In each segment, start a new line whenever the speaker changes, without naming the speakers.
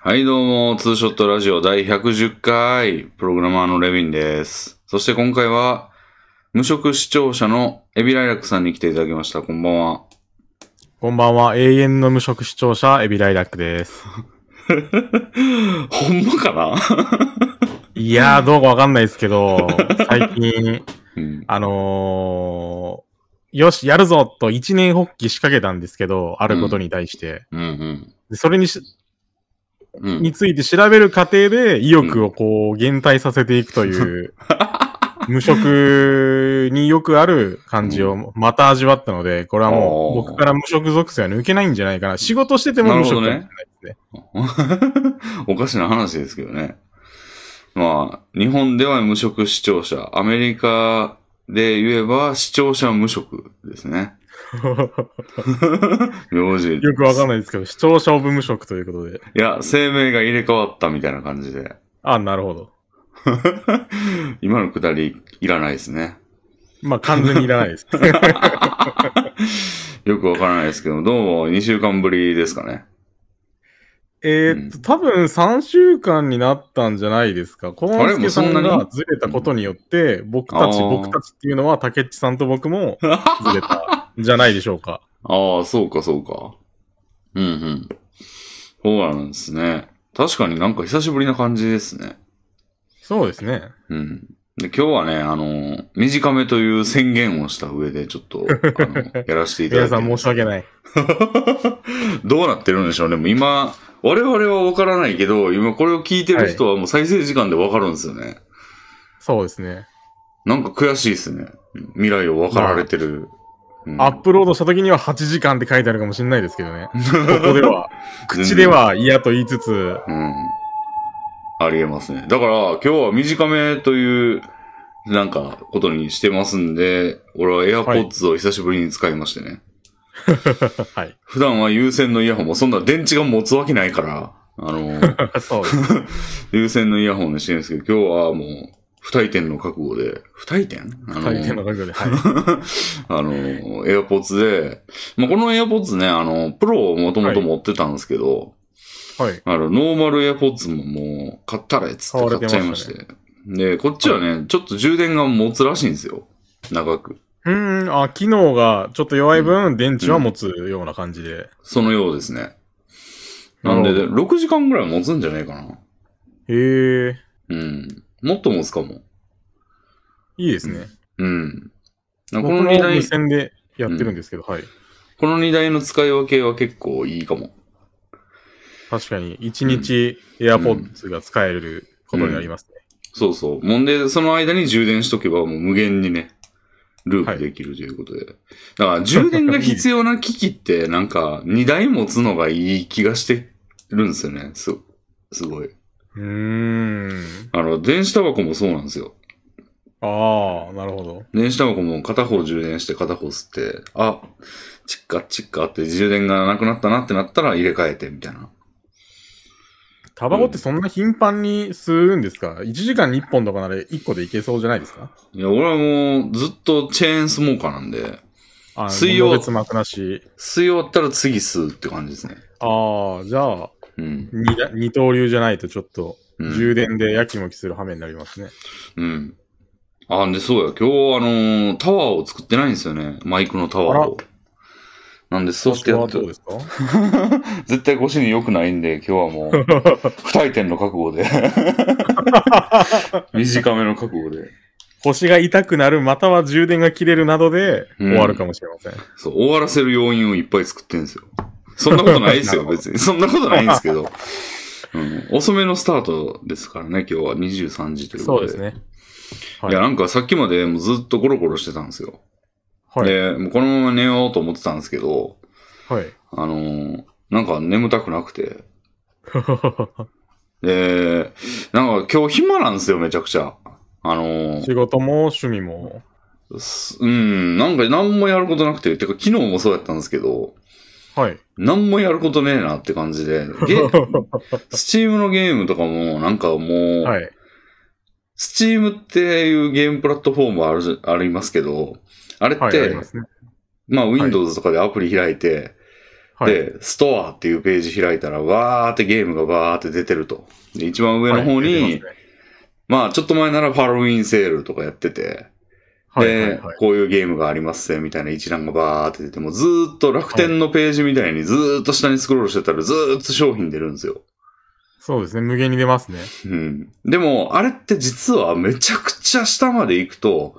はい、どうも、ツーショットラジオ第110回、プログラマーのレビンです。そして今回は、無職視聴者のエビライラックさんに来ていただきました。こんばんは。
こんばんは、永遠の無職視聴者、エビライラッ クです。
ほんまかな、
いやー、どうかわかんないですけど、最近、
うん、
あのー、よし、やるぞと一年発起仕掛けたんですけど、あることに対して。
うん、
でそれにし、
うん。うん
について調べる過程で、意欲をこう、減退させていくと いう、無職によくある感じをまた味わったので、これはもう、
おー
僕から無職属性は抜けないんじゃないかな。仕事してても無職かもしれないですね。
おかしな話ですけどね。まあ、日本では無職視聴者、アメリカで言えば視聴者無職ですね。名字。
よくわかんないですけど、視聴者オブ無職ということで。
いや、生命が入れ替わったみたいな感じで。
あ、なるほど。
今のくだりいらないですね。
まあ、完全にいらな いです。
よくわからないですけど、どうも2週間ぶりですかね。
えーっと、多分3週間になったんじゃないですか。コ
あれ
ーンスケさん
もうそんな
が
に
ずれたことによって、僕たち、
あー
僕たちっていうのは、竹内さんと僕もずれたんじゃないでしょうか。
ああ、そうか、そうか。うんうん。そうなんですね。確かになんか久しぶりな感じですね。
そうですね。
うん。で、今日はね、あの、短めという宣言をした上で、ちょっと、あ の、やらせていただ
皆
いて
さ
る
ん
で
申
す。
し訳ない。
どうなってるんでしょうね。もう今、我々はわからないけど、今これを聞いてる人はもう再生時間でわかるんですよね。
そうですね。
なんか悔しいですね。未来を分かられてる。うん
アップロードした時には8時間って書いてあるかもしれないですけど ね。ここでは、口では嫌と言いつつ、
うん。ありえますね。だから、今日は短めという、なんか、ことにしてますんで、俺は AirPods を久しぶりに使いましてね。
はい。
普段は有線のイヤホンも、そんな電池が持つわけないから、あ の、
そうです。
有線のイヤホンにしてるんですけど、今日はもう、不退転の覚悟で、不退転あの
書いてるの覚悟で。はい。
あの、AirPods で、まあ、この AirPods ね、あの、プロをもともと持ってたんですけど、
はい。
あの、ノーマルエアポッツももう、買ったれっつって買っちゃいまして。で、こっちはね、ちょっと充電が持つらしいんですよ。長く。
うーん、あ、機能がちょっと弱い分、電池は持つような感じで。
そのようですね。なんで、
な
で6時間ぐらい持つんじゃねえかな。
へえ、
うん。もっと持つかも。
いいですね。
うん。こ
僕
の
も
2台
無、線でやってるんですけど、はい。
この2台の使い分けは結構いいかも。
確かに、1日 AirPods が使えることになりますね。
そうそう。もんで、その間に充電しとけばもう無限にね、ループできるということで。だから充電が必要な機器ってなんか2台持つのがいい気がしてるんですよね。す、すごい。
うーん。
あの、電子タバコもそうなんですよ。
ああ、なるほど。
電子タバコも片方充電して片方吸って、あ、チッカチッカって充電がなくなったなってなったら入れ替えてみたいな。
タバコってそんな頻繁に吸うんですか ?1 時間に1本とかなら1個でいけそうじゃないですか
いや、俺はもうずっとチェーンスモーカーなんで、
あの
吸いよう
別膜なし。
吸い終わったら次吸うって感じですね。
ああ、じゃあ、
うん。
二二刀流じゃないとちょっと、
うん
充電でやきもきする羽目になりますね。
うん。あ、で、そうや。今日、あのータワーを作ってないんですよね。マイクのタワーを。なんで、そうしてや
は
っと
どうですか
絶対腰に良くないんで、今日は もう、不退転の覚悟で。短めの覚悟で。
腰が痛くなる、または充電が切れるなどで
うん
終わるかもしれません。
そう、終わらせる要因をいっぱい作ってんですよ。そんなことないですよ、
なるほ
別
ど
に。そんなことないんですけど。うん、遅めのスタートですからね、今日は23時ということで。
ね。
いや、
は
な
い。
んかさっきまでもうずっとゴロゴロしてたんですよ。
はい。
で、もうこのまま寝ようと思ってたんですけど、
はい。
あのーなんか眠たくなくて。で、なんか今日暇なんですよ、めちゃくちゃ。あのー
仕事も趣味も。
すうん、なんか何もやることなくて、てか昨日もそうやったんですけど、
はい。
何もやることねえなって感じで、ゲスチームのゲームとかも、なんかもう、
はい。
スチームっていうゲームプラットフォームあるじありますけど、あれって、
はい。ありますね。
まあ Windows とかでアプリ開いて、
はい。
で、ストアっていうページ開いたら、わーってゲームがわーって出てると。で、一番上の方に、
はい出てますね
まあ、ちょっと前ならハロウィンセールとかやってて、
はいはい
で
はい、
こういうゲームがありますね、みたいな一覧がバーって出て、もうずーっと楽天のページみたいにずーっと下にスクロールしてたらずーっと商品出るんですよ。
そうですね。無限に出ますね。
うん。でも、あれって実はめちゃくちゃ下まで行くと、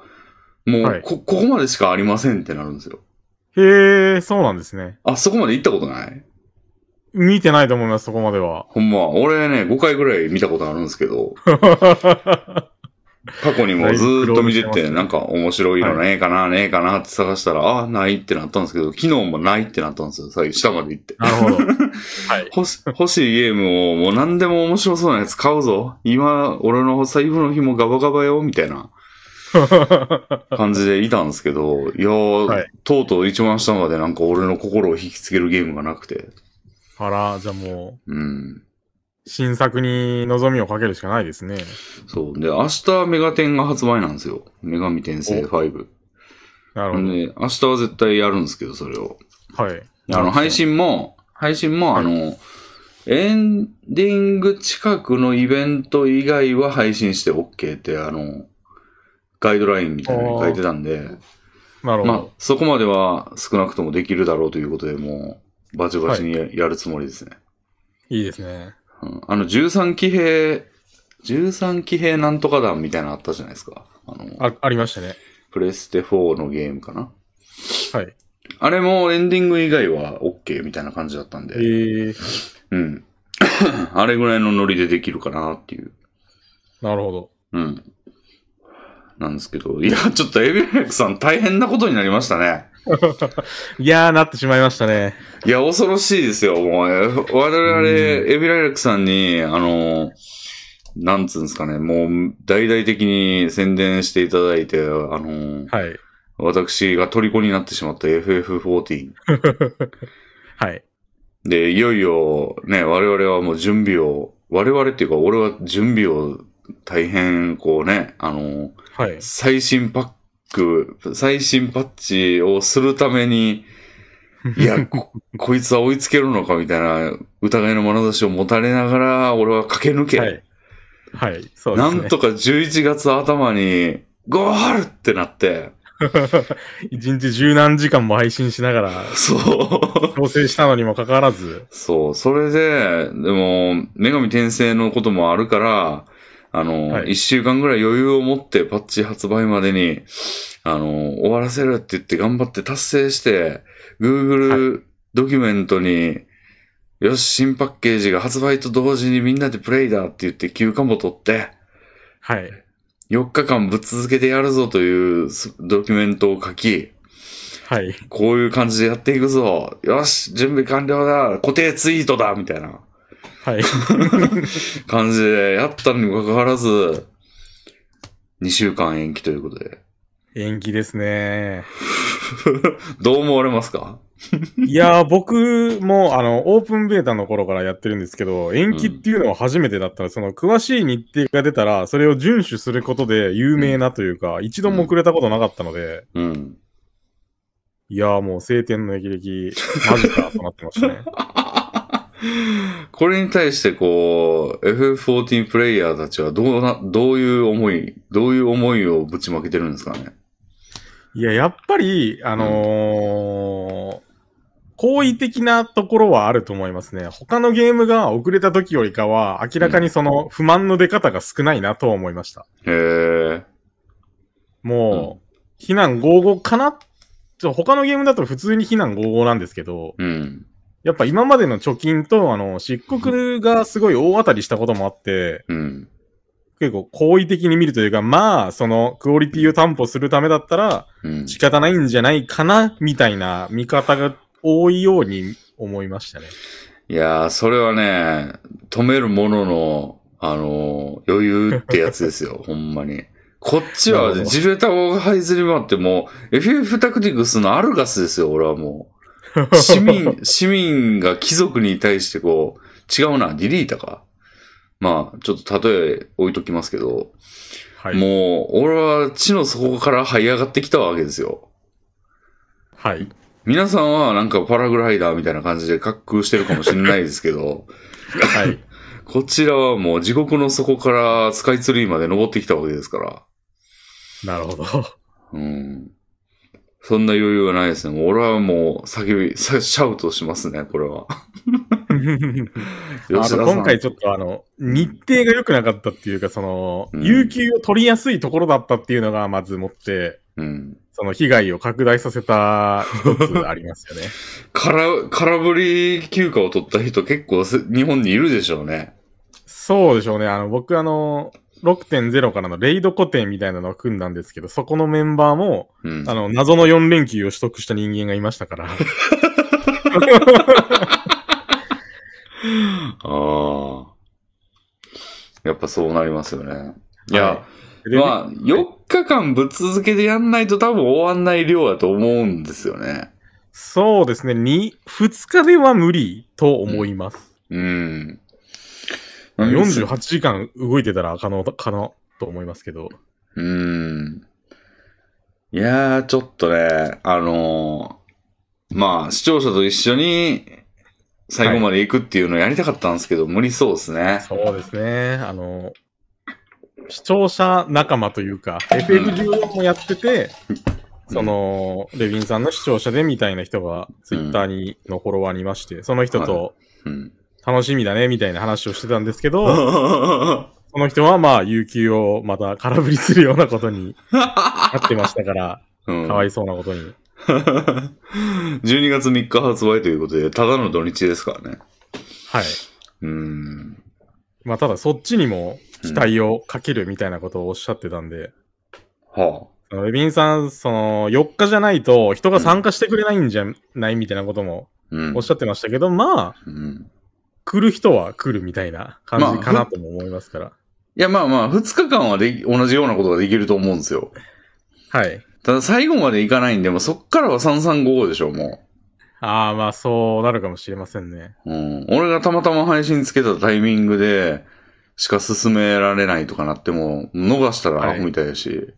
も
は
う
い
こ、ここまでしかありませんってなるんですよ。
へえ、そうなんですね。
あ、そこまで行ったことない
見てないと思います、そこまでは。
ほんま、俺ね、5回ぐらい見たことあるんですけど、過去にもずーっと見て
だいぶ苦労してま
て、
すね
なんか面白いのねえかな、ねえかなって探したら、あ、ないってなったんですけど、昨日もないってなったんですよ、最後下まで行って。
なるほど。はい。
欲し欲しいゲームをもう何でも面白そうなやつ買うぞ。今、俺の財布の紐ガバガバよ、みたい な感じでいたんですけど、いやー、
はい
とうとう一番下までなんか俺の心を引きつけるゲームがなくて。
あら、じゃあも
うん。
う、新作に望みをかけるしかないですね。
そう。で、明日メガテンが発売なんですよ。女神転生5。
なる
ほんで、明日は絶対やるんですけど、それを。
ほど。はい。
あの、配信も、配信も、
はい
あの、エンディング近くのイベント以外は配信して OK って、あの、ガイドラインみたいなのに書いてたんで、
なるほ
まあ
ど。、
そこまでは少なくともできるだろうということで、もう、バチバチにややるつもりですね。
いいですね。
うんあの、13騎兵、13騎兵なんとか団みたいなのあったじゃないですか。あの、
あ、ありましたね。
プレステ4のゲームかな。
はい。
あれもエンディング以外は OK みたいな感じだったんで。
えー、
うん。 あれぐらいのノリでできるかなっていう。
なるほど。
うん。なんですけど。いや、ちょっとエビレックさん大変なことになりましたね。
いやー、なってしまいましたね。
いや、恐ろしいですよ。もう、え我々、
うん
エビライレックさんに、あの、なんつうんですかね、もう、大々的に宣伝していただいて、あの、
はい。
私が虜になってしまった FF14。
はい。
で、いよいよ、ね、我々はもう準備を、我々っていうか、俺は準備を大変、こうね、あの、
はい。
最新パック、最新パッチをするため に、いや、こ、こいつは追いつけるのかみたいな疑いの眼差しを持たれながら、俺は駆け抜け、
はい。はい。そうで
な
すね。
んとか11月頭に、ゴールってなって、
一日十何時間も配信しながら、
そう。
調整したのにもかかわらず、
そう、それで、でも、女神転生のこともあるから、あの、一、
はい
週間ぐらい余裕を持ってパッチ発売までに、あの、終わらせるって言って頑張って達成して、Google ドキュメントに、よし、新パッケージが発売と同時にみんなでプレイだって言って休暇も取って、
はい。
4日間ぶっ続けてやるぞというすドキュメントを書き、
はい。
こういう感じでやっていくぞ。よし、準備完了だ。固定ツイートだみたいな。
はい。
感じでやったにもかかわらず、2週間延期ということで。
延期ですね。
どう思われますか
いやー、僕も、あの、オープンベータの頃からやってるんですけど、延期っていうのは初めてだったら、その、詳しい日程が出たら、それを遵守することで有名なというか、一度も遅れたことなかったので、
うん。
いやー、もう晴天の霹靂、マジか、となってましたね。
これに対してこう、FF14 プレイヤーたちはどうな、どういう思い、どういう思いをぶちまけてるんですかね
いや、やっぱり、あのー、好意的なところはあると思いますね。他のゲームが遅れた時よりかは、明らかにその不満の出方が少ないなとは思いました。
へえ。
もう、避難55かなちょ他のゲームだと普通に避難55なんですけど、
うん。
やっぱ今までの貯金と、あの、漆黒がすごい大当たりしたこともあって、
うん。
結構好意的に見るというか、まあ、そのクオリティを担保するためだったら、
うん。
仕方ないんじゃないかな、みたいな見方が多いように思いましたね。
いやー、それはね、止めるものの、あのー余裕ってやつです よ、ほんまに。こっち
なる
は
ほど
地べたを這いずり回ってもう、FF タクティクスのアルガスですよ、俺はも う。市民、市民が貴族に対してこう、違うな、ディリータか。まあ、ちょっと例え置いときますけど、
はい。
もう、俺は地の底から這い上がってきたわけですよ。
はい。
皆さんはなんかパラグライダーみたいな感じで滑空してるかもしれないですけど、
はい。
こちらはもう地獄の底からスカイツリーまで登ってきたわけですから。
なるほど。
うん。そんな余裕はないですね。もう俺はもう叫び、さシャウトしますね、これ は。
あ
吉田さ
と
ん
今回ちょっとあの、日程が良くなかったっていうか、その、
うん
有給を取りやすいところだったっていうのが、まず持って、
うん。
その被害を拡大させた一つありま すよね。
から、空振り休暇を取った人結構せ日本にいるでしょうね。
そうでしょうね。あの、僕あの、6.0からのレイド固定みたいなのを組んだんですけど、そこのメンバーも、
うん
あ。の、謎の4連休を取得した人間がいましたから。
ああ。やっぱそうなりますよね。いや、
はい、でね
まあ、4日間ぶっ続けてやんないと多分終わんない量だと思うんですよね。
そうですね。に2日では無理と思います。
うん。
48時間動いてたら可能だ、可能と思いますけど。
うん。いやー、ちょっとね、あのーまあ、視聴者と一緒に最後まで行くっていうのをやりたかったんですけど、無理そうですね。
そうですね。あの、視聴者仲間というか、FF14 もやってて、その、レビンさんの視聴者でみたいな人が、ツイッターに、のフォロワーにいまして、その人と、
うん。
楽しみだね、みたいな話をしてたんですけど、
は
その人はまあ、有給をまた空振りするようなことになってましたから、か わいそうなことに。
12月3日発売ということで、ただの土日ですからね。
はい。
うん。
まあ、ただそっちにも期待をかけるみたいなことをおっしゃってたんで、
は
あのレビンさん、その、4日じゃないと人が参加してくれないんじゃないみたいなことも
あ。うん。
おっしゃってましたけど、まあ、
うん
来る人は来るみたいな感じか
まあ
なとも思いますから。
いや、まあまあ、2日間はでき同じようなことができると思うんですよ。
はい。
ただ、最後までいかないんで、もうそっからは3355でしょ、も
ああ、まあ、そうなるかもしれませんね。
う。うん。俺がたまたま配信つけたタイミングで、しか進められないとかなっても、逃したらアホみたいだし、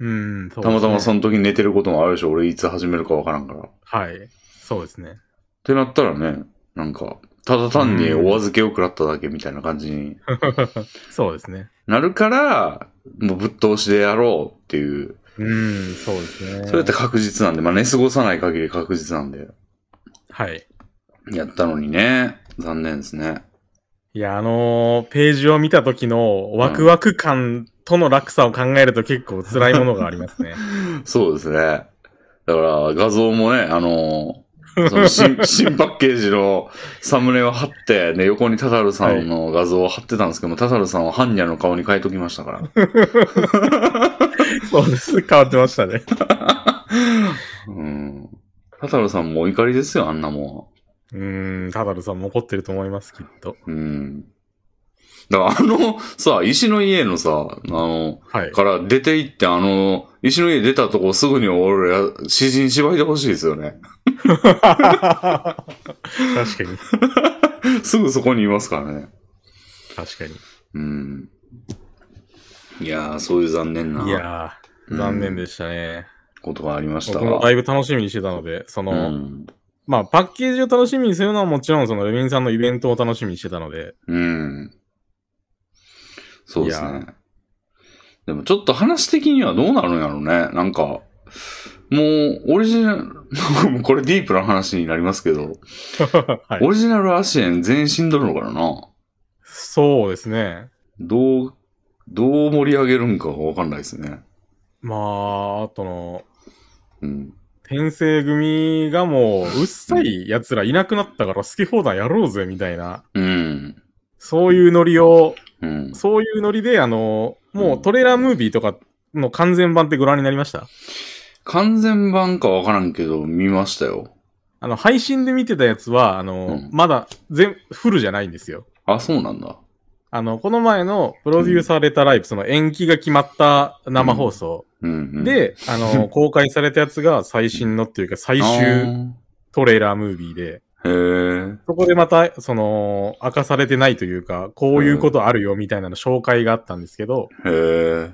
うん、そうですね
たまたまその時に寝てることもあるし、俺いつ始めるかわからんから。
はい。そうですね。
っ てなったらね、なんか、ただ単にお預けを食らっただけみたいな感じに
そうですね。
なるから、もうぶっ通しでやろうっていう。
うん、そうですね。
それって確実なんで、まあ寝過ごさない限り確実なんで。
はい。
やったのにね、残念ですね。
いや、あのーページを見た時のワクワク感との落差を考えると結構辛いものがありますね。
そうですね。だから画像もね、あのーその新新パッケージのサムネを貼って、ね、横にタタルさんの画像を貼ってたんですけども、タタルさんはハンニャの顔に変えときましたから。
そうです。変わってましたね。
うん。タタルさんもお怒りですよ、あんなもん。
うーん、タダルさんも怒ってると思います、きっと。
うん。だからあのさ、石の家のさ、あの、
はい。
から出て行って、あの、石の家出たとこすぐに俺ら、詩人縛いてほしいですよね。
確かに。
すぐそこにいますからね。
確かに。
うん。いやー、そういう残念
い
な
や
う
ー、
ん
残念でしたね。
ことがありました
僕も
が。
だいぶ楽しみにしてたので、そうの、
ん。
まあ、パッケージを楽しみにするのはもちろん、その、レビンさんのイベントを楽しみにしてたので、
うん。そうです
いや
ね。でもちょっと話的にはどうなるんやろうね。なんか、もう、オリジナル、 これディープな話になりますけど、
はい。
オリジナルアシエン全身取るのからな。
そうですね。
どう、どう盛り上げるんかがわかんないですね。
まあ、あとの、
うん。
転生組がもう、うっさい奴らいなくなったから好き放題やろうぜ、みたいな。
うん。
そういうノリを、
うん。
そういうノリで、あの、も
うん
うトレーラームービーとかの完全版ってご覧になりました
完全版かわからんけど、見ましたよ。
あの、配信で見てたやつは、あの、
うん
まだ全、フルじゃないんですよ。
あ、そうなんだ。
あの、この前のプロデューサーレターライブ、その延期が決まった生放送
うん、うん。
で、あ の、公開されたやつが最新のっていうか最
あ
終
ー、
トレーラームービーで、
へえ。
そこでまた、その、明かされてないというか、こういうことあるよみたいなの紹介があったんですけど、
へえ。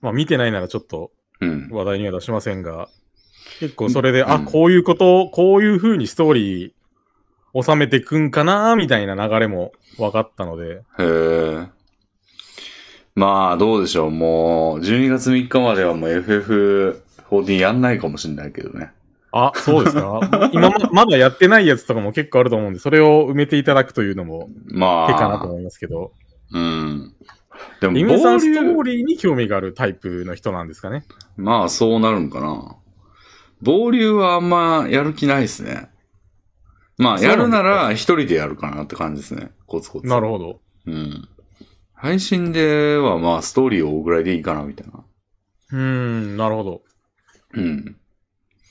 まあ見てないならちょっと
うん。
話題には出しませんが、結構それで、
うん
あ、こういうこと、こういう風にストーリー収めてくんかな、みたいな流れも分かったので。
へえ。まあ、どうでしょう。もう、12月3日まではもう FF14 やんないかもしれないけどね。
あ、そうで すか。今ままだやってないやつとかも結構あると思うんで、それを埋めていただくというのも
まあ。
手かなと思いますけど。
うん。で
リム
も、
さ
ボ
んスト
ール、
ーリーに興味があるタイプの人なんですかね。
まあ、そうなるんかな。ボ流はあんまやる気ないですね。まあ、
そう
や
な
る
んですか
なら一人でやるかなって感じですね。コツコツ。
なるほど。
うん。配信ではまあ、ストーリーを追うぐらいでいいかな、みたいな。
うーん、なるほど。
うん。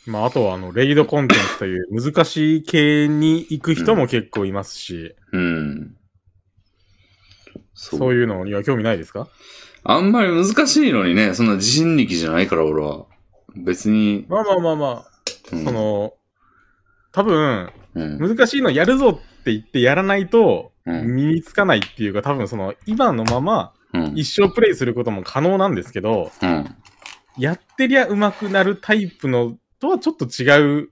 まあ、あとは、あの、レイドコンテンツという 難しい系に行く人も結構いますし、
うん。そ
そういうのには興味ないですか
あんまり難しいのにね、そんな自信力じゃないから、俺は。別に。
まあまあまあまあ、
うん
その、多分、
うん。
難しいのやるぞって言ってやらないと、
うん。
身につかないっていうか、多分その、今のまま
うん。
一生プレイすることも可能なんですけど、
うん。
やってりゃ上手くなるタイプのとはちょっと違う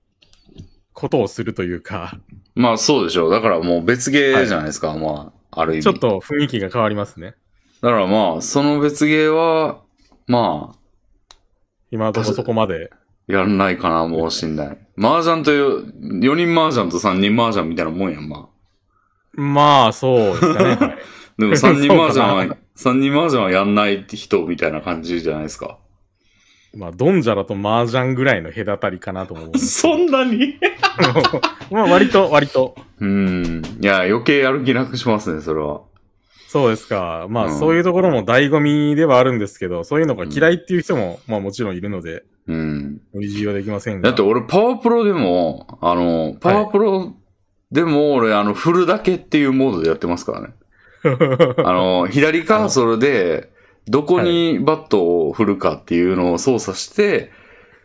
ことをするというか、
まあ、そうでしょう。だからもう別ゲーじゃないですか、まあ、ある意味。
ちょっ。と雰囲気が変わりますね。
だからまあ、その別ゲーは、まあ、
今のところそこまで。
やんないかな、もうしんない。麻雀という、4人麻雀と3人麻雀みたいなもんやん、まあ。
まあ、そうです かね。はい
でも3人
そうかな
麻雀は、三人麻雀はやんない人みたいな感じじゃないですか。
まあ、ドンジャラと麻雀ぐらいの隔たりかなと思うんです
そんなに
けど。 まあ、割と、割と。
うん。いや、余計やる気なくしますね、それは。
そうですか。まあ、
うん
そういうところも醍醐味ではあるんですけど、そういうのが嫌いっていう人も、まあ、もちろんいるので、
うん。
無理強いはできません
だ
が。
って俺、パワープロでも、あの、パワープロでも俺、あの、振るだけっていうモードでやってますからね。あの、左カーソルで、どこにバットを振るかっていうのを操作して、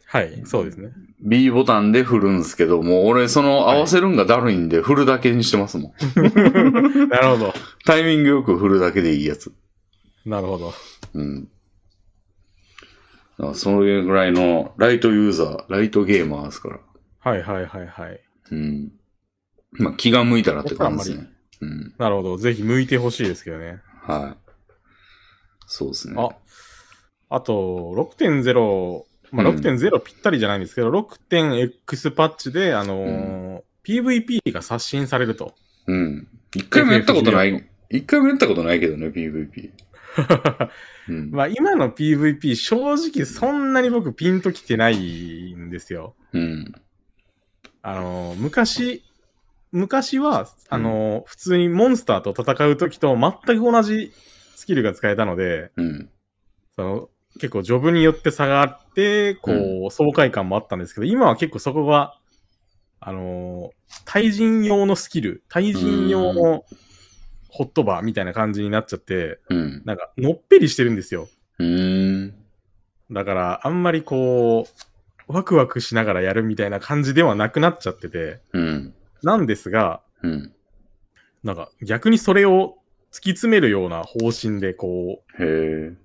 はい、そうですね。
B ボタンで振るんですけど、もう俺、その合わせるんがだるいんで、振るだけにしてますもん。
なるほど。
タイミングよく振るだけでいいやつ。
なるほど。
うん。だからそういうぐらいの、ライトユーザー、ライトゲーマーですから。
はいはいはいはい。
うん。まあ、気が向いたらって感じですね。うん。
なるほど。ぜひ向いてほしいですけどね。
はい。そうですね。
あ、あと、6.0、まあ、
うん
6.0ぴったりじゃないんですけど、6.x パッチで、あのー PVP が刷新されると。
うん。一回もやったことない、一回もやったことないけどね、PVP。うん。
まあ、今の PVP、正直そんなに僕ピンときてないんですよ。
うん。
あのー昔、昔は、あのー普通にモンスターと戦うときと全く同じスキルが使えたので、
うん。
その結構ジョブによって差があって、こう、爽快感もあったんですけど、今は結構そこが、あのー対人用のスキル、対人用のホットバーみたいな感じになっちゃって、
うん。
なんか、のっぺりしてるんですよ。
うーん。
だから、あんまりこう、ワクワクしながらやるみたいな感じではなくなっちゃってて、
うん。
なんですが、
うん。
なんか逆にそれを突き詰めるような方針で、こ
へえ。
う、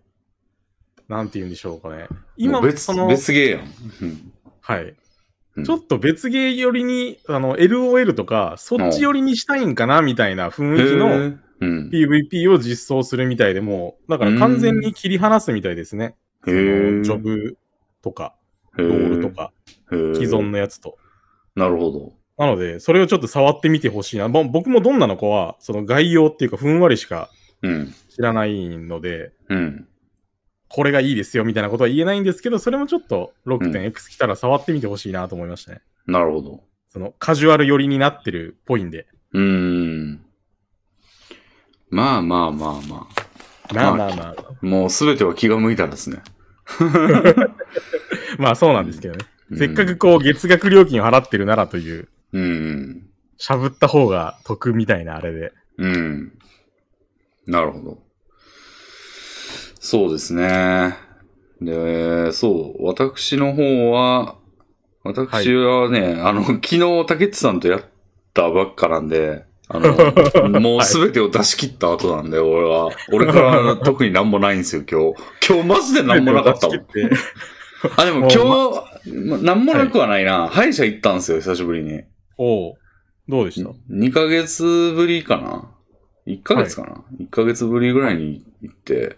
なんて言うんでしょうかね。
今
今も
別
そ、の、
別ゲーやん。うん
はい。
うん
ちょっと別ゲー寄りに、あの、LOL とか、そっち寄りにしたいんかな、みたいな雰囲気
へ
の
えうん。
PVP を実装するみたいでもう、だから完全に切り離すみたいですね。
へ
その
え。
ジョブとか、
ロ
ロールと。か、
へえ
既存。のやつと。
なるほど。
なので、それをちょっと触ってみてほしいな。ぼ僕もどんなの子は、その概要っていうか、ふんわりしか
うん。
知らないので、
うん。
これがいいですよみたいなことは言えないんですけど、それもちょっと 6.x 来たら触ってみてほしいなと思いましたね。
なるほど。
そのカジュアル寄りになってるっぽいんで。
うーん。まあまあまあま
まあまあまあ。
あ。もうすべては気が向いたらですね。
まあそうなんですけどね。
うん
せっかくこう月額料金を払ってるならという、
うん。
しゃぶった方が得みたいなあれで。
うん。なるほど。そうですね。で、そう、私の方は、私はね、あの、 昨日、竹内さんとやったばっかなんで、あの、 もうすべてを出し切った後なんで、俺は、俺から 特になんもないんですよ、今日。今日マジでなんもなかったもん。
全てを出し切って
あ、でも今
も
日、ま、なんもなくはないな。歯医者行ったんですよ、久しぶりに。
おうどうでした
2ヶ月ぶりかな ?1 ヶ月かな、?1 ヶ月ぶりぐらいに行って、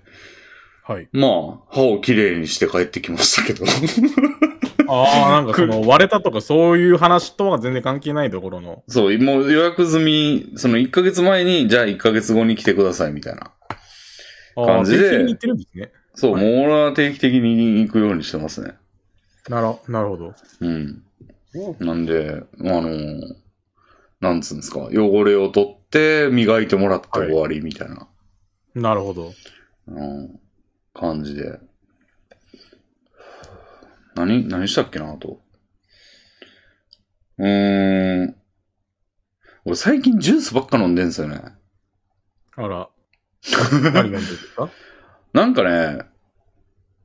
はい。
まあ、歯をきれいにして帰ってきましたけど。
ああ、なんかその割れたとかそういう話とは全然関係ないところの。
そう、もう予約済み、その1ヶ月前に、じゃあ1ヶ月後に来てくださいみたいな。
あー
感じで
定期的に言ってるんですね。
そう、
はい
もう俺は定期的に行くようにしてますね。
なら、なるほど。
うん。なんで、あのー、なんつうんですか、汚れを取って磨いてもらって終わりみたいな、
なるほど。
うん、感じで。何、何したっけな、あと。うーん。俺最近ジュースばっか飲んでんすよね。
あら。何飲んでるんです か
なんかね、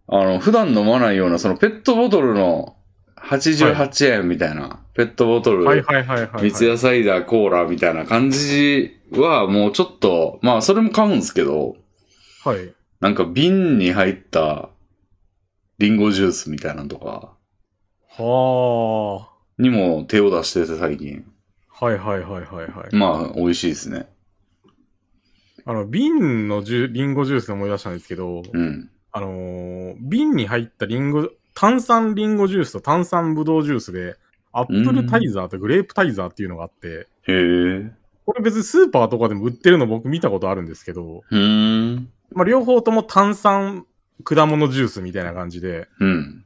あの、普段飲まないような、そのペットボトルの88円みたいな、ペットボトル、
はいはいはいはい、はい。
三ツ矢サイダー、コーラみたいな感じは、もうちょっと、まあ、それも買うんですけど、
はい。
なんか瓶に入った、リンゴジュースみたいなのとか、
は
にも手を出してて最近。
あ。はいはいはいはいはい。
まあ、美味しいですね。
あの、瓶のジュ、リンゴジュースで思い出したんですけど、
うん。
あのー瓶に入ったリンゴ、炭酸リンゴジュースと炭酸ブドウジュースで、アップルタイザーとグレープタイザーっていうのがあって、
へえ。う
これ別にスーパーとかでも売ってるの僕見たことあるんですけど、
ーん。
まあ、両方とも炭酸果物ジュースみたいな感じで、
うん。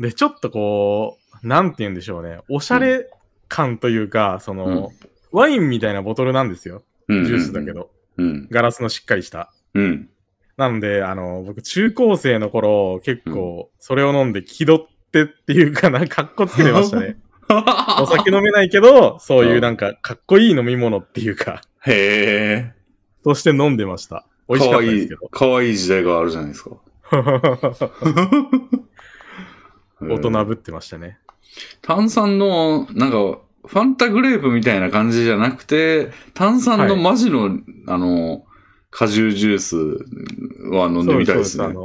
で、ちょっとこう、なんて言うんでしょうね、おしゃれ感というか、その、ワインみたいなボトルなんですよ、
うん。
ジュースだけ。ど、
うん。
ガラスのしっかりした。
うん。
なので、あの、僕、中高生の頃、結構、それを飲んで気取ってっていうかな、かっこつけてました ね。お酒飲めないけど、そういうなんか、かっこいい飲み物っていうか、
へえ。
そして飲んでました。美味しか
か
った
わ
で
い
す
い
けど、。
かわいい時代があるじゃないですか。
大人ぶってましたね。
炭酸の、なんか、ファンタグレープみたいな感じじゃなくて、炭酸の
はい
マジの、あの、果汁ジュースは飲んでみたいです
そう
ね。
あ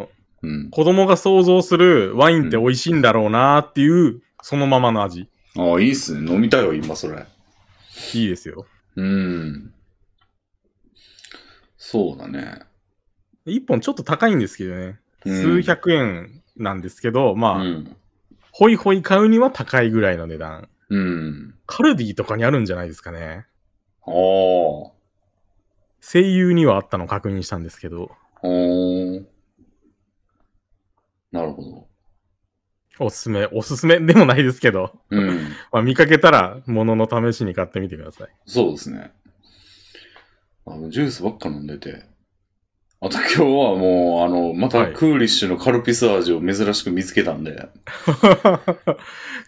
う
の、
ん。
子供が想像するワインって美味しいんだろうなーっていう、そのままの味。
ああ、いいっすね。飲みたいわ、今それ。
いいですよ。
うん。そうだね。
一本ちょっと高いんですけどね。
うん
数百円なんですけど、
う
まあ、
ん。
ホイホイ買うには高いぐらいの値段。
うん。
カルディとかにあるんじゃないですかね。
ああ。お
声優にはあったの確認したんですけど、
ーなるほど。
おすすめ、おすすめでもないですけど、
うん。
まあ見かけたら、ものの試しに買ってみてください。
そうですね。あの、ジュースばっか飲んでて。あと今日はもう、あの、ま
は
た
い
クーリッシュのカルピス味を珍しく見つけたんで。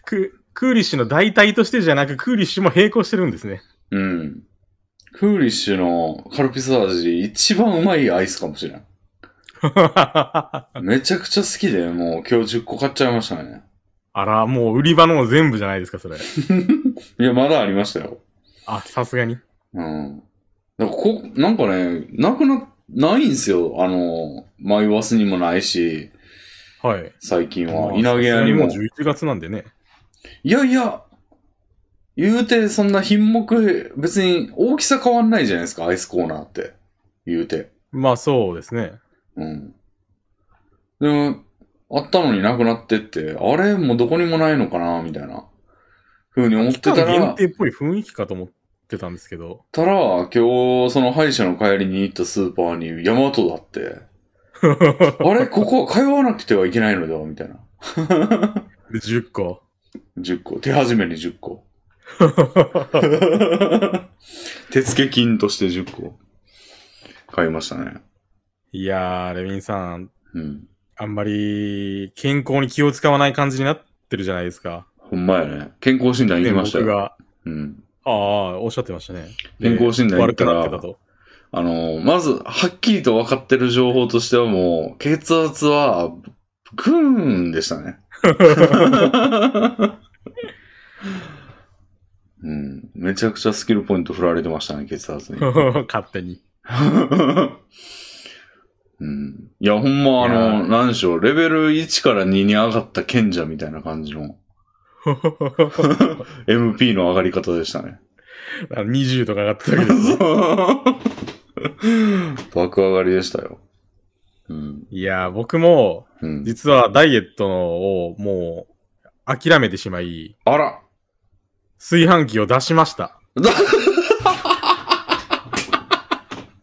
ククーリッシュの代替としてじゃなく、クーリッシュも並行してるんですね。
うん。クーリッシュのカルピス味、一番うまいアイスかもしれん。
あ
めちゃくちゃ好きで、もう今日10個買っちゃいましたね。
ら、もう売り場の全部じゃないですか、それ。
いや、まだありましたよ。
あ、さすがに。
うん。なんかこ、なんかね、なくな、ないんすよ。あの、迷わすにもないし、
はい。
最近
ま
は。
あ
稲毛屋にも
さ。すが11月なんでね。
いやいや、言うて、そんな品目、別に大きさ変わんないじゃないですか、アイスコーナーって。言うて。
まあそうですね。
うん。でも、あったのになくなってって、あれもうどこにもないのかな、みたいな。ふうに思って
期間
たら
限、定っぽい雰囲気かと思ってたんですけど。
たら、今日、その歯医者の帰りに行ったスーパーに、ヤマトだ って、あれここは通わなくてはいけないのではみたいな。
で10個。
10個。手始めに10個。手付金として10個。買いましたね。
いやー、レビンさん、
うん。
あんまり健康に気を使わない感じになってるじゃないですか。
ほんまやね。健康診断行
ね
きました
僕
よ。
が、
うん。
ああ、おっしゃってましたね。
健康診断行
悪
った
く
ら
なってたと。
あのー、まず、はっきりと分かってる情報としてはもう、血圧は、グーンでした ね。うん。めちゃくちゃスキル ポイント振られてましたね、血圧に。
勝手に。
うん。いや、ほんま、あ
いや
の、なんでしょう、レベル1から2に上がった賢者みたいな感じの MP の上がり方でしたね。
あの20とか上がった時です。
爆上がりでしたよ。うん。
いやー、僕も、
うん、
実はダイエットのをもう、諦めてしまい、
あら
炊飯器を出し ました。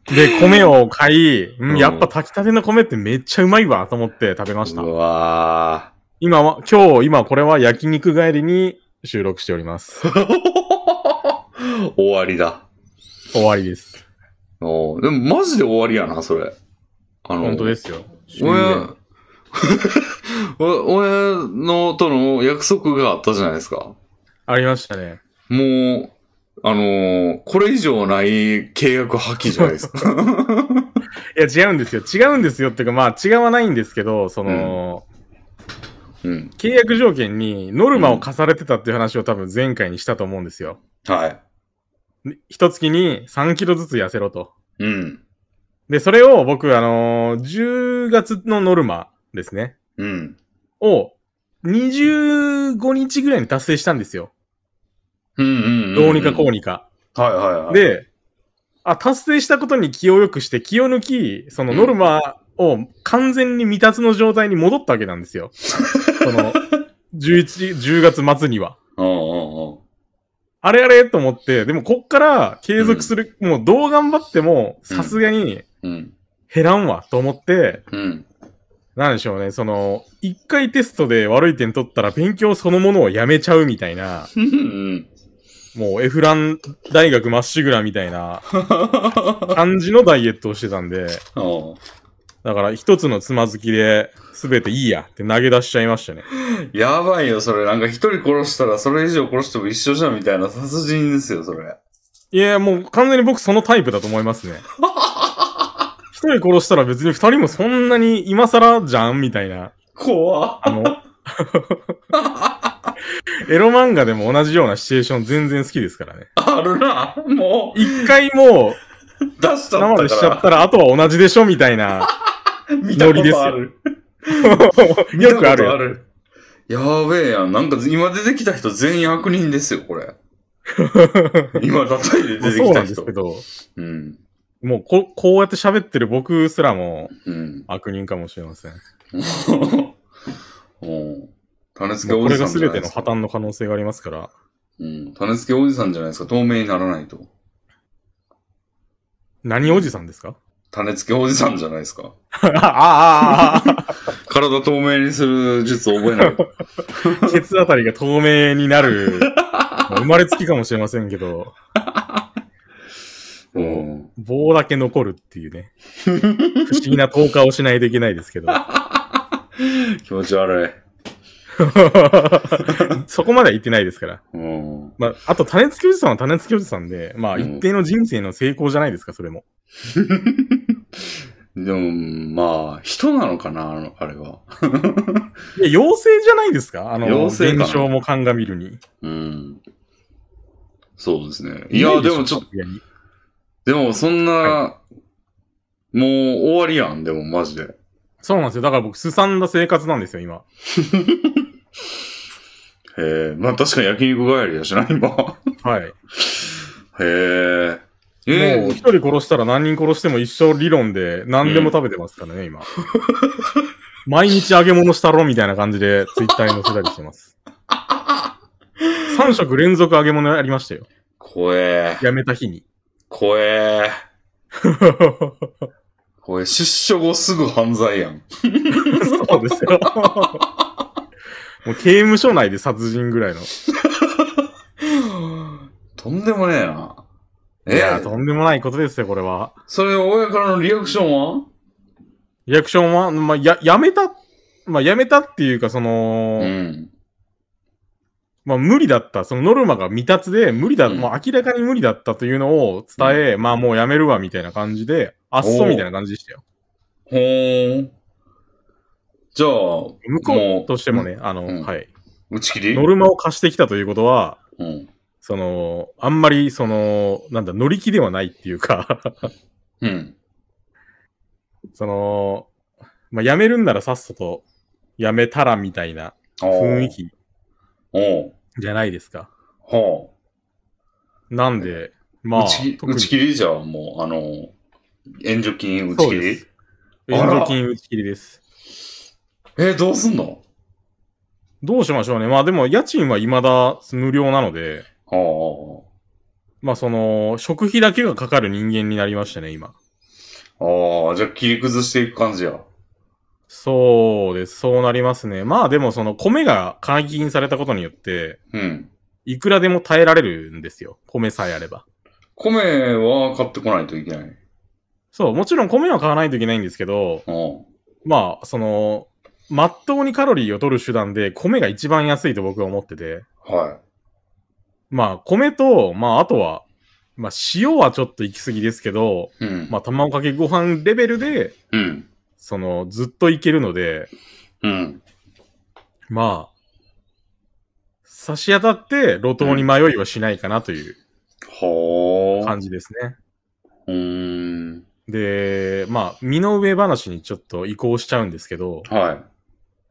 で、米を買い、うん
うん
やっぱ炊きたての米ってめっちゃうまいわと思って食べました
う。わ
今は、今日、今これは焼肉帰りに収録しており ます。
ー終わりだ。
終わりです。
おーでもマジで終わりやな、それ。あの、
本当ですよ。
親、 お親のとの約束があったじゃないですか。
ありましたね。
もう、あのーこれ以上ない契約破棄じゃないです か。
いや、違うんですよ。違うんですよっていうか、まあ、違わないんですけど、その、
うん。
契約条件にノルマを課されてたっていう話を多分前回にしたと思うんですよ。
はい。
で一月に3キロずつ痩せろと。
うん。
で、それを僕、あのー10月のノルマですね。
うん。
を、25日ぐらいに達成したんですよ。
うんうんうん。
どうにかこうにか。
う。はいはいはい。、
で、あ、達成したことに気を良くして、気を抜き、そのノルマを完全に未達の状態に戻ったわけな んですよ。その、11、10月末には。
うんうんうん。
あれあれと思って、でもこっから継続する、もうどう頑張っても、
うん
さすがに
うん。
減らんわと思って、
うん。
なんでしょうね、その、一回テストで悪い点取ったら勉強そのものをやめちゃうみた いな、
うん。
もうエフラン大学まっしぐらみたいな感じのダイエットをしてたんで、
うん
だから一つのつまずきで、すべていいやって投げ出しちゃいましたね。
やばいよ、それ。なんか一人殺したらそれ以上殺しても一緒じゃんみたいな殺人ですよ、それ。
いや、もう完全に僕そのタイプだと思い ますね。一人殺したら別に二人もそんなに今更じゃんみたいな。
怖っ
あの、エロ漫画でも同じようなシチュエーション全然好きですからね。
あるな。も
一回もう
う、出しちゃ
生
った
でし
か
ちゃ
ら
っ。たらあとは同じでしょみたい な。
見たことある。
よくある
見たこと
やつ。
る。やべえやん。なんか今出てきた人全員悪人ですよ、こ れ。今叩いて
ま
出て
あそう
き
な
た
んです
人
け。ど、
うん。
もうここうやって喋ってる僕すらも
うん。
悪人かもしれません。
うん。種付け
もう
お
こ
じ
れ
さん
が
じゃ
全
ない
て
で
の
す
破
か。
綻の可能性がありますから。
うん。種付けおじさんじゃないですか。透明にならないと。
何おじさんですか
種付けおじさんじゃないですか。
ああああ
体透明にする術覚えないと。
ああ、ケツあたりが透明になる。生まれつきかもしれませんけど、
うん。
棒だけ残るってい うね。不思議な投下をしないといけないですけど。
気持ち悪い。
そこまでは言ってないですから。
うん。
まあ、あと、種付きおじさんは種付きおじさんで、まあ、
うん
一定の人生の成功じゃないですか、それも。
でも、まあ、人なのかな、あのあれは。
いや、妖精じゃないですかあの、
妖精かな
現象も鑑みるに。
うん。そうですね。いや、でもちょっと、
と。いやい
でもそんな、
は
もう終わりやん、でもマジで。
そうなんですよ。だから僕、すさんだ生活なんですよ、今。
へえ、まあ確かに焼肉帰りやしな、今。
はい。
へえ。
もう、
え
一人殺したら何人殺しても一生理論で何でも食べてますからね、今。 毎日揚げ物したろみたいな感じで、ツイッターに載せたりしてます。3食連続揚げ物やりましたよ。
怖え、
やめた日 に。
怖え、怖え、出所後すぐ犯罪やん。
そうですよ。もう刑務所内で殺人ぐらいの。
とんでもねえな。
いや
え
ー、とんでもないことですよ、これは。
それ親からのリアクションは
リアクションは、まあ、や、やめた、まあ、やめたっていうか、そうの、
ん。
まあ、無理だった。そのノルマが未達で、無理だ、
うん
もう明らかに無理だったというのを伝え、まあ、もうやめるわ、みたいな感じで、あっ
お
そうみたいな感じでしたよ。
ほーん。じゃあ、向
向こうとしてもね、あの、
うん
はい。
打ち切り
ノルマを貸してきたということは、
うん。
その、あんまり、その、なんだ、乗り気ではないっていうか、
うん。
その、まあ、辞めるんならさっさと辞めたらみたいな雰囲気
おう
じゃないですか。
ほ
なんで、
う。
まあ
打ち、
特
打
に
ち切りじゃあ、もう、あの、援助金打ち
そう
切
で
り
す援助金打ち切りです。
え、どうすんの
どうしましょうね。まあでも、家賃は未だ無料なので、
は
まあその、食費だけがかかる人間になりましたね、今。
あ。ああ、じゃあ切り崩していく感じや。
そうです。そうなりますね。まあでも、その、米が解禁されたことによって、
うん。
いくらでも耐えられるんですよ。米さえあれば。
米は買ってこないといけない。
そう、もちろん米は買わないといけないんですけど、
うん。
まあ、その、まっとうにカロリーを取る手段で、米が一番安いと僕は思ってて、
は
まあ、米と、まあ、あとは、まあ、塩はちょっと行き過ぎですけど、
い。うん。
まあ、卵かけご飯レベルで、
うん。
その、ずっといけるので、
うん。
まあ、差し当たって路頭に迷いはしないかなという
ほー。
感じですね。
うーん。
で、まあ、身の上話にちょっと移行しちゃうんですけど、
は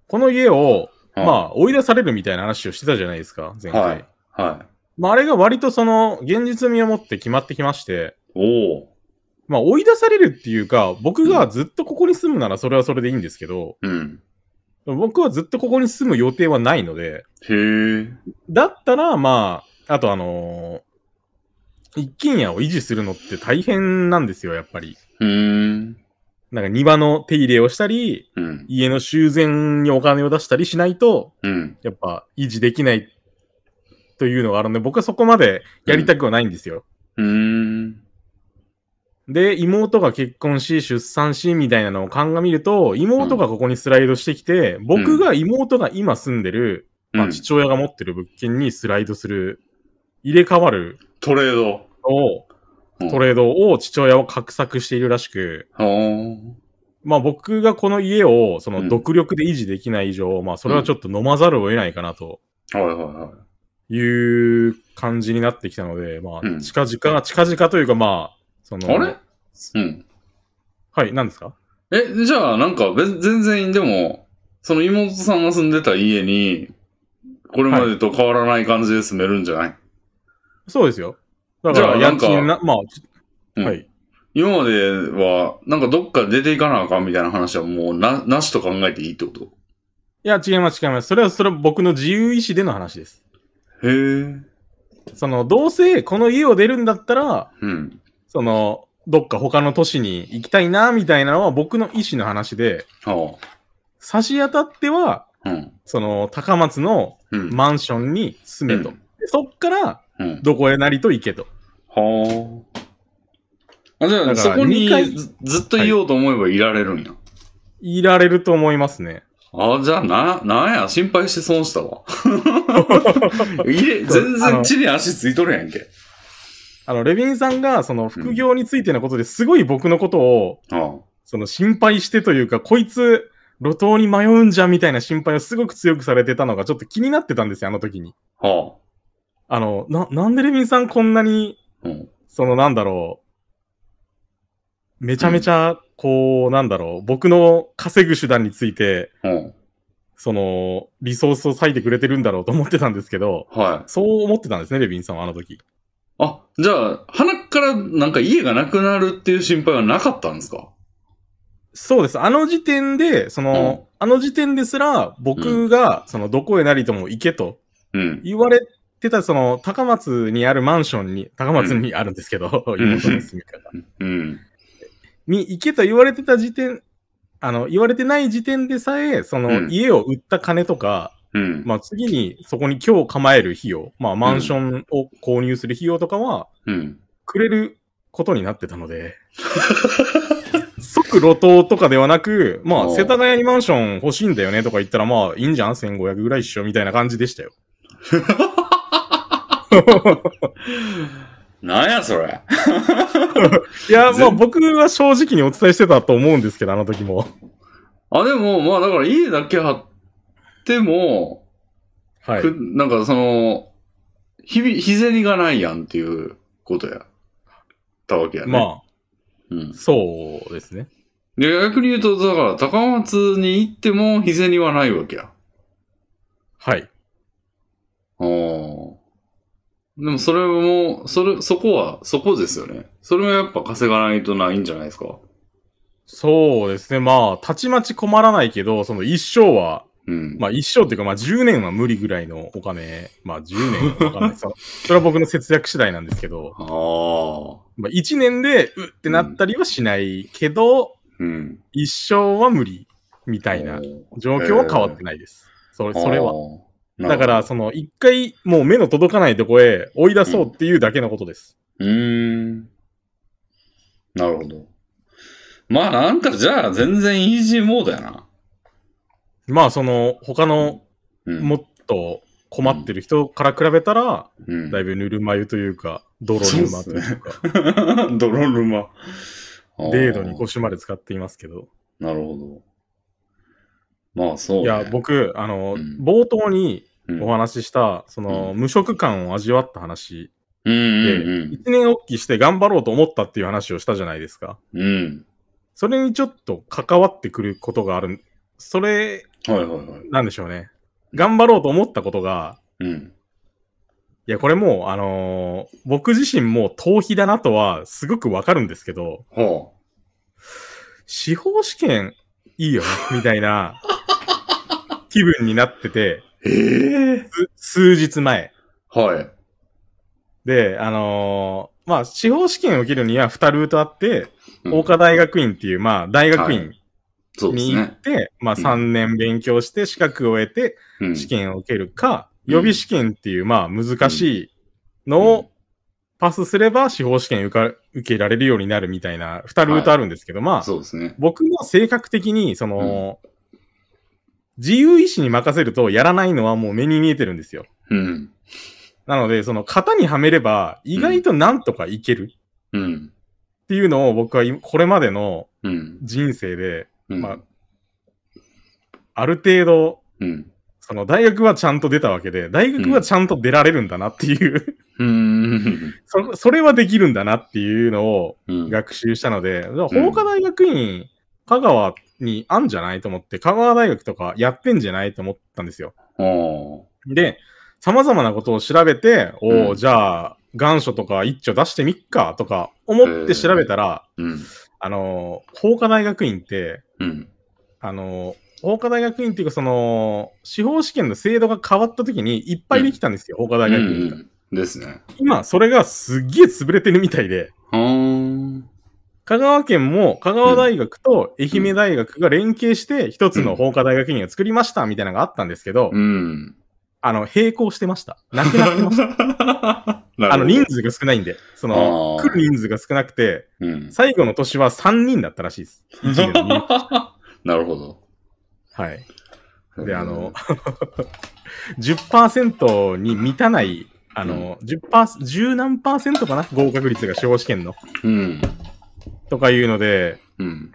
この家を、
い。
まあ、追い出されるみたいな話をしてたじゃないですか、前回。
はいあ。はい。
まあ、あれが割とその、現実味を持って決まってきまして、
おー。
まあ、追い出されるっていうか、僕がずっとここに住むならそれはそれでいいんですけど、
うん。
僕はずっとここに住む予定はないので、
へー。
だったら、まあ、あとあのー一軒家を維持するのって大変なんですよ、やっぱり。
うーん。
なんか庭の手入れをしたり、
うん。
家の修繕にお金を出したりしないと、
うん。
やっぱ維持できないというのがあるので、僕はそこまでやりたくはないんですよ。
うーん。
で、妹が結婚し、出産し、みたいなのを鑑みると、妹がここにスライドしてきて、僕が妹が今住んでる、ま
う
あ、
ん
父親が持ってる物件にスライドする、入れ替わる
トレード。
のを、
うん
トレードを父親は画策しているらしく、
ほー。
まあ僕がこの家をそうの
ん
独力で維持できない以上、まあそれはちょっと飲まざるを得ないかなと
はいはいはい。
いう感じになってきたので、ま
うん
あ近々、近々というかまあ、その、
あれうん。
はい、何ですか
え、じゃあ、なんか、別全然、でも、その妹さんが住んでた家に、これまでと変わらない感じで住めるんじゃない、
そうですよ。だから
じゃあ
家賃
な
な、まあ、
うん
はい。
今までは、なんかどっか出ていかなあかんみたいな話はもうな、なしと考えていいってこと
いや、違います、違います。それは、それは僕の自由意志での話です。
へえ。
その、どうせこの家を出るんだったら、
うん。
その、どっか他の都市に行きたいな、みたいなのは僕の意志の話で、
は
差し当たっては、
あ。うん。
その、高松の
うん。
マンションに住めと。
うん
でそっから、
うん。
どこへなりと行けと。
はあ。あ、じゃあ、
だから
そこに
二回
ずずっといようと思えばいられるんや。
いられると思いますね。
あ、じゃあ、な、なんや、心配して損したわ。入れ、全
あ
然
の
地に足ついとるやんけ。
あの、レビンさんが、その、副業についてのことですごい僕のことを、
は
その、心配してというか、こいつ、路頭に迷うんじゃ、みたいな心配をすごく強くされてたのが、ちょっと気になってたんですよ、あの時に。
あ。は
あの、な、なんでレビンさんこんなに、
あ。うん。
その、なんだろう、めちゃめちゃ、こう、なんだろう、僕の稼ぐ手段について、
うん。
その、リソースを割いてくれてるんだろうと思ってたんですけど、
はい。
そう思ってたんですね、レビンさんはあの時。
あ、じゃあ、鼻からなんか家がなくなるっていう心配はなかったんですか
そうです。あの時点で、その、あの時点ですら、僕が、その、どこへなりとも行けと
うん。
言われてた、その、高松にあるマンションに、高松にあるんですけど、
ん
妹の住み方
うん。
に行けと言われてた時点、あの、言われてない時点でさえ、その、
うん
家を売った金とか、
うん。
まあ、次に、そこに今日構える費用、まあ、マンションを購入する費用とかは、
うん。
くれることになってたので、即路頭とかではなく、まあ、
おう
世田谷にマンション欲しいんだよねとか言ったら、まあ、いいんじゃん ?1500 ぐらいっしょみたいな感じでしたよ。
なんやそれ。
いや、
全
まあ、僕は正直にお伝えしてたと思うんですけど、あの時も。
あ、でも、まあだから家だけ張っても、
はい。
くなんかその、日々、日銭がないやんっていうことや。ったわけやね。
まあ、
うん。
そうですね。
で、逆に言うと、だから、高松に行っても、日銭はないわけや。
はい。
ああ。でも、それも、それ、そこは、そこですよね。それもやっぱ稼がないとないんじゃないですか。
そうですね。まあ、たちまち困らないけど、その一生は、
うん。
まあ一生っていうか、まあ10年は無理ぐらいのお金、まあ10年はわかんない。そそれは僕の節約次第なんですけど、
ああ。
まあ1年で、うってなったりはしないけど、
うん。
一生は無理、みたいな状況は変わってないです。それ、それは。
は。
だから、、その、一回、もう目の届かないとこへ追い出そうっていうだけのことです。
うーん。なるほど。まあなんかじゃあ全然イージーモードやな。
まあ、その、他の、
うん。
もっと困ってる人から比べたら、
うん、
だいぶぬるま湯というか、泥沼というか、
泥沼。あー
デードに腰まで使っていますけど。
なるほど。まあそう、ね。
いや、、僕、あの
うん、
冒頭に
うん、
お話しした、その、
う
無職感を味わった話
うん
で、
うん
一年おっきして頑張ろうと思ったっていう話をしたじゃないですか。
うん。うん。
それにちょっと関わってくることがある。それ、
はいはいはい。
なんでしょうね。頑張ろうと思ったことが、
うん。
いや、これもう、あのー僕自身も逃避だなとは、すごくわかるんですけど、
は
司法試験いいよね、みた いな気分になってて、
あ。ええ
数日前。
はい。
で、あのーまあ、司法試験を受けるには2ルートあって、
うん
大岡大学院っていう、まあ、大学院
そうです
に行
ね
っ。て、まあ、
うん
3年勉強して資格を得て、
うん
試験を受けるか、
うん
予備試験っていう、まあ、難しいの
うん
をパスすれば、司法試験受か受けられるようになるみたいな、二ルートあるんですけど、まあ、
そうですね。
僕の性格的に、その、自由意志に任せるとやらないのはもう目に見えてるんですよ。
うん。
なので、その型にはめれば、意外となんとかいける
うん。
っていうのを僕は今これまでの
うん。
人生で、
うん。
まあある程度、
うん。
その大学はちゃんと出たわけで、大学はちゃんと出られるんだなっていう、
うん。
そそれはできるんだなっていうのを
うん。
学習したので、法科大学院、香川にあんじゃないと思って、香川大学とかやってんじゃないと思ったんですよ。
あー
で、様々なことを調べて、おお、
うん
じゃあ、願書とか一丁出してみっかとか思って調べたら、
うん。
あのー、法科大学院って、
うん。
あのー、法科大学院っていうか、その、司法試験の制度が変わった時にいっぱいできたんですよ、法科大学院が。
うんうんですね。
今、それがすっげえ潰れてるみたいで、
はー
香川県も香川大学と愛媛大学が連携して一つの法科大学院を作りましたみたいなのがあったんですけど、
うん。
あの、並行してました。なくなってました。あの、人数が少ないんで、その、
あー
来る人数が少なくて、
うん。
最後の年は3人だったらしいです。1年 に。
なるほど。
はい。で、あの、10%に満たない、あの、10%、十何パーセントかな合格率が司法試験の。
うん、
とかいうので、
うん。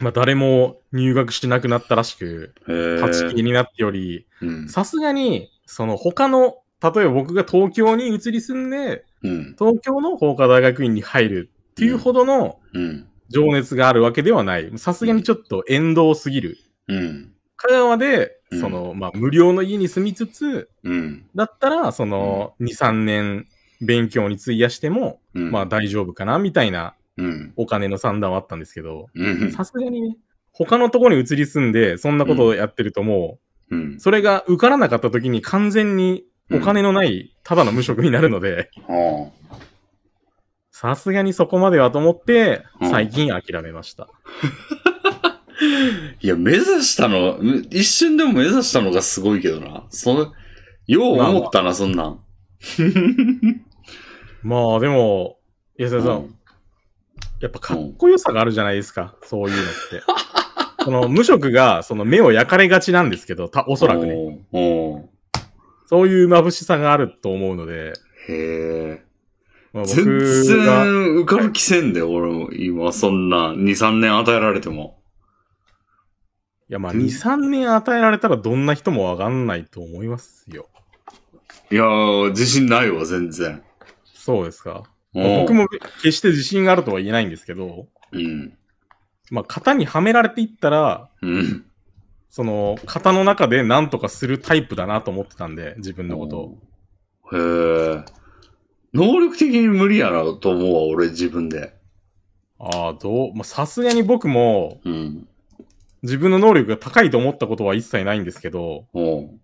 まあ、誰も入学しなくなったらしく、
へぇ
立ち消えになっており、
うん。
さすがに、その他の、例えば僕が東京に移り住んで、
うん。
東京の法科大学院に入るっていうほどの
うん。
情熱があるわけではない。さすがにちょっと遠道すぎる。
うん。
香川で
う、ん
その、まあ、無料の家に住みつつ、
うん。
だったら、その、2、3年勉強に費やしても、
うん。
まあ、大丈夫かな、みたいな
うん。
お金の算段はあったんですけど、
うん。
さすがにね、他のところに移り住んで、そんなことをやってるともう、
うん。
それが受からなかった時に完全にお金のない、ただの無職になるので、
は
さすがにそこまではと思って、
うん
最近諦めました。
あいや、目指したの、め一瞬でも目指したのがすごいけどな。そよう思ったな、そんなん。
まあでも、安田さん、
うん
やっぱかっこよさがあるじゃないですか、そういうのって。その無職が、その目を焼かれがちなんですけど、たおそらくね、
ね。おー
そういう眩しさがあると思うので、
へえ。
まあ、
全
僕が、
然受かる気せんで、俺も今そんな2、3年与えられても。
いやまあ2、3年与えられたらどんな人もわかんないと思いますよ。
いやー、自信ないわ、全然。
そうですか。
うん
僕。も決して自信があるとは言えないんですけど、
うん。
まあ、型にはめられていったら、
うん。
その、型の中で何とかするタイプだなと思ってたんで、自分のことを。
へえ。能力的に無理やなと思うわ、俺自分で。
ああ、どう、まあ、さすがに僕も、
うん。
自分の能力が高いと思ったことは一切ないんですけど、
おう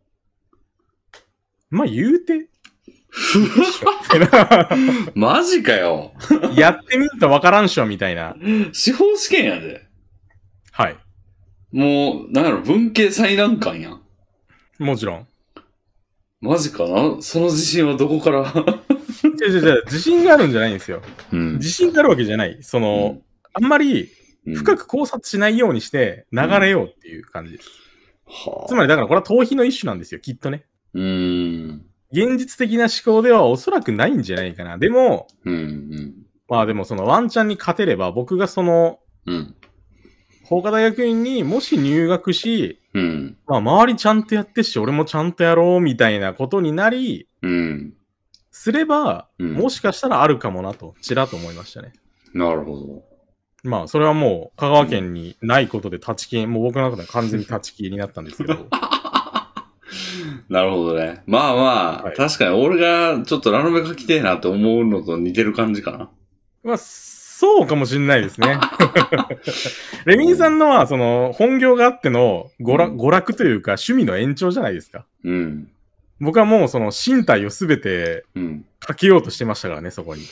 まあ、言うて、
マジかよ。
やってみんとわからんっしょ、みたいな。
司法試験やで。
はい。
もう、なんやろ、文系最難関やん。
もちろん。
マジかなその自信はどこから
違う違う違う、自信があるんじゃないんですよ。
うん
自信があるわけじゃない。その、あんまり深
く。
く考察しないようにして流れようっていう感じです。
はあ
つまりだからこれは逃避の一種なんですよ、きっとね。
うーん。
現実的な思考ではおそらくないんじゃないかな。でも、
うん。うん。
まあでもそのワンチャンに勝てれば僕がその
うん。
法科大学院にもし入学し、
うん。
まあ周りちゃんとやってっし、俺もちゃんとやろうみたいなことになり、
うん。
すれば、
うん
もしかしたらあるかもなと、ちらっと思いましたね。
なるほ
まあそれはもう香川県にないことで立ち消え、もう僕の中では完全に立ち消えになったんですけ ど。
ど。なるほどね。まあまあ、
はい
確かに俺がちょっとラノベ書きてえなって思うのと似てる感じかな。
まあ、そうかもしんないで すね。レミンさんのは、その、本業があっての娯楽
うん
娯楽というか、趣味の延長じゃないですか。
うん。
僕はもう、その、身体をすべて
うん。
かけようとしてましたからね、そこに。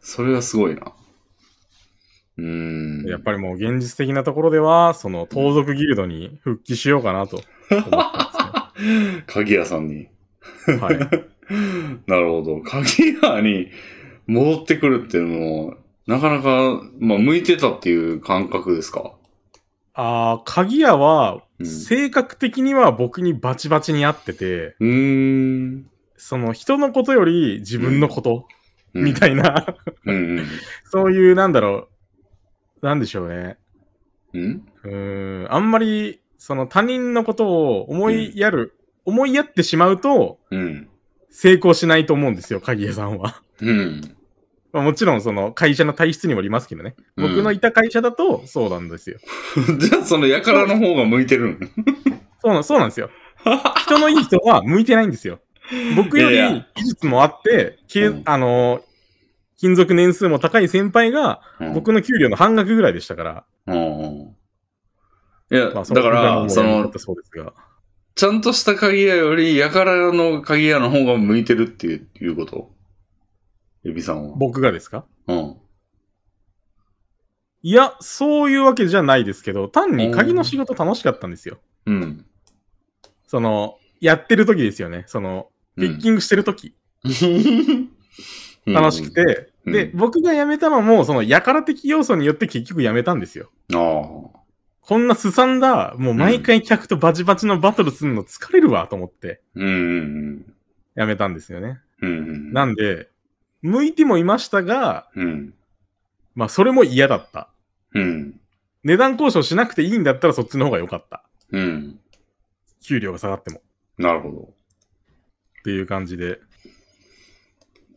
それはすごいな。うーん。
やっぱりもう、現実的なところでは、その、盗賊ギルドに復帰しようかなと 思った
鍵屋さんに。
んですね。はい。
なるほど。鍵屋に戻ってくるっていうのも、なかなか、まあ、向いてたっていう感覚ですか。
ああ、鍵屋は、
うん
性格的には僕にバチバチに合ってて、
うーん。
その、人のことより自分のこと、みた
い。
いな、
うんうん。
そういう、なんだろう、なんでしょうね。
うん
うーん、あんまり、その他人のことを思いやる、思いやってしまうと、
うん。
成功しないと思うんですよ、鍵江さんは。
うん。
まあ、もちろん、その会社の体質にもよりますけどね。僕の
う
いた会社だと、そうなんですよ。
ん じゃあ、その、やからの方が向いてるん
そうなそうなんですよ。人のいい人は向いてないんですよ。僕より
いやいや
技術もあって、け
うん
あのー、勤続年数も高い先輩が、
うん
僕の給料の半額ぐらいでしたから。
うんいや、
まあ、その
だから、そ
僕はもうやめ
の
た、そうですが。
ちゃんとした鍵屋より、やからの鍵屋の方が向いてるっていういうことエビさんは。
僕がですか
うん。
いや、そういうわけじゃないですけど、単に鍵の仕事楽しかったんですよ。
うん。
その、やってる時ですよね。その、ピッキングしてる時、
うん
楽しく。て、
うん
で、
う
僕が辞めたのも、その、やから的要素によって結局辞めたんですよ。
ああ。
こんなすさんだ、もう毎回客とバチバチのバトルするの疲れるわ、と思って
うんうん
辞めたんですよね。
うん。うんうん。
なんで、向いてもいましたが、
うん。
まあ、それも嫌だった。
うん。
値段交渉しなくていいんだったらそっちの方が良かった。
うん。
給料が下がっても。
なるほど。
っていう感じで。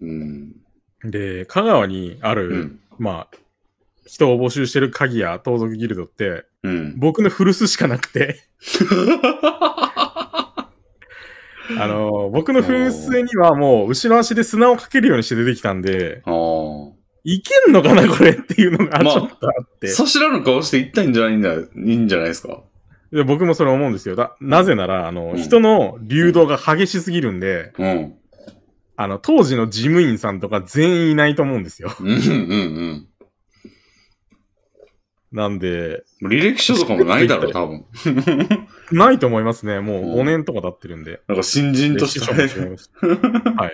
うん。
で、香川にある、
うん。
まあ、人を募集してる鍵や盗賊ギルドって、
うん。
僕の古巣しかな くて、あの、僕の古巣にはもう、後ろ足で砂をかけるようにして出てきたんで、
ああ。
いけんのかな、これっていうのが
まあ
ちょっとあって、
そしらぬ顔して行ったんじゃないんだ、いいんじゃないですか。
で僕もそれ思うんですよ。だなぜなら、あの、
うん
人の流動が激しすぎるんで、
うん。
あの、当時の事務員さんとか全員いないと思うんですよ。
うんうん
なんで、
うん。 履歴書とかもないだろ、多分。
ないと思いますね。も
う
う5
ん
年とか経ってるんで。
なんか新人とし
で師匠
て、
も違いますはい。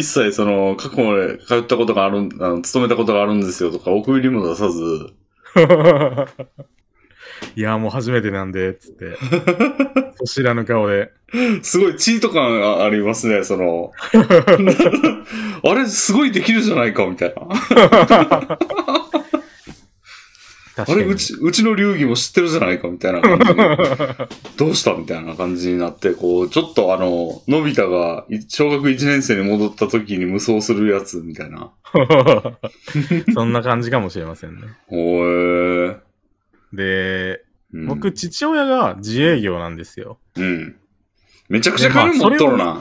一切その、過去まで通ったことがあるん、あの勤めたことがあるんですよとか、奥入りも出さず、
いや、もう初めてなんで、つ って。そ知らぬ顔で。
すごいチート感がありますね、その。 あれ、すごいできるじゃないか、みたいな。
確
あ
かに
れ、うち、うちの流儀も知ってるじゃないかみたいな感じで どうしたみたいな感じになって、こう、ちょっとあの、のび太がい小学1年生に戻った時に無双するやつみたいな。
そんな感じかもしれませんね。
おー。
で、
うん、
僕、父親が自営業なんですよ。
うん。めちゃくちゃ金持っとる
で
な。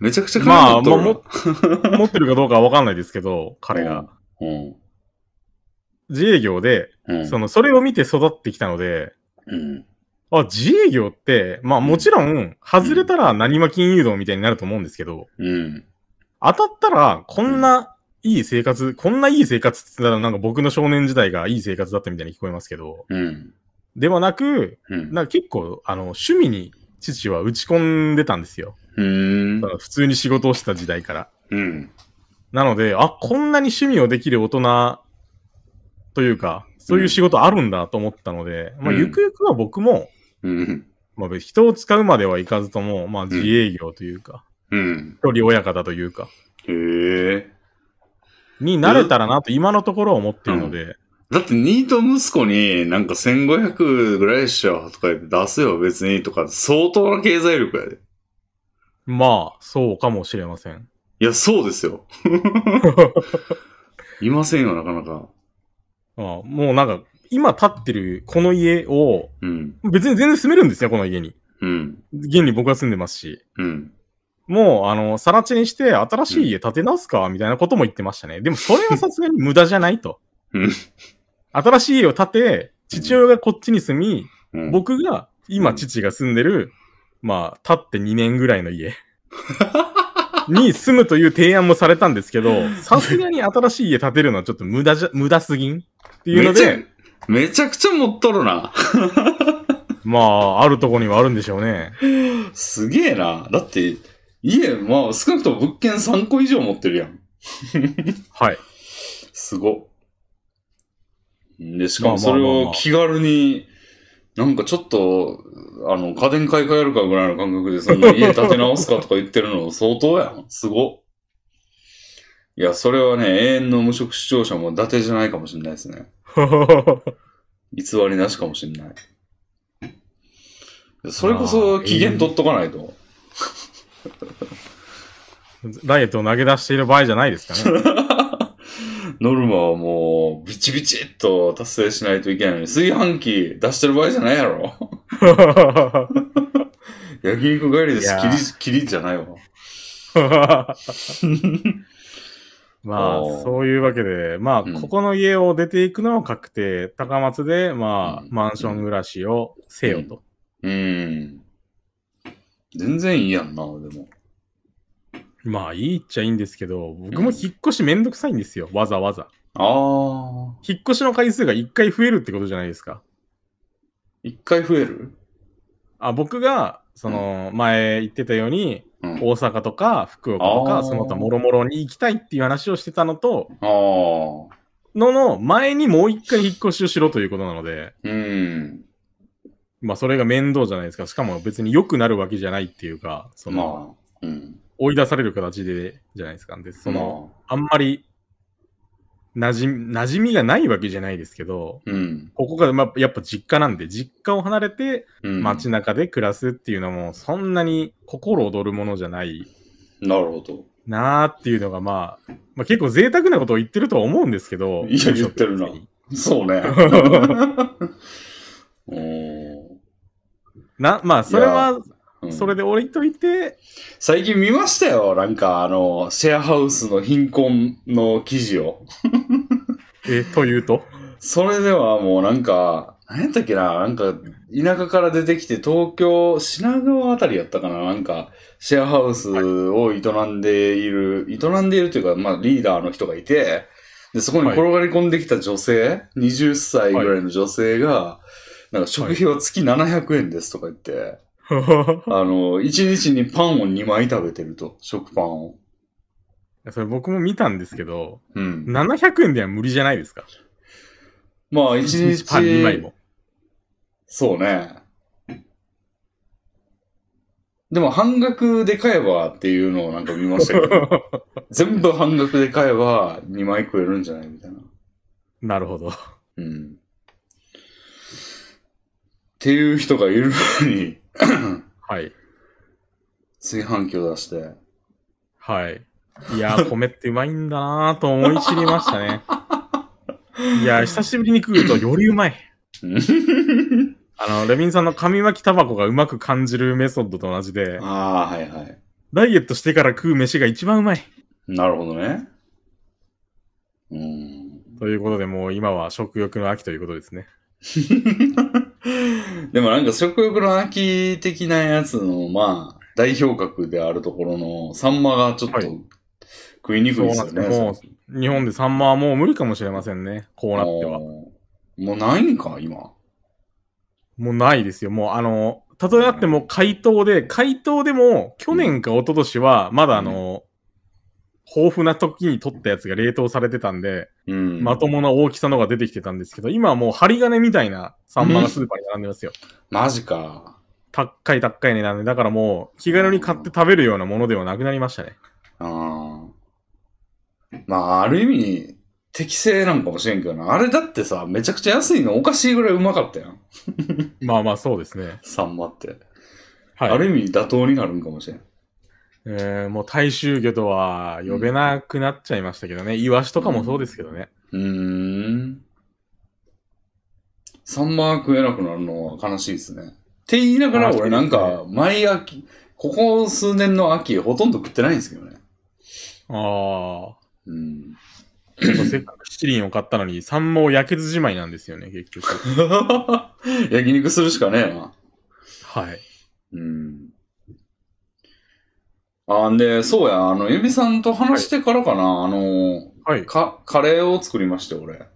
めちゃくちゃ金
ま
持
あ、
っと
まあ、
るな。
も持ってるかどうかはわかんないですけど、彼が。
うん。
自営業で、
うん。
その、それを見て育ってきたので、
うん。
あ、自営業って、まあもちろん、外れたら何も金融道みたいになると思うんですけど、
うん。
当たったら、こんないい生活、こんないい生活って言ったら、なんか僕の少年時代がいい生活だったみたいに聞こえますけど、
うん。
ではなく、
うん。
なんか結構、あの、趣味に父は打ち込んでたんですよ。
うん
だ。から普通に仕事をしてた時代から。
うん。
なので、あ、こんなに趣味をできる大人というか、そういう仕事あるんだと思ったので、まあ
うん
ゆくゆくは僕も、
うん。
まあ、人を使うまではいかずとも、まあ、自営業というか、
うん。
一人親方というか、
へえ。
になれたらなと今のところは思っているので、
だって、ニート息子になんか1500ぐらいっしょとか言って出すよ、別にとか、相当な経済力やで。
まあ、そうかもしれません。
いや、そうですよ。 いませんよ、なかなか。
ああもうなんか、今立ってるこの家を、
うん。
別に全然住めるんですよ、この家に。
うん。
現に僕が住んでますし。
うん。
もう、あの、さら地にして、新しい家建て直すか、みたいなことも言ってましたね。でも、それはさすがに無駄じゃないと
うん。
新しい家を建て、父親がこっちに住み、
うん、
僕が、今
うん
父が住んでる、まあ、経って2年ぐらい の家に住むという提案もされたんですけど、さすがに新しい家建てるのはちょっと無駄じゃ、無駄すぎんっていう
め
ので
ち、ゃ、めちゃくちゃ持っとるな。
まあ、あるとこにはあるんでしょうね。
すげえな。だって、家、まあ、少なくとも物件3個以上持ってるやん。
はい。
すご。で、しかも
まあ
そ
まあ
れ
まあまあ
を気軽に、なんかちょっと、あの、家電買い替えるかぐらいの感覚で、そんな家建て直すかとか言ってるの相当やん。すご。いや、それはね、永遠の無職視聴者も伊達じゃないかもしれないですね。偽りなしかもしれない。それこそ期限取っとかないと。
ダイエットを投げ出している場合じゃないで すかね。
ノルマはもう、ビチビチっと達成しないといけないのに、炊飯器出してる場合じゃないやろ。焼肉帰りで
い
す
や。
キリ、キリじゃないわ。
まあ
おー、
そういうわけで、まあ、
うん
ここの家を出ていくのは確定。高松で、まあ、
うん
マンション暮らしをせよと。
うん。全然いいやんな、でも。
まあ、いいっちゃいいんですけど、僕も引っ越しめんどくさいんですよ。わざわざ。
ああ。
引っ越しの回数が1回増えるってことじゃないですか。
一回増える
あ、僕が、その、前言ってたように、
うん。あ
大阪とか福岡と
あ
か、
ー
その他もろもろに行きたいっていう話をしてたのと、
あ。
のの前にもう一回引っ越しをしろということなので、
うん。
まあそれが面倒じゃないですか。しかも別に良くなるわけじゃないっていうか、その、
まあ。うん。
追い出される形で、じゃないですか。で、その、
まあ
あんまり、馴染み、馴染みがないわけじゃないですけど、
うん。
ここが、まあ、やっぱ実家なんで、実家を離れて
うん。
街中で暮らすっていうのも、そんなに心躍るものじゃない
なるほど。
なーっていうのが、まあ、まあ結構贅沢なことを言ってるとは思うんですけど、
いや言ってるな
住職のくせに
そう ね。お
な、まあそれは、
ー
それで置いといて、
最近見ましたよ。なんか、あの、シェアハウスの貧困の記事を。
え、というと。
それではもうなんか、何やったっけな、なんか、田舎から出てきて、東京、品川あたりやったかな、なんか、シェアハウスを営んでいる、営んでいるというか、まあ、リーダーの人がいて、で、そこに
はい
転がり込んできた女性、20歳ぐらいの女性が、なんか、食費は月700円ですとか言って、あの、1日にパンを2枚食べてると、食パンを。
それ僕も見たんですけど、
うん。
700円では無理じゃないですか。
まあ、1日、
パン2枚も。
そうね。でも半額で買えばっていうのをなんか見ましたけ ど、全部半額で買えば2枚食えるんじゃないみたいな。
なるほど。
うん。っていう人がいるのに、
はい。
炊飯器を出して。
はい。いやー、米ってうまいんだなーと思い知りましたね。いやー、久しぶりに食うとよりうまい。
うん
あの、レビンさんの紙巻きタバコがうまく感じるメソッドと同じで、
ああ、はいはい。
ダイエットしてから食う飯が一番うまい。
なるほどね。うん。
ということで、もう今は食欲の秋ということですね。
でもなんか食欲の秋的なやつの、まあ、代表格であるところの、サンマがちょっと
はい
食いにくいですよね。
そうなんです日本でサンマはもう無理かもしれませんね。こうなっては。
もうもうないんか、今。
もうないですよ。もうあの、例えあっても回答で、回答でも去年か一昨年はまだあの、豊富な時に取ったやつが冷凍されてたんで、
うん。
まともな大きさのが出てきてたんですけど、今はもう針金みたいなサンマがスーパーに並んでますよ。
マジか。
高い高い値段で、だからもう気軽に買って食べるようなものではなくなりましたね。
ああ。まあ、ある意味、適正なんかもしれんけどな。あれだってさ、めちゃくちゃ安いのおかしいぐらいうまかったやん。
まあまあそうですね。
サンマって。
はい。
ある意味妥当になるんかもしれん。
えーもう大衆魚とは呼べなくなっちゃいましたけどね。イワシとかもそうですけどね。
うーん。サンマ食えなくなるのは悲しいですね。って言いながら
悲しい
俺なん
です
か、毎秋、ここ数年の秋、ほとんど食ってないんですけどね。
あ
うん。
あ。やっぱせっかく七輪を買ったのに、サンマを焼けずじまいなんですよね、結局。
焼肉するしかねえな。
はい。
うん。あ、んで、そうや、あの、ゆびさんと話してからかな、あの、
はい。
か、カレーを作りまして、俺。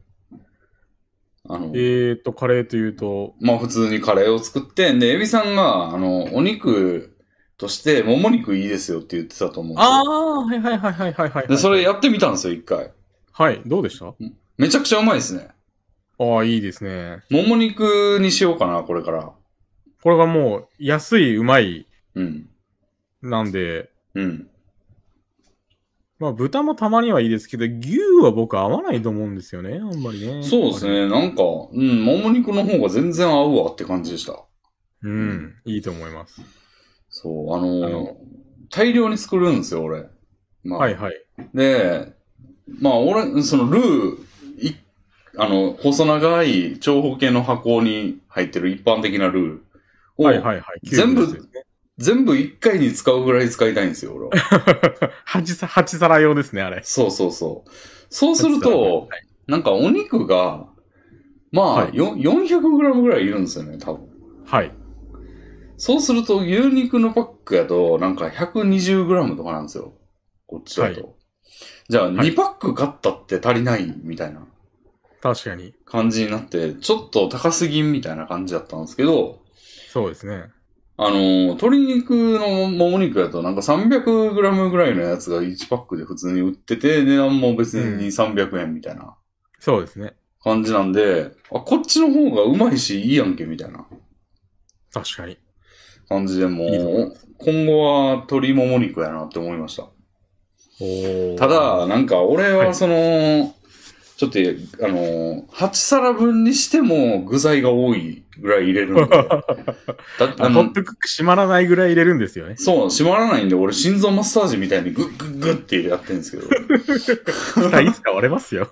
あの、
えーと、カレーというと、
まあ普通にカレーを作って、で、エビさんが、あの、お肉として、もも肉いいですよって言ってたと思うんですよ
ああ、はいはいはいはいはいはい。
で、それやってみたんですよ、一回。
はい、どうでしたあ
めちゃくちゃうまいですね。
あ、いいですね。
もも肉にしようかな、これから。
これがもう、安い、うまい、
うん。
なんで、
うん。
まあ、豚もたまにはいいですけど、牛は僕合わないと思うんですよね、あんまりね。
そうです。ね、なんか、うん、もも肉の方が全然合うわって感じでした。
うん、いいと思います。
そう、あの
あの
大量に作るんですよ、俺。まあ、
はいはい。
で、まあ、俺、その、ルー、い、あの、細長い長方形の箱に入ってる一般的なルーを、
はいはいはい。
全部
キューブですね
全部一回に使うぐらい使いたいんですよ、俺は。
八さ八皿用ですね、あれ。
そうそうそう。そうすると、
はい
なんかお肉が、まあ、
はい
よ 400g ぐらいいるんですよね、多分。
はい。
そうすると、牛肉のパックやと、なんか 120g とかなんですよ。こっちだと。じゃあ、
はい
2パック買ったって足りないみたいな。
確かに。
感じになって、ちょっと高すぎんみたいな感じだったんですけど、
そうですね。
あのー、鶏肉のもも肉だとなんか 300g ぐらいのやつが1パックで普通に売ってて、値段も別
うん
に300円みたいな
そうですね。
感じなんで、あ、こっちの方がうまいしいいやんけみたいな
確かに。
感じでも、
いいと思いう
今後は鶏もも肉やなって思いました。
おー
た、だ、なんか俺
は
はいその、ちょっと、あのー、8皿分にしても具材が多いぐらい入れる ので。だって
あホットクック閉まらないぐらい入れるんです よね。
そう、閉まらないんで、俺心臓マッサージみたいにグッグッグッってやってるん ですけど。
蓋いつか割れます よ。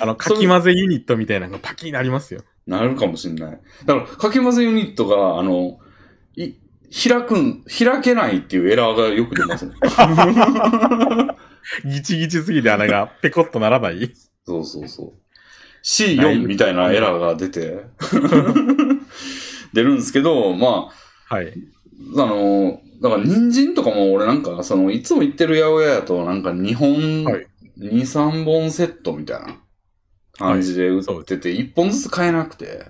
あの、かき混ぜユニットみたいなのがパキになりますよ。
なるかもしんない。だから、かき混ぜユニットが、あの、い、開くん、開けないっていうエラーがよく出ますね。
ギチギチすぎて穴がペコッとならない。
そうそうそう。
だい
C4
ぶ
みたいなエラーが出 て、出るんですけど、まあ、
はい。
あの、だから人参とかも俺なんか、その、いつも行ってる八百屋やと、なんか2本、
はい
二三2、3本セットみたいな感じで売ってて、1本ずつ買えなくて、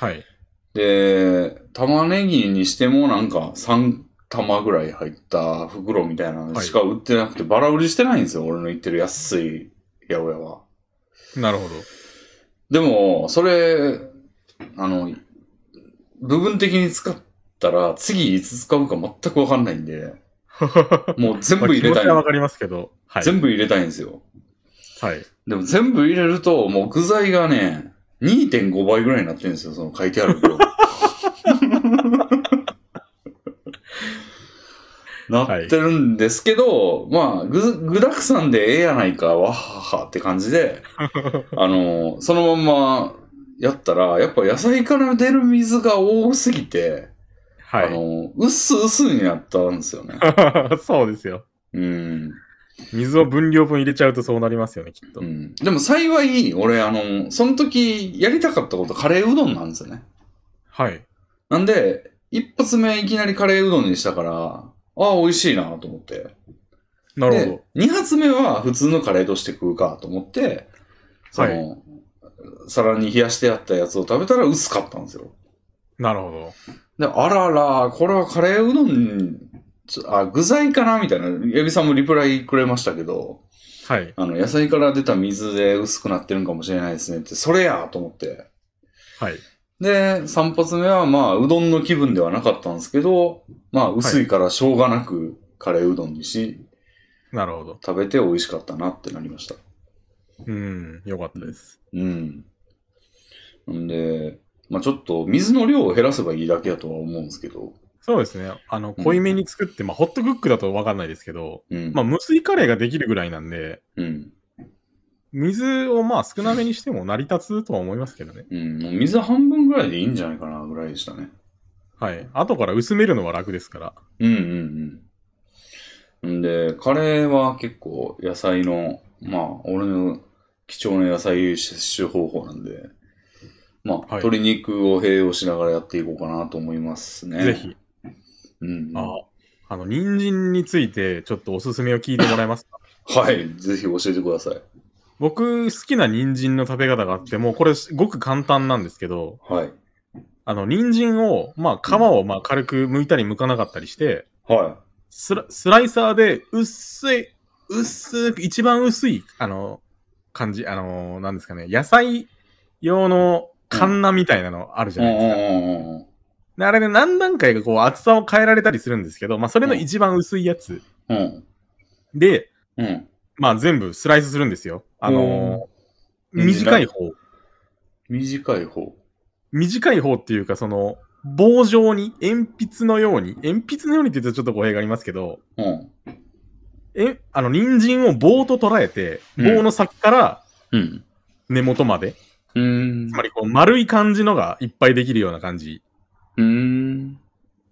はい。
で、玉ねぎにしてもなんか3玉ぐらい入った袋みたいなのしか売ってなくて、バラ売りしてないんですよ、俺の言ってる安い八百屋は。
なるほど。
でも、それ、あの、部分的に使ったら、次いつ使うか全くわかんない んで、もう全部入れ
まあ気持
たい
ち、はわかりますけど。はい。
全部入れたいんですよ。
はい。
でも全部入れると木材がね、2.5倍ぐらいになってるんですよ、その書いてある量。なってるんですけど、まあ、ぐ、具だくさんでええやないか、わははって感じで、あの、そのまんまやったら、やっぱ野菜から出る水が多すぎて、
は
あの、うっすうすになったんですよね。
い。 そうですよ。
うん。
水を分量分入れちゃうとそうなりますよね、きっと。
うん。でも幸い、俺、あの、その時やりたかったことカレーうどんなんですよね。
はい。
なんで、一発目いきなりカレーうどんにしたから、ああ、美味しいなと思って。
なるほど
で。、二発目は普通のカレーとして食うかと思って、その、皿に冷やしてあったやつを食べたら薄かったんですよ。
なるほ
で、あらら、これはカレーうどん、ちょあ、具材かなみたいな。エビさんもリプライくれましたけど、
ど。はい。
あの、野菜から出た水で薄くなってるんかもしれないですねって、それやと思って。
はい。
で、三発目はまあ、うどんの気分ではなかったんですけど、まあ、薄いからしょうがなくカレーうどんにし、
なるほど。
食べて美味しかったなってなりました。
うん。よかったです。
うん。んで、まあちょっと水の量を減らせばいいだけやとは思うんですけど、
そうですね。あの、
うん
濃いめに作って、まあ、ホットクックだとわかんないですけど、
うん。
まあ、無水カレーができるぐらいなんで、
うん。
水をまあ少なめにしても成り立つとは思いますけどね。
うん。もう水半分ぐらいでいいんじゃないかなぐらいでしたね。
はい。後から薄めるのは楽ですから。
うんうんうん。んで、カレーは結構野菜の、まあ、俺の貴重な野菜摂取方法なんで、まあ、鶏肉を併用しながらやっていこうかなと思いますね。
ぜ。ひ。
うん。
ああの、人参についてちょっとおすすめを聞いてもらえますか
はい。ぜひ教えてください。
僕、好きな人参の食べ方があって、もうこれ、ごく簡単なんですけど、
はい。
あの、人参を、まあ、皮をまあ軽く剥いたり剥かなかったりして、
は
スラスライサーで薄い、薄く、一番薄い、あの、感じ、あの、なんですかね、野菜用のカンナみたいなのあるじ
い。
ゃ
うん
ないですか。
うんうんうん。
で、あれで何段階かこう厚さを変えられたりするんですけど、まあそれの一番薄いやつ
うん。
で、
うん。
まあ全部スライスするんですよ。あのー
うん
短い方。
短い方。
短い方っていうかその、棒状に、鉛筆のように、鉛筆のようにって言うとちょっと語弊がありますけど、
うん。
え、あの、人参を棒と捉えて、
うん
棒の先から
うん。
根元まで、
うーん
つ。まりこう丸い感じのがいっぱいできるような感じ
うーん。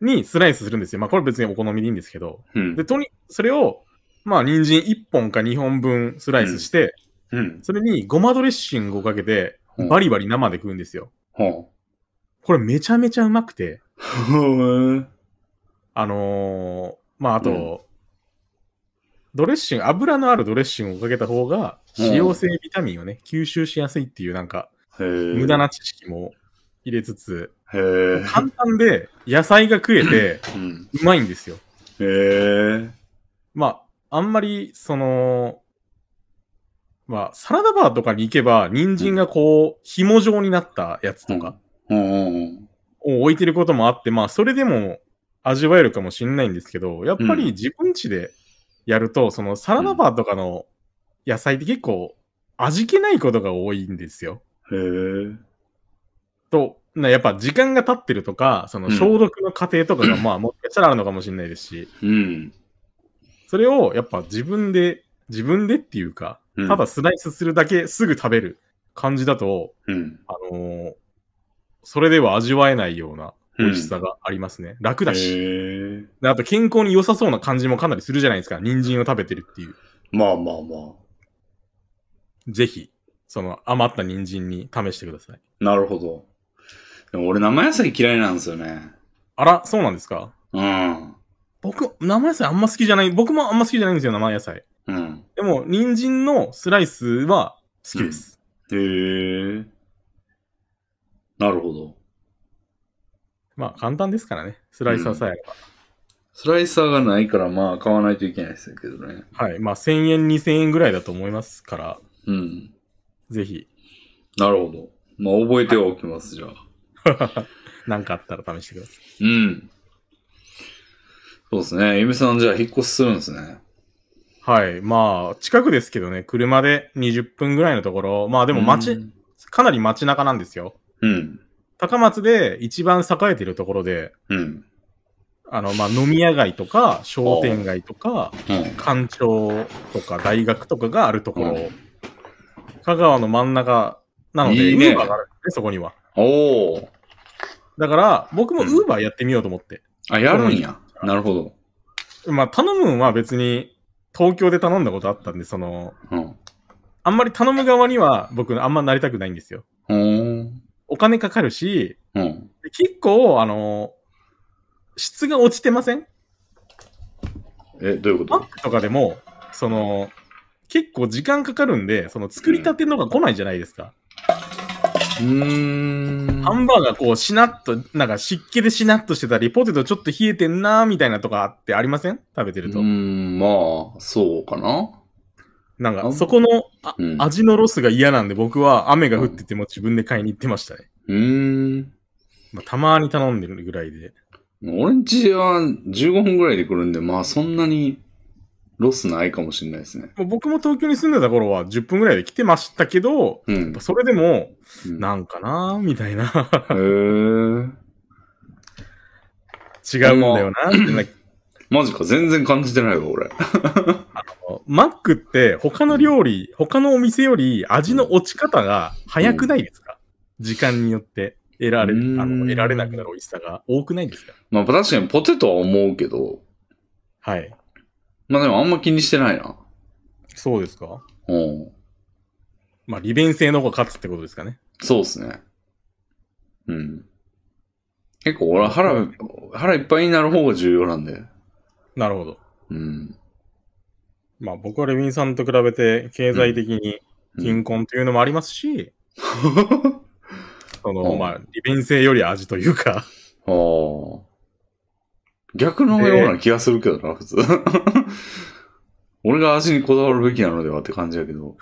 にスライスするんですよ。まあこれ別にお好みでいいんですけど、
うん
で、。とに、それを、まあ、人参1本か2本分スライスして、
うん。
それにごまドレッシングをかけて、
うん
バリバリ生で食うんですよ。
ほ
これめちゃめちゃうまくて、
う。ふう。
あのーまあ、あと、
うん
ドレッシング、油のあるドレッシングをかけた方が、
うん
使用性ビタミンをね、吸収しやすいっていう、なんか、
へー
無駄。な知識も入れつつ、
へえ。
簡単で野菜が食え て、
うん。
うまいんですよ。
へえ。
まあ、あんまり、その、まあ、サラダバーとかに行けば、人参がこう、紐状になったやつとか
うんうんうん。
を置いてることもあって、まあ、それでも味わえるかもしれないんですけど、やっぱり自分家でやると、そのサラダバーとかの野菜って結構、味気ないことが多いんですよ。
へえ。
と、なやっぱ時間が経ってるとか、その
うん
消毒の過程とかが、まあ、もしかしたらあるのかもしれないですし、
うん。
それをやっぱ自分で、自分でっていうか、
うん
ただ、スライスするだけすぐ食べる感じだと、
うん。
あのーそれでは味わえないような美味し
へ
さがありますね。楽だし。
え。
であと健康に良さそうな感じもかなりするじゃないですか。人参を食べてるっていう。
まあまあま
ぜひ、その余った人参に試してください。
あ。なるほど。でも俺生野菜嫌いなんですよね。
あら、そうなんですか
うん。
僕、生野菜あんま好きじゃない。僕もあんま好きじゃないんですよ、生野菜。
うん。
でも、人参のスライスは好きです。
へえ。なるほど。
まあ、簡単ですからね。スライサーさえあれば。
スライサーがないからまあ買わないといけないですけどね。
はい。まあ、1000円、2000円ぐらいだと思いますから、
うん。
ぜひ、
なるほど。まあ覚えてはおきます、じゃあ。
なんかあったら試してください。
うん。そうですね。ゆめさん、じゃあ引っ越しするんですね。
はい。まあ、近くですけどね、車で20分ぐらいのところ、まあで
で
も街、かなり街中なんですよ。
うん。
高松で一番栄えてるところで、
うん。
あの、まあ、飲み屋街とか、商店街とか、
うん。
官庁とか、大学とかがあるところ、
う
香川の真ん中なので、
いい
ウ
ね
ーバーがあるんですね、そこには。
おー。
だから、僕も
う
ウ
ん
ーバーやってみようと思って。
あ、やるんや。なるほど。
まあ、頼むんは別に、東京で頼んだことあったんで、その、
うん。
あんまり頼む側には、僕、あんまなりたくないんですよ。
ほーん。
お金かかるし、
うん。
で結構、あの、質が落ちてません
え、どういうこ
マ
と
ックとかでも、その、結構時間かかるんで、その作りたてのが来ないじゃないですか。
うーん。
ハンバーガーこうしなっと、なんか湿気でしなっとしてたり、ポテトちょっと冷えてんなーみたいなとかってありません食べてる
う
と
ー。ん、まあ、そうかな。
なん
あ
か
ん
そこのあ
うん。
味のロスが嫌なんで僕は雨が降ってても自分で買いに行ってましたね。
うーん。
まあ、たまに頼んでるぐらいで。
俺んちは15分ぐらいで来るんで、まあそんなにロスないかもしれないですね。
もう僕も東京に住んでた頃は10分ぐらいで来てましたけど、
うん
やっぱ。それでも、
うん
なんかなーみたいな。
へ ー。
違うんだよなーってな
マジか、全然感じてないわ、俺。
マックって他の料理、他のお店より味の落ち方が早くないですか、時間によって得られ、あ
うーん
の、得られなくなる美味しさが多くないですか
まあ確かにポテトは思うけど、
はい。
まあでもあんま気にしてないな。
そうですか
うん。
まあ、利便性の方が勝つってことですかね。
そうっすね。うん。結構俺は腹、腹いっぱいになる方が重要なんで。
なるほど。
うん。
まあ、僕はレビンさんと比べて経済的に
うん
貧困というのもあります し、その、
うん
まあ、利便性より味というか、
ああ。逆のような気がするけどな、普通。 俺が味にこだわるべきなのではって感じやけど。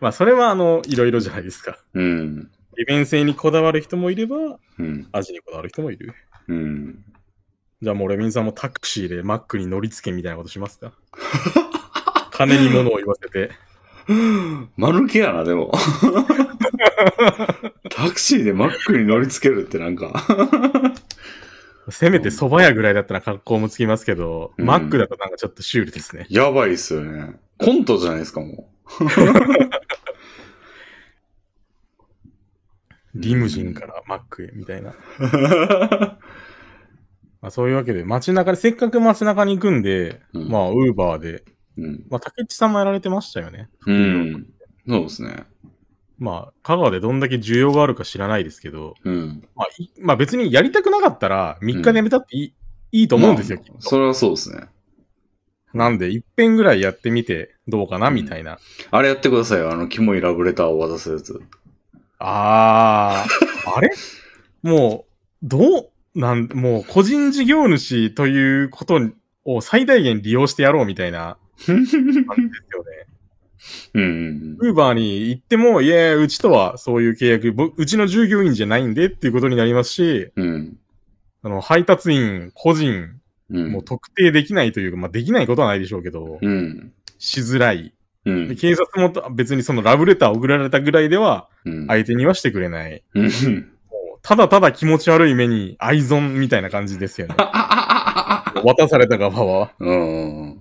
まあ、それはあの、いろいろじゃないですか。
うん。
利便性にこだわる人もいれば、
うん。
味にこだわる人もいる。
うん。
じゃあもうレミンさんもタクシーでマックに乗り付けみたいなことしま すか金に物を言わせて。
マヌケやな、で も。タクシーでマックに乗りつけるってなんか。
せめて蕎麦屋ぐらいだったら格好もつきますけど、
うん
マックだとなんかちょっとシュールですね。
やばいっすよね。コントじゃないですか、もうん
リムジンからマックへみたいな。
う。
まあ、そういうわけで街中で、せっかく街中に行くんで、
うん
まあウーバーで、
うん。
まあ竹内さんもやられてましたよね。
うん。そうですね。
まあ香川でどんだけ需要があるか知らないですけど、
うん。
まあ、いまあ別にやりたくなかったら3日でやめたっていい,、いいと思うんですよ、
ま
きっ
あ
と
それはそうですね。
なんで一遍ぐらいやってみてどうかなみたいな。
あれやってくださいよ。あの、キモいラブレターを渡すやつ。
あ あ、あれもう、どう、なん、もう個人事業主ということを最大限利用してやろうみたいな感じですよね。
うんうん
ウーバーに行っても、いや、うちとはそういう契約、ぼうちの従業員じゃないんでっていうことになりますし、
うん。うん。
あの、配達員、個人、
うん。
もう特定できないというか、まあ、できないことはないでしょうけど、
うん。
しづらい。
う
で
ん。
警察もと別にそのラブレターを送られたぐらいでは、
うん。
相手にはしてくれない。
うん。
もうただただ気持ち悪い目に愛存みたいな感じですよね。
あああああ
渡された側は。
うん。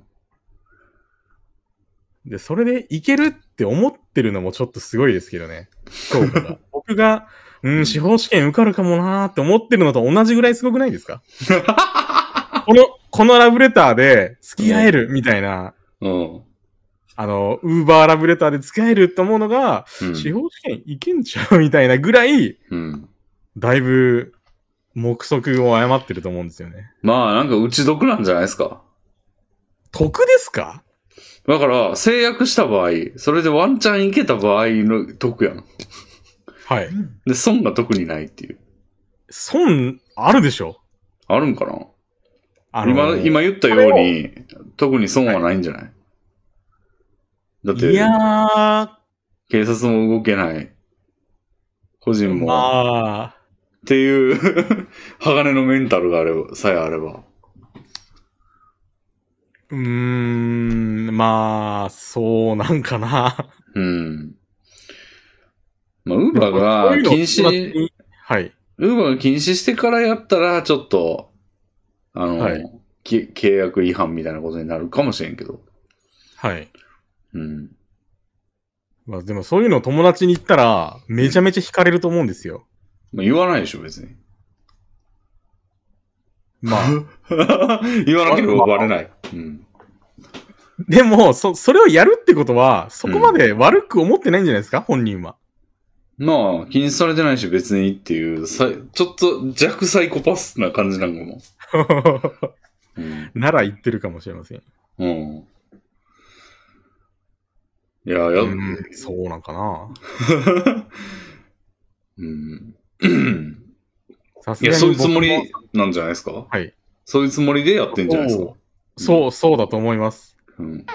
で、それでいけるって思ってるのもちょっとすごいですけどね。評価が。僕が、うん、司法試験受かるかもなーって思ってるのと同じぐらいすごくないですかこの、このラブレターで付き合えるみたいな、
うん。
あの、ウーバーラブレターで付き合えるって思うのが、司法試験いけんちゃうみたいなぐらい、
うん。
だいぶ、目測を誤ってると思うんですよね。
まあ、なんか、うち毒なんじゃないですか。
得ですか
だから、制約した場合、それでワンチャンいけた場合の得やん。
はい。
で、損が特にないっていう。
損あるでしょ
あるんかな
あ
今、今言ったように、特に損はないんじゃないだっ
いやー
て、、警察も動けない。個人も。
まあ、
っていう 、鋼のメンタルがあれば、さえあれば。
うーん、まあ、そうなんかな。
うん。まあ、ウーバ ーが禁止、。
はい。
ウーバーが禁止してからやったら、ちょっと、あの、
はい
き契約違反みたいなことになるかもしれんけど。
はい。
うん。
まあでもそういうのを友達に言ったら、めちゃめちゃ惹かれると思うんですよ。
まあ、言わないでしょ、別に。
まあ。
言わなければバレない。うん。
でも、そ、それをやるってことは、そこまで悪く思ってないんじゃないですか、本人は。
まあ、禁止されてないし別にっていう、さちょっと弱サイコパスな感じなんかも。うん。
なら言ってるかもしれません。
うん、いや、や、
うん、そうなんかな。
うん。
さす
い
が
や、
に
そういう
僕
つ
も
もりなんじゃないですか
はい。
そういうつもりでやってんじゃないですか
おうそう、そうだと思います。
うん。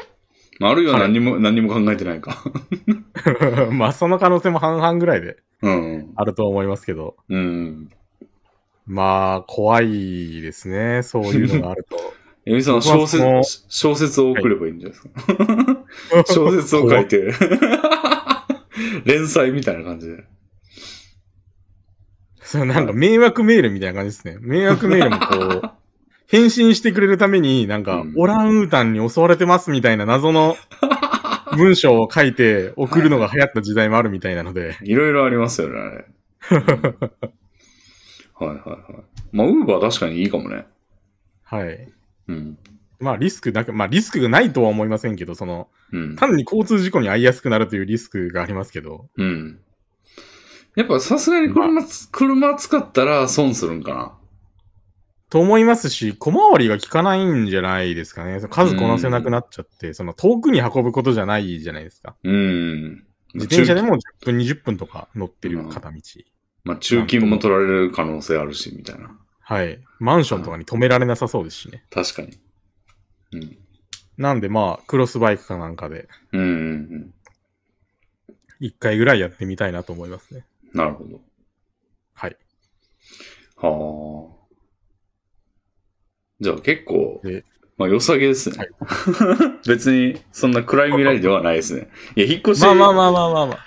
まあ、あるいは
はい
何にも、何にも考えてないか。
まあ、その可能性も半々ぐらいで
うん。
あると思いますけど。
うん。
まあ、怖いですね。そういうのが あると。
エミさん、
僕
小
はその
説、小説を送ればいいんじゃないですか。 小説を書いて、 連載みたいな感じで。
そうなんか迷惑メールみたいな感じですね。迷惑メールもこ う、返信してくれるために、なんか、
うん
オランウータンに襲われてますみたいな 謎の文章を書いて送るのが流行った時代もあるみたいなので、
いろいろありますよね、あれ。うんはいはいはい。まあ、ウーバー確かにいいかもね。
はい。
うん。
まあリスクなく、まあリスクがないとは思いませんけど、その、
うん。
単に交通事故に遭いやすくなるというリスクがありますけど、
うん。やっぱさすがに車つ、車使ったら損するんかな。
と思いますし、小回りが効かないんじゃないですかね。その数こなせなくなっちゃって、その遠くに運ぶことじゃないじゃないですか。
うん。
自転車で
も。
も10分、20分とか乗ってる片道。
まあ、中金も取られる可能性あるし、みたいな。
はい。マンションとかに止められなさそうですしね。
確かに。うん。
なんでまあ、クロスバイクかなんかで、
うん、うん
一回ぐらいやってみたいなと思いますね。
うん。なるほど。
はい。
はあ。じゃあ結構
で、
まあ良さげですね。 別にそんな暗い未来ではないですね。いや、引っ越し、
まあまあまあまあまあまあ。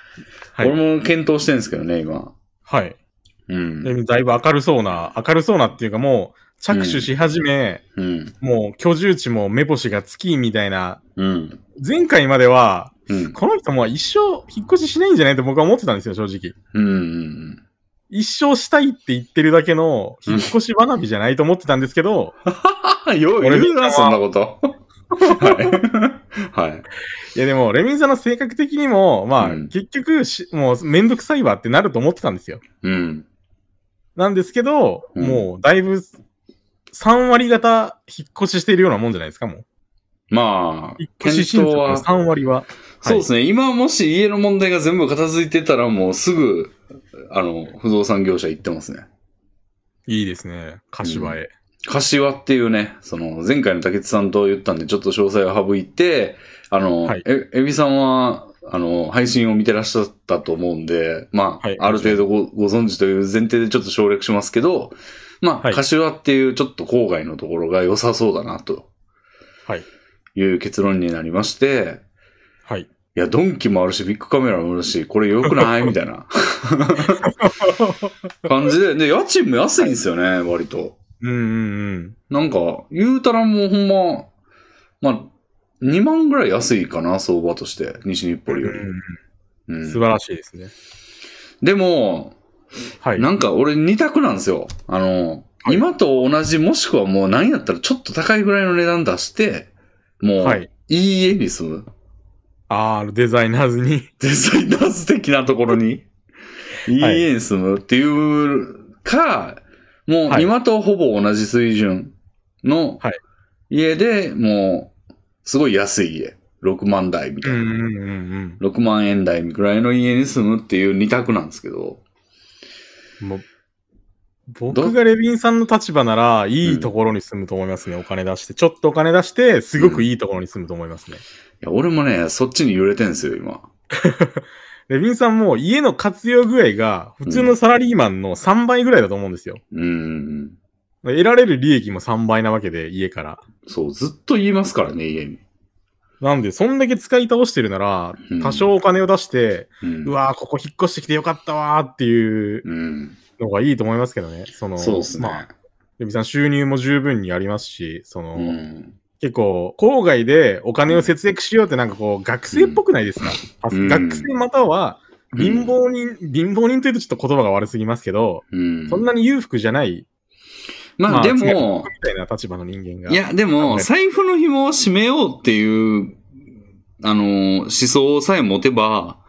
はい
俺も検討してるんですけどね、今。
はい。
うん。
でだいぶ明るそうな、明るそうなっていうかもう、着手し始め、
うん。
もう居住地も目星がつきみたいな、
うん。
前回までは、
うん。
この人も一生引っ越ししないんじゃないと僕は思ってたんですよ、正直。
うんうん。
一生したいって言ってるだけの、引っ越し花火じゃないと思ってたんですけど、
あ、よう
俺
言うな、
みんなは
そんな こと。はい。はい。
いやでも、レミンさんの性格的にも、まあ、
うん
結局し、もうめんどくさいわってなると思ってたんですよ。
うん。
なんですけど、
うん
もうだいぶ3割型引っ越ししているようなもんじゃないですか、もう。
まあ
引っ、越し
検
進
討
捗の
は、
3割は。
そうですね。今もし家の問題が全部片付いてたら、もうすぐ、あの、不動産業者行ってますね。
いいですね、柏へ。
柏っていうね、その、前回の竹内さんと言ったんで、ちょっと詳細を省いて、あの、
はい
え、えびさんは、あの、配信を見てらっしゃったと思うんで、まあ、
はい
ある程度ごご存知という前提でちょっと省略しますけど、まあ、
はい
柏っていうちょっと郊外のところが良さそうだな、と
はい。
いう結論になりまして、
はい。
いや、ドンキもあるし、ビッグカメラもあるし、これ良く ないみたいな感じで、で、家賃も安いんですよね、割と。
うんうんうん。
なんか、言うたらもうほんま、まあ、2万ぐらい安いかな、相場として。西日暮里より。う
うん
ん
素晴らしいですね。
でも、
はい。
なんか俺2択なんですよ。あの、
はい
今と同じもしくはもう何やったらちょっと高いぐらいの値段出して、も
は
う
い。
いい家に住む。
あー、デザイナーズに。
デザイナーズ的なところに、いい
はい
家に住むっていうか、も
は
う
い
今とほぼ同じ水準の
はい
家で、もう、すごい安い家。6万台み
う
たい
ん
な。
うんうんうん
6万円台ぐらいの家に住むっていう二択なんですけど。
うん。もう僕がレビンさんの立場なら、いいところに住むと思いますね、お金出して。ちょっとお金出して、すごくいいところに住むと思いますね。
いや、俺もね、そっちに揺れてんすよ、今。
レビンさんも家の活用具合が、普通のサラリーマンの3倍ぐらいだと思うんですよ。
うん。
得られる利益も3倍なわけで、家から。
そう、ずっと言いますからね、家に。
なんで、そんだけ使い倒してるなら
うん、
多少お金を出して、
うん
うわーここ引っ越してきてよかったわーっていう
うん。
のがいいと思いますけどね。その、
そうですね。
まあ、レビさん収入も十分にありますし、その、
うん。
結構、郊外でお金を節約しようってなんかこう、学生っぽくないですか、あ
うん
学生または、貧乏人、貧乏人というとちょっと言葉が悪すぎますけど、
うん。
そんなに裕福じゃない、
まあでも、
みたいな立場の人間が。
いや、でも、財布の紐を締めようっていう、あの、思想さえ持てば、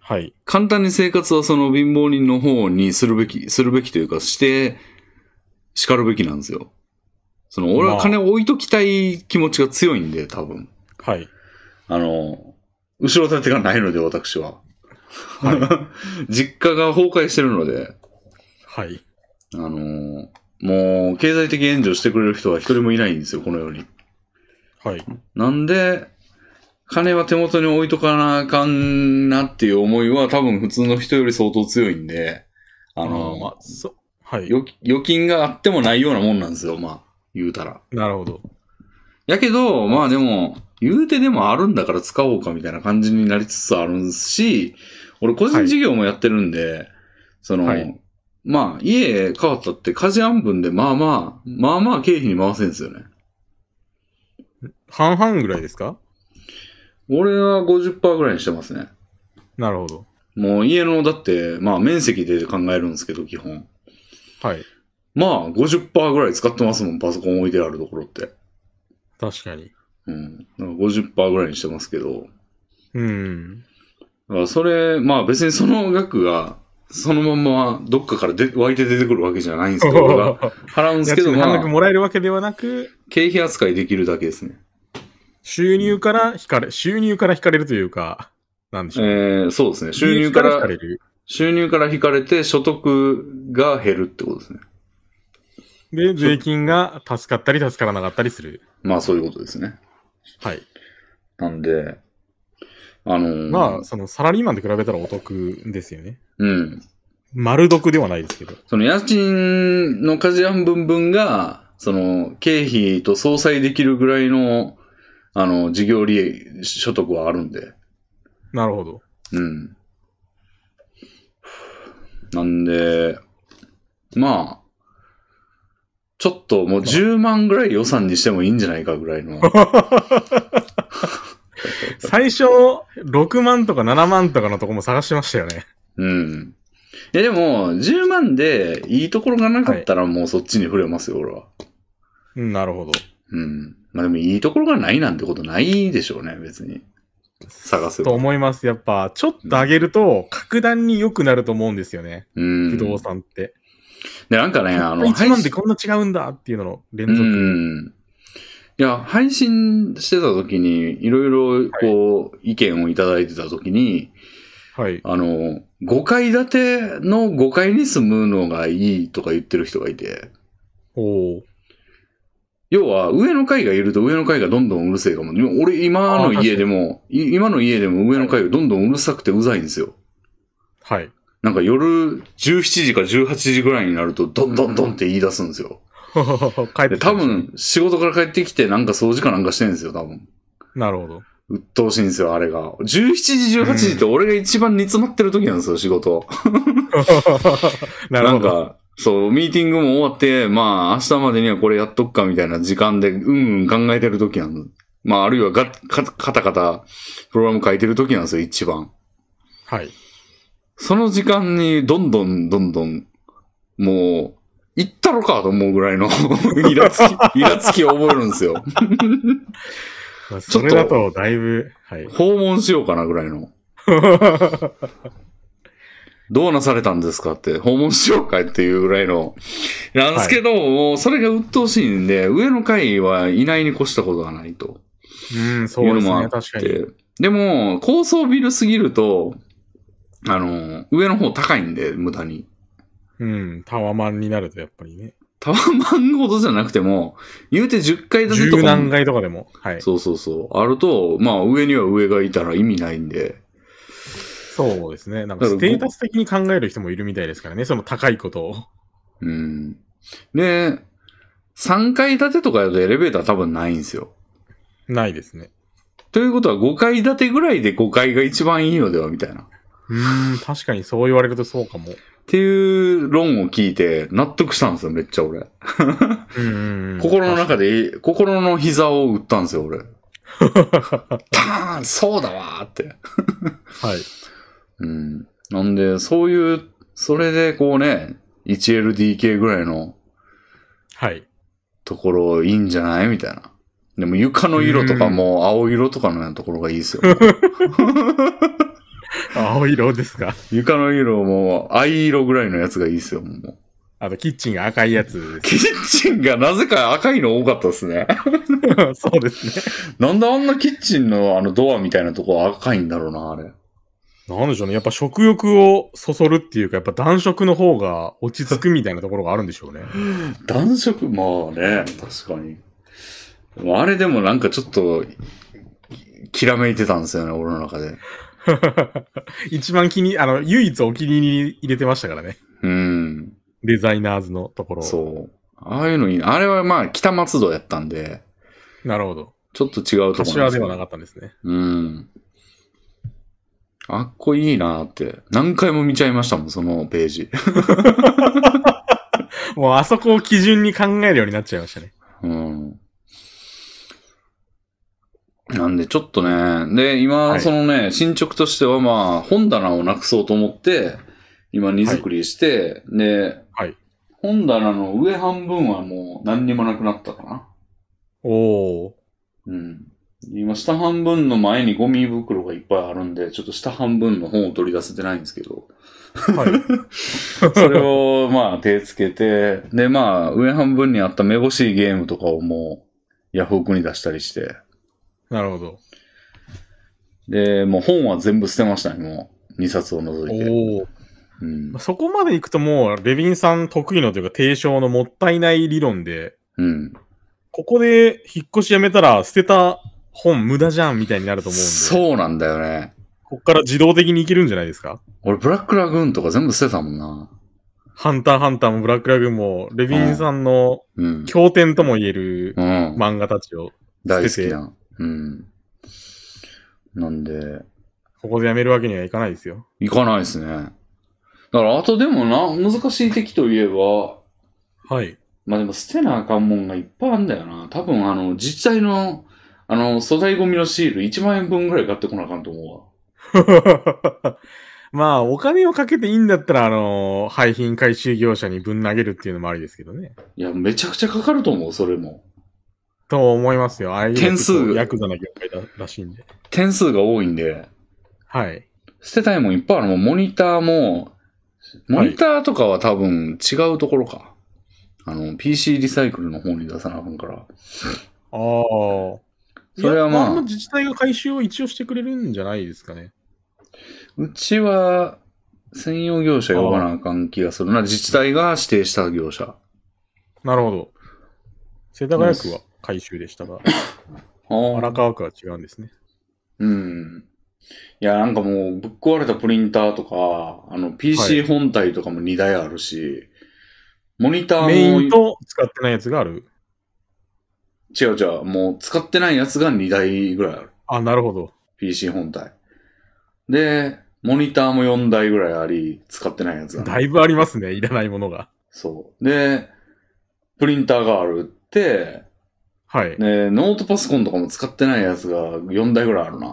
はい。
簡単に生活はその貧乏人の方にするべき、するべきというか、して、叱るべきなんですよ。その、俺は金を置いときたい気持ちが強いんで、多分。
はい。
あの、後ろ盾がないので、私は。 実家が崩壊してるので、
はい。
あのもう、経済的援助してくれる人は一人もいないんですよ、この世に。
はい。
なんで、金は手元に置いとかなあかんなっていう思いは多分普通の人より相当強いんで、あ
あの
の、
まあ、そ、はい。
預預金があってもないようなもんなんですよ、まあ、言うたら。
なるほど。
やけど、まあでも、言うてでもあるんだから使おうかみたいな感じになりつつあるんし、俺個人事業もやってるんで、その、
はい
まあ家変わったって家事安分でまあまあ、まあまあ経費に回せんですよね。
半々ぐらいですか
俺は50%ぐらいにしてますね。
なるほど。
もう家の、だって、まあ面積で考えるんですけど、基本。
はい。
まあ50%ぐらい使ってますもん、パソコン置いてあるところって。
確かに。
うん。だから50%ぐらいにしてますけど。
うん。
だからそれ、まあ別にその額が、そのまんまどっかからで湧いて出てくるわけじゃないんですけど、俺が払うんです
家
けど、
賃
ま
半額
あ、
もらえるわけではなく、
経費扱いできるだけですね。
収入から引かれ、収入から引かれるというか、なんでし
え
ょう。
ー、そうですね。収入か
引かられ、る。
収入から引かれて所得が減るってことですね。
で、税金が助かったり助からなかったりする。
まあそういうことですね。
はい。
なんで、あのー
まあ、そのサラリーマンと比べたらお得ですよね。
うん。
丸得ではないですけど。
その家賃の家事案分分が、その経費と相殺できるぐらいの、あの、事業利益、所得はあるんで。
なるほど。
うん。なんで、まあ、ちょっともう10万ぐらい予算にしてもいいんじゃないかぐらい の。
最初の6万とか7万とかのとこも探してましたよね。
うん。いやでも、10万でいいところがなかったらもうそっちに触れますよ、俺は。
うんなるほど。
うん。まあでもいいところがないなんてことないでしょうね、別に。探せば
と思います。やっぱ、ちょっと上げると、格段に良くなると思うんですよね。
うん。
不動産って。
で、なんかね、
あ
あ
の、
の、
1
配
万で
信、
こんな違うんだっていうのの連
う
続。
ん。いや、配信してた時に、いろいろ、こう、意見をいただいてた時に、
はい。
あの、5階建ての5階に住むのがいいとか言ってる人がいて、
おー
要は、上の階がいると上の階がどんどんうるせえかも。でも俺、今の家でも、い今の家でも上の階がどんどんうるさくてうざいんですよ。
はい。
なんか夜17時か18時ぐらいになると、どんどんどんって言い出すんですよ。
帰って
で、
きた
多
んですね。
分、仕事から帰ってきて、なんか掃除かなんかしてるんですよ、多分。
なるほど。
鬱陶しいんですよ、あれが。17時、18時って俺が一番煮詰まってる時なんですよ、仕事。
なる
な
ほ
ん
ど。
か、そう、ミーティングも終わって、まあ、明日までにはこれやっとくかみたいな時間で、うんうん考えてる時なんです。まあ、あるいはガカカタカタ、プログラム書いてる時なんですよ、一番。
はい。
その時間に、どんどん、どんどん、もう、行ったろかと思うぐらいの、 イラつき、イラつきを覚えるんですよ。
まあそれだと、だいぶ、はい。
訪問しようかなぐらいの。 どうなされたんですかって、訪問しようかいっていうぐらいの。なんですけど、もうそれが鬱陶しいんで、上の階はいないに越したことがないと。
うん、そうです
いうの
ね。
も
確かに。
で、でも、高層ビルすぎると、あの、上の方高いんで、無駄に。
うん、タワマンになると、やっぱりね。
タワマンほどじゃなくても、言うて10階建てとか
十何
も、
階とかでも。はい。
そうそうそう、あると、まあ上には上がいたら意味ないんで、
そうですね。なんか、
だか
ス
ら
テータス的に考える人もいるみたいですからね。その高いことを。
うん。で、 3階建てとかだとエレベーター多分ないんですよ。
ないですね。
ということは5階建てぐらいで5階が一番いいのではみたいな。っ
うーん、確かにそう言われるとそうかも。
ていう論を聞いて納得したんですよ、めっちゃ俺。
うんうんうん。
心の中で、心の膝を打ったんです よ、俺。パーンそうだわーって。
はい。
うん。なんで、そういう、それでこうね、1LDK ぐらいの
はい。
ところいいんじゃないみたいな。でも床の色とかも青色とかのようなところがいいですよ。
青色ですか。
床の色も藍色ぐらいのやつがいいですよ、もう。
あと、キッチンが赤いやつ
キッチンがなぜか赤いの多かったですね。
です。そうですね。
なんであんなキッチンのあのドアみたいなとこ赤いんだろうな、あれ。
なんでしょうね。やっぱ食欲をそそるっていうか、やっぱ暖色の方が落ち着くみたいなところがあるんでし ょうね。
暖色、まあね、確かに。でもあれでもなんかちょっと、ききらめいてたんですよね、俺の中で。
一番気に、あの、唯一お気に入りに入れてましたからね。
うん。
デザイナーズのところ。
そう。ああいうのいいな。あれはまあ北松戸やったんで、
う。なるほど。
ちょっと違うところ
柏ではな
か
かったんですね。
うん。あっこいいなって。何回も見ちゃいましたもん、そのページ。
もうあそこを基準に考えるようになっちゃいましたね。
うん。なんで、ちょっとね、で、今、
はい
そのね、進捗としては、まあ、本棚をなくそうと思って、今、荷造りして、で、
はい
本棚の上半分はもう何にもなくなったかな。
おー。
うん。今、下半分の前にゴミ袋がいっぱいあるんで、ちょっと下半分の本を取り出せてないんですけ ど、
はい。
それを、まあ、手つけて、で、まあ、上半分にあっためぼしいゲームとかをもう、ヤフオクに出したりして、
なるほど。
で、もう本は全部捨てましたね、もう。2冊を除いて。
おー。
うん
まあ。そこまで行くともう、レビンさん得意のというか提唱のもったいない理論で、
うん。
ここで引っ越しやめたら捨てた本無駄じゃんみたいになると思うんで、
そうなんだよね。
こっから自動的にいけるんじゃないですか
俺、ブラックラグーンとか全部捨てたもんな。
ハンターハンターもブラックラグーンも、レビンさんの
うん。
経典とも言える
うん。
漫画たちを、
大好きな。うん。なんで、
ここでやめるわけにはいかないですよ。
行かないですね。だから、あとでもな、難しい敵といえば、
はい。
まあでも捨てなあかんもんがいっぱいあんだよな。多分、あの、自治体の、あの、粗大ゴミのシール1万円分ぐらい買ってこなあかんと思うわ。
まあ、お金をかけていいんだったら、あのー廃品回収業者にぶん投げるっていうのもありですけどね。
いや、めちゃくちゃかかると思う、それも。
と思いますよ。ああいう
点数
結構ヤクザな業界だらしいんで。
点数が多いんで。
はい。
捨てたいもんいっぱいあるもん。モニターも、モニターとかは多分違うところか。あの、PC リサイクルの方に出さなあかんから。
ああ。
それはまあ
いや自治体が回収を一応してくれるんじゃないですかね。
うちは、専用業者呼ばなあかん気がするな。自治体が指定した業者。
なるほど。世田谷区は回収でしたが、荒川区は違うんですね。
うん。いや、なんかもう、ぶっ壊れたプリンターとか、あの、
はい
PC 本体とかも2台あるし、モニターも、
メインと使ってないやつがある。
違う違う、もう使ってないやつが2台ぐらいある。
あ、なるほど。
PC 本体。で、モニターも4台ぐらいあり、使ってないやつがね、
だいぶありますね。いらないものが。
そう。で、プリンターがあるって、
はい。
で、ノートパソコンとかも使ってないやつが4台ぐらいある な。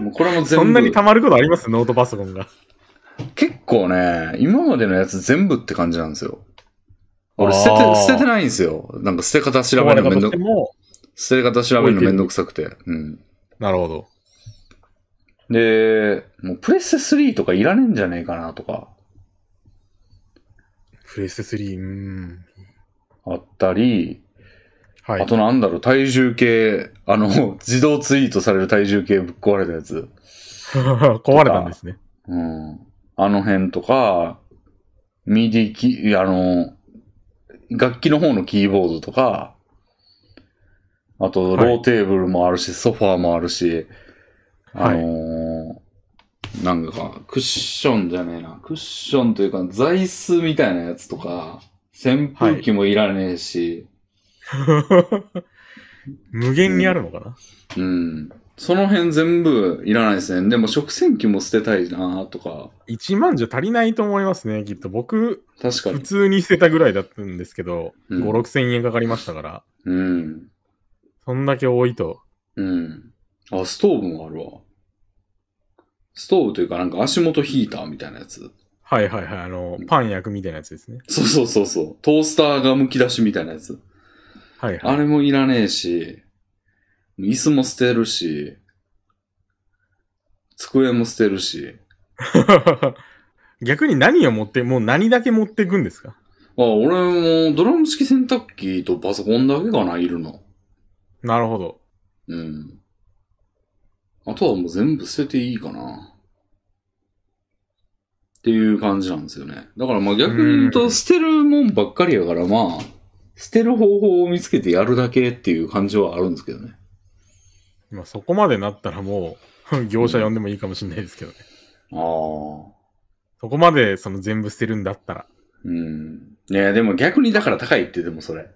もうこれも
そん
全
なに
部、
溜まることありますノートパソコンが。
結構ね、今までのやつ全部って感じなんですよ。俺
あー
捨てて、捨ててないんですよ。なんか捨て方調べるのめん
壊
ど
れたとして、も。
捨て方調べるのめんどくさくて。うん。
なるほど。
で、もうプレステ3とかいらねえんじゃねえかなとか。
プレステ3、うーん。
あったり、
はい。
あ となんだろう、体重計、あの、 自動ツイートされる体重計ぶっ壊れたやつ。
壊れたんですね。
うん。あの辺とか、ミディキいやあの、楽器の方のキーボードとか、あと、
はい
ローテーブルもあるし、ソファーもあるし、あのーなんか、クッションじゃねえな、クッションというか、座椅子みたいなやつとか、扇風機もいらねえし、
無限にあるのかな、
うん。その辺全部いらないですね。でも食洗機も捨てたいなとか、
?1 万じゃ足りないと思いますね、きっと。僕、
確か
普
に。
通に捨てたぐらいだったんですけど、
うん
5、6千円かかりましたから、
うん。
そんだけ多いと。
うん。あ、ストーブもあるわ。ストーブというかなんか足元ヒーターみたいなやつ。
はいはいはい、あの、パン焼くみたいなやつですね。
そうそうそうそう。トースターが剥き出しみたいなやつ。
はいはい。
あれもいらねえし、椅子も捨てるし、机も捨てるし。
逆に何を持って、もう何だけ持っていくんですか
あ、俺もドラム式洗濯機とパソコンだけかな、いるの。
なるほど。
うん。あとはもう全部捨てていいかな。っていう感じなんですよね。だからまあ逆に言う
う
と
ん
捨てるもんばっかりやからまあ、捨てる方法を見つけてやるだけっていう感じはあるんですけどね。
まあ、そこまでなったらも う、業者呼んでもいいかもしれないですけどね。
ああ。
そこまでその全部捨てるんだったら。
うん。いや、でも逆にだから高いって、でもそれ。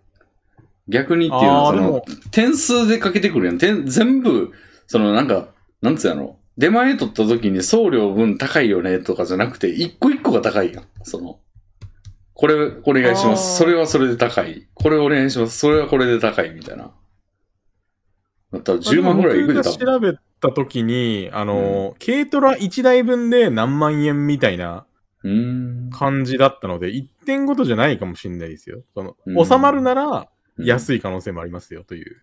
逆にっていうの
あ
は
あー、
そ
で
の、
も、
点数でかけてくるやん。点全部、そのなんか、なんつうやろ。出前取った時に送料分高いよねとかじゃなくて、一個一個が高いやん。その、これ、お願いしま
あー
す。それはそれで高い。これお願いします。それはこれで高い。みたいな。だったら10万ぐらいいくで
まあ
多
僕
分。
が調べた時に、あの、軽トラ1台分で何万円みたいな
うーん。
感じだったので、1点ごとじゃないかもしれないですよ。その、
うん
収まるなら
い。
安い可能性もありますよという。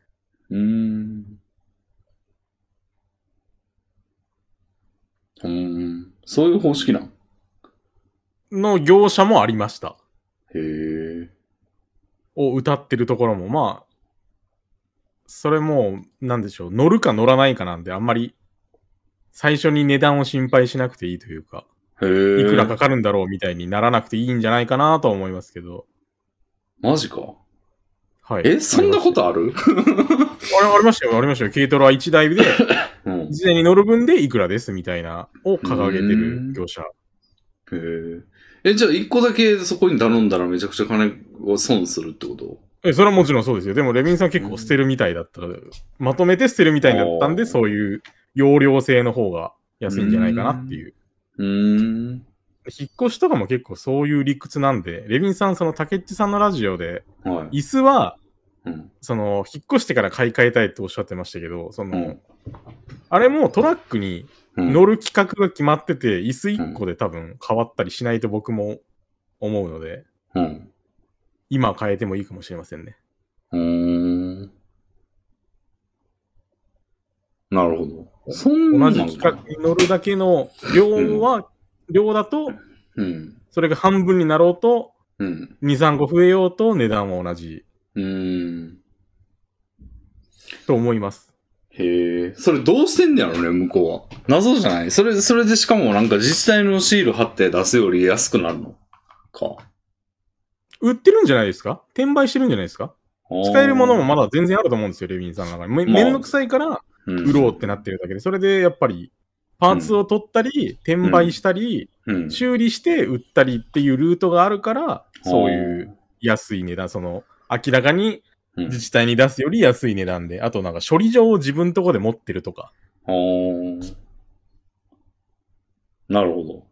うーん。うーん。そういう方式なん
の業者もありました。
へえ。
を歌ってるところも、まあ、それもう、なんでしょう、乗るか乗らないかなんで、あんまり、最初に値段を心配しなくていいというか、
へ
い
え。
くらかかるんだろうみたいにならなくていいんじゃないかなとは思いますけど、
マジか。
はい。
え、そんなことある
あれありましたよ、ありましたよ。軽トラ1台で、
うん。へ
事前に乗る分でいくらですみたいな、を掲げてる業者。
え。え、じゃあ一個だけそこに頼んだらめちゃくちゃ金を損するってこと
え、それはもちろんそうですよ。でも、レビンさん結構捨てるみたいだったら、まとめて捨てるみたいだったん
お
で、
ー
そういう容量性の方が安いんじゃないかなっていう。
うーん。
引っ越しとかも結構そういう理屈なんで、レビンさん、その竹内さんのラジオで、
はい。
椅子は、
うん。
その、引っ越してから買い替えたいっておっしゃってましたけど、その、
うん
あれもトラックに
うん
乗る規格が決まってて、椅子1個で多分変わったりしないと僕も思うので、
うん。
今変えてもいいかもしれませんね。
うーん。なるほど。そんな
同
ん
じ
なの
規
かな
格に乗るだけの量は、量だと、
うん。
それが半分になろうと、
うん。
2、3個増えようと値段は同じ
うーん。
と思います。
へえ。それどうしてんねやろね、向こうは。謎じゃないそれ、それでしかもなんか自治体のシール貼って出すより安くなるのか。
売ってるんじゃないですか転売してるんじゃないですか使えるものもまだ全然あると思うんですよ、レビンさんの中に。め
まあ
めんどくさいから
売
売ろうってなってるだけで、それでやっぱりパーツを取ったり、転売した
うん。う
り、
ん
修理して売ったりっていうルートがあるから、そうい
あ
う安い値段、その明らかに
うん
自治体に出すより安い値段で、あとなんか処理場を自分のとこで持ってるとか、
あーなるほど。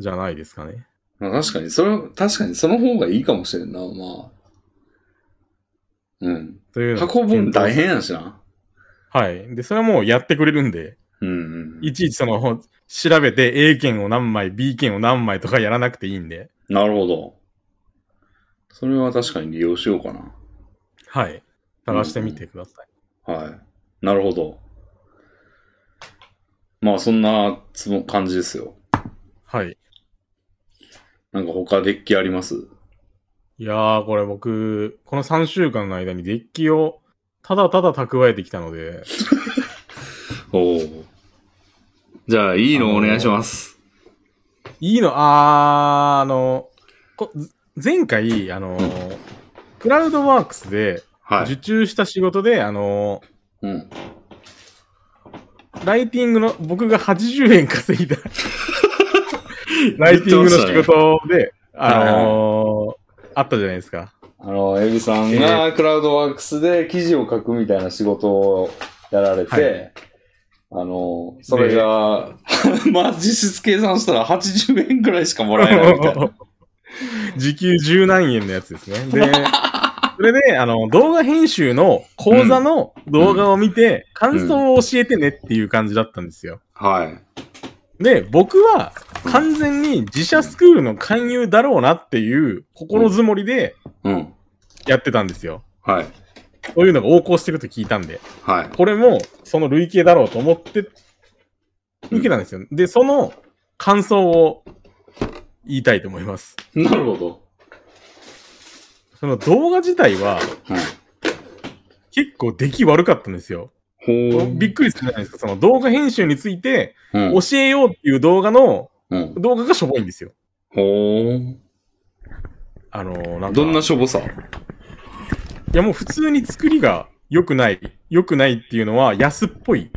じゃないですかね。
まあ、確かに、それ、確かにその方がいいかもしれんな、まあ。うん。
というのを
運ぶん大変やしな。
はい。で、それはもうやってくれるんで、
うんうん。
いちいちその、調べて A 券を何枚、B 券を何枚とかやらなくていいんで、
なるほど。それは確かに利用しようかな。
はい。探してみてください。
はい。なるほど。まあ、そんなつも感じですよ。
はい。
なんか他デッキあります
いやー、これ僕、この3週間の間にデッキをただただ蓄えてきたので、
おお。じゃあ、いい
あ
の
のー
お願いします。
いいの、あー、あの、こ前回、あのー、クラウドワークスで
はい
受。注した仕事で、あの
うん。
ー、ライティングの、僕が80円稼いだ、ライティングの仕事で、あのーあったじゃないですか。
あの、エビさんがクラウドワークスで記事を書くみたいな仕事をやられて、
はい
あの、それが、 まあ実質計算したら80円くらいしかもらえないみたいな。
時給十何円のやつですね。で、それで、あの、動画編集の講座の動画を見て、感想を教えてねっていう感じだったんですよ。
はい。
で、僕は完全に自社スクールの勧誘だろうなっていう心づもりで
うん。
やってたんですよ。
はい。
そういうのが横行してると聞いたんで。
はい。
これも、その類型だろうと思って、受けたんですよ。で、その感想を言いたいと思います。
なるほど。
その動画自体は結構出来悪かったんですよ。
うん、ほう。
びっくりするじゃないですか。その動画編集について
うん
教えようっていう動画の、
うん。
動画がしょぼいんですよ。
ほ
あのー、なん
う。
か。
どんないしょぼさ
やもう普通に作りが良くない。良くないっていうのは安っぽい。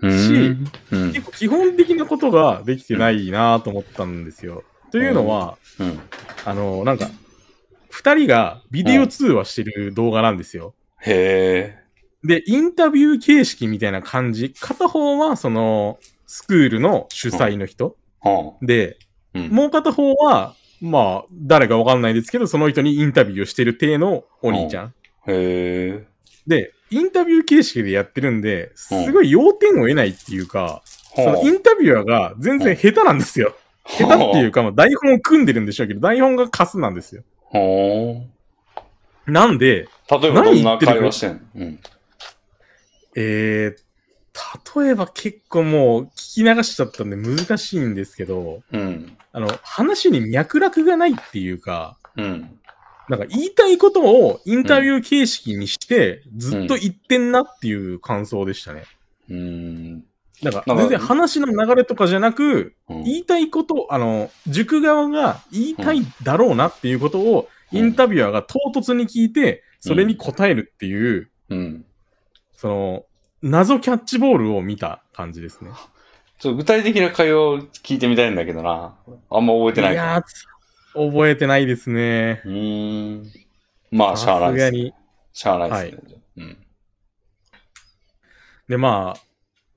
う
し
ん。うん
結構基本的なことができてないなと思ったんですよ。というのは、
うん。
あのー、なんか、二人がビデオ通話してる動画なんですよ。
へえ。
で、インタビュー形式みたいな感じ。片方は、その、スクールの主催の人。
は
で、
あ。うん。
もう片方は、まあ、誰かわかんないですけど、その人にインタビューをしてる体のお兄ちゃん。
へえ。
で、インタビュー形式でやってるんで、すごい要点を得ないっていうか、そのインタビュアーが全然下手なんですよ。下手っていう
う。
か、まあ、台本を組んでるんでしょうけど、台本がカスなんですよ。
ほう。
なんで、
例えばどん
何言
な
ってる
会話してんのうん。
えー、例えば結構もう聞き流しちゃったんで難しいんですけど、
うん。
あの、話に脈絡がないっていうか、
うん。
なんか言いたいことをインタビュー形式にして、ずっと言ってんなっていう感想でしたね。
うん。
なんか全然話の流れとかじゃなく、
うん
言いたいこと、あの、塾側が言いたいだろうなっていうことを、インタビュアーが唐突に聞いて、それに答えるっていう、
うん。
その、謎キャッチボールを見た感じですね。
ちょっと具体的な会話を聞いてみたいんだけどな。あんま覚えてない
い
から。
やー、つ覚えてないですね。
うーん。まあ、しゃあな
さ
いで
すが
すね。
に。
しゃあないですね。うん。
で、まあ、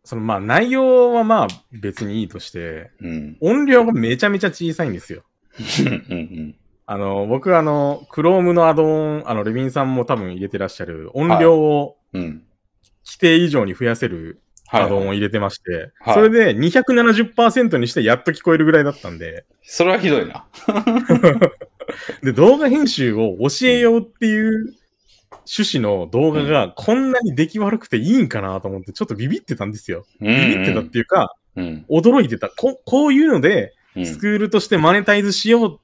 そのまあ内容はまあ別にいいとして、
うん。
音量がめちゃめちゃ小さいんですよ。
うん。
あの、僕あの、Chrome のアドオン、あの、レビンさんも多分入れてらっしゃる、音量を
うん。
規定以上に増やせる
は
アドオンを
い。
入れてまして、
はい
それで270%にしてやっと聞こえるぐらいだったんで、
それはひどいな。
で、動画編集を教えようっていう趣旨の動画がこんなに出来悪くていいんかなと思って、ちょっとビビってたんですよ。
うん
ビビってたっていうか、
うん。
驚いてた。ここういうので、
うん。
スクールとしてマネタイズしよう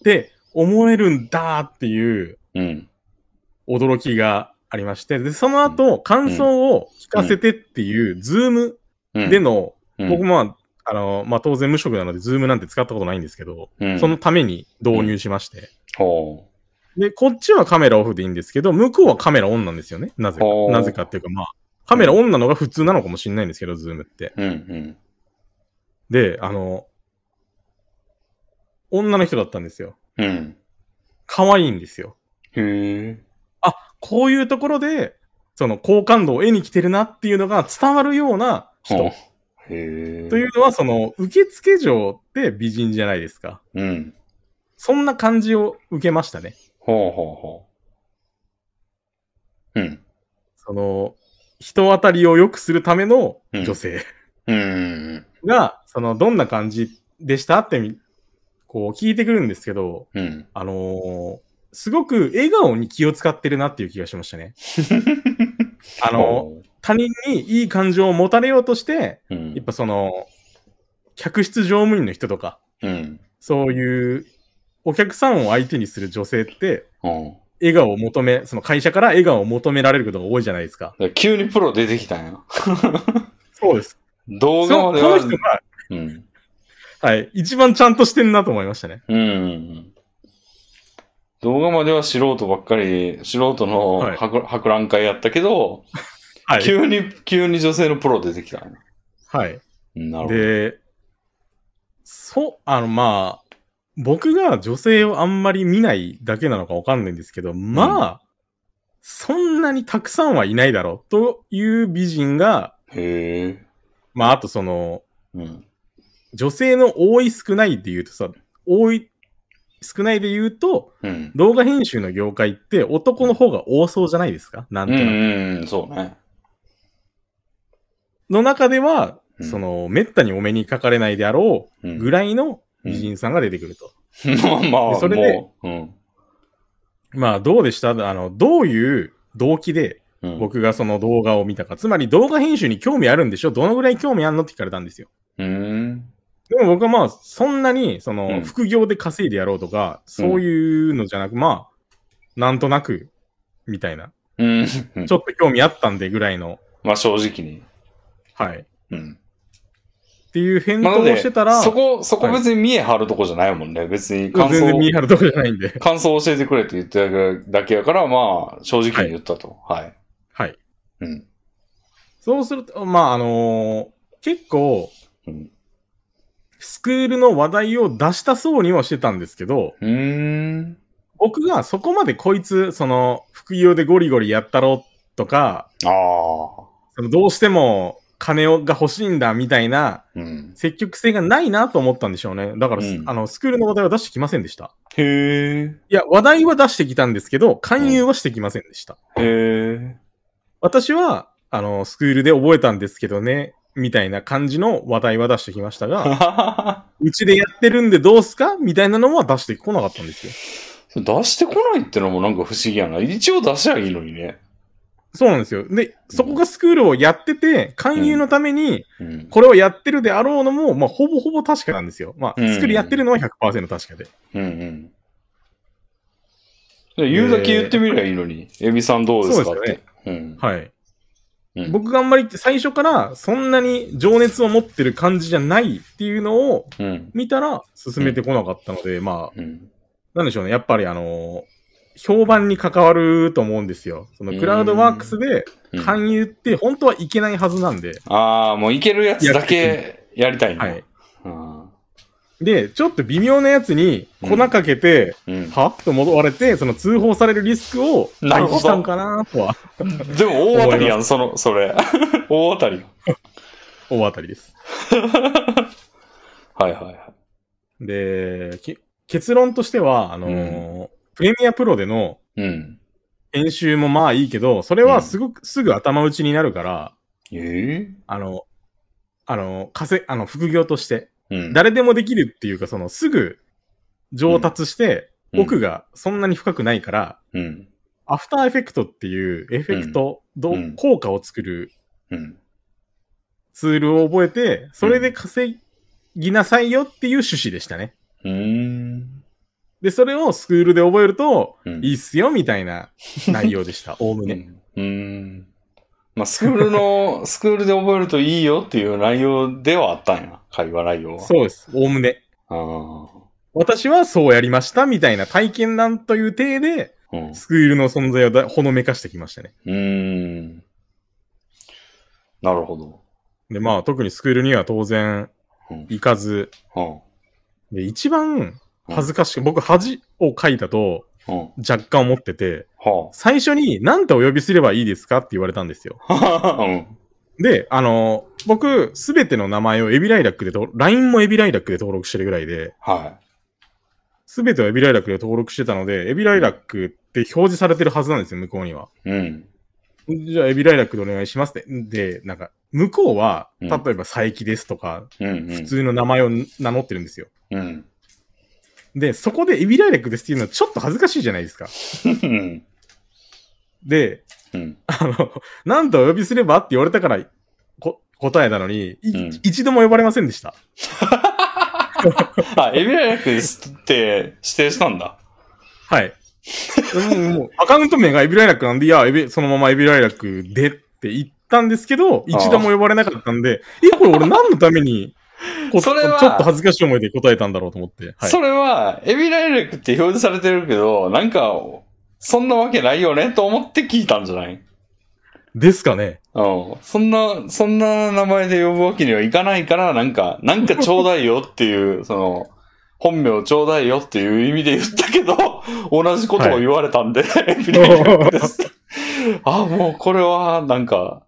って思えるんだっていう
うん。
驚きがありまして、で、その後、感想を聞かせてっていう、ズーム
うん。
での、
うん、
僕もまあ、あの、まあ当然無職なので、ズームなんて使ったことないんですけど、
うん、
そのために導入しまして、
ほ
で、こっちはカメラオフでいいんですけど、向こうはカメラオンなんですよね。なぜか
ほ。う
なぜかっていうか、まあ、カメラオンなのが普通なのかもしれないんですけど、ズームって。
う。うん。
で、あの、女の人だったんですよ。
うん。うん。
可愛いんですよ。
へえ。
あ、こういうところで、その好感度を得に来てるなっていうのが伝わるような
ほう
人。
へえ。。
といううのは、その、受付嬢って美人じゃないですか。
うん。
そんな感じを受けましたね。
ほうほうほう。うん。
その、人当たりを良くするための
うん
女性
うん。
が、その、どんな感じでしたってみ、こう聞いてくるんですけど、
うん。
あのーすごく笑顔に気を使ってるなっていう気がしまし たね。あのー、
ほ
他人にいい感情を持たれようとして、
う、う
やっ
ん。
ぱその、客室乗務員の人とか、
うん。
そういうお客さんを相手にする女性って、
うん。
笑顔を求め、その会社から笑顔を求められることが多いじゃないですか。
で急にプロ出てきたんや。
そうです。
動画ま
その
で
この
は。
人が、
うん。
はい、一番ちゃんとしてんなと思いましたね。
うんうんうん。動画までは素人ばっかり、素人の
はい
博,、博覧会やったけど、
はい。
急に、急に女性のプロ出てきた。
はい。
うんなるほど。
で、そう、あの、まあ、僕が女性をあんまり見ないだけなのかわかんないんですけど、まあ、そんなにたくさんはいないだろうという美人が、
へえ。
まあ、あとその、
うん。
女性の多い少ないで言うとさ、多い、少ないで言うと、
うん。
動画編集の業界って男の方が多そうじゃないですかなん
う
と
ん
なく。
うんうん、そうね。
の中では、
うん
その、めったにお目にかかれないであろ
う
うんぐらいの美人さんが出てくると。
まあまあ、
でそれで
もう、うん。
まあ、どうでしたあの、どういう動機で
うん、
僕がその動画を見たか。つまり動画編集に興味あるんでしょどのぐらい興味あるのって聞かれたんですよ。
うーん。
でも僕はまあ、そんなに、そうの、
ん
副業で稼いでやろうとか、そういうのじゃなく、まあ、なんとなく、みたいな。
うん。うん
ちょっと興味あったんでぐらいの、
まあ正直に。
はい。
うん。
っていう返
まあ
答
な
を
ので
してたら、
そこ、そこ別に見え張るとこじゃないもんね。別に感
全然見
想、
張るとこじゃないんで。
感想を教えてくれって言ってただけやから、まあ、正直に言ったと。はい。
はい。
うん。
そうすると、まあ、あのー結構、
うん
スクールの話題を出したそうにはしてたんですけど、
うーん。
僕がそこまでこいつ、その、副業でゴリゴリやったろとか、
ああ。
そのどうしても金をが欲しいんだみたいな
うん。
積極性がないなと思ったんでしょうね。だから、
うん
あの、スクールの話題は出してきませんでした。
へえ。
いや、話題は出してきたんですけど、勧誘はしてきませんでした。
へえ。
私は、あの、スクールで覚えたんですけどね、みたいな感じの話題は出してきまし たが、うちでやってるんでどうすかみたいなのは出してこなかったんですよ。
出してこないってのもなんか不思議やな。一応出しゃいいのにね。
そうなんですよ。で、そこがスクールをやってて、勧誘のために、
うん。
これをやってるであろうのも、まあ、ほぼほぼ確かなんですよ。まあ、
うん
スクールやってるのは100%確かで。
うんうん。じゃあ言うだけ言ってみりゃいいのに。エビさんどうですか
そう
っ
です
て。うん。
はい。
うん
僕があんまり最初からそんなに情熱を持ってる感じじゃないっていうのを
うん。
見たら進めてこなかったので、まあ、
うん。
なんでしょうね。やっぱりあのー評判に関わると思うんですよ。そのクラウドワークスで
うん
勧誘って本当はいけないはずなんで、
ああ、もういけるやつだけやりたいな。
はい。
うん。
で、ちょっと微妙なやつに粉かけて、
うん
はっと思われて、その通報されるリスクを
なる
回
ほど
避したんかなとは、
でも大当たりやん、その、それ。大当たりよ。
大当たりです。
はいはいは
で、き結論としては、あのープレミアプロでの
い。うん。
編集もまあいいけど、それはすごく、すぐ頭打ちになるから、
え
あの、あの、稼い、あの、副業として、
えうん。
誰でもできるっていうか、その、すぐ上達して、
うん
奥がそんなに深くないから、
うん。
アフターエフェクトっていうエフェクト、ど
うん
効果を作る
うん。
ツールを覚えて、それで稼ぎなさいよっていう趣旨でしたね。
うーん。
で、それをスクールで覚えると、
うん
いいっすよみたいな内容でした。おおむね。
うん。うん。まあ、スクールの、スクールで覚えるといいよっていう内容ではあったんや。会話内容は。
そうです。おおむね。
あ
私はそうやりましたみたいな体験談という体で、
あ。うん。う
スクールの存在をだほのめかしてきましたね。
ーん。なるほど。
で、まあ特にスクールには当然
うん
行かず、
うん。
で、一番恥ずかしく、僕恥を書いたと
うん。
若干思ってて、
は
最初に何てお呼びすればいいですかって言われたんですよ。
あ。うん。
で、あのー僕、すべての名前をエビライラックでと、LINE もエビライラックで登録してるぐらいで、
は
すべてをエビライラックで登録してたので、エビライラックって表示されてるはずなんですよ、向こうには。
い。うん。
じゃあ、エビライラックでお願いしますって。で、なんか、向こうは、
うん
例えば、佐伯ですとか、
うん、うん。
普通の名前を名乗ってるんですよ。
うん。
で、そこでエビライラックですっていうのはちょっと恥ずかしいじゃないですか。
うん。
で、
うん。
あの、なんとお呼びすればって言われたから、こ、答えなのに、い
うん
一度も呼ばれませんでした。
あ、エビライラックですって指定したんだ。
はい。も うもうアカウント名がエビライラックなんで、いや、エビ、そのままエビライラックでって言ったんですけど、一度も呼ばれなかったんで、え、これ俺何のために、こ
それは
ちょっと恥ずかしい思いで答えたんだろうと思って。はい。
それは、エビライラックって表示されてるけど、なんか、そんなわけないよねと思って聞いたんじゃない
ですかね。
うん。そんな、そんな名前で呼ぶわけにはいかないから、なんか、なんかちょうだいよっていう、その、 本名ちょうだいよっていう意味で言ったけど、 同じことを言われたんで、ビリビリです。あ、もうこれは、なんか、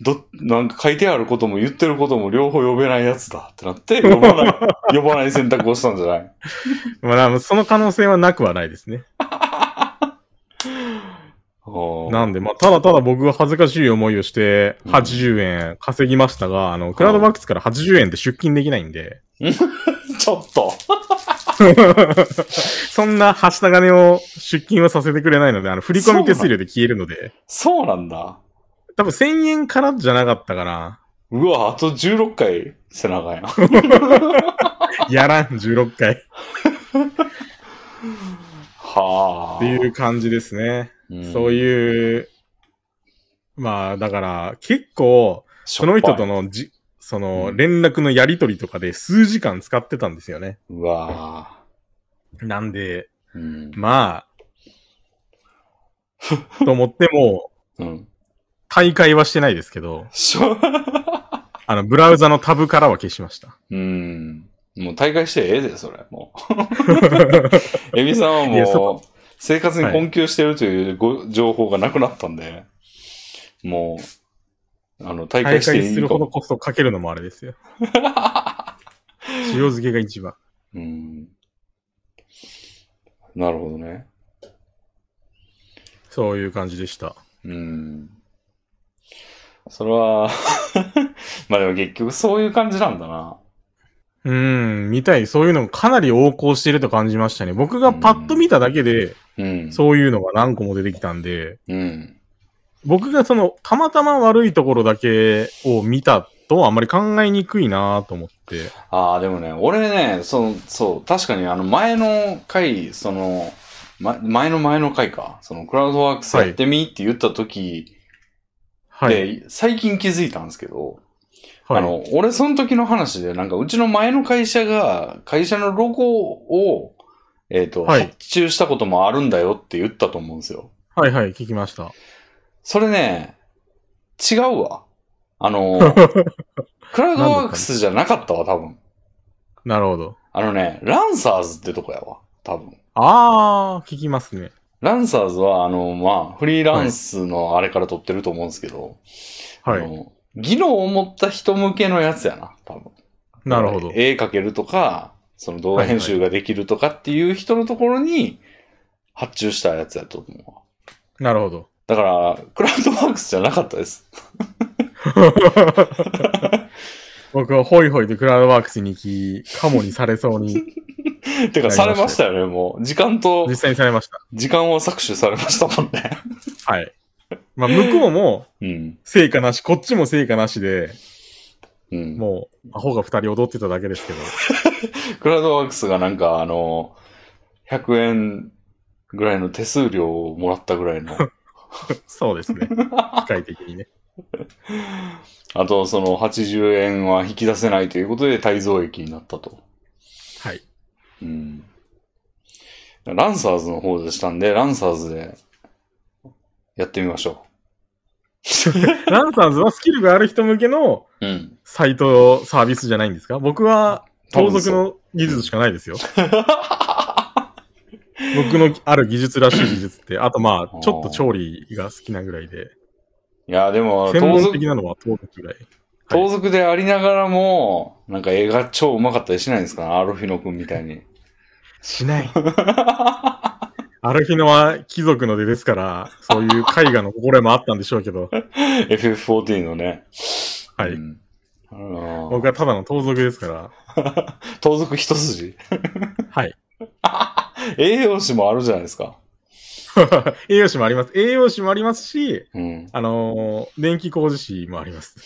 ど、なんか書いてあることも言ってることも両方呼べないやつだってなって、呼ば ない、呼ばない選択をしたんじゃない
まあ、その可能性はなくはないですね。
おー
なんで、まあ、ただただ僕が恥ずかしい思いをして、80円稼ぎましたが、あの、クラウドワークスから80円って出勤できないんで、
ちょっと。
そんなはした金を出勤はさせてくれないので、あの、振り込み手数料で消えるので、
そうなんだ。
多分1000円からじゃなかったかな。
うわ、あと16回背中やん。
やらん、16回っ
はあ。
ていう感じですね。
うん、
そう
う、
いう、まあ、だから、結構、その人とのじ、その、連絡のやりとりとかで数時間使ってたんですよね。
うわ
なんで、
ぁ。うん。
ま あ、と思っても、
うん。
大会はしてないですけど、
しょ、
あの、ブラウザのタブからは消しました。
うん。もう大会してええで、それ。も う。エビさんはい
や
も、
そう
生活に困窮してるというご情報がなくなったんで、もう、あの、大
大
会して
会
いい
する
か
ほど
も。
コストかけるのもあれで すよ。塩漬けが一番。
うん。なるほどね。
そういう感じでした。
うん。それは、 まあでも結局そういう感じなんだな。
うーん、見たい。そういうのがかなり横行していると感じましたね。僕がパッと見ただけで、
うん。
そういうのが何個も出てきたんで、
うん。
僕がその、たまたま悪いところだけを見たとはあんまり考えにくいなと思って。
ああ、でもね、俺ね、その、そう、確かにあの前の回、その、ま、前の前の回か、そのクラウドワークスやってみって言った時で、
はい。
最近気づいたんですけど、あ
はい、
の、俺その時の話で、なんかうちの前の会社が、会社のロゴを、えっ、と、
はい
発注したこともあるんだよって言ったと思うんですよ。
はいはい、聞きました。
それね、違うわ。あ の、クラウドワークスじゃなかったわ、多分。
なるほど。
あのね、ランサーズってとこやわ、多分。
あー、聞きますね。
ランサーズは、あの、まあ、フリーランスのあれから取ってると思うんですけど、
は
あ
い。
の技能を持った人向けのやつやな、多分。
なるほど。
絵描けるとか、その動画編集ができるとかっていう人のところに発注したやつやと思うわ。
なるほど。
だから、クラウドワークスじゃなかったです。
僕はホイホイでクラウドワークスに行き、カモにされそ うに、
てか、
やりましたよ
されましたよね、もう。時間と
実、際にされまし
時間を搾取されましたもんね。
た。はい。まあ、向こうも
うん。
成果なし、こっちも成果なしで、
うん。
もう、アホが二人踊ってただけですけど。
クラウドワークスがなんか、あの、100円ぐらいの手数料をもらったぐら いの。
そうですね。機械的にね。
あと、その80円は引き出せないということで、改造益になったと。
はい。
うん。ランサーズの方でしたんで、ランサーズでやってみましょ
ランサーズはスキルがある人向けの
う。うん。
サイトサービスじゃないんですか僕は、盗賊
そう。
の技術しかない ですよ。僕のある技術らしい技術って、あとまあ、ちょっと調理が好きなぐらいで、
いや、でも、
専
盗
門的
賊、
なのは盗賊ぐらい。
盗賊でありながらも、なんか映画超うまかったりしないんですかアルフィノ君みたい に。
し ない。アルヒノは貴族の出ですから、そういう絵画の心得もあったんでしょうけど、
FF14 のね。
はい
うんあのー
僕はただの盗賊ですから、
盗賊一筋
はい。
栄養士もあるじゃないですか。
栄養士もあります。栄養士もありますし、
うん。
あのー電気工事士もあります。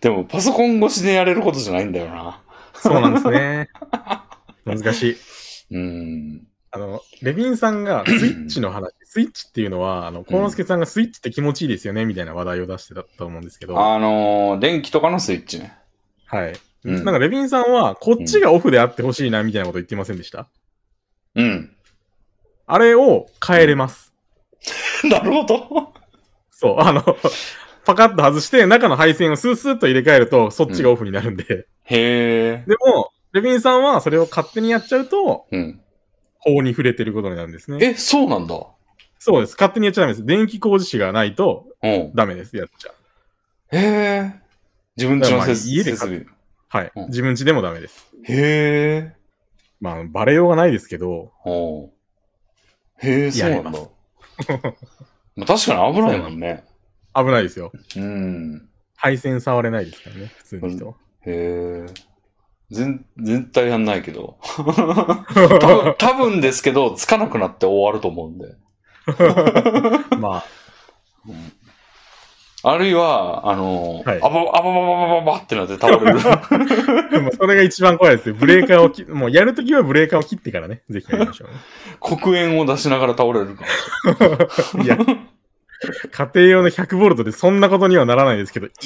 でも、パソコン越しでやれることじゃないんだよな。
そうなんですね。難しい。
うん。
あの、レビンさんがスイッチの話、スイッチっていうのは、あの、幸之助さんがスイッチって気持ちいいですよね、みたいな話題を出してたと思うんですけど、は
あのー電気とかのスイッチね。
い。
うん
なんかレビンさんは、こっちがオフであってほしいな、みたいなこと言ってませんでした、
うん。
あれを変えれます。
なるほど。
そう、あの、パカッと外して、中の配線をスースーっと入れ替えると、そっちがオフになるんで。
へえ。
でも、レビンさんはそれを勝手にやっちゃうと、
うん。
法に触れてることになるんですね。
え、そうなんだ。
そうです。勝手にやっちゃダメです。電気工事士がないと
うん。へ
ダメです。やっちゃう。
え。自分ちの設
まあ家で
設備。へ
はい。
うん
自分家でもダメです。
え。
まあ、バレようがないですけど、
おうへえ、そうなん
やれ
だ
ま。
まあ確かに危ないもんね。
危ないですよ。
うん。
配線触れないですからね、普通の人は。
へえ。全、全体やんないけ ど。多分多分ですけど、つかなくなって終わると思うんで。
まあ、
あるいは、あの、
はい
あば、あばばばばばばってなって倒れ る。
でもそれが一番怖いですよ。ブレーカーをき、もうやるときはブレーカーを切ってからね、ぜひやりましょうね、
黒煙を出しながら倒れるかも。
い や、家庭用の100ボルトでそんなことにはならないですけど、いって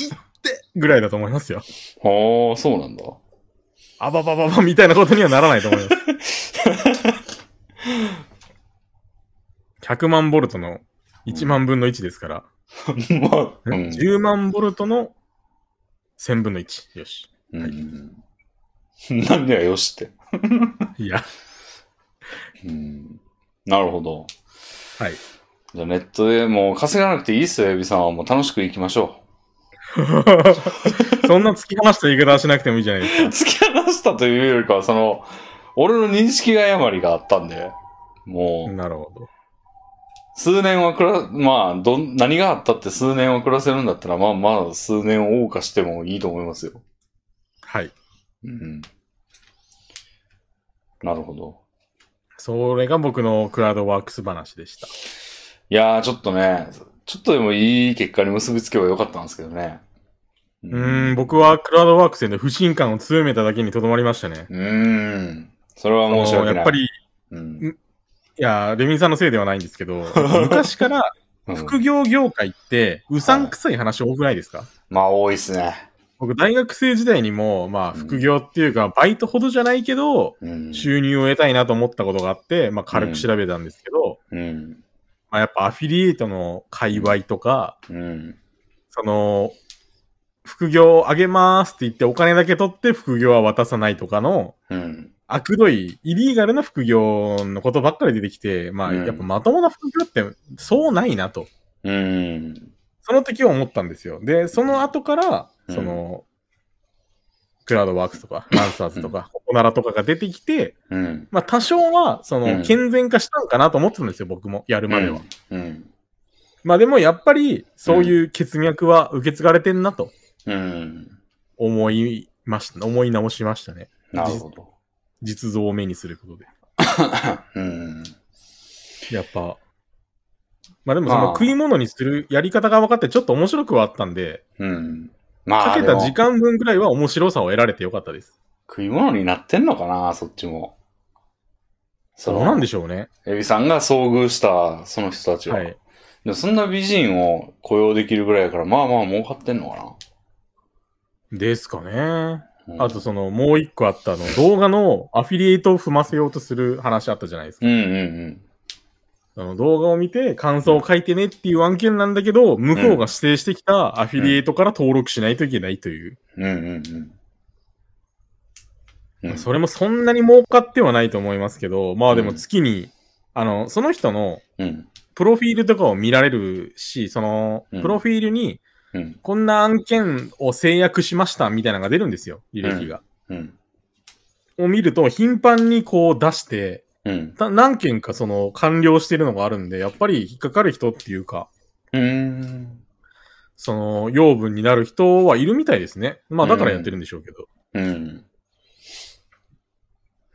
ぐらいだと思いますよ。
ああ、そう なんだ。
あばばばばみたいなことにはならないと思います。100万ボルトの1万分の1ですから、
まあ、うん。
10万ボルトの1000分の1。よし。
うん、何ではよしって。
いや、
うん、なるほど。
はい。
じゃあネットでもう稼がなくていいっすよ、エビさんは。もう楽しく行きましょ
そんな突き放した言い方はしなくてもいいじゃないです
う。突き放したというよりかは、その、俺の認識が誤りがあったんで、
か。
もう、
なるほど。
数年は暮ら、まあ、どん、何があったって数年は暮らせるんだったら、まあまあ、数年を謳歌してもいいと思いますよ。
はい。
うん。なるほど。
それが僕のクラウドワークス話でした。
いやー、ちょっとね、ちょっとでもいい結果に結びつけばよかったんですけどね。う
うーん、僕はクラウドワークスへの不信感を強めただけにとどまりましたね。
うーん。それは申し訳ない。
やっぱり、い
うん、
や、レミンさんのせいではないんですけど、昔から
うん
副業業界って、うさんくさい話多くないですか
まあ、多いっすね。
僕、大学生時代にも、まあ、
うん
副業っていうか、バイトほどじゃないけど、
うん。
収入を得たいなと思ったことがあって、まあ、軽く調べたんですけど、
うん。
まあ、やっぱアフィリエイトの界隈とか、
うん。
その、副業あげますって言ってお金だけ取って副業は渡さないとかの、
うん。
悪どい、イリーガルな副業のことばっかり出てきて、まあ、
うん
やっぱまともな副業ってそうないなと、
うん。
その時は思ったんですよ。で、その後から、
うん
その、クラウドワークスとか、ランサーズとか、ココナラとかが出てきて、
うん。
まあ、多少は、そ
うん
の、健全化したんかなと思ってたんですよ、僕も、やるまでは。
うん。
まあ、でもやっぱり、そういう血脈は受け継がれてんなと
うん。
思いました、思い直しましたね。
なるほど。
実像を目にすることで。
うん。
やっぱ。まあでもそ
まあ
の食い物にするやり方が分かってちょっと面白くはあったんで、
うん。まあ、
かけた時
でも
間分ぐらいは面白さを得られてよかったです。
食い物になってんのかな、そっちも。そ
どう
の
なんでしょうね。
エビさんが遭遇した、その人たちは。
は
で
い。
もそんな美人を雇用できるぐらいやから、まあまあ儲かってんのか
ですかね。
な。うん
あと、そのもう一個あったあの動画のアフィリエイトを踏ませようとする話あったじゃないです
う
か。
んうん
あの動画を見て感想を書いてねっていう案件なんだけど、向こうが指定してきたアフィリエイトから登録しないといけないという。
うん。うんうんうん。う
まあ
ん
それもそんなに儲かってはないと思いますけど、まあでも月に、あの、その人の
うん。
プロフィールとかを見られるし、その
うん、
プロフィールに、
うん。
こんな案件を制約しましたみたいなのが出るんですよ、履歴が。
うん。
を見ると、頻繁にこう出して、
うん。
た何件かその、完了してるのがあるんで、やっぱり引っかかる人っていうか、
うん。
その、養分になる人はいるみたいですね。まあ、だからやってるんでしょうけど。
うん。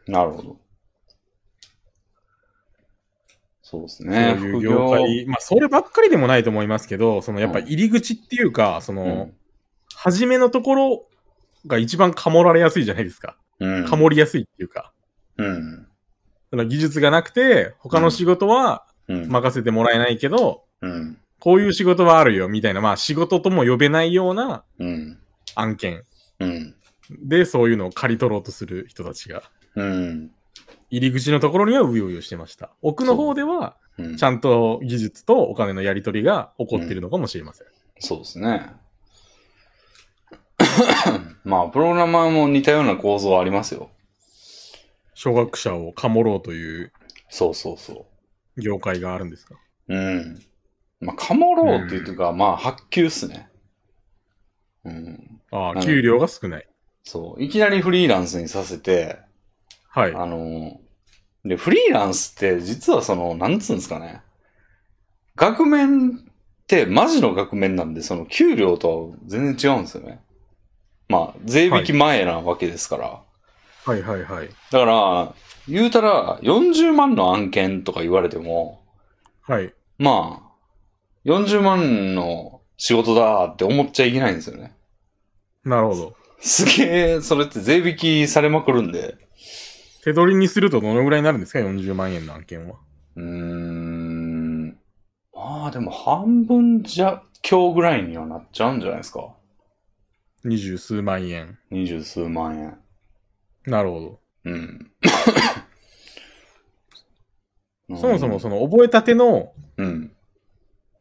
なるほど。そうですね。
そういう業界、まあ、そればっかりでもないと思いますけど、その、やっぱ入り口っていうか、そ
副業
の、初めのところが一番かもられやすいじゃないですか。
うん。うん
か。もりやすいっていうか。
うん。
その技術がなくて、他の仕事は
うん。
任せてもらえないけど、
うん。
こういう仕事はあるよ、みたいな、まあ仕事とも呼べないような
うん。
案件
うん。
で、そういうのを刈り取ろうとする人たちが、
うん。
入り口のところにはうようよしてました。奥の方では、
うん
ちゃんと技術とお金のやり取りが起こってるのかもしれません。
そうですね。 まあ、プログラマーも似たような構造はありますよ。
小学者をかもろうという
そうそうそ
業界があるんですか
う。うん。まあ、かもろうっていうか、まあ、発給っすね。うん。
あ
うん
あ、給料が少ない。
そう。いきなりフリーランスにさせて、
はい。
あの、で、フリーランスって実はその、なんつうんですかね。額面ってマジの額面なんで、その給料とは全然違うんですよね。まあ、税引き前なわけですから。
はいはいはい。
だから、言うたら40万の案件とか言われても、
はい。
まあ、40万の仕事だって思っちゃいけないんですよね。
なるほど。
すげえ、それって税引きされまくるんで。
手取りにするとどのぐらいになるんですか ?40 万円の案件は。
うーん。まあでも半分じゃ、今日ぐらいにはなっちゃうんじゃないですか。
二十数万円。
二十数万円。
なるほ
うん。
ど。そもそもその覚えたての
うん。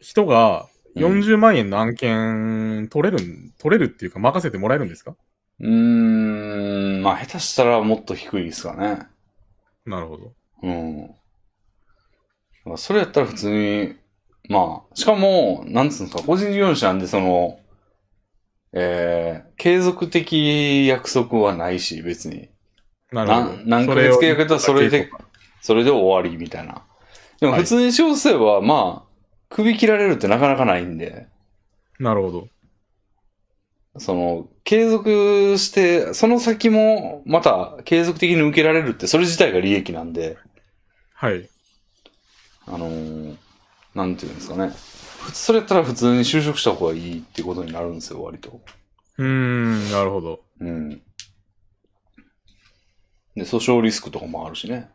人が
うん
40万円の案件取れるん、取れるっていうか任せてもらえるんですか
うーん。まあ下手したらもっと低いですかね。
なるほど。
うん。まあそれやったら普通に、まあ、しかも、なんつうんですか、個人事業主なんで、その、えー、継続的約束はないし、別に。
なるほ
な
ど。
何ヶ月契約やったらそれ
それを
で、それで終わりみたいな。でも
はい
普通に仕事すれば、まあ、首切られるってなかなかないんで、
なるほど。
その、継続して、その先もまた継続的に受けられるって、それ自体が利益なんで、
はい。
あのーなんていうんですかね。普通それやったら普通に就職した方がいいってことになるんですよ、割と。
うーん、なるほど。
うん。で、訴訟リスクとかもあるしね。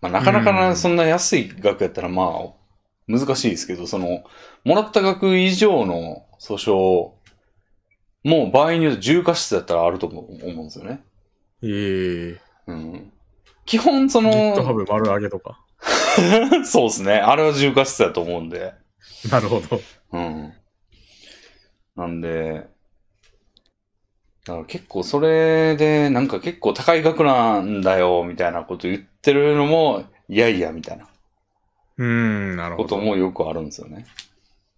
まあ、なかなか
う
な、
ん
そんな安い額やったら、まあ、難しいですけど、その、もらった額以上の訴訟、もう場合によって重過失だったらあると思う思うんですよね。
ええ
うん。基本、そ
ー。
の、
GitHub 丸上げとか。
そうですね。あれは重過失だと思うんで。
なるほど。
うん。なんで、だから結構それで、なんか結構高い額なんだよ、みたいなこと言ってるのも、いやいや、みたいな
うーん、なるほ
こと
ど。
もよくあるんですよね。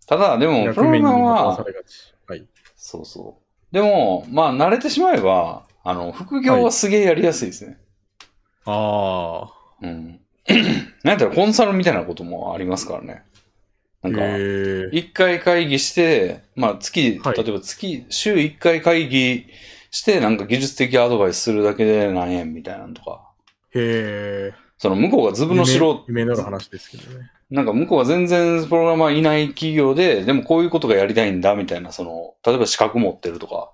ただ、でも、プ
役
ログ
目に
ラム
任さ
は、
れがち。はい。
そうそう。でも、まあ、慣れてしまえば、あの、副業はすげえやりやすいですね。
あ
うん。 なんやったらコンサルみたいなこともありますからね。な
あ。
んか、
ええー。
一回会議して、まあ月、
はい
例えば月、週一回会議して、なんか技術的アドバイスするだけで何円みたいなのとか。
へえ。
その向こうがズブの素人、
夢夢のある話ですけどね。
なんか向こうが全然プログラマーいない企業で、でもこういうことがやりたいんだみたいな、その、例えば資格持ってるとか、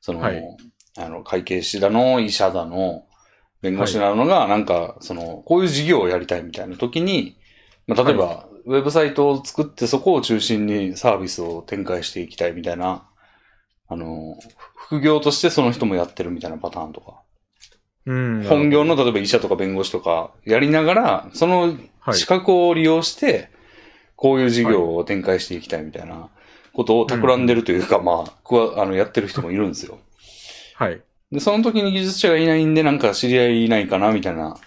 その、
はい
あの、会計士だの、医者だの、弁護士なのが、なんか、その、こういう事業をやりたいみたいな時に、まあ、例えば、ウェブサイトを作ってそこを中心にサービスを展開していきたいみたいな、あの、副業としてその人もやってるみたいなパターンとか、
うん。
本業の
なる
例えば医者とか弁護士とかやりながら、その
ほど、はい
資。格を利用して、こういう事業を展開していきたいみたいなことを企んでるというか、まあ、くわあのやってる人もいるんですよ。
はい。
で、その時に技術者がいないんで、なんか知り合いいないかな、みたいな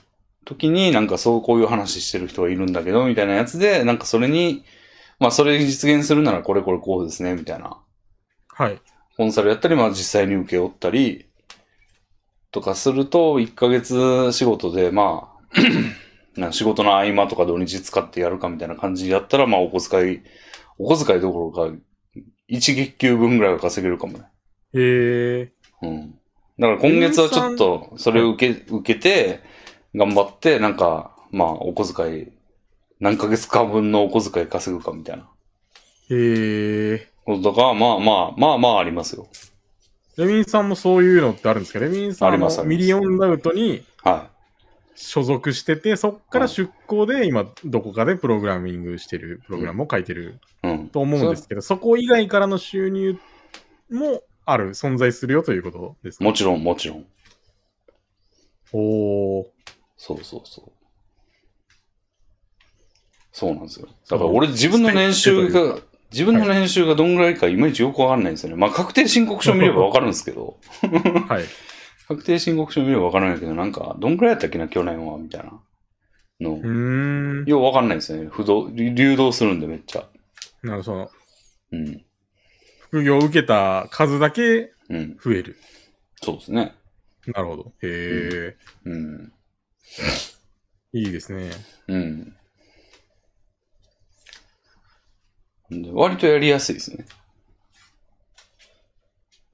時に、なんかそうこういう話してる人がいるんだけど、みたいなやつで、なんかそれに、まあ、それ実現するならこれこれこうですね、みたいな。
はい。
コンサルやったり、まあ実際に受け負ったり、とかすると、1ヶ月仕事で、まあ、 な仕事の合間とか土日使ってやるかみたいな感じやったら、まあお小遣い、お小遣いどころか、1月給分ぐらいは稼げるかもね。
へえ。
うん。だから今月はちょっと、それを受け、受けて、頑張って、なんか、まあお小遣い、何ヶ月か分のお小遣い稼ぐかみたいな
へえ。
こととか、まあまあ、まあまあありますよ。
レミンさんもそういうのってあるんですかレミンさん
あり
も
ますあります
ミリオンダウトに
はい。
所属してて、そっから出向で今どこかでプログラミングしてる、プログラムを書いてる
うん。
と思うんですけど、そこ以外からの収入もある、存在するよということですか
もちろん、もちろん。
おー。
そうそうそう。そうなんですよ。だから俺自分の年収
そ
が、自分の年収がどんぐらいかいまいちよくわかんないんですよね。まあ確定申告書見ればわかるんですけど。
はい。
確定申告書見ればわからないけど、なんか、どんくらいやったっけな、去年は、みたいな。の
う。ーん。
ようわかんないですよね。不動、流動するんでめっちゃ。
なるほど。
うん。
副業を受けた数だけ
うん。
増える。
そうですね。
なるほど。へえ、
うん。
いいですね。
うん。で割とやりやすいですね。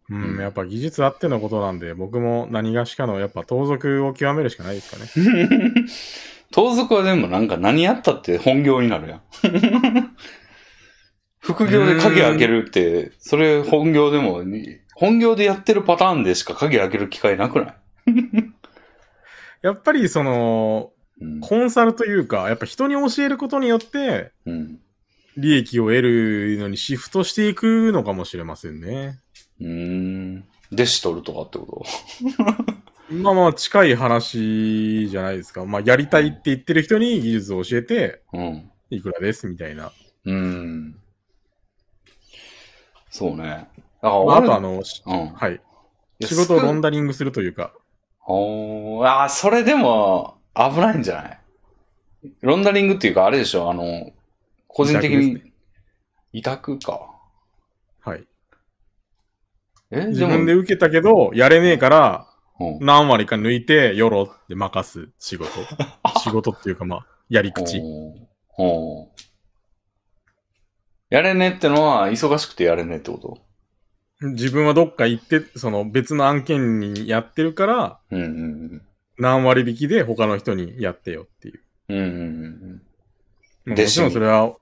うん、
うん
やっぱ技術あってのことなんで、僕も何がしかの、やっぱ盗賊を極めるしかないですかね。
盗賊はでもなんか何やったって本業になるやん。 副業で鍵開けるって、それ本業でも、本業でやってるパターンでしか鍵開ける機会なくない、
やっぱりその、
うん、
コンサルというか、やっぱ人に教えることによって、
うん。
利益を得るのにシフトしていくのかもしれませんね。
うーん。弟子取るとかってこ
まあまあ近い話じゃないですか。まあやりたいって言ってる人に技術を教えて、
とうん。
いくらですみたいな。
うん。そうね。だから
まあ、あ
俺
とあの、し
うん。い
はい。
や
仕事を
少
ロンダリングするというか。
おーあー、それでも危ないんじゃないロンダリングっていうか、あれでしょ、あの、個人的
委託で
に委託か。
はい。
え
自分で受けたけど、やれねえから、何割か抜いて、よろって任す 仕事。仕事っていうかまあ、やり
口。
口。
おーやれねってのは、忙しくてやれねってこと
自分はどっか行って、その別の案件にやってるから、
うんうん
何割引きで他の人にやってよっていう。
うん。うんうん
まあ
弟子に
もちろんそれは、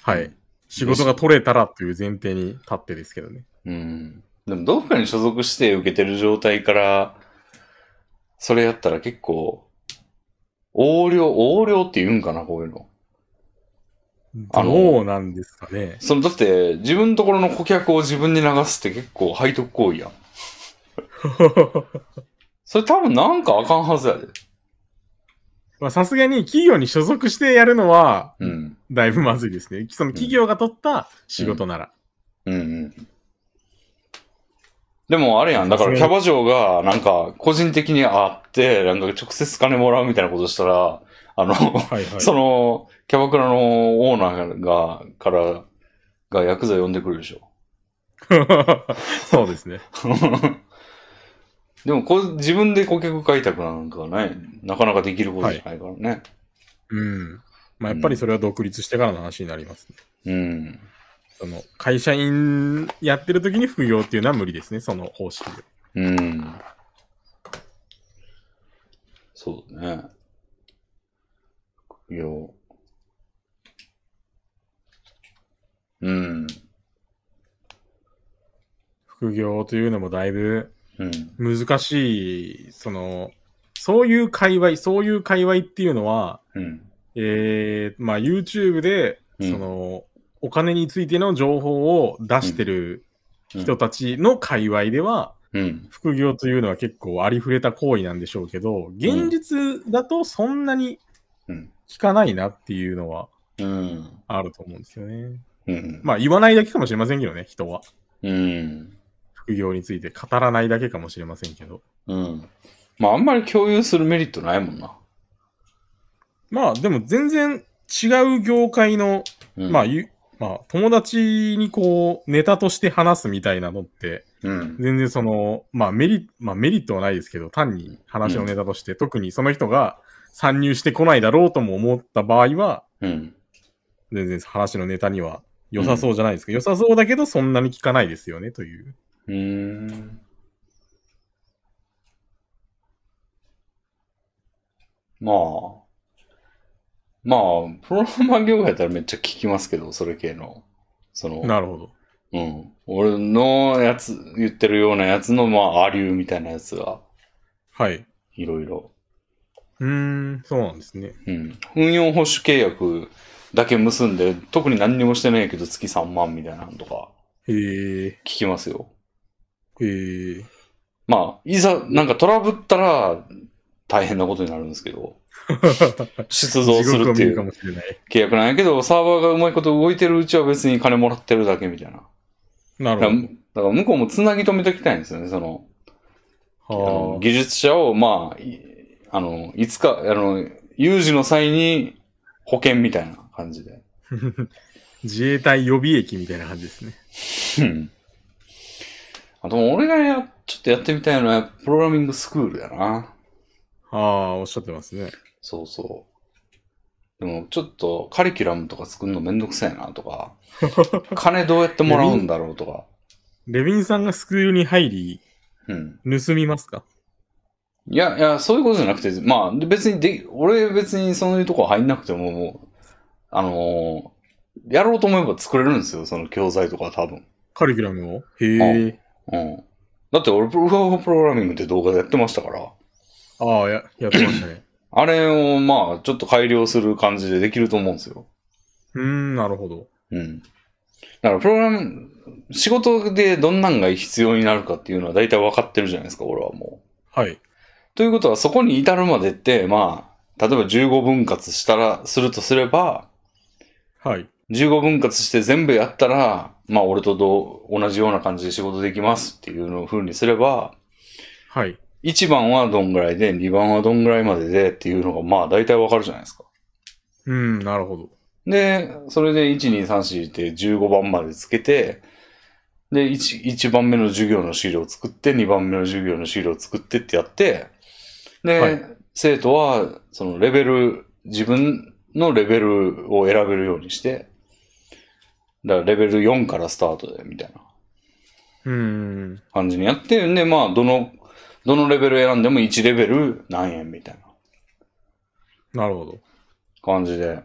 は
う
い。仕事が取れたらという前提に立ってですけどね。
うん。うん。でも、どっかに所属して受けてる状態から、それやったら結構、横領、横領って言うんかな、こういうの。あの
どうなんですかね。
その、だって、自分のところの顧客を自分に流すって結構背徳行為やん。それ多分なんかあかんはずやで。
まあさすがに企業に所属してやるのは、
うん。
だいぶまずいですね。その企業が取った仕事なら。
うんうん。でもあれやん。だからキャバ嬢がなんか個人的に会って、なんか直接金もらうみたいなことしたら、あの、
はい はい。
その、キャバクラのオーナーが、から、がヤクザ呼んでくるでしょ。
そうですね。
でもこう、自分で顧客開拓なんかね、なかなかできることじゃないからね。
うん。まあやっぱりそれは独立してからの話になりますね。
うん。
その会社員やってる時に副業っていうのは無理ですね、その方式で。
うん。そうだね。副業。うん。
副業というのもだいぶ
うん。
難しい、その、そういう界隈、そういう界隈っていうのは、
うん。
えー、まあ YouTube で、
うん
その、お金についての情報を出してる人たちの界隈では、
うん。
副業というのは結構ありふれた行為なんでしょうけど、現実だとそんなに
うん。
聞かないなっていうのは
うん。
あると思うんですよね。
うん。
まあ言わないだけかもしれませんけどね、人は。
うん。
副業について語らないだけかもしれませんけど。
うん。まあ、あんまり共有するメリットないもんな。
まあでも全然違う業界の、
うん、
まあ、ゆまあ友達にこうネタとして話すみたいなのって、
うん。
全然その、まあメリ,、まあ、メリットはないですけど、単に話のネタとして、特にその人が参入してこないだろうとも思った場合は、
うん。
全然話のネタには良さそうじゃないですか。良さそうだけどそんなに聞かないですよねという。
うーん。まあ。まあ、プログラマー業界だったらめっちゃ聞きますけど、それ系の。その、
なるほど。
うん。俺のやつ、言ってるようなやつの、まあ、アリューみたいなやつが、
はい。
いろいろ。
うーん、そうなんですね。
うん。運用保守契約だけ結んで、特に何にもしてないけど、月3万みたいなのとか、
へえ、
聞きますよ。
へ え。
まあ、いざ、なんかトラブったら、大変なことになるんですけど、出動するってい
地獄を見か
う
もしれない。
契約なんやけど、サーバーがうまいこと動いてるうちは別に金もらってるだけみたいな。
な
だから
る
だから向こうもつなぎ止めておきたいんですよね、その、あの
は
技術者を、まあ、いあの、いつか、あの、有事の際に保険みたいな感じで。
あ。自衛隊予備役みたいな感じですね。
うん あと、俺がや、ちょっとやってみたいのは、プログラミングスクールやな。
ああ、おっしゃってますね。
そうそう。でも、ちょっと、カリキュラムとか作るのめんどくさいなと か、金どうやってもらうんだろうとか。
レビンさんがスクールに入り、
うん。
盗みますか
いや、いや、そういうことじゃなくて、まあ、別にで、俺別にそういうとこ入んなくても、もう、あのーやろうと思えば作れるんですよ、その教材とかは多分。
カリキュラムをへえ。
うん。だって俺、プロプログラミングって動画でやってましたから。
ああ、や、やってましたね。
あれをまあ、ちょっと改良する感じでできると思うんですよ。
うーん、なるほど。
うん。だから、プログラム、仕事でどんなんが必要になるかっていうのは大体分かってるじゃないですか、俺はもう。
はい。
ということは、そこに至るまでって、まあ、例えば15分割したら、するとすれば、
はい。
15分割して全部やったら、まあ、俺とどう同じような感じで仕事できますっていうの風にすれば、
はい。
1番はどんぐらいで、2番はどんぐらいまででっていうのが、まあ、大体分かるじゃないですか。
うーん、なるほど。
で、それで1234って15番までつけて、で、1, 1番目の授業の資料を作って、2番目の授業の資料を作ってってやって、で、
はい
生徒は、そのレベル、自分のレベルを選べるようにして、だからレベル4からスタートで、みたいな
うーん。
感じにやって、で、まあ、どの、どのレベル選んでも1レベル何円みたいな。
なるほど。
感じで。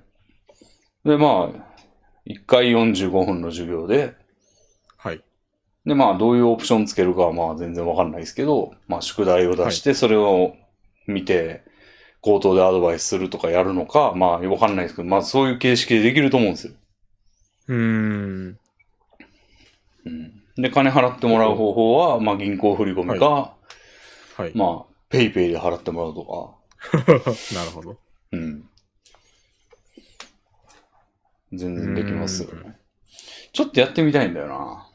で、まあ、1回45分の授業で、
はい。
で、まあ、どういうオプションつけるかはまあ全然わかんないですけど、まあ、宿題を出して、それを見て、口頭でアドバイスするとかやるのか、まあ、わかんないですけど、まあ、そういう形式でできると思うんですよ。
うーん。
うん。で、金払ってもらう方法は、まあ、銀行振り込みか、
はい。
まあ、ペイペイで払ってもらうとか、
なるほど。
うん。全然できますよ
う
ね。ちょっとやってみたいんだよな。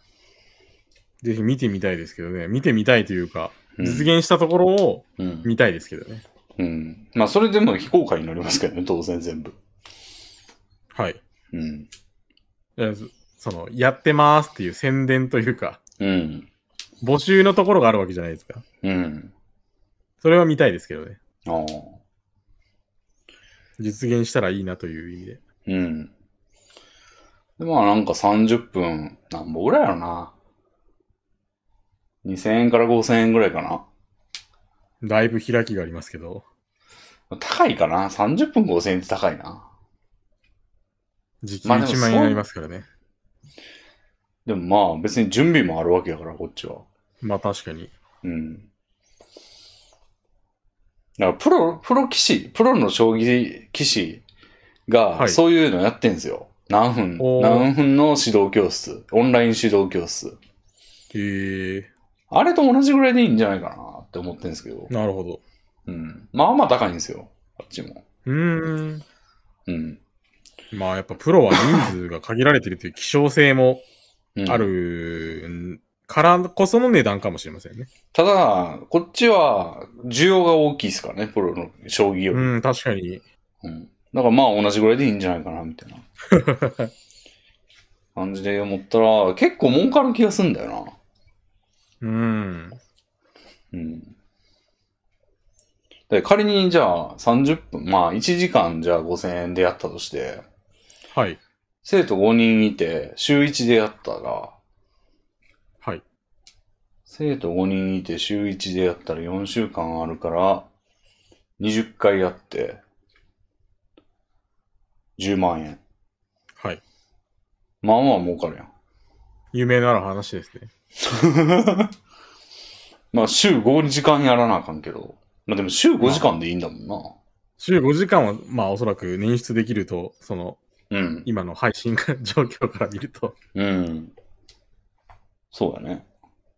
ぜひ見てみたいですけどね。見てみたいというか、
うん
実現したところを
うん。
見たいですけどね。
うん。まあ、それでも非公開になりますけどね、当然全部。
はい。
うん。
えーそその、やってますっていう宣伝というか、
うん。
募集のところがあるわけじゃないですか。
うん。
それは見たいですけどね。
ああ。
実現したらいいなという意味で。
うん。で、まあ、なんか30分、なんぼぐらいやろな。2000円から5000円ぐらいかな。
だいぶ開きがありますけど、
高いかな ?30 分5000円って高いな。
時給
まあでも
1万円になりますからね。
でもまあ、別に準備もあるわけやから、こっちは。
まあ確かに。
うん。だから、プロ、プロ棋士、プロの将棋棋士
は
が、
い
そういうのやってんですよ。何分、
おー
何分の指導教室、オンライン指導教室。
へえ、
あれと同じぐらいでいいんじゃないかなって思ってるんですけど。
なるほど。
うん。まあまあ高いんですよ。あっちも。
うーん。
うん。
まあやっぱプロは人数が限られてるという希少性も
うん
あ。るからこその値段かもしれませんね。
ただ、こっちは、需要が大きいですからね、プロの将棋より。
うん、確かに。
うん。だからまあ同じぐらいでいいんじゃないかな、みたいな。 感じで思ったら、結構儲かる気がすんだよ
うん。
な。うん。で仮にじゃあ30分、まあ1時間じゃあ5000円でやったとして、
はい。
生徒5人いて、週1でやったら、
はい。
生徒5人いて週1でやったら4週間あるから、20回やって、10万円。
はい。
まあまあ儲かるやん。
夢のある話ですね。
まあ週5時間やらなあかんけど。まあでも週5時間でいいんだもんな。
週5時間は、まあおそらく捻出できると、その、
うん。
今の配信が状況から見ると、
うん。そうだね。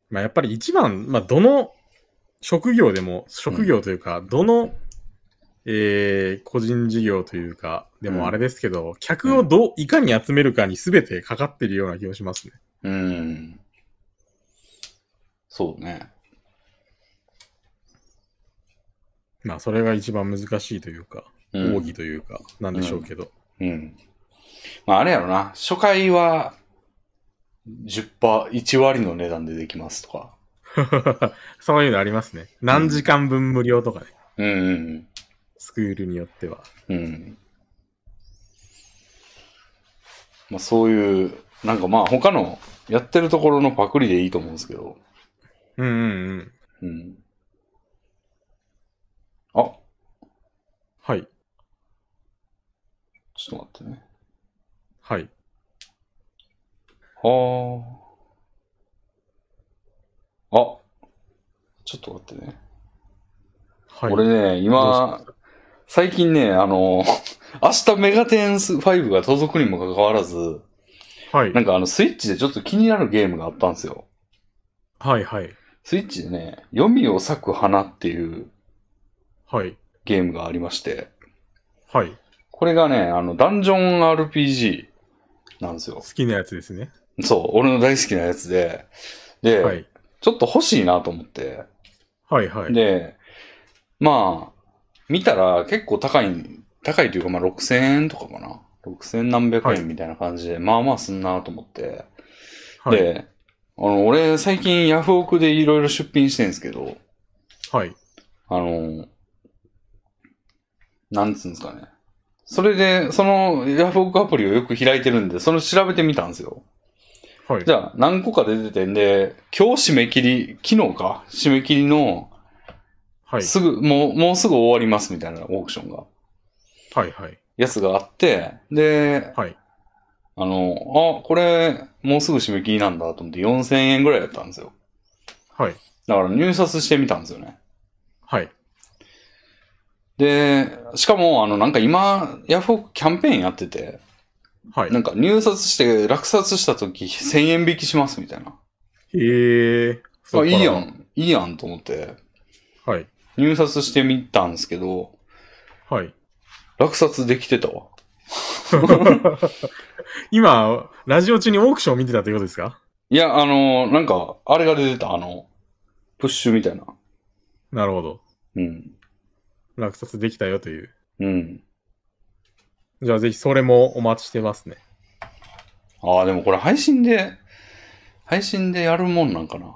まあやっぱり一番、まあどの職業でも、職業というか、どの、えー、個人事業というか、で
うん
もあれですけど、客をどう、いかに集めるかに全てかかってるような気がしますね。
うん。そうね。
まあ、それが一番難しいというか、
うん
奥義というか、なんでしょうけど。
うん。まあ、あれやろな。初回は、10%、1割の値段でできますとか。
そういうのありますね。何時間分無料とかね。
うんうん
スクールによっては。
うん。うん。まあ、そういう、なんかまあ、他の、やってるところのパクリでいいと思うんですけど。
うんうんう
う
ん。
ん。あ、
はい。
ちょっと待ってね。
はい。
はあ。あ、ちょっと待ってね。
はい。
俺ね、
どう
今、最近ね、あの、 明日メガテンス5が届くにもかかわらず、
はい
な。んかあの、スイッチでちょっと気になるゲームがあったんですよ。
はいはい。
スイッチでね、読みを咲く花っていう
はい。
ゲームがありまして、
はい。
これがね、あの、ダンジョン RPG なんですよ
好。きなやつですね。
そう、俺の大好きなやつで、で、
はい。
ちょっと欲しいなと思って、
はいはい。
で、まあ、見たら結構高い、高いというか、まあ6000円とかかな。6000何百
はい
円みたいな感じで、まあまあすんなと思って。
はい。
で、あの、俺最近ヤフオクでいろいろ出品してるんですけど、
はい。
あの、なんつうんですかね。それで、そのヤフオクアプリをよく開いてるんで、それ調べてみたんですよ。
はい
じ。ゃあ、何個か出ててんで、今日締め切り、昨日か締め切りの、
はい。
すぐ、もう、もうすぐ終わりますみたいなオークションが、
はいはい。
やつがあって、で、
はい。
あの、あ、これ、もうすぐ締め切りなんだと思って4000円ぐらいだったんですよ。
はい。
だから入札してみたんですよね。
はい。
で、しかも、あの、なんか今、ヤフオクキャンペーンやってて、
はい
な。んか入札して落札した時1000円引きしますみたいな。
へえ。そ
あ、
う
い
か
いや。ん、いいやんと思って、
はい。
入札してみたんですけど、
はい。
落札できてたわ。
今、ラジオ中にオークションを見てたということですか
いや、あの、なんか、あれが出てた、あの、プッシュみたいな。
なるほど。
うん。
落札できたよという。
うん。
じゃあぜひそれもお待ちしてますね。
ああ、でもこれ配信で、配信でやるもんなんかな。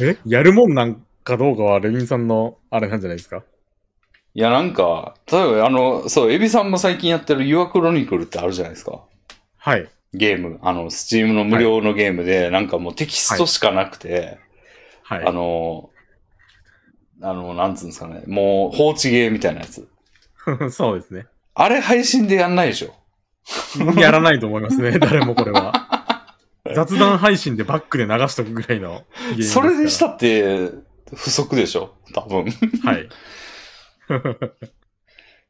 えやるもんなんかどうかはレビンさんのあれなんじゃないですか
いや、なんか、例えばあの、そう、エビさんも最近やってる Your Chronicle ってあるじゃないですか。
はい。
ゲーム。あの、スチームの無料のゲームで、なんかもうテキストしかなくて、
はい。
あの、あの、なんつうんですかね、もう放置ゲーみたいなやつ。
そうですね。
あれ配信でやんないでしょ。
やらないと思います ね、誰もこれは。雑談配信でバックで流しとくぐらいのゲームすか
そ
ら
れでしたって、不足でしょ。多分。 っ
はい。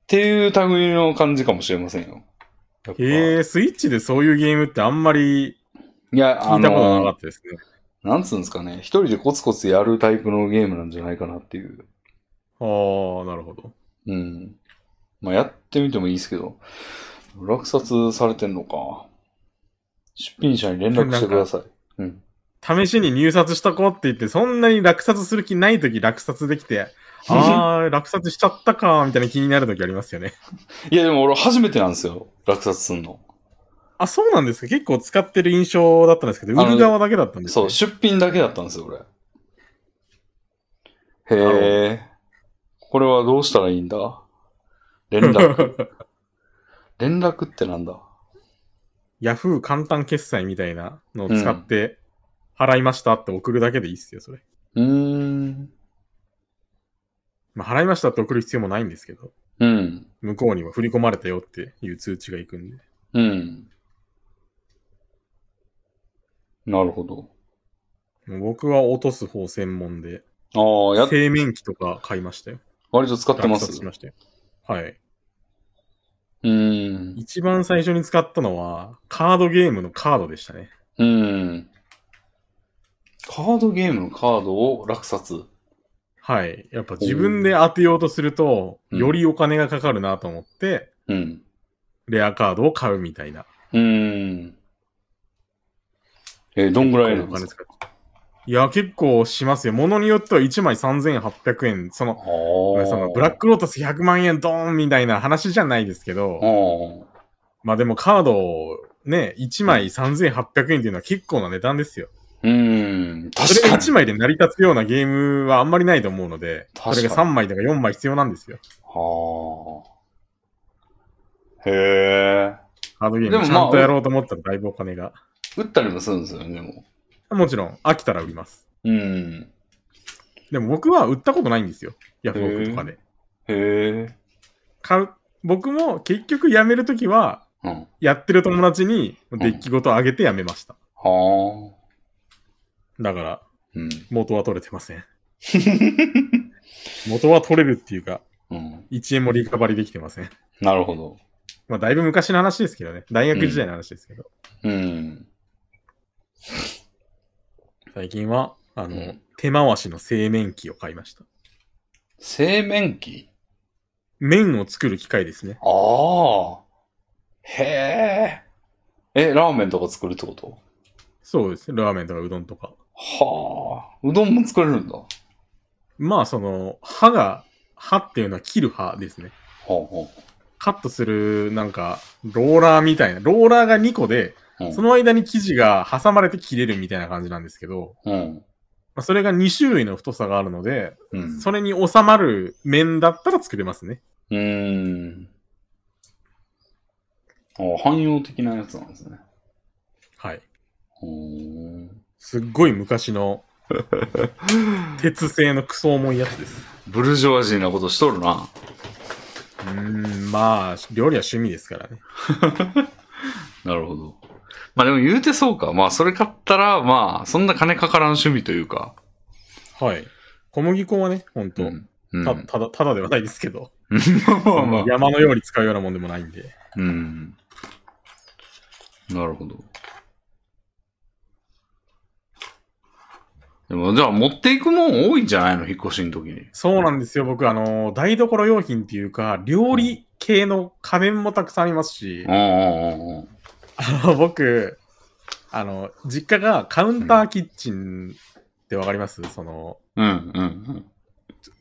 ていう類の感じかもしれませんよ。やっぱ
えー、スイッチでそういうゲームってあんまり
いや、あ
聞いたことなか
の
っ、たですね。
なんつうんですかね、一人でコツコツやるタイプのゲームなんじゃないかなっていう。
あー、なるほど。
うん。まあ、やってみてもいいですけど、落札されてんのか。出品者に連絡してください。うん。
試しに入札しとこうって言って、そんなに落札する気ないとき落札でき て、あー、落札しちゃったか、みたいな気になるときありますよね。
いや、でも俺初めてなんですよ。落札すんの。
あ、そうなんですか結構使ってる印象だったんですけど、
あの
売る側だけだったんです
そ
ね
う、。出品だけだったんですよ、俺。
な
へえ。これはどうしたらいいんだ連 絡。連絡ってなんだ
ヤフー簡単決済みたいなのを使って、払いましたって送るだけでいいっすよ、それ。
うーん。
まあ、払いましたって送る必要もないんですけど、
うん。
向こうには振り込まれたよっていう通知が行くんで。
うん。なるほど。
もう僕は落とす方専門で、
ああ、やっ、
製麺機とか買いましたよ。
割と使ってま
落
す。
札しましたよ。はい。
うーん。
一番最初に使ったのは、カードゲームのカードでしたね。
うーん。カードゲームのカードを落札。
はい。やっぱ自分で当てようとすると、
うん
よりお金がかかるなと思って、
うん。
レアカードを買うみたいな。
うーん。えーどんぐらいなん
お
で
金
すか
使っいや、結構しますよ。ものによっては1枚3800円。その、そのブラックロータス100万円ドーンみたいな話じゃないですけど、
ああ。
まあでもカードをね、1枚3800円っていうのは結構な値段ですよ。
うーん。
そ
確
れ
か
が
に。
1枚で成り立つようなゲームはあんまりないと思うので、
確か
そ
に
れが3枚とか4枚必要なんですよ。
はあ。へえ。
カードゲー
でも
ム
まあ
ちゃんとやろうと思ったらだいぶお金が。
打ったりもするんですよね、でも。
もちろん、飽きたら売ります。
うん。
でも僕は売ったことないんですよ。ヤフオクとかで。
へえ。
買う、僕も結局辞めるときは、
うん。
やってる友達にデッキごとあげて辞めました。
はあ。
だから、
うん。
元は取れてま せん。元は取れるっていうか、
うん。
1円もリカバリーできてません。
なるほど。
まあ、だいぶ昔の話ですけどね。大学時代の話ですけど。
うん。
最近は、あの、
うん
手回しの製麺機を買いました。
製麺機
麺を作る機械ですね。
ああ。へえ。え、ラーメンとか作るってこと
そうです。ラーメンとかうどんとか。
はあ。うどんも作れるんだ。は
まあ、その、歯が、歯っていうのは切る歯ですね。
あ、は
カットする、なんか、ローラーみたいな。ローラーが2個で、
あ。うん
その間に生地が挟まれて切れるみたいな感じなんですけど、
うん。
まあ、それが2種類の太さがあるので、
うん。
それに収まる面だったら作れますね。
うーん。あ汎用的なやつなんですね。
はい。
うーん。
すっごい 昔の鉄製のクソ重いやつです。
ブルジョワジーなことしとるな。
うーん、まあ、料理は趣味ですからね。
なるほど。まあでも言うてそうか。まあそれ買ったら、まあそんな金かからん趣味というか。
はい。小麦粉はね、ほんと、
うん。うん、
たただ、ただではないですけど、
まあまあ。
山のように使うようなもんでもないんで。
うん。なるほど。でもじゃあ持っていくもん多いんじゃないの引っ越しの時に。
そうなんですよ、僕、あの、台所用品っていうか、料理系の家電もたくさんありますし
うん、うんうんうん。
あの 僕、あの、実家がカウンターキッチンってわかります、その、
うんうん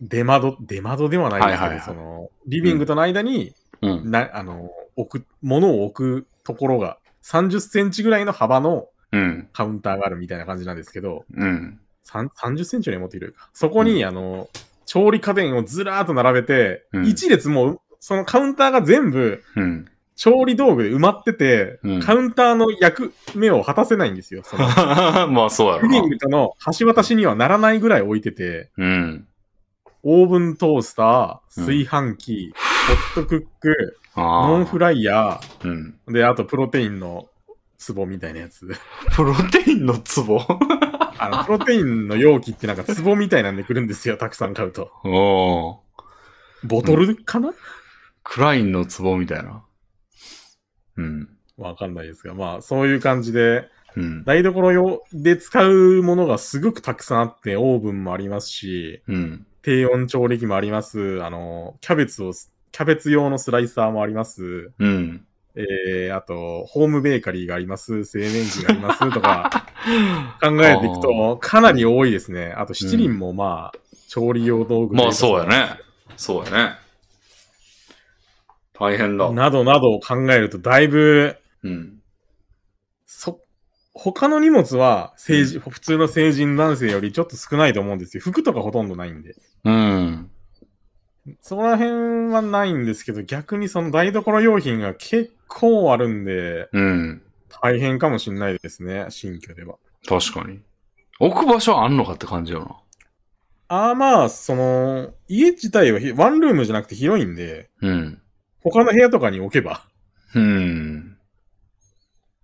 出窓、出窓ではないですけど、
はいはいはい
その、リビングとの間に、
うん。うん。
な、あの、置く、物を置くところが、30センチぐらいの幅の
うん。
カウンターがあるみたいな感じなんですけど、
うん。
さん30センチよりもっと広いか。そこに、あの、調理家電をずらーっと並べて、
うん
一列もう、そのカウンターが全部、
うん。
調理道具で埋まってて、
うん
カウンターの役目を果たせないんですよ。 その
まあそうやろ
リビン
な。
グとの橋渡しにはならないぐらい置いてて、
うん。
オーブントースター、炊飯器、ホットクック、
ああ。
ノンフライヤ
うん。
ー、で、あとプロテインの壺みたいなやつ。
プロテインのツボ
あの、プロテインの容器ってなんか壺みたいなんで来るんですよ、たくさん買うと。
おー
ボトルかな
クラインのツボみたいな。うん。
わ、かんないですが、まあ、そういう感じで、
うん。
台所用で使うものがすごくたくさんあって、オーブンもありますし、
うん。
低温調理器もあります。あの、キャベツをす、キャベツ用のスライサーもあります。
うん。
えー、あと、ホームベーカリーがあります。製麺機があります。と か、考えていくと、かなり多いですね。あと、七輪もまあ、調理用道具といか
まあそうや。ね。そうやね。大変だ。
などなどを考えると、だいぶ、
うん。
そ、他の荷物は、成人、普通の成人男性よりちょっと少ないと思うんですよ。服とかほとんどないんで。
うん。
そこら辺はないんですけど、逆にその台所用品が結構あるんで、
うん。
大変かもしんないですね、新居では。
確かに。置く場所あんのかって感じよ
ああまあ、その、家自体はひワンルームじゃなくて広いんで、
な。うん。
他の部屋とかに置けば
うん。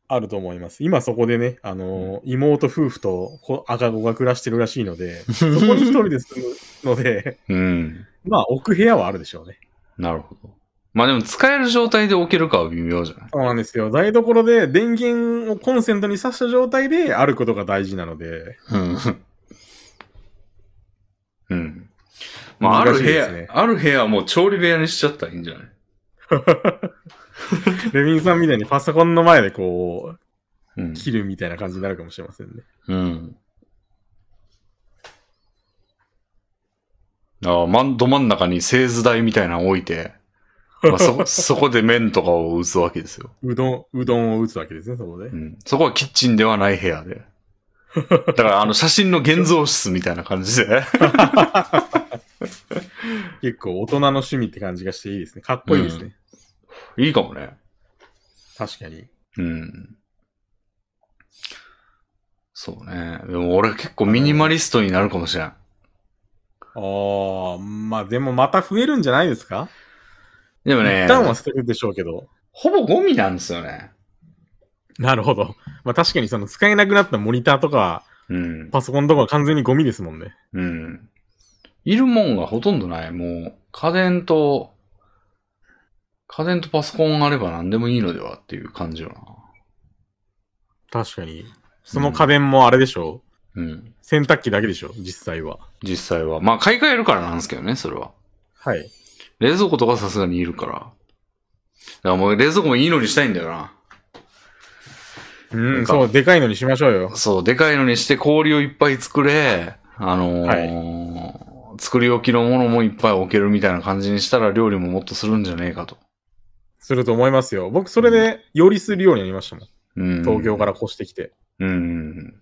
あると思います。今そこでね、あのー妹夫婦と子赤子が暮らしてるらしいので、そこに一人で住むので、
うん。
まあ置く部屋はあるでしょうね。
なるほど。まあでも使える状態で置けるかは微妙じゃない
そうなんですよ。台所で電源をコンセントに挿した状態であることが大事なの で、
うん。うん。まあ、ある
難しい
部
で
屋、
すね
ある部屋はもう調理部屋にしちゃったらいいんじゃない
レビンさんみたいにパソコンの前でこう、
うん。
切るみたいな感じになるかもしれませんね。
うん。ああ、まん、ど真ん中に製図台みたいなの置いて、まあ、そ、そこで麺とかを打つわけですよ。
うどん、うどんを打つわけですね、そこで
う。ん。そこはキッチンではない部屋で。だから、あの、写真の現像室みたいな感じで。
結構大人の趣味って感じがしていいですね。かっこいいですね。
いいかもね。
確かに。
うん。そうね。でも俺結構ミニマリストになるかもしれん。
ああ、まあでもまた増えるんじゃないですか
でもね
一、旦は捨てるでしょうけど。
ほぼゴミなんですよね。
なるほど。まあ確かにその使えなくなったモニターとか、
うん。
パソコンとかは完全にゴミですもんね。
うん。いるもんがほとんどない。もう、家電と、家電とパソコンあれば何でもいいのではっていう感じよ
確かに。その家電もあれでしょう、
な。うん。
洗濯機だけでしょ実際は。
実際は。まあ、買い替えるからなんですけどね、それは。
はい。
冷蔵庫とかさすがにいるから。だからもう冷蔵庫もいいのにしたいんだよな。
う
なん
ん、
か
そう、でかいのにしましょうよ。
そう、でかいのにして氷をいっぱい作れ、あのー作り置きのものもいっぱい置けるみたいな感じにしたら料理ももっとするんじゃねえかと。
すると思いますよ。僕、それで、よりするようになりましたもん。
うん。
東京から越してきて。
うん。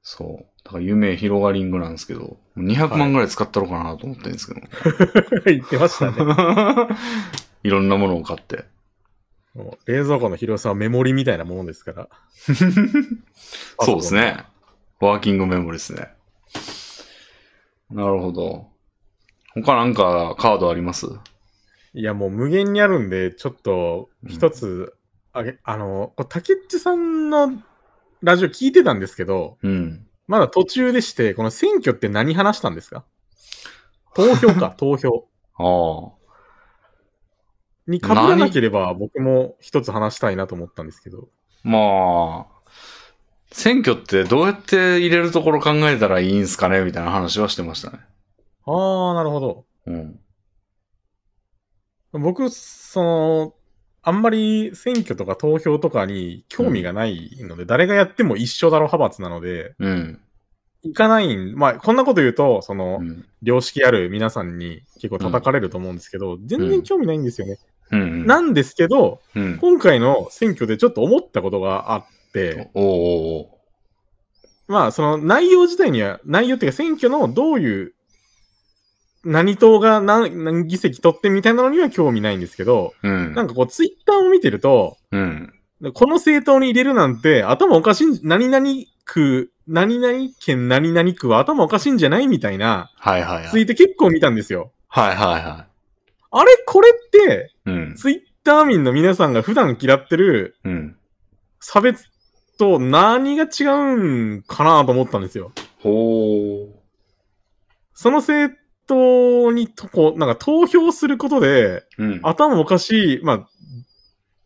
そう。だから夢広がりんぐなんですけど、200万ぐらい使ったろうかなと思ってるんですけど。
言ってましたね。
い、ろんなものを買って。
もう冷蔵庫の広さはメモリみたいなものです から。
そうですね。ワーキングメモですね。なるほど。他なんかカードあります
いや、もう無限にあるんで、ちょっと、一つ、あげ、あの、これ竹内さんのラジオ聞いてたんですけど、
うん。
まだ途中でして、この選挙って何話したんですか投票 か、投票。
ああ。
に被らなければ、僕も一つ話したいなと思ったんですけど。
まあ、選挙ってどうやって入れるところ考えたらいいんすかねみたいな話はしてましたね。
ああ、なるほど。
うん。
僕、その、あんまり選挙とか投票とかに興味がないので、誰がやっても一緒だろ派閥なので、
うん。
行かないん、まあ、こんなこと言うと、その
う、ん。
良識ある皆さんに結構叩かれると思うんですけど、全然興味ないんですよね。
うん。
なんですけど、
うん。
今回の選挙でちょっと思ったことがあって、
おおお
まあ、その内容自体には、内容っていうか選挙のどういう、何党が何何議席取ってみたいなのには興味ないんですけど、
うん。
なんかこう、ツイッターを見てると、
うん。
この政党に入れるなんて頭おかしいん、何々区、何々県何々区は頭おかしいんじゃないみたいな
はいはいは
ツイ
い。
ート結構見たんですよ。
はいはいは
あれこれって、
い。うん。
ツイッター民の皆さんが普段嫌ってる
うん。
差別と何が違うんかなと思ったんですよ。
ほー。
その政党にとこう、なんか投票することで、
うん。
頭おかしい、まあ、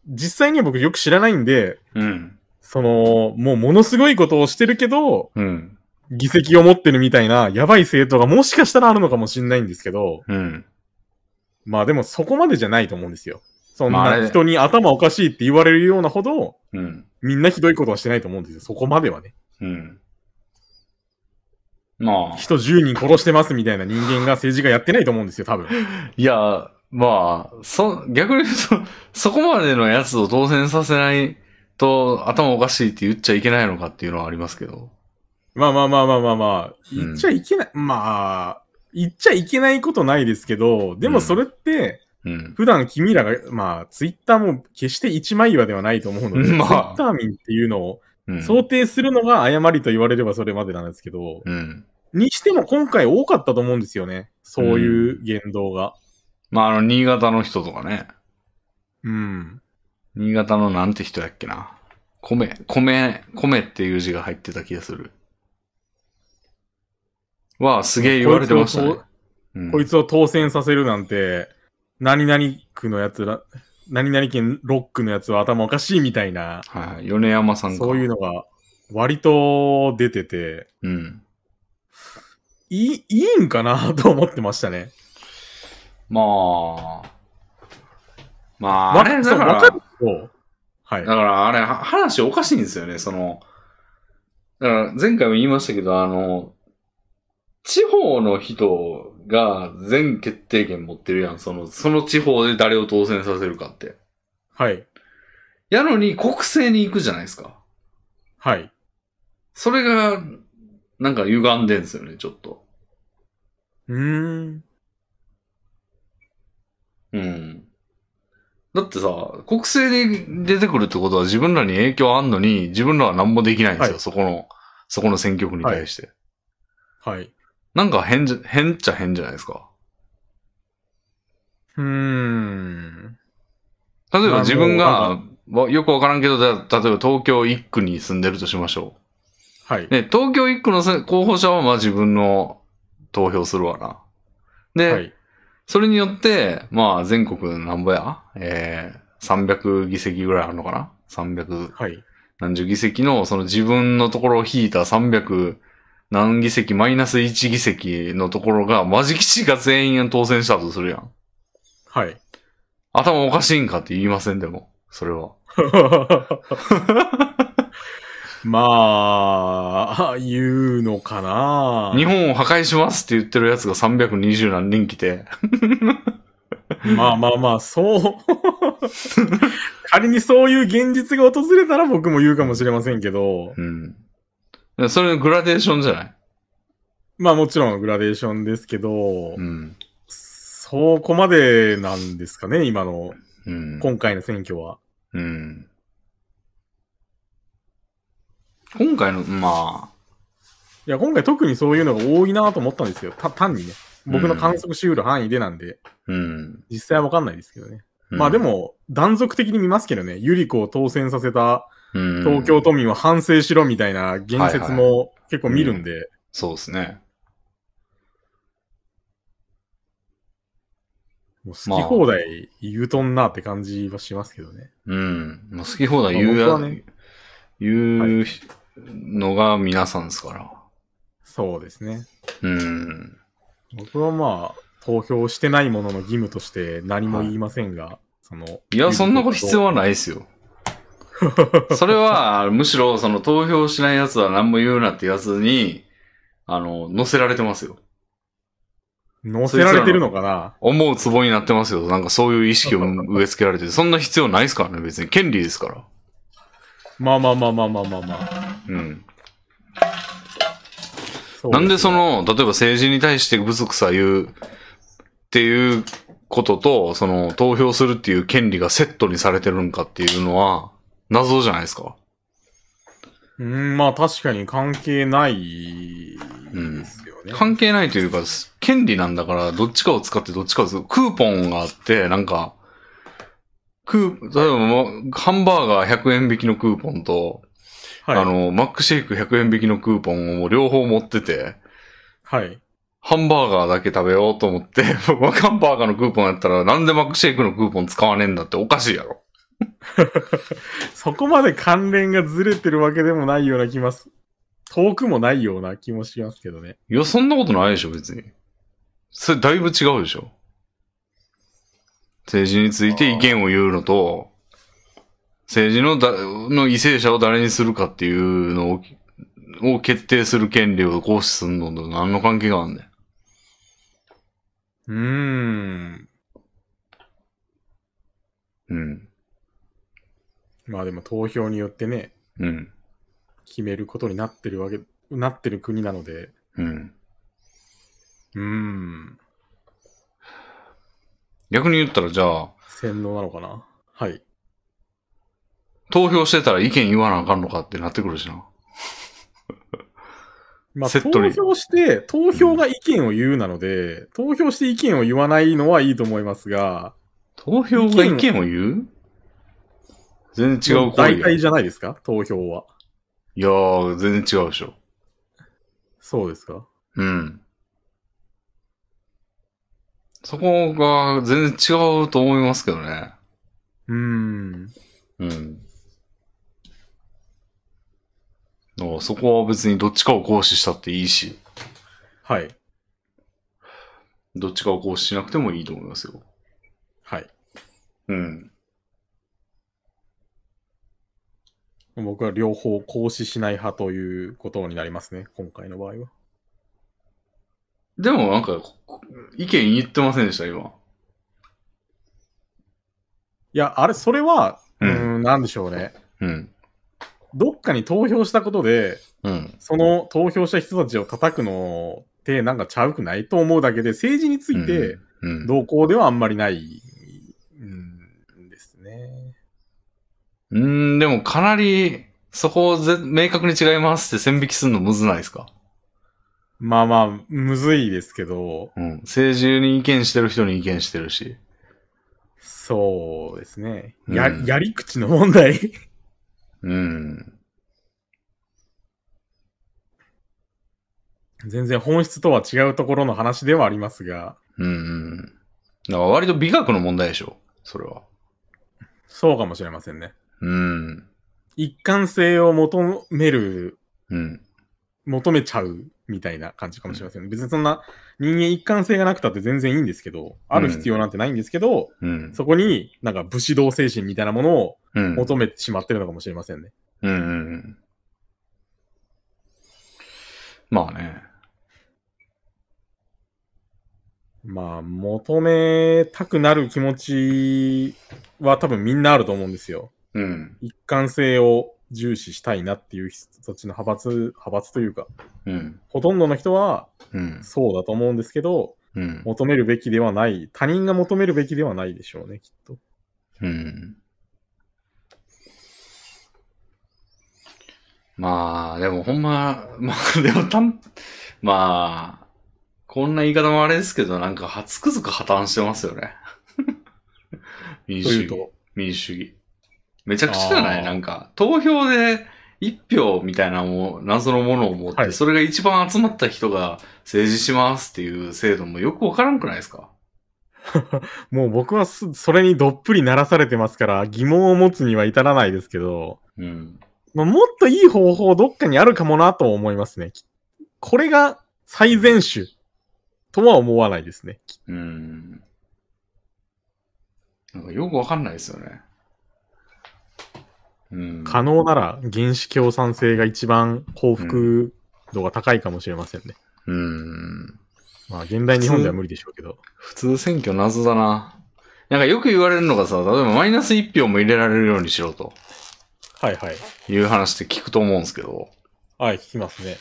実際には僕よく知らないんで、
うん。
その、もうものすごいことをしてるけど、
うん。
議席を持ってるみたいな、やばい政党がもしかしたらあるのかもしんないんですけど、
うん。
まあでもそこまでじゃないと思うんですよ。そん
まああれ
な人に頭おかしいって言われるようなほど、
うん。
みんなひどいことはしてないと思うんですよ。そこまではね。
うん。ま
人10人殺してますみたいな人間が政治家やってないと思うんですよ、多分。
あ、いや、まあ、そ、逆に言うと、そこまでのやつを当選させないと頭おかしいって言っちゃいけないのかっていうのはありますけど。
まあまあまあまあまあまあ、
うん
言っちゃいけない、まあ、言っちゃいけないことないですけど、でもそれって、
うん。
普段君らが、まあ、ツイッターも決して一枚岩ではないと思うので、
まあ
ツイッター民っていうのを
うん。
想定するのが誤りと言われればそれまでなんですけど、
うん。
にしても今回多かったと思うんですよね。そういう言動が。
まあ、あの、新潟の人とかね。
うん
新潟のなんて人やっけな。米、米、米っていう字が入ってた気がする。は、すげえ言われてましたね。うん
こいつを当選させるなんて、何々区のやつら、何々県ロックのやつは頭おかしいみたいな、
はいはい。米山さんか。
そういうのが割と出てて、
うん。
いい、いいんかなと思ってましたね。
まあ。まあ、
わ
あれ、
そ
だ
う
から、
わかると、はい。
だからあれ、は話おかしいんですよね、その。だから、前回も言いましたけど、あの、地方の人が全決定権持ってるやん。その、その地方で誰を当選させるかって。
はい。
やのに国政に行くじゃないですか。
はい。
それが、なんか歪んでんすよね、ちょっと。
うーん。
うん。だってさ、国政で出てくるってことは自分らに影響あんのに、自分らは何もできないんですよ、
はい
そこの、そこの選挙区に対して。
はい。う
なんか変じゃ、変っちゃ変じゃないですか。
ーん。
例えば自分
まあも
が、わよくわからんけど、だ例えば東京一区に住んでるとしましょ
はい。
う。ね、東京一区のせ候補者はまあ自分の投票するわな。で、
はい。
それによって、まあ全国なんぼや、えー、300議席ぐらいあるのかな ?300
はい。
何十議席の、その自分のところを引いた300何議席マイナス1議席のところが、マジキチが全員当選したとするやん。
はい。
頭おかしいんかって言いません、でも。それは。
まあ、言うのかな
日本を破壊しますって言ってるやつが320何人来て。
まあまあまあ、そう。 仮にそういう現実が訪れたら僕も言うかもしれませんけど、
うん。それのグラデーションじゃない
まあもちろんグラデーションですけど、
うん。
そこまでなんですかね、今の、
うん。
今回の選挙は。
うん。今回の、ま
いや、今回特にそういうのが多いなと思ったんですよ。た、単にね。僕の観測しうる範囲でなんで、
あ、うん。
実際はわかんないですけどね。まあで、も、断続的に見ますけどね、ユリコを当選させた
うん
東京都民は反省しろみたいな言説も結構見るんで、
そうですね。
もう好き放題言うとんなって感じはしますけどね。
うん。もう好き放題言う
ま
や、
あ僕はね
言うのが皆さんですから。
そうですね。
うん。
僕はまあ、投票してないものの義務として何も言いませんが、その。
いや、そんなこと必要はないですよ。 それは、むしろ、その投票しない奴は何も言うなってやつに、あの、乗せられてますよ。
載せられてるのかな
思うツボになってますよ。なんかそういう意識を植え付けられてて、そんな必要ないですからね、別に。権利ですから。
まあまあまあまあまあまあまあ。
うん。
う
なんでそ
の
の、例えば政治に対して不足さ言うっていうことと、その投票するっていう権利がセットにされてるんかっていうのは、謎じゃないですか。
うん、まあ確かに関係ないですよね。
関係ないというか、権利なんだから、どっちかを使ってどっちかを使う。クーポンがあって、なんか、クー、例えばもう、ハンバーガー100円引きのクーポンと、
はい。
あの、マックシェイク100円引きのクーポンをもう両方持ってて、
はい。
ハンバーガーだけ食べようと思って、 僕はハンバーガーのクーポンやったら、なんでマックシェイクのクーポン使わねえんだっておかしいやろ。
そこまで関連がずれてるわけでもないような気もす。遠くもないような気もしますけどね。
いや、そんなことないでしょ、別に。それだいぶ違うでしょ。政治について意見を言うのと、政治のだの為政者を誰にするかっていうのをを決定する権利を行使するのと何の関係があんねん。
うーん。
うん。
まあでも投票によってね、
うん。
決めることになってるわけ、なってる国なので、
うん。
うーん。
逆に言ったら、じゃあ、
洗脳なのかなはい。
投票してたら意見言わなあかんのかってなってくるしな。
まあ、
セ
投
ットに
票して、投票が意見を言うなので、投票して意見を言わないのはいいと思いますが、
投票が意見を言う全然違う行為
大
や。い
体じゃないですか投票は。
やー、全然違うでしょ。
そうですか
うん。そこが全然違うと思いますけどね。
うーん。
うん。だからそこは別にどっちかを行使したっていいし、
はい。
どっちかを行使しなくてもいいと思いますよ。
はい。
うん。
僕は両方行使しない派ということになりますね。今回の場合は。
でもなんか、意見言ってませんでした、今。
いや、あれ、それは、う
う
ー
ん
ん、なんでしょうね。
うん。
どっかに投票したことで、
うん。
その投票した人たちを叩くのって、なんかちゃうくないと思うだけで、政治について、
うん、
動向ではあんまりない、うん、ですね。
うん、でもかなり、そこをぜ明確に違いますって線引きするのむずないですか
まあまあ、むずいですけど、
うん。政治に意見してる人に意見してるし。
そうですね。や、
うん
やり口の問題。
うん。
全然本質とは違うところの話ではありますが、
うんうん。だから割と美学の問題でしょそれは。
そうかもしれませんね。
うん。
一貫性を求める、
うん。
求めちゃうみたいな感じかもしれませんね。別にそんな人間一貫性がなくたって全然いいんですけど、ある必要なんてないんですけど、
うん。
そこになんか武士道精神みたいなものを
うん。
求めてしまってるのかもしれませんね。
うんうんうん。まあね。
まあ、求めたくなる気持ちは多分みんなあると思うんですよ。
うん。
一貫性を重視したいなっていう人たちの派閥、派閥というか、
うん。
ほとんどの人は
うん。
そうだと思うんですけど、
うん。
求めるべきではない、他人が求めるべきではないでしょうね、きっと。
うん。まあ、でもほんま、 まあ、でもたん、まあ、こんな言い方もあれですけど、なんか、はつくづく破綻してますよ ね。民
と
主主
いう
義。
と、
民主主義。めちゃくちゃじゃな
あ
い
ー
なんか、投票で一票みたいなも謎のものを持って、
はい
それが一番集まった人が政治しますっていう制度もよくわからんくないですか
もう僕はすそれにどっぷりならされてますから、疑問を持つには至らないですけど、
うん。
まあ、もっといい方法どっかにあるかもなと思いますね。きこれが最善手とは思わないですね。き
うん。なんかよくわかんないですよね。うん。
可能なら原子共産性が一番幸福度が高いかもしれませんね。
うん。
まあ現代日本では無理でしょうけど。
普通選挙謎だな。なんかよく言われるのがさ、例えばマイナス1票も入れられるようにしろと
はいはい。
いう話って聞くと思うんですけど。
はい、聞きますね。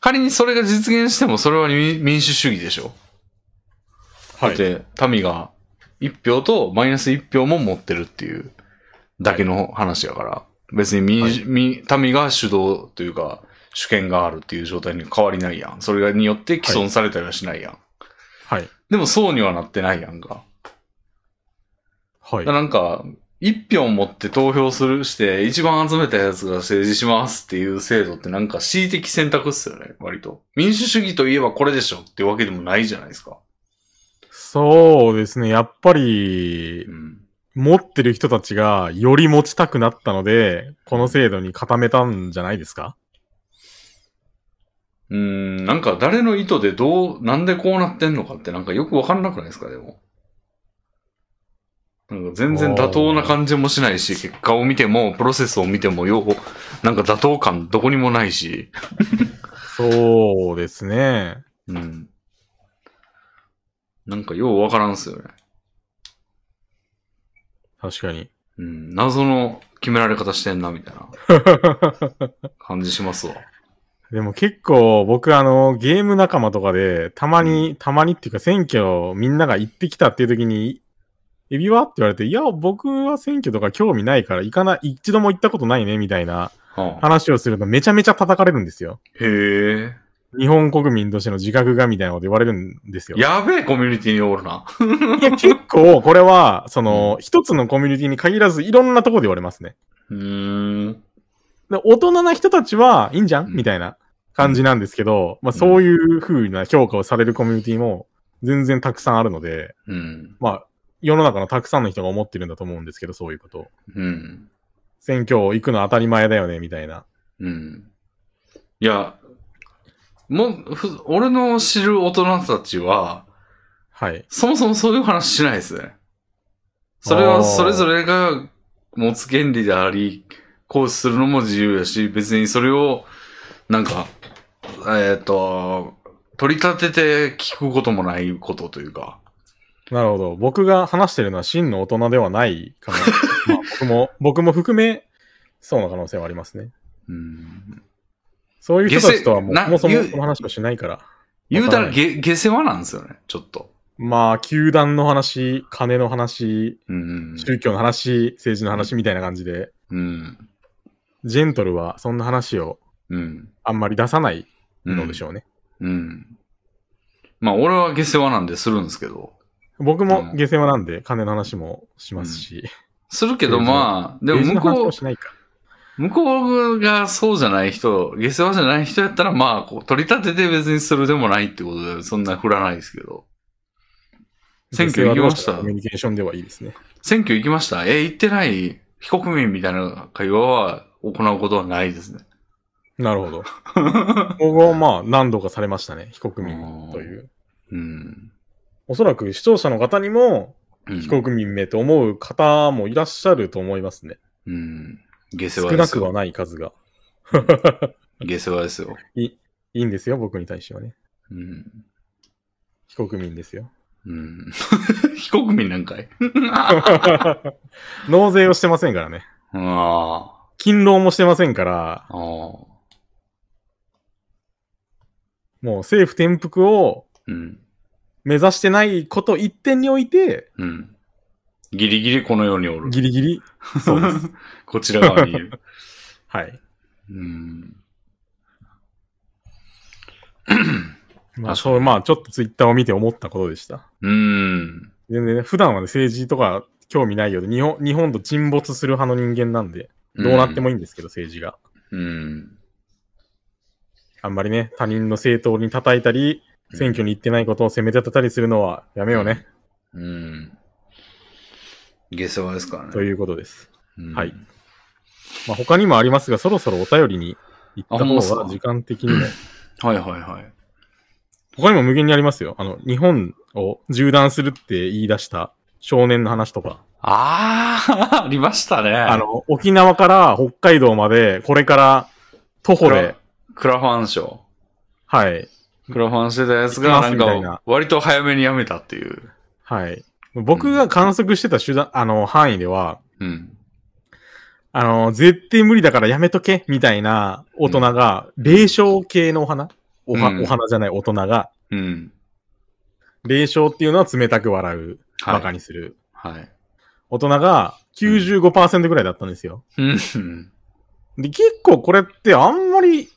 仮にそれが実現してもそれは民民主主義でしょ。だ
は
っ
い。
て民が1票とマイナス1票も持ってるっていうだけの話やから、別に民主、民民が主導というか主権があるっていう状態に変わりないやん。それによって既存されたりはしないやん。
はい。
でもそうにはなってないやんか。
はい
だか。らなんか、一票持って投票するして、一番集めたやつが政治しますっていう制度ってなんか恣意的選択っすよね、割と。民主主義といえばこれでしょってわけでもないじゃないですか。
そうですね。やっぱり
う、ん。
持ってる人たちがより持ちたくなったので、この制度に固めたんじゃないですか
うーん、なんか誰の意図でどう、なんでこうなってんのかってなんかよくわかんなくないですか、でも。なんか全然妥当な感じもしないし、結果を見ても、プロセスを見ても、よう、なんか妥当感どこにもないし。
そうですね。
うん。なんかようわからんっすよね。
確かに。
うん、謎の決められ方してんな、みたいな感じしますわ。
でも結構僕あのゲーム仲間とかでたまに、たまにっていうか選挙をみんなが行ってきたっていう時にエビはって言われていや僕は選挙とか興味ないから行かない一度も行ったことないねみたいな
はあ、
話をするとめちゃめちゃ叩かれるんですよ。
へえ。
日本国民としての自覚がみたいなこと言われるんですよ。
やべえコミュニティにおるな。
いや結構これはその一つのコミュニティに限らずいろんなところで言われますね。
うーん。
で大人な人たちはいいんじゃん
うん
みたいな感じなんですけど、まあそういう風な評価をされるコミュニティも全然たくさんあるので、
うん。
まあ世の中のたくさんの人が思ってるんだと思うんですけど、そういうことを。
うん。
選挙行くの当たり前だよね、みたいな。
うん。いや、もう、ふ俺の知る大人たちは、
はい。
そもそもそういう話しないですね。それは
あー
それぞれが持つ権利であり、行使するのも自由やし、別にそれを、なんか、えっ、と、取り立てて聞くこともないことというか。
なるほど。僕が話してるのは真の大人ではない 可能性。まあ僕も、僕も含め、そうな可能性はありますね。
うん。
そういう人たちとはもう、
下世
そもそ
な言
も
う
その話をしないから。
言うたら
わから
下、下世話なんですよね、ちょっと。
まあ、球団の話、金の話、
うん。
宗教の話、政治の話みたいな感じで、
うん。
ジェントルはそんな話を
うん。
あんまり出さない
うん
のでしょうね。
うん。まあ、俺は下世話なんでするんですけど。
僕も
うん
下世話なんで、金の話もしますし。
するけど、
うん
まあ、でも
政治
向
の話
こ
もしないか。
う、向こうがそうじゃない人、下世話じゃない人やったら、まあ、こう、取り立てて別にするでもないってことで、そんな振らないですけど。選挙行きました
コミュニケーションではいいですね。
選挙行きましたえ、行ってない非国民みたいな会話は行うことはないですね。
なるほど。 僕はまあ、何度かされましたね。非国民という。
うん。
おそらく視聴者の方にも、
うん
非国民名と思う方もいらっしゃると思いますね。
うん。下世
少
話で
な
す
くは
よ。
ない数が。
下世話ですよ。
いいんですよ、僕に対してはね。
うん。
非国民ですよ。
うん。 非国民なんかい
納税をしてませんからね。
ああ。
勤労もしてませんから、
ああ。
もう政府転覆を
うん。
目指してないこと一点において、
うん。ギリギリこの世におる。
ギリギリ、そうです。
こちら側にいる。
はい。
うん。
まあ、
確かに
そう、まあ、ちょっとツイッターを見て思ったことでした。
うん。
全然ね、普段はね、政治とか興味ないようで、日本、日本と沈没する派の人間なんで、どうなってもいいんですけど、政治が。
うん。
あんまりね、他人の政党に叩いたり、選挙に行ってないことを責め立てたりするのはやめようね、
うん。下世話ですからね。
ということです。
うん
はい。まあ、他にもありますが、そろそろお便りに行った
あほんまっす
方
か
が時間的にも。
はいはいはい。
他にも無限にありますよ。あの、日本を縦断するって言い出した少年の話とか、
ああ、ありましたね。
あ、の、沖縄から北海道まで、これから徒歩
クラ
で、
クラファン賞。
はい、
クラファンしてたやつが、
行きま
な
す
ん
みたいな
か、割と早めにやめたっていう。
はい。僕が観測してた手段、あの、範囲では、
うん。
あの、絶対無理だからやめとけ、みたいな大人が、霊障系のお花おは、
うん
お花じゃない大人が、
うん。
霊障っていうのは冷たく笑う、
はい。
馬鹿にする。
はい。
大人が95%ぐらいだったんですよ。
うん。
で、結構これってあんまり、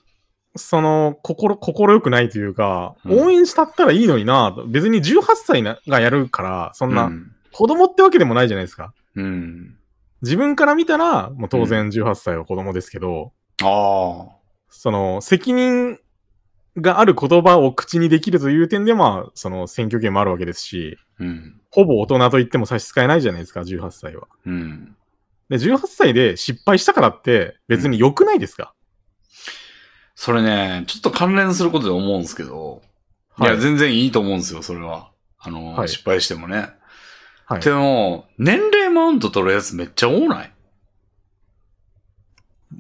その、心、心よくないというか、
うん
応援したったらいいのになと別に18歳ながやるから、そん
う
な、
ん
子供ってわけでもないじゃないですか。
うん。
自分から見たら、もう当然18歳は子供ですけど、
あ
その、責任がある言葉を口にできるという点で、まあ、その選挙権もあるわけですし、
あ。うん。
ほぼ大人と言っても差し支えないじゃないですか、18歳は。
うん。
で、18歳で失敗したからって別に良くないですか、
それね、ちょっと関連することで思うんですけど、い、や、
はい
全然いいと思うんですよ、それは。あの、
はい
失敗してもね。
はい
でも、年齢マウント取るやつめっちゃ多ない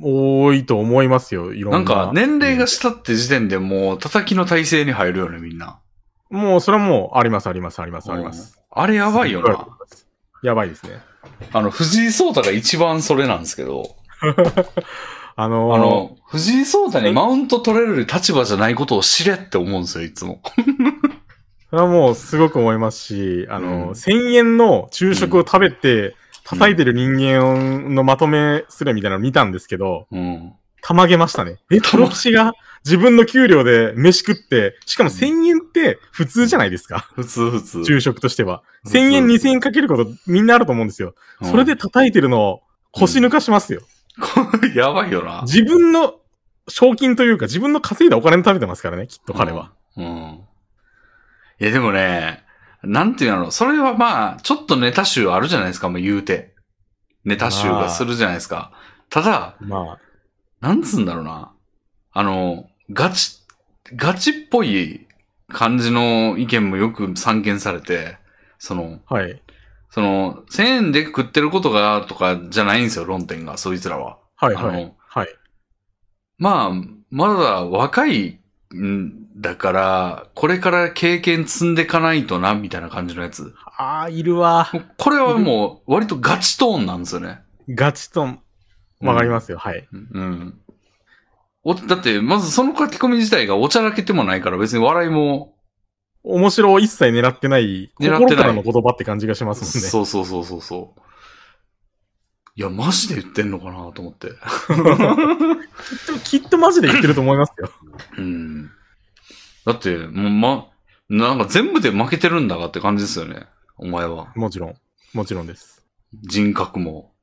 多いと思いますよ、いろんな。
なんか、年齢が下って時点でもう、叩きの体勢に入るよね、みんな。
うんもう、それはもう、あります、あります、あります、あります。
うん。あれやばいよ
すごあり
な。
ます。やばいですね。
あの、藤井聡太が一番それなんですけど、
あのー
あの、藤井聡太にマウント取れる立場じゃないことを知れって思うんですよ、いつも。
それはもう、すごく思いますし、あのー、
うん
1000円の昼食を食べて、叩いてる人間のまとめするみたいなの見たんですけど、
うん。
たまげましたね。え、プロ棋士が自分の給料で飯食って、しかも1000円って普通じゃないですか。
普通、普通。
昼食としては。
普通
1000円、2000円かけることみんなあると思うんですよ。
うん
それで叩いてるのを腰抜かしますよ。
やばいよな。
自分の賞金というか自分の稼いだお金も食べてますからね、きっと彼は。
うん。うん。いや、でもね、なんていうの、それはまあ、ちょっとネタ集あるじゃないですか、もう言うて。ネタ集がするじゃないですか。ただ、
ま
なんつうんだろうな。あの、ガチ、ガチっぽい感じの意見もよく散見されて、その、
あ、はい。
その、1000円で食ってることが、とかじゃないんですよ、論点が、そいつらは。
はい
あ
は
の
い。はい。
まあ、まだ若いんだから、これから経験積んでかないとな、みたいな感じのやつ。
ああ、いるわ。
これはもう、割とガチトーンなんですよね。
ガチと、わかりますよ。はい。
うん。おだって、まずその書き込み自体がおちゃらけてもないから別に笑いも、
面白を一切狙ってない、
狙ってない
心からの言葉って感じがしますもんね。
そうそうそうそうそう。いや、マジで言ってんのかなと思って。
でもきっとマジで言ってると思いますよ。
うん。だって、もうま、なんか全部で負けてるんだがって感じですよね。お前は。
もちろん。もちろんです。
人格 も。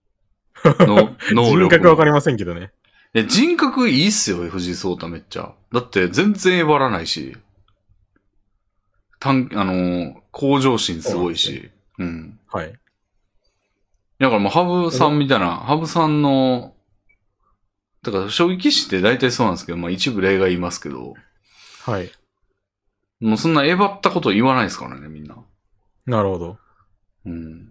の能力も
人格わかりませんけどね。
いや人格いいっすよ、藤井聡太めっちゃ。だって全然えばらないし。単、あのー向上心すごいし。うん。
はい。
だからもう、羽生さんみたいな、羽生さんの、だから、将棋棋士って大体そうなんですけど、まあ一部例外いますけど、
はい。
もうそんなえばったこと言わないですからね、みんな。
なるほど。
うん。だ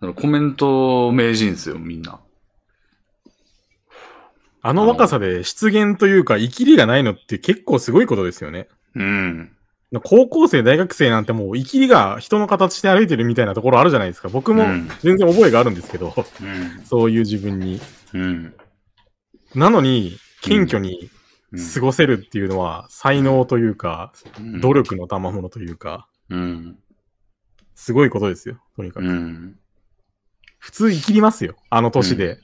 からコメント名人ですよ、みんな。
あの若さで失言というか、生きりがないのって結構すごいことですよね。
うん。
高校生、大学生なんてもう生きりが人の形で歩いてるみたいなところあるじゃないですか。僕も
うん
全然覚えがあるんですけど、
うん。
そういう自分に。
うん。
なのに、謙虚に
うん
過ごせるっていうのは、才能というか、
うん
努力の賜物というか、
うん。
すごいことですよ。とにかく。
うん。
普通生きりますよ。あの年で。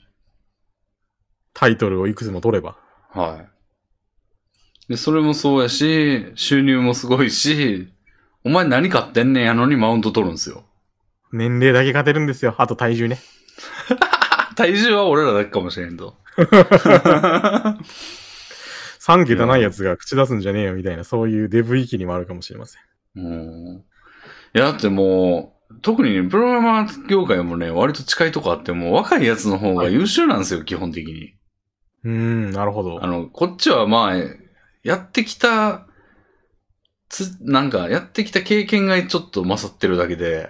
タイトルをいくつも取れば。
はい。で、それもそうやし、収入もすごいし、お前何買ってんねんやのにマウント取るんですよ。
年齢だけ勝てるんですよ。あと体重ね。
体重は俺らだけかもしれんと。
3桁ないやつが口出すんじゃねえよみたいな、そういうデブ意気にもあるかもしれません。
うん。いや、だってもう、特にね、プログラマー業界もね、割と近いとこあって、もう若いやつの方が優秀なんですよ、基本的に。
うーん、なるほど
あ。の、こっちはまあ、やってきた、つ、なんか、やってきた経験がちょっと勝ってるだけで、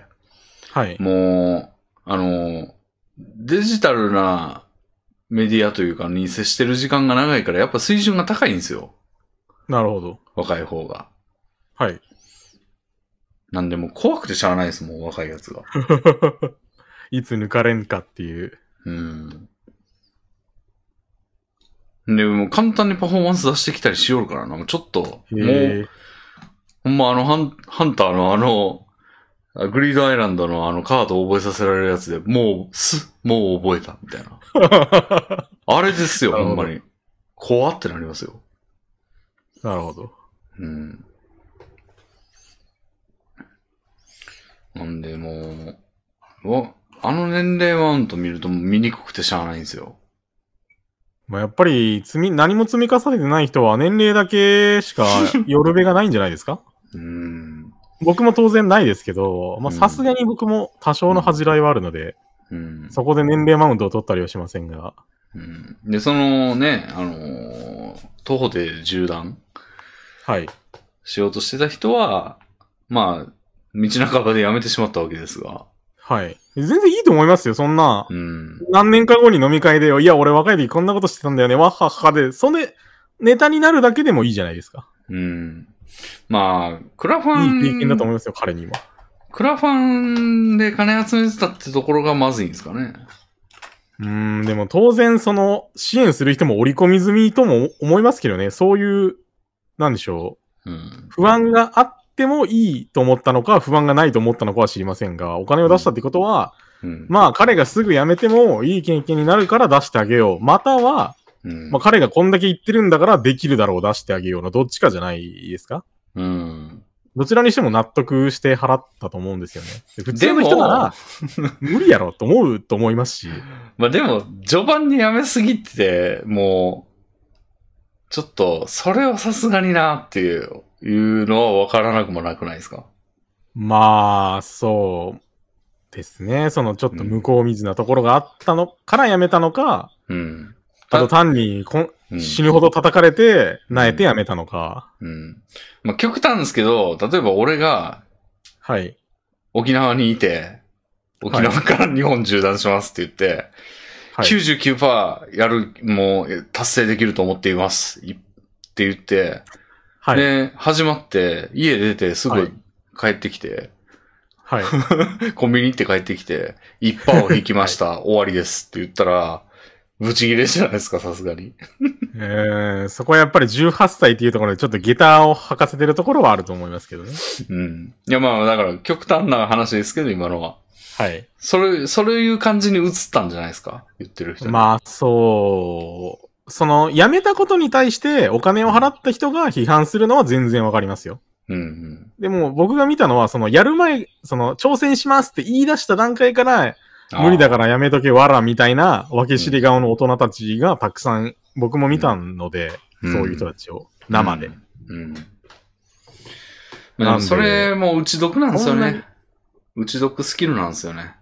はい。
もう、あの、デジタルなメディアというかに接してる時間が長いから、やっぱ水準が高いんですよ。
なるほど。
若い方が。
はい。
なんでもう怖くてしゃあないですもん、若いやつが。
いつ抜かれんかっていう。
うん。で、もう簡単にパフォーマンス出してきたりしよるからな。もうちょっと、もう、
え
ほんまあのハン、ハンターのあの、あグリードアイランドのあのカードを覚えさせられるやつで、もう、す、もう覚えた、みたい な。
ー
あれですよ、
なる
ほ
ほ
ん
ど
まに。怖ってなりますよ。
なるほど。
うん。なんで、もう、わ、あの年齢マウント見ると見にくくてしゃあないんですよ。
まあ、やっぱり積み、何も積み重ねてない人は年齢だけ しか寄るべがないんじゃないですか
うん。
僕も当然ないですけど、まあ
うん
さすがに僕も多少の恥じらいはあるので、
うん。
そこで年齢マウントを取ったりはしませんが。
うんで、そのね、あのー徒歩で縦断
はい。
しようとしてた人は、まあ、道半ばでやめてしまったわけですが。
はい。全然いいと思いますよ、そんな。
うん。
何年か後に飲み会でよ、いや、俺若い時こんなことしてたんだよね、わっはっはで、それ、ネタになるだけでもいいじゃないですか。
うん。まあ、クラファ
い
ン、
い経験だと思いますよ、彼には。
クラファンで金集めてたってところがまずいんですかね。
うーん、でも当然、その、支援する人も織り込み済みとも思いますけどね、そういう、なんでしょ
うん
う、。不安があってもいいと思ったのか、不安がないと思ったのかは知りませんが、お金を出したってことは、
うん。
まあ、彼がすぐ辞めてもいい経験になるから出してあげよう。または、
うん
まあ、彼がこんだけ言ってるんだから、できるだろう出してあげようの、どっちかじゃないですか
うん。
どちらにしても納得して払ったと思うんですよね。で普通の
でも
人なら、無理やろと思うと思いますし。
まあでも、序盤にやめすぎて、もう、ちょっと、それはさすがになっていう、いうのは分からなくもなくないですか
まあ、そうですね。そのちょっと向こう水なところがあったのからやめたのか、
うん。
あと単にこん、
うん
死ぬほど叩かれて、泣えてやめたのか。
うん。まあ、極端ですけど、例えば俺が
はい。
沖縄にいて、沖縄から日本縦断しますって言って、
はい。
99%やる、もうえ達成できると思っています。いって言って、
はい。
で、始まって、家出てす
は
ぐ
い
帰ってきて、
はい。
コンビニ行って帰ってきて、一パーを引きま した、終わりですって言ったら、ブチギレじゃないですか、さすがに。
えー、そこはやっぱり18歳っていうところでちょっと下駄を履かせてるところはあると思いますけどね。
うん。いや、まあ、だから、極端な話ですけど、今のは。
はい。
それ、それいう感じに映ったんじゃないですか言ってる人に。
まあ、そう。その、辞めたことに対してお金を払った人が批判するのは全然わかりますよ。
うんうん。
でも僕が見たのは、その、やる前、その、挑戦しますって言い出した段階から、
あー
無理だからやめとけわらみたいな、分け知り顔の大人たちがたくさん、僕も見たので、
うん
そういう人たちを、生で。。
うん。まあ、でもそれも打ち毒なんですよ
なんで
ね。打ち毒スキルなんですよね。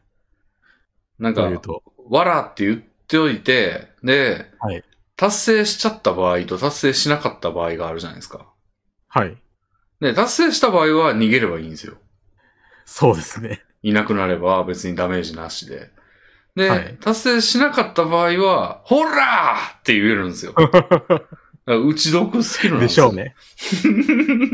なん
と
か
い、うと。
わらって言っておいて、で、
はい
達成しちゃった場合と達成しなかった場合があるじゃないですか。
はい。
で、達成した場合は逃げればいいんですよ。
そうですね。
いなくなれば別にダメージなしで。で、
はい
達成しなかった場合は、ほらーって言えるん ですよ。だから打ち毒スキルなん
で
です
し
よ。
ょ うね。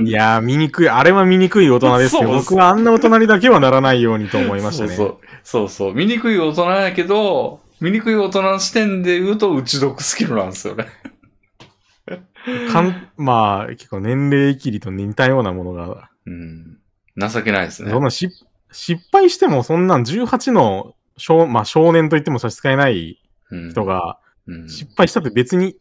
いやー、醜い、あれは醜い大人ですよ。
そうそう
僕はあんな大人にだけはならないようにと思いましたね。
そうそう。そうそう。醜い大人やけど、醜い大人の視点で言うと、打ち毒スキルなんですよね。
かんまあ、結構年齢いきりと似たようなものが、
うん。情けないですね
そ。んなし失敗してもそんなん18の少,、まあ、少年と言っても差し支えない
うん
人が
うん
失敗したって別に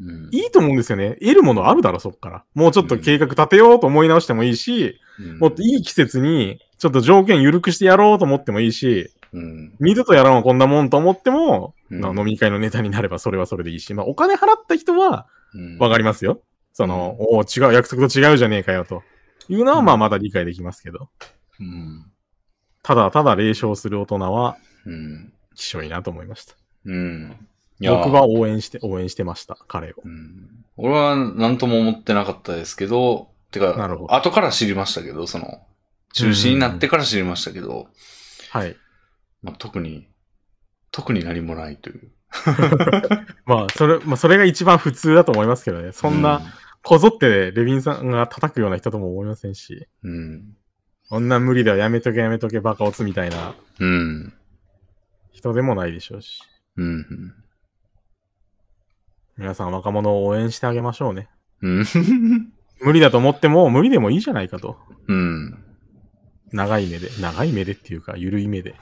うん
いいと思うんですよね。得るものあるだろ、そっから。もうちょっと計画立てようと思い直してもいいし、
うん
もっといい季節にちょっと条件緩くしてやろうと思ってもいいし、
うん
二度とやらんわこんなもんと思っても、
うん
まあ飲み会のネタになればそれはそれでいいし、まあお金払った人は
うん
わかりますよ。その、おお違う、約束と違うじゃねえかよと。いうのはまあまだ理解できますけど、
うん
ただただ冷笑する大人は、
うん
きしょいなと思いました。
うんいや
僕は応援して、応援してました、彼を。
うん俺は何とも思ってなかったですけど、て
な
か
るほ、ど
後から知りましたけど、その、中止になってから知りましたけど、
はい。
まあ、特に、特に何もないという。
まあ、それ、まあそれが一番普通だと思いますけどね。そんな、こぞってレビンさんが叩くような人とも思いませんし、
うん、うん。
こんな無理だよ、やめとけやめとけ、バカオツみたいな
うん。
人でもないでしょうし。
うん。
皆さん若者を応援してあげましょうね。
うん。
無理だと思っても無理でもいいじゃないかと。
うん。
長い目で。長い目でっていうか、ゆるい目で。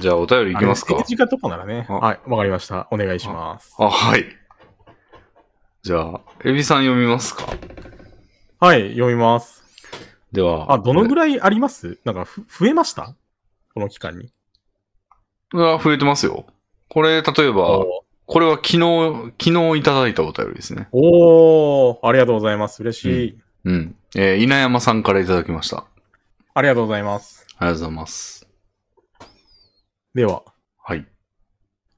じゃあ、お便りいきます
あ
か
れ。政治家とかならね。
あ
はい、わかりました。お願いします。
あ、はい。じゃあ、エビさん読みますか
はい、読みます。
では。
あ、どのぐ
らい
らいありますなんかふ、増えましたこの期間に。
増えてますよ。これ、例えば、
お
これは昨日、昨日いただいたお便りですね。
ーおー、ありがとうございます。嬉しい。
うん。えー稲山さんからいただきました。
ありがとうございます。
ありがとうございます。
では、
はい。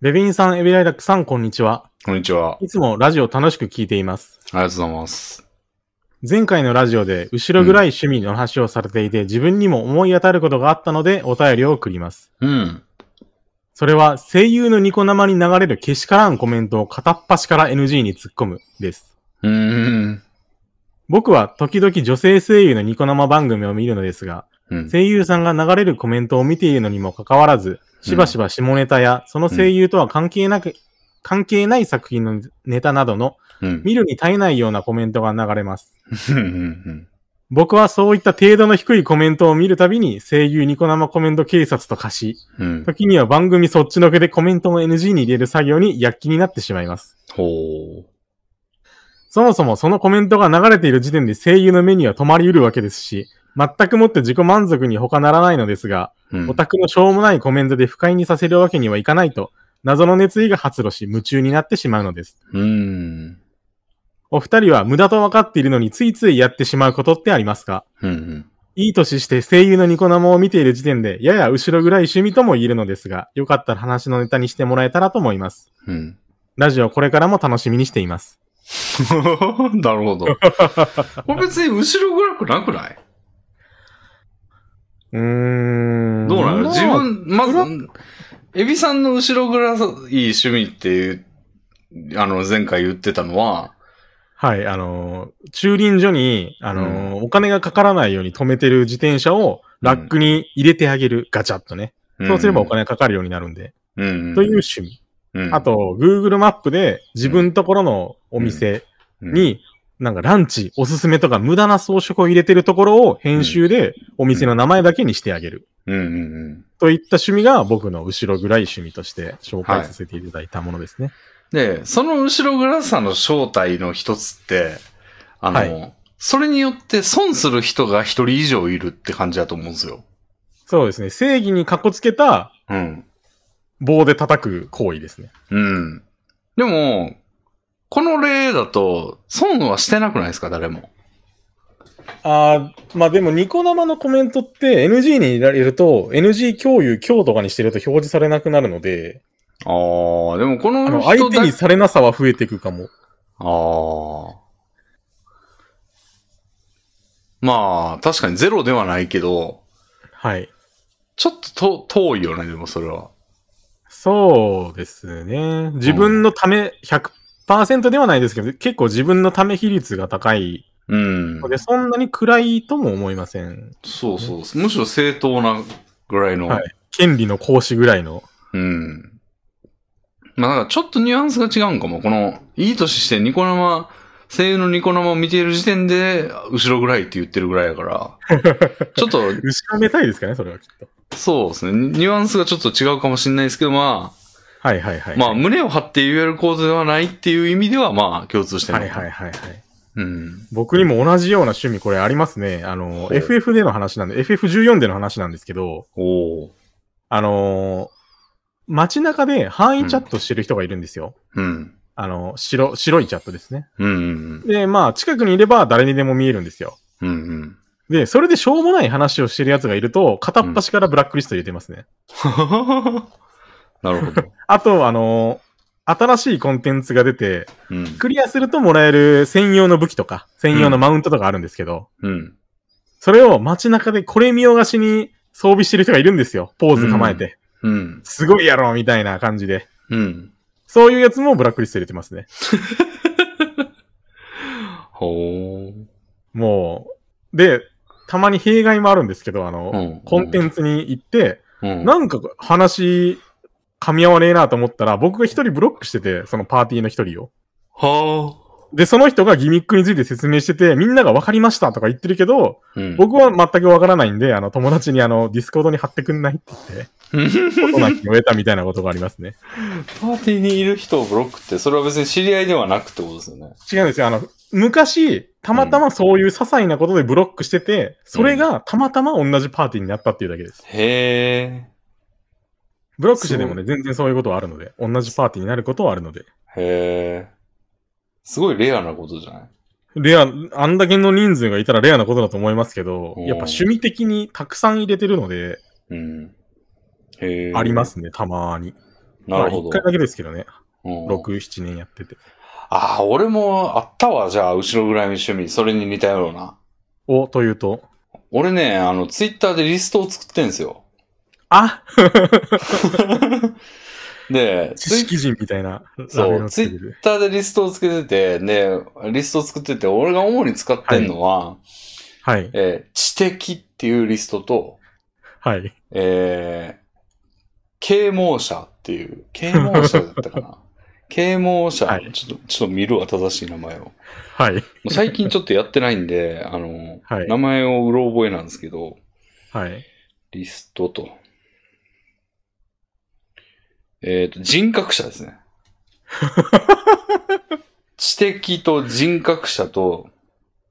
レビンさん、エビライラックさん、こんにちは。
こんにちは。あり
いつもラジオ楽しく聞いています。
がとうございます。
前回のラジオで後ろ暗い趣味の話をされていて、自分にも思い当たることがあったのでお便りを送ります。
うん。
それは声優のニコ生に流れるけしからんコメントを片っ端から NG に突っ込むです。
うーん。
僕は時々女性声優のニコ生番組を見るのですが、
うん。
声優さんが流れるコメントを見ているのにもかかわらず、しばしば下ネタやその声優とは関係なく、関係ない作品のネタなどの
うん。
見るに耐えないようなコメントが流れます。
うんうん
僕はそういった程度の低いコメントを見るたびに声優ニコ生コメント警察と化し、
うん。うん。
時には番組そっちのけでコメントも NG に入れる作業に躍起になってしまいます。
ほ
そもそもそのコメントが流れている時点で声優の目には止まりうるわけですし、全くもって自己満足に他ならないのですが、
う。うん
オタクのしょうもないコメントで不快にさせるわけにはいかないと、謎の熱意が発露し夢中になってしまうのです。
うーん。
お二人は無駄と分かっているのについついやってしまうことってありますか
うんうん。
いい年して声優のニコ生を見ている時点で、やや後ろ暗い趣味とも言えるのですが、よかったら話のネタにしてもらえたらと思います。
うん。
ラジオこれからも楽しみにしています。
なるほど。 これ別に後ろ暗くなくないう
ーん
どうなの自
ま
分、ま
暗
ず、エビさんの後ろ暗い趣味っていう、あの、前回言ってたのは、
あはい、あのー駐輪所に、あのーお金がかからないように止めてる自転車をラックに入れてあげる、ガチャッとね。そうすればお金がかかるようになるんで、
金
という趣味。あ、と、Google マップで自分ところのお店
うん、
に、なんかランチ、おすすめとか無駄な装飾を入れてるところを編集でお店の名前だけにしてあげる。
うんうんうん。
といった趣味が僕の後ろぐらい趣味として紹介させていただいたものですね。
で、その後ろ暗さの正体の一つって、あの、
は
それによって損する人が一人以上いるって感じだと思うんですよ。
そうですね。正義にかこつけた
うん。
棒で叩く行為ですね。
うん。でも、この例だと、損はしてなくないですか、誰も。
あーまあでもニコ生のコメントって NG に入れられると NG 共有強とかにしてると表示されなくなるので、
ああ、でもこの
あの
人
相手
だ
にされなさは増えていくかも。
ああ。まあ、確かにゼロではないけど、
はい。
ちょっとと遠いよね、でもそれは。
そうですね。自分のため100%ではないですけど、結構自分のため比率が高い
うん。
ので、そんなに暗いとも思いません。
そうそう。むしろ正当なぐらいの。
はい権利の行使ぐらいの。
うん。まあ、だからちょっとニュアンスが違うんかも。この、いい年してニコ生、声優のニコ生を見ている時点で、後ろぐらいって言ってるぐらいや から、ちょっと、
後ろめたいですかね、それはきっと。
そうですね。ニュアンスがちょっと違うかもしれないですけど、ま
はいはいは
あ、
い。
まあ、胸を張って言える構図ではないっていう意味では、まあ、共通してる。
はいはいはいはい。
うん。
僕にも同じような趣味これありますね。あの、
う
FF での話なんで、FF14 での話なんですけど、
おお。
あのー街中で範囲チャットしてる人がいるんですよ。
うん。
あの、白、白いチャットですね。
うんうん
で、まあ、近くにいれば誰にでも見えるんですよ。
うん。うんうん。
で、それでしょうもない話をしてる奴がいると、片っ端からブラックリスト入れてますね。
なるほど。
あと、あのー新しいコンテンツが出て、
うん。
クリアするともらえる専用の武器とか、専用のマウントとかあるんですけど、
うん。
それを街中でこれ見よがしに装備してる人がいるんですよ。ポーズ構えて。
うん。
すごいやろみたいな感じで。
うん。
そういうやつもブラックリスト入れてますね。
ほ
もう。で、たまに弊害もあるんですけど、
ー
あ
う
の、
ん。
コンテンツに行って、
うん、
なんか話、噛み合わねえなと思ったら、僕が一人ブロックしてて、そのパーティーの一人を。
は
で、その人がギミックについて説明してて、みんなが分かりましたとか言ってるけど、
あ。うん、
僕は全く分からないんで、あの、友達にあの、ディスコードに貼ってくんないって言 って、事なきを得たみたいなことがありますね。
パーティーにいる人をブロックって、それは別に知り合いではなくってことですよね。
違うんですよ。あの、昔、たまたまそういう些細なことでブロックしてて、それがたまたま同じパーティーになったっていうだけです。
へ
ブロックしてでもね、全然そういうことはあるので、同じパーティーになることはあるので。
え。へえ。すごいレアなことじゃない
レア、あんだけの人数がいたらレアなことだと思いますけど、
うん
やっぱ趣味的にたくさん入れてるので、
うん。へえ。
ありま。すね、たまーに。
なるほど。
まあ一回だけですけどね、
うん
6、7年やってて。
ああ、俺もあったわ、じゃあ、後ろぐらいの趣味。それに似たような。
お、というと、
俺ね、あの、ツイッターでリストを作ってんです よ。
あ
で、
知
ツイッ
識人みたいな
そう
ラベルをつけてる。
ターでリストをつけてて、で、リストを作ってて、俺が主に使ってんのは、
はい、
えー知的っていうリストと、
はい。
えー、啓蒙者っていう、啓蒙者だったか な啓蒙者、
はい
ちょっと、ちょっと見るわ、正しい名前を。も
はい、
う最近ちょっとやってないんで、 あの、
はい
名前をうろ覚えなんですけど、
はい。
リストと。えっ、と、人格者です ね。知的と人格者と、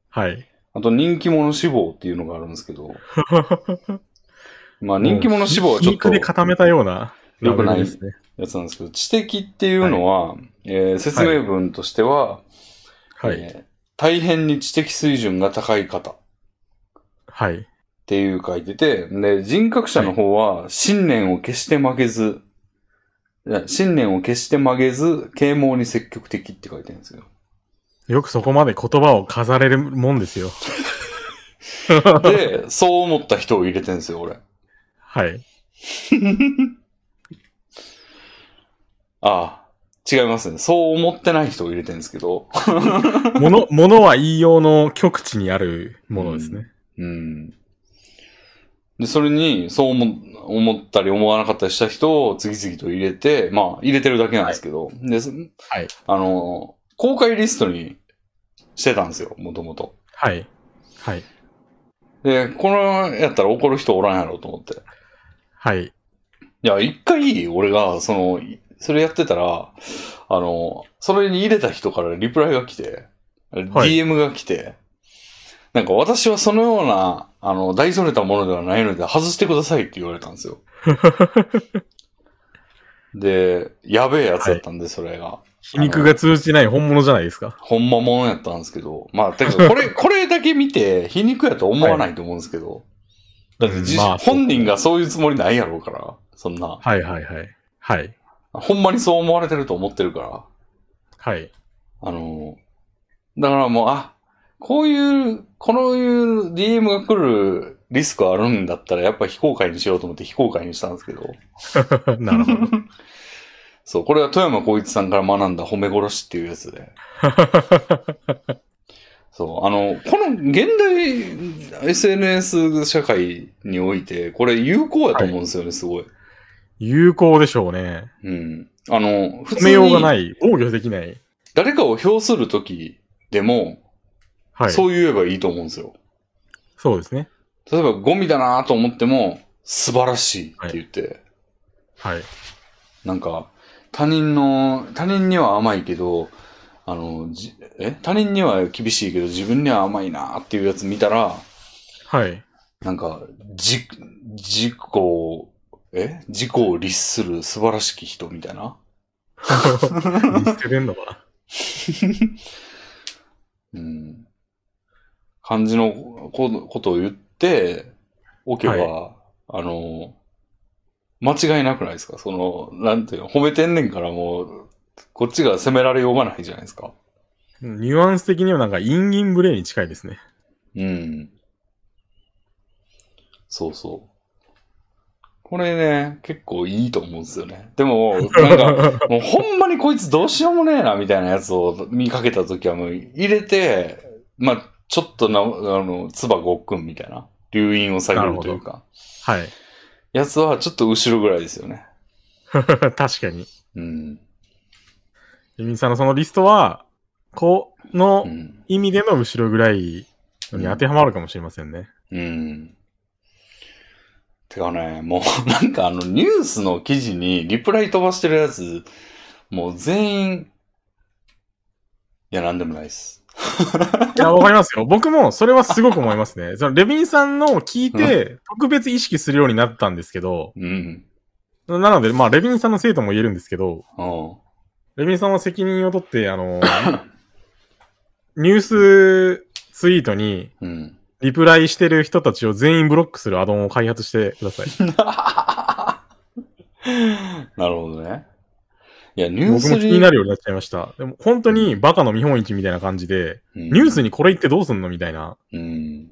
はい。
あと人気者志望っていうのがあるんですけど、まあ 人気者志望はちょっと
肉で固めたようなラベルですね。
やつなんですけど、知的っていうのは、えー説明文としては、
はい。
えー大変に知的水準が高い方っ
はい。
ていう書いてて、で、人格者の方は、信念を決して曲げず、いや信念を決して曲げず、啓蒙に積極的って書いてるん ですよ。
よくそこまで言葉を飾れるもんですよ。
で、そう思った人を入れてるんですよ、俺。
はい。
ああ、違いますね。そう思ってない人を入れてるんですけど。
もの、 ものは言いようの極地にあるものですね。
うん。で、それに、そう思思ったり思わなかったりした人を次々と入れて、まあ、入れてるだけなんですけど、で、す
はい
あの、公開リストにしてたんですよ、もともと。
はい。はい。
で、このやったら怒る人おらんやろうと思って。
はい。
いや、一回、俺が、その、いそれやってたら、あの、それに入れた人からリプライが来て、DM が来て、なんか私はそのような、あの、大それたものではないので、外してくださいって言われたんです よ。で、やべえやつだったんで、それが。
皮肉が通じない本物じゃないですか。
ほんまもんやったんですけど。まあ、てか、こ れ、これだけ見て、皮肉やと思わないと思うんですけど。だって、じ
まあ
本人がそういうつもりないやろうから、そんな。
はいはいはい。はい。
ほんまにそう思われてると思ってるから。
はい。
あの、だからもう、あ、こういう、このいう DM が来るリスクあるんだったら、やっぱ非公開にしようと思って非公開にしたんですけど。
なるほど。
そう、これは富山光一さんから学んだ褒め殺しっていうやつ で。そう、あの、この現代 SNS 社会において、これ有効やと思うんですよね、すごい。
有効でしょうね。
うん。あの、普
止め
通
ようがな
に
い。防御できない。
誰かを評するときでも、
はい。そう
そう言えばいいと思うんですよ。
ですね。
例えばゴミだなと思っても、素晴らしいって言って、
はい。
なんか、他人の、他人には甘いけど、あの、じえ他人には厳しいけど、自分には甘いなっていうやつ見たら、
はい。
なんか、じ、自己を、え自己を律する素晴らしき人みたいな。
見捨ててんのかな。
うん。感じのこことを言っておけば、あの、間違いなくないですかその、なんていうの、褒めてんねんからもう、こっちが責められようがないじゃないですか。
ニュアンス的にはなんか、インギンブレイに近いですね。
うん。そうそう。これね、結構いいと思うんですよね。でも、なんか、もうほんまにこいつどうしようもねえな、みたいなやつを見かけたときはもう入れて、まあ、ちょっとな、あの、唾ごっくんみたいな、留飲を下げるというか、
はい。
やつはちょっと後ろぐらいですよね。
確かに。
うん。
ユミさんのそのリストは、この
うん。
意味での後ろぐらいのに当てはまるかもしれませんね。
うん。てかね、もう なんかあの、ニュースの記事にリプライ飛ばしてるやつ、もう全員、いや、なんでもないです。
いや、わかりますよ。僕もそれはすごく思いますね。 そのレビンさんのを聞いて、特別意識するようになったんですけど、
うん。
なので、まあ、レビンさんのせいとも言えるんですけど、
うん。
レビンさんは責任を取って、あの、 ニュースツイートに
うん。
リプライしてる人たちを全員ブロックするアドオンを開発してください。
なるほどね。いや、ニュー
僕
ス
も気になるようになっちゃいました。でも本当にバカの見本市みたいな感じで、ニ
ニ
ュースにこれ言ってどうすんのみたい な。
うん。ニ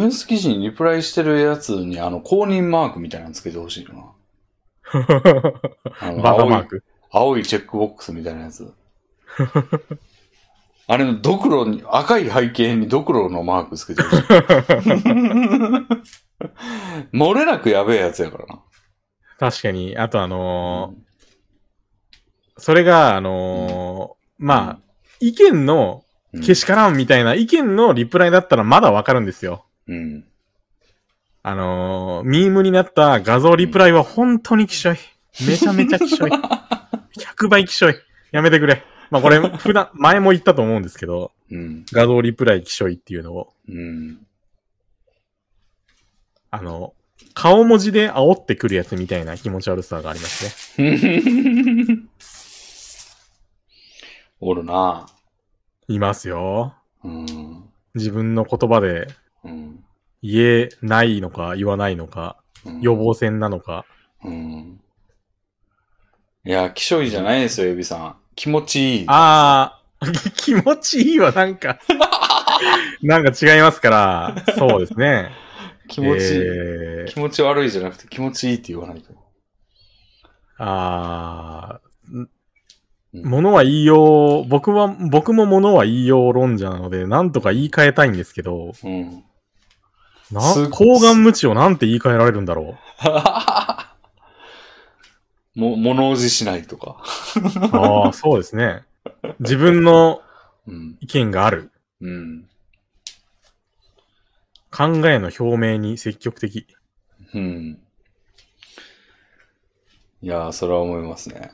ュース記事にリプライしてるやつに、あの、公認マークみたいなのつけてほしいよな。あの
バカ
青
マー
い、
ク。
青いチェックボックスみたいなやつ。 あれのドクロに、赤い背景にドクロのマークつけてほしい。 漏れなくやべえやつやからな。
確かに。あとあのーそれが、あのーまあ、意見の
うん、
けしからんみたいな意見のリプライだったらまだわかるんですよ。
うん。
あのーミームになった画像リプライは本当にきしょい。めちゃめちゃきしょい。100倍きしょい。やめてくれ。まあこれ、普段、前も言ったと思うんですけど、
うん。
画像リプライきしょいっていうのを、
うん。
あの、顔文字で煽ってくるやつみたいな気持ち悪さがありますね。
おるな。
いますよ。
うん。
自分の言葉で
うん。
言えないのか言わないのか、
うん
予防線なのか。
うん。いや、気性いいじゃないですよ、エビさん。気持ちいい。
ああ、 気持ちいいわ、な んか。なんか違いますから、そうですね。
気持ちいい、
えー
気持ち悪いじゃなくて気持ちいいって言わないと。
ああ、ん物は言いよう、僕は、僕も物は言いよう論者なので、なんとか言い換えたいんですけど、
うん。
な、
す
高顔無知をなんて言い換えられるんだろ
も、物おじしないとか。
う。ああ、そうですね。自分の
うん。
意見がある。
うん。
考えの表明に積極的。
うん。いやー、それは思いますね。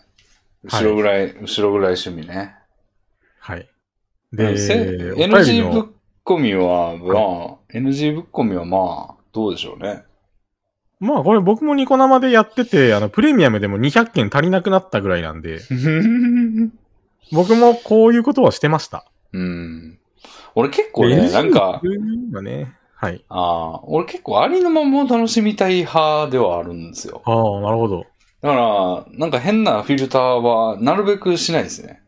後ろぐらい、後ろぐらい趣味ね。
はい。
う
で、
んせ
お便り
NG ぶっ
の、
こみは、まあ、NG ぶっこみはまあ、どうでしょう ね。
まあこれ僕もニコ生でやってて、あの、プレミアムでも200件足りなくなったぐらいなん で、僕もこういうことはしてました。
うん。俺結構ね、
NG
なんか、
はね、はい。
ああ、俺結構ありのままを楽しみたい派ではあるんですよ。
ああ、なるほど。
だから、なんか変なフィルターはなるべくしないですね。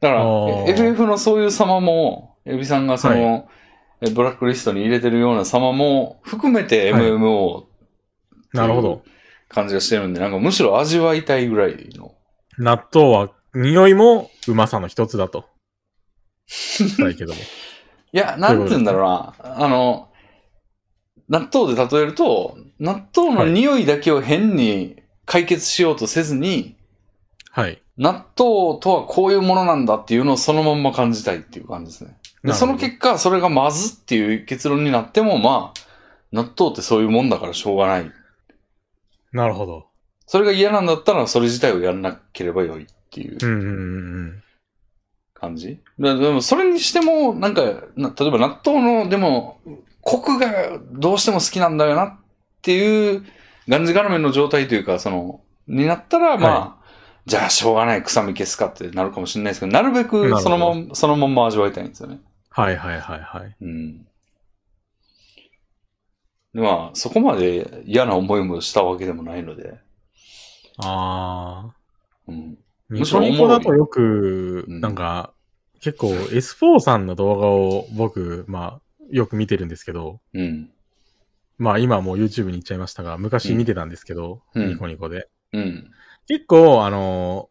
だか
あ
ら、
ー
え FF のそういう様も、エビさんがその、えブラックリストに入れてるような様も含めて
はい
MMO
なるほど。
感じがしてるんで、なんかむしろ味わいたいぐらいの。
納豆は匂いもうまさの一つだ と。だけども。
いや、なんて言うんだろうな。あの、納豆で例えると、納豆の匂いだけを変に解決しようとせずに、
はい。
納豆とはこういうものなんだっていうのをそのまんま感じたいっていう感じですね。で、
なる
そ
ほど
の結果、それがまずっていう結論になっても、まあ、納豆ってそういうもんだからしょうがない。
なるほど。
それが嫌なんだったら、それ自体をやらなければよいっていう
うんうんうんうん。
感じ。だでも、それにしても、なんか、な例えば納豆の、でも、コクがどうしても好きなんだよなっていう、がんじがらめの状態というか、その、になったら、まあ、じゃあ、しょうがない、臭み消すかってなるかもしれないですけど、なるべ
なるほ
く
ど
そのまん、そのまんま味わいたいんですよね。
はいはいはいはい。
うん。でまあ、そこまで嫌な思いもしたわけでもないので、
あ
うん。
ー。
む
ニ
し
コ
ろ
ニコだとよく、
うん
なんか、結構 S4 さんの動画を僕、まあ、よく見てるんですけど、
うん。
まあ今もう YouTube に行っちゃいましたが、昔見てたんですけど、
うん
ニコニコで。
うん。
結構、あのー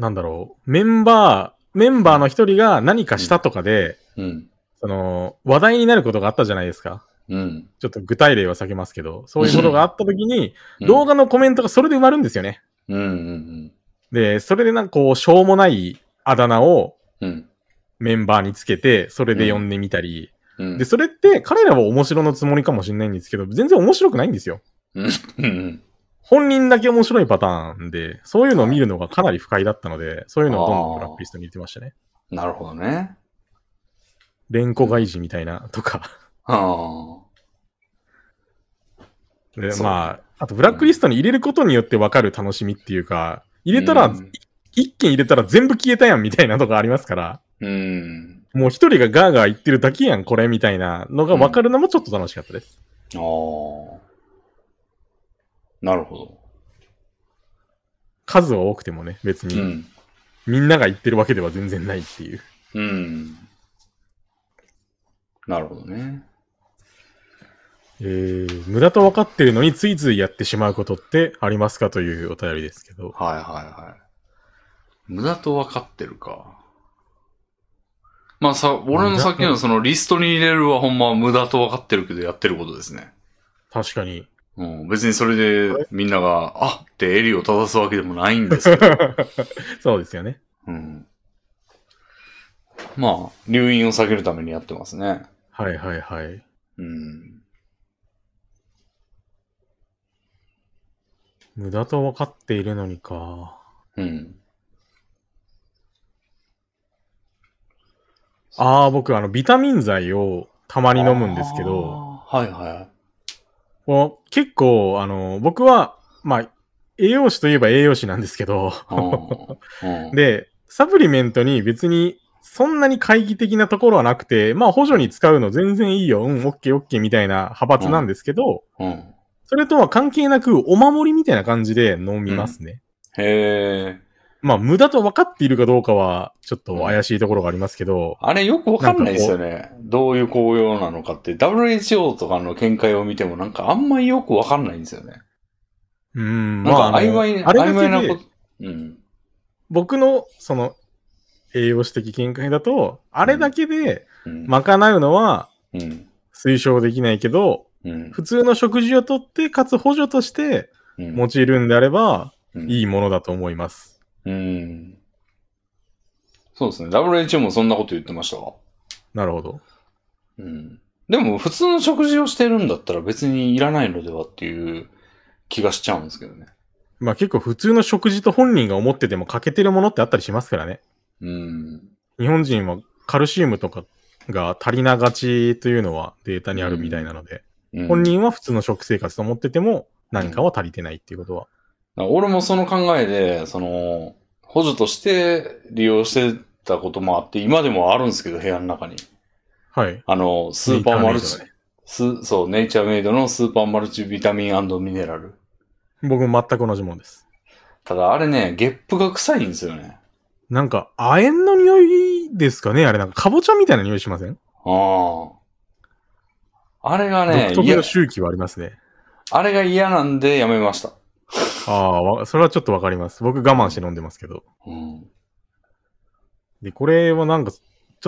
なんだろう、メンバー、メンバーの一人が何かしたとかで、
うん。
その、話題になることがあったじゃないですか。
うん。
ちょっと具体例は避けますけど、そういうことがあった時に、
うん
動画のコメントがそれで埋まるんですよね。
うんうん
で、それでなんかこう、しょうもないあだ名を
うん。うん。
メンバーにつけて、それで呼んでみたり、
うん
で、それって彼らは面白のつもりかもしれないんですけど、全然面白くないんですよ。
うん。
本人だけ面白いパターンで、そういうのを見るのがかなり不快だったので、そういうのをどんどんブラックリストに入れてましたね。
なるほどね。
連呼外事みたいなとか。
あ
で
そう
まあ、あとブラックリストに入れることによって分かる楽しみっていうか、入れたら、
うん
一件入れたら全部消えたやんみたいなとこありますから、
あ。うん。
もう一人がガーガー言ってるだけやん、これみたいなのが分かるのもちょっと楽しかったです。
ああ。なるほど。
数は多くてもね、別
う
に、
ん。
みんなが言ってるわけでは全然ないっていう。
うん。なるほどね。
えー、無駄と分かってるのについついやってしまうことってありますかというお便りですけど。
はいはいはい。無駄と分かってるか。まあさ、俺のさっきのそのリストに入れるはほんま無駄と分かってるけどやってることですね。
確かに。
うん、別にそれでみんなが、あって襟を正すわけでもないんですけど。
そうですよね。
うん、まあ、留飲を下げるためにやってますね。
はいはいはい。
うん。
無駄と分かっているのにか。
うん。
ああ、僕、あの、ビタミン剤をたまに飲むんですけど、
あー。はいはい。
もう結構、あの、僕は、まあ、栄養士といえば栄養士なんですけど、
うん、
で、サプリメントに別に、そんなに懐疑的なところはなくて、まあ補助に使うの全然いいよ、うん、オッケーオッケーみたいな派閥なんですけど、
うん。
それとは関係なく、お守りみたいな感じで飲みますね。
へえ。
まあ、無駄と分かっているかどうかは、ちょっと怪しいところがありますけど、
あれよくわかんないですよね。どういう効用なのかって。WHO とかの見解を見てもなんかあんまりよくわかんないんですよね。
うん、
なんか
まあ、あ
曖
の
昧、
あれだ
曖昧な
け
こ
で
と。うん。
僕の、その、栄養士的見解だと、あれだけで
うん。
賄うのは
うん。
推奨できないけど、
うん。
普通の食事をとって、かつ補助として
うん。
用いるんであれば、
うん
いいものだと思います。
うん。そうですね。WHO もそんなこと言ってましたわ。
なるほど。
うん。でも、普通の食事をしてるんだったら別にいらないのではっていう気がしちゃうんですけどね。
まあ結構普通の食事と本人が思ってても欠けてるものってあったりしますからね。
うん。
日本人はカルシウムとかが足りながちというのはデータにあるみたいなので、
うん
本人は普通の食生活と思ってても何かは足りてないっていうことは。
俺もその考えで、その、補助として利用してたこともあって、今でもあるんですけど、部屋の中に。
はい。
あの、スーパーマル
ネイチ
チ
ャーメイド、
すそう、ネイチャーメイドのスーパーマルチビタミンミネラル。
僕も全く同じものです。
ただ、あれね、ゲップが臭いんですよね。
なんか、亜鉛の匂いですかねあれなんか、かぼちゃみたいな匂いしません、
ああ。あれがね、
独
い
特
や
の、周期はありますね。
あれが嫌なんでやめました。
ああわ、それはちょっとわかります。僕我慢して飲んでますけど。
うん。
で、これはなんか、ちょ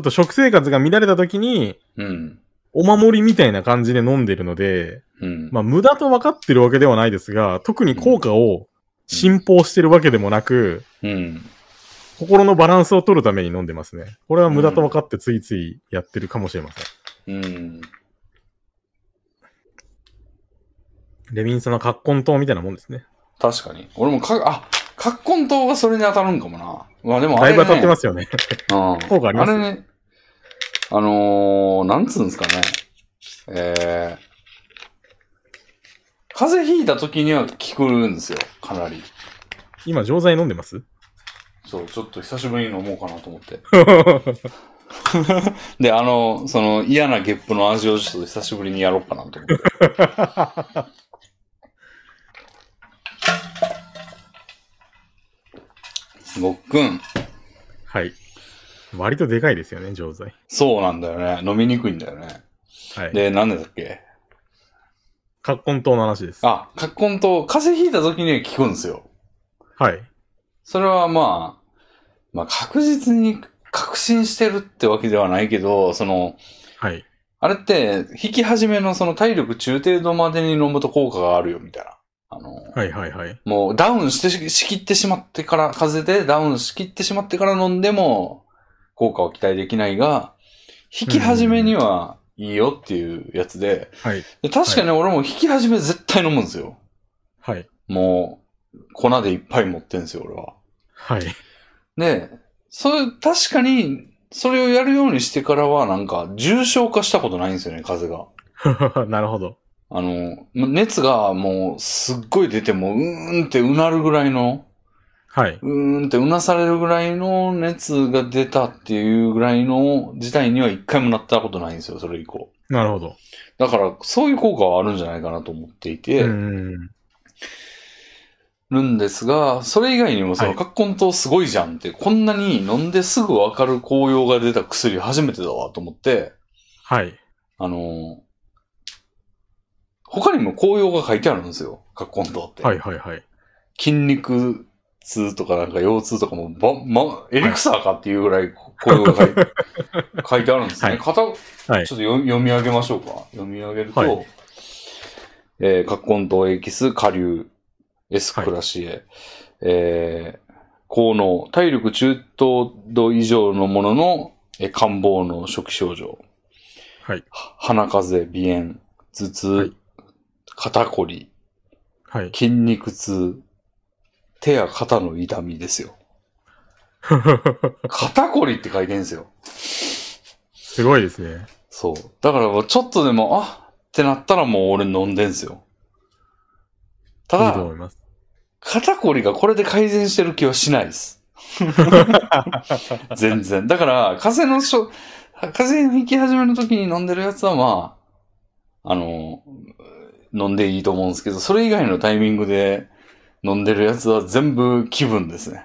っと食生活が乱れた時に、
うん。
お守りみたいな感じで飲んでるので、
うん。
まあ無駄と分かってるわけではないですが、特に効果を信奉してるわけでもなく、
うん。
心のバランスを取るために飲んでますね。これは無駄と分かってついついやってるかもしれません。
うん。
レビンさんのカッコン糖みたいなもんですね。
確かに。俺もか、あ、葛根糖がそれに当たるんかもな。まあでもあ
だい
れ、ね、
ぶ当たってますよね。
うん
効果あります
あれね、あのー、なんつうんですかね。えー、風邪ひいた時には効くんですよ、かなり。
今、錠剤飲んでます
そう、ちょっと久しぶりに飲もうかなと思って。
は
で、あの、その嫌なゲップの味をちょっと久しぶりにやろうかなと思って。ごっくん。
い。割とでかいですよね、錠剤。
そうなんだよね。飲みにくいんだよね。
はい。
で、なんでだっけ
カッコン糖の話です。は
あ、カッコンと風邪ひいた時には効くんですよ。
い。
それはまあ、まあ確実に確信してるってわけではないけど、その、
はい。
あれって、引き始めのその体力中程度までに飲むと効果があるよ、みたいな。あの、
はいはいはい。
もうダウンしてししきってしまってから、風邪でダウンしきってしまってから飲んでも、効果は期待できないが、引き始めにはいいよっていうやつで、
はい。
で確かに俺も引き始め絶対飲むんですよ。
はい。
もう、粉でいっぱい持ってんですよ、俺は。
はい。
で、それ、確かに、それをやるようにしてからは、なんか、重症化したことないんですよね、風邪が。
なるほど。
あの、熱がもう、すっごい出ても、うーんってうなるぐらいの、
はい。
うーんってうなされるぐらいの熱が出たっていうぐらいの事態には一回もなったことないんですよ、それ以降。
なるほど。
だから、そういう効果はあるんじゃないかなと思っていうて、
ーん。
るんですが、それ以外にもその、
はい
カッコン糖すごいじゃんって、こんなに飲んですぐわかる効用が出た薬初めてだわと思って、
はい。
あの、他にも紅葉が書いてあるんですよ。カッコン糖って。
はいはいはい。
筋肉痛とかなんか腰痛とかも、ば、ま、エリクサーかっていうぐらい紅葉が書い書 いてあるんですね。
はい
片ちょっ
はい
と読み読み上げましょうか。読み上げると、
はい
えー、カッコン糖エキス、下流、エスクラシエ、えー、効能、体力中等度以上のものの、えー、感冒の初期症状。
はい。
鼻風邪、鼻炎、頭痛、
はい
肩こり、
はい。
筋肉痛、手や肩の痛みですよ。肩こりって書いてんですよ。
すごいですね。
そう。だからもうちょっとでも、あってなったらもう俺飲んでんすよ。た
いいと思
だ、
います。
肩こりがこれで改善してる気はしないです。全然。だから、風邪のしょ、風邪引き始めの時に飲んでるやつはまあ、あの、飲んでいいと思うんですけど、それ以外のタイミングで飲んでるやつは全部気分ですね。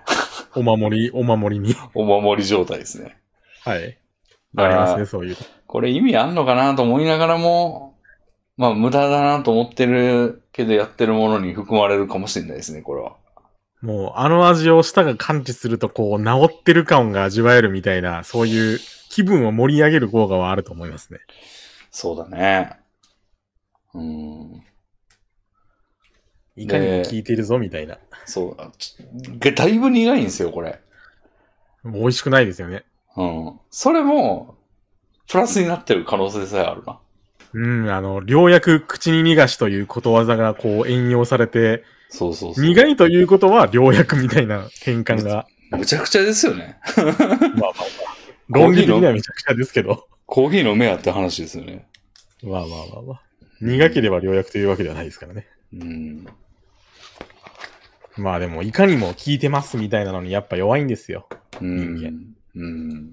お守り、お守りに。
お守り状態ですね。
はい。
だ
あ
か
り
ら
ますね、そういう。
これ意味あんのかなと思いながらも、まあ無駄だなと思ってるけどやってるものに含まれるかもしれないですね、これは。
うもうあの味を舌が感知するとこう治ってる感が味わえるみたいな、そういう気分を盛り上げる効果はあると思いますね。
そうだね。うん。
いかにも効いてるぞみたいな。
そうだ。ちょだいぶ苦いんですよ、これ。
もう美味しくないですよね。
うん。それも、プラスになってる可能性さえあるな。
うん、あの、良薬口に逃がしということわざがこう援用されて、
そうそうそう。
苦いということは良薬みたいな転 換が、
むちゃくちゃですよね。
まあまあまあ、論理的にはめちゃくちゃですけど、
コーヒー飲めやって話ですよね。
まあまあまあまあ。苦ければ良薬というわけではないですからね。
うん。
まあでも、いかにも効いてますみたいなのにやっぱ弱いんですよ。
う
人
ん。うん。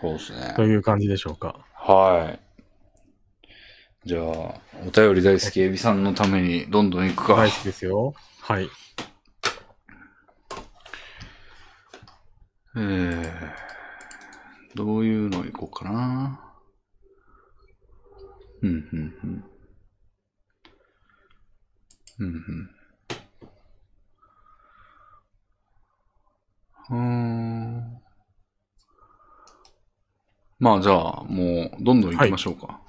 そうですね。
という感じでしょうか。
はい。じゃあ、お便り大好きエビさんのためにどんどん行くか。
大好きですよ。はい。
えー、どういうの行こうかな。うん、うん、うん。うん、うん。うーん。まあじゃあ、もう、どんどん行きましょうか。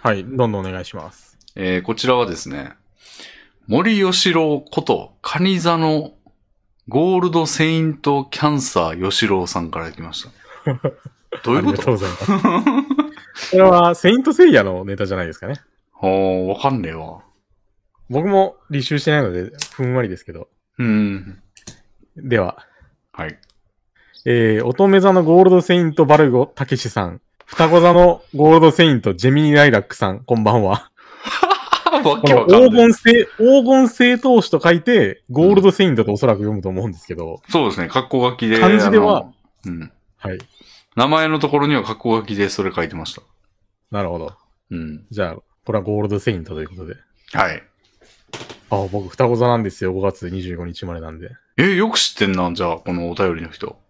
はい。どんどんお願いします。
えーこちらはですね、森吉郎こと、カニ座のゴールドセイントキャンサー吉郎さんからいき ました。どういう
あ
こ
りがとう
と
ございます。これは、セイントセイヤのネタじゃないですかね。
あーわかんねえわ。
僕も履修してないので、ふんわりですけど。
うん。
では、
はい。
えー、乙女座のゴールドセイントバルゴたけしさん。双子座のゴールドセイントジェミニライラックさん、こんばんは。
わ
こ
け
の
わかん
黄
ない。
金聖、黄金聖闘士と書いて、ゴールドセイントとおそらく読むと思うんですけど、
そうですね、格好書きで。
漢字では
あの。うん。
はい。
名前のところには格好書きでそれ書いてました。
なるほど。
うん。
じゃあ、これはゴールドセイントということで。
はい。
あ、僕、双子座なんですよ。5月25日生まれなんで。
えーよく知ってんな、じゃあ、このお便りの人。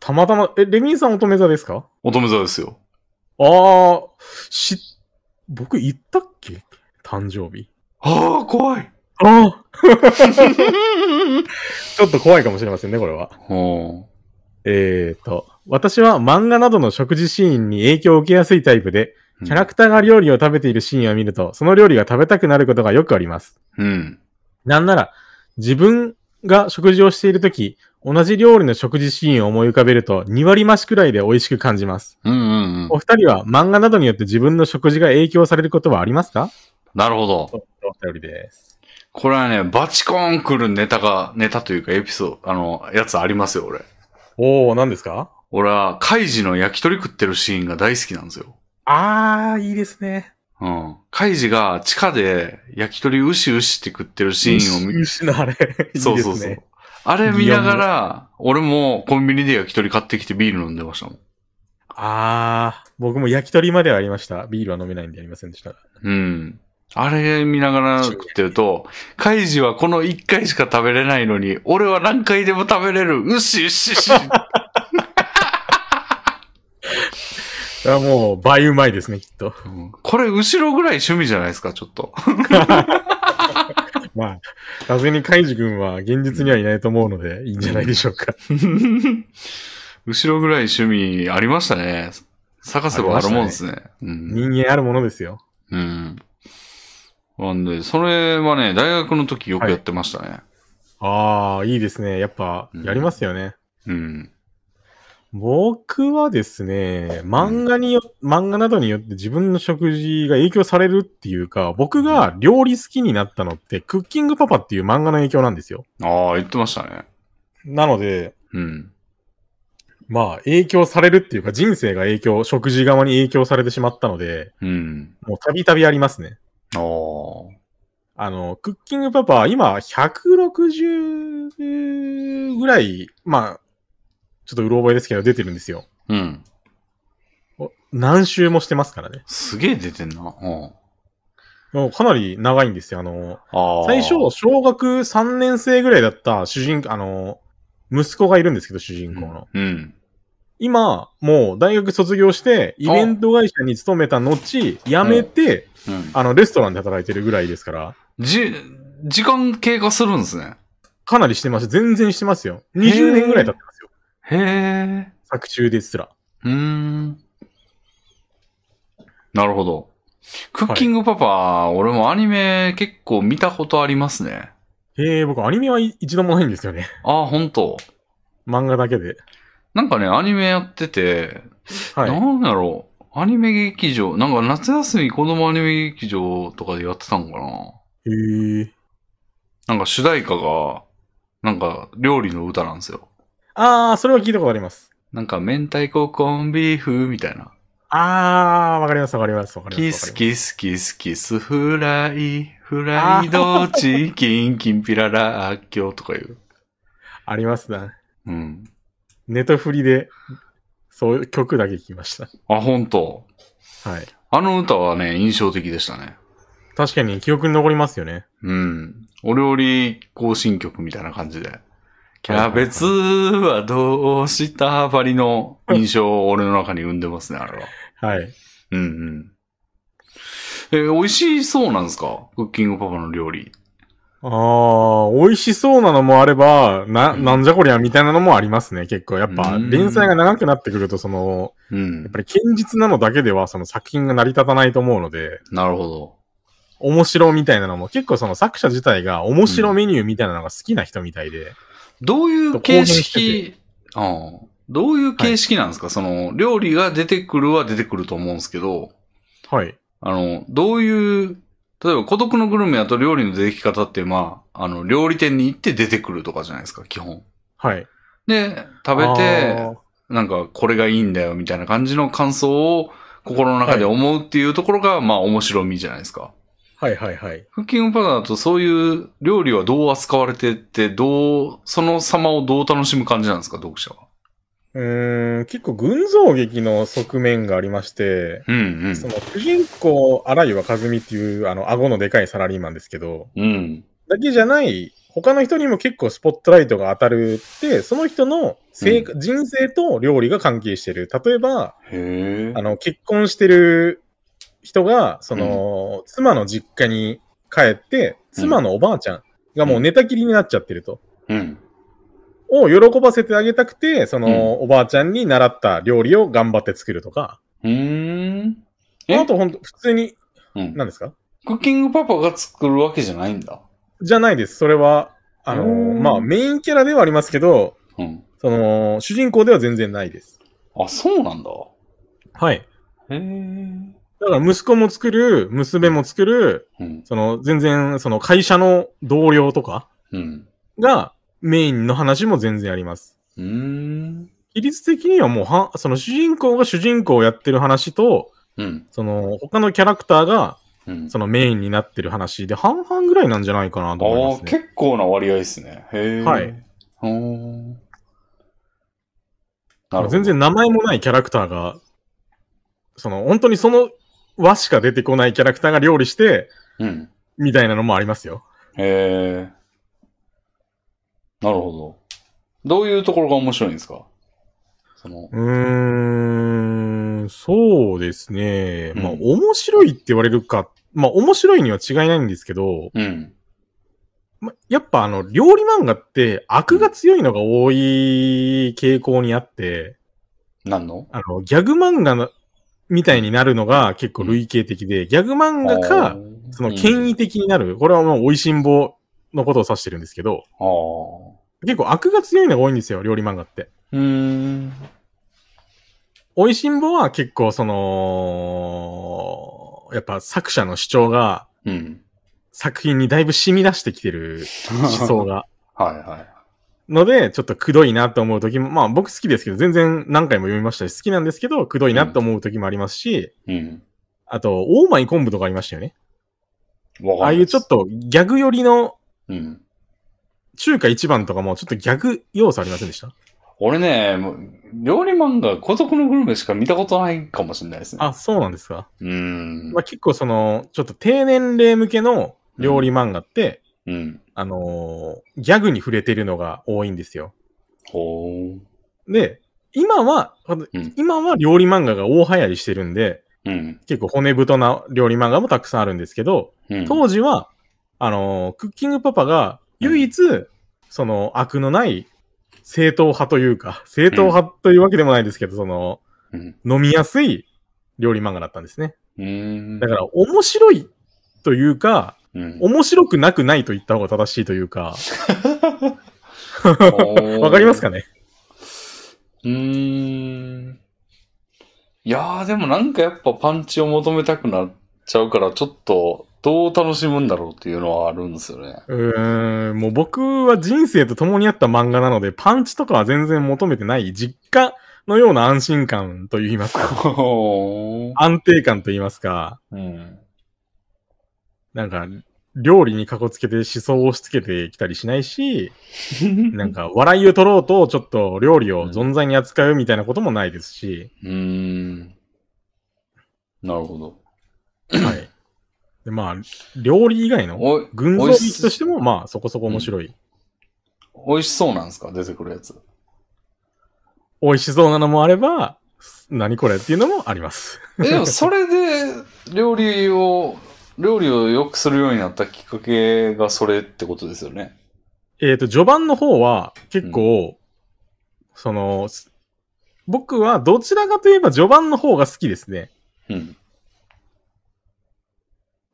たまたま、え、レミンさん乙女座ですか
乙女座ですよ。
あー、し、僕言ったっけ誕生日。
ああ、怖 い。
ああちょっと怖いかもしれませんね、これは。
おー
えーと、私は漫画などの食事シーンに影響を受けやすいタイプで、キャラクターが料理を食べているシーンを見ると、その料理が食べたくなることがよくあります。
うん。
なんなら、自分が食事をしているとき、同じ料理の食事シーンを思い浮かべると、2割増しくらいで美味しく感じます。
うんうんうん
お。二人は漫画などによって自分の食事が影響されることはありますか
なるほど。
お便りです。
これはね、バチコーン来るネタが、ネタというかエピソード、あの、やつありますよ、俺。
おー、何ですか
俺は、カイジの焼き鳥食ってるシーンが大好きなんですよ。
あー、いいですね。
うん。カイジが地下で焼き鳥うしうしって食ってるシーンを見、
牛のあれ。
そうそうそう。あれ見ながら、俺もコンビニで焼き鳥買ってきてビール飲んでましたもん。
あー、僕も焼き鳥まではありました。ビールは飲めないんでやりませんでしたが。
うん。あれ見ながら食ってると、カイジはこの一回しか食べれないのに、俺は何回でも食べれる、うしうしし。
いやもう、倍うまいですね、きっと。
うんこれ後ろぐらい趣味じゃないですか、ちょっと。
まあ、さすがにカイジ君は現実にはいないと思うので、いいんじゃないでしょうか。
後ろぐらい趣味ありましたね。探せばあるもんですね。うん。
人間あるものですよ。
うん。なんで、それはね、大学の時よくやってましたね。
あー、いいですね。やっぱ、やりますよね。
うん。
僕はですね、漫画によ、漫画などによって自分の食事が影響されるっていうか、僕が料理好きになったのって、クッキングパパっていう漫画の影響なんですよ。
ああ、言ってましたね。
なので、
うん。
まあ、影響されるっていうか、人生が影響、食事側に影響されてしまったので、
うん。
もうたびたびありますね。
ああ。
あの、クッキングパパ、今、160ぐらい、まあ、ちょっとうろ覚えですけど、出てるんですよ。
うん。
お何周もしてますからね。
すげえ出てんな。うん。
もうかなり長いんですよ。あの、
ああ。
最初、小学3年生ぐらいだった主人公、あの、息子がいるんですけど、主人公の。
うん。
今、もう大学卒業して、イベント会社に勤めた後、辞めて、
うん。
あの、レストランで働いてるぐらいですから、
じ、時間経過するんですね。
かなりしてます。全然してますよ。20年ぐらい経ってますよ。
へえ。
作中ですら。
うーん。なるほど。クッキングパパ、俺もアニメ結構見たことありますね。
えー、僕アニメはい一度もないんですよね。
ああ、本当
漫画だけで。
なんかね、アニメやってて、
はい。
なんだろう。アニメ劇場、なんか夏休み子供アニメ劇場とかでやってたんかな
えー。
なんか主題歌が、なんか料理の歌なんですよ。
あー、それは聞いたことあります。
なんか明太子コンビーフみたいな。
あー、わかります、わかります、わかります。
キスキスキスキスフライ、フライドチキン、キンピララッキョとかいう。
ありますな。
うん。
ネトフリで、そういう曲だけ聞きました。
あ、本当
はい。
あの歌はね、印象的でしたね。
確かに記憶に残りますよね。
うん。お料理行進曲みたいな感じで。キャベツはどうしたばりの印象を俺の中に生んでますね、あれは。
はい。
うんうん。えー美味しそうなんですかクッキングパパの料理。
あー、美味しそうなのもあれば、な、
うん
なんじゃこりゃみたいなのもありますね、結構。やっぱ、
うん
連載が長くなってくると、その、
う
や
ん
っ。ぱり堅実なのだけでは、その作品が成り立たないと思うので、
なるほど。
面白みたいなのも、結構その作者自体が面白メニューみたいなのが好きな人みたいで、
どういう
興
形
奮して
式、ああどういう形式なんですか、その、料理が出てくるは出てくると思うんですけど、
はい。
あの、どういう、例えば孤独のグルメだと料理の出てき方って、まあ、あの、料理店に行って出てくるとかじゃないですか、基本。
はい。
で、食べて、なんか、これがいいんだよ、みたいな感じの感想を心の中で思うっていうところが、まあ、面白みじゃないですか。
あー、はいはいはい。
クッキングパパだとそういう料理はどう扱われてって、どう、その様をどう楽しむ感じなんですか、読者は。
うーん、結構群像劇の側面がありまして、
うんうん。
その主人公、荒岩和美っていう、あの、顎のでかいサラリーマンですけど、
うん。
だけじゃない、他の人にも結構スポットライトが当たるって、その人の生活、人生と料理が関係してる。例えば、
へえ
あ。の、結婚してる人が、その、妻の実家に帰って、妻のおばあちゃんがもう寝たきりになっちゃってると。
うん。
を喜ばせてあげたくて、その、おばあちゃんに習った料理を頑張って作るとか、
うーん。え
あと本当普通に、
うん
何ですか
クッキングパパが作るわけじゃないんだ。
じゃないです。それは、あの
うーん
まあ、メインキャラではありますけど、
うん。
その、主人公では全然ないです。
あ、そうなんだ。
はい。
へえ。
だから、息子も作る、娘も作る、
うん。
その、全然、その、会社の同僚とか
うん。
が、メインの話も全然あります。
うーん。
比率的にはもうは、その主人公が主人公をやってる話と、
うん。
その、他のキャラクターが、
うん。
そのメインになってる話で、半々ぐらいなんじゃないかなと思
あ
い
あ、
ますね。
結構な割合ですね。へえ。
はい。
ほーなるほど。
全然名前もないキャラクターが、その、本当にその輪しか出てこないキャラクターが料理して、
うん。
みたいなのもありますよ。
へえ。なるほど。どういうところが面白いんですかその、
うーん、そうですね。まあ、
うん
面白いって言われるか、まあ、面白いには違いないんですけど、
うん。
まあやっぱあの、料理漫画って悪が強いのが多い傾向にあって、
何の
あの、ギャグ漫画のみたいになるのが結構類型的で、ギャグ漫画か、、その権
威。
威的になる、これはもう美味しんぼのことを指してるんですけど、
ああ。
結構悪が強いのが多いんですよ、料理漫画って。
うーん。
美味しんぼは結構その、やっぱ作者の主張が
うん。
作品にだいぶ染み出してきてる思想が。
はいはい。
ので、ちょっとくどいなと思う時も、まあ僕好きですけど、全然何回も読みましたし、好きなんですけど、くどいなと思う時もありますし、
うん。
あと、オーマイ昆布とかありましたよね。
わか
ああいうちょっ
と。
とギャグ寄りの
うん。
中華一番とかもちょっとギャグ要素ありませんでした
俺ね、もう料理漫画、孤独のグルメしか見たことないかもしれないですね。
あ、そうなんですか。
うーん
まあ、。結構その、ちょっと低年齢向けの料理漫画って、
うん。
あのーギャグに触れてるのが多いんですよ。
ほう。
で、今は、あの
ん
今は料理漫画が大流行りしてるんで、
うん。
結構骨太な料理漫画もたくさんあるんですけど、
うん。
当時は、あのークッキングパパが唯一、その悪のない正統派というか、正統派というわけでもないですけど、その、
うん
飲みやすい料理漫画だったんですね。
うん
だから、面白いというか、
うん。
面白くなくないと言った方が正しいというか、わ
わ
かりますかね
うーん。いやー、でもなんかやっぱパンチを求めたくなっちゃうから、ちょっと、どう楽しむんだろうっていうのはあるんですよ ね。
うーん、もう僕は人生と共にあった漫画なので、パンチとかは全然求めてない、実家のような安心感と言いますか、安定感と言いますか、
うん。
なんか、料理にかこつけて思想を押し付けてきたりしないし、なんか、笑いを取ろうと、ちょっと料理を存在に扱うみたいなこともないですし、
うーん。なるほど。
はい。で、まあ、料理以外の、
おい、
群像劇としても、まあ、そこそこ面白い。
美味しそうなんですか出てくるやつ。
美味しそうなのもあれば、何これっていうのもあります。
え、でもそれで、料理を、料理を良くするようになったきっかけがそれってことですよね。
えっと、序盤の方は、結構、その、す僕はどちらかといえば序盤の方が好きですね。
うん。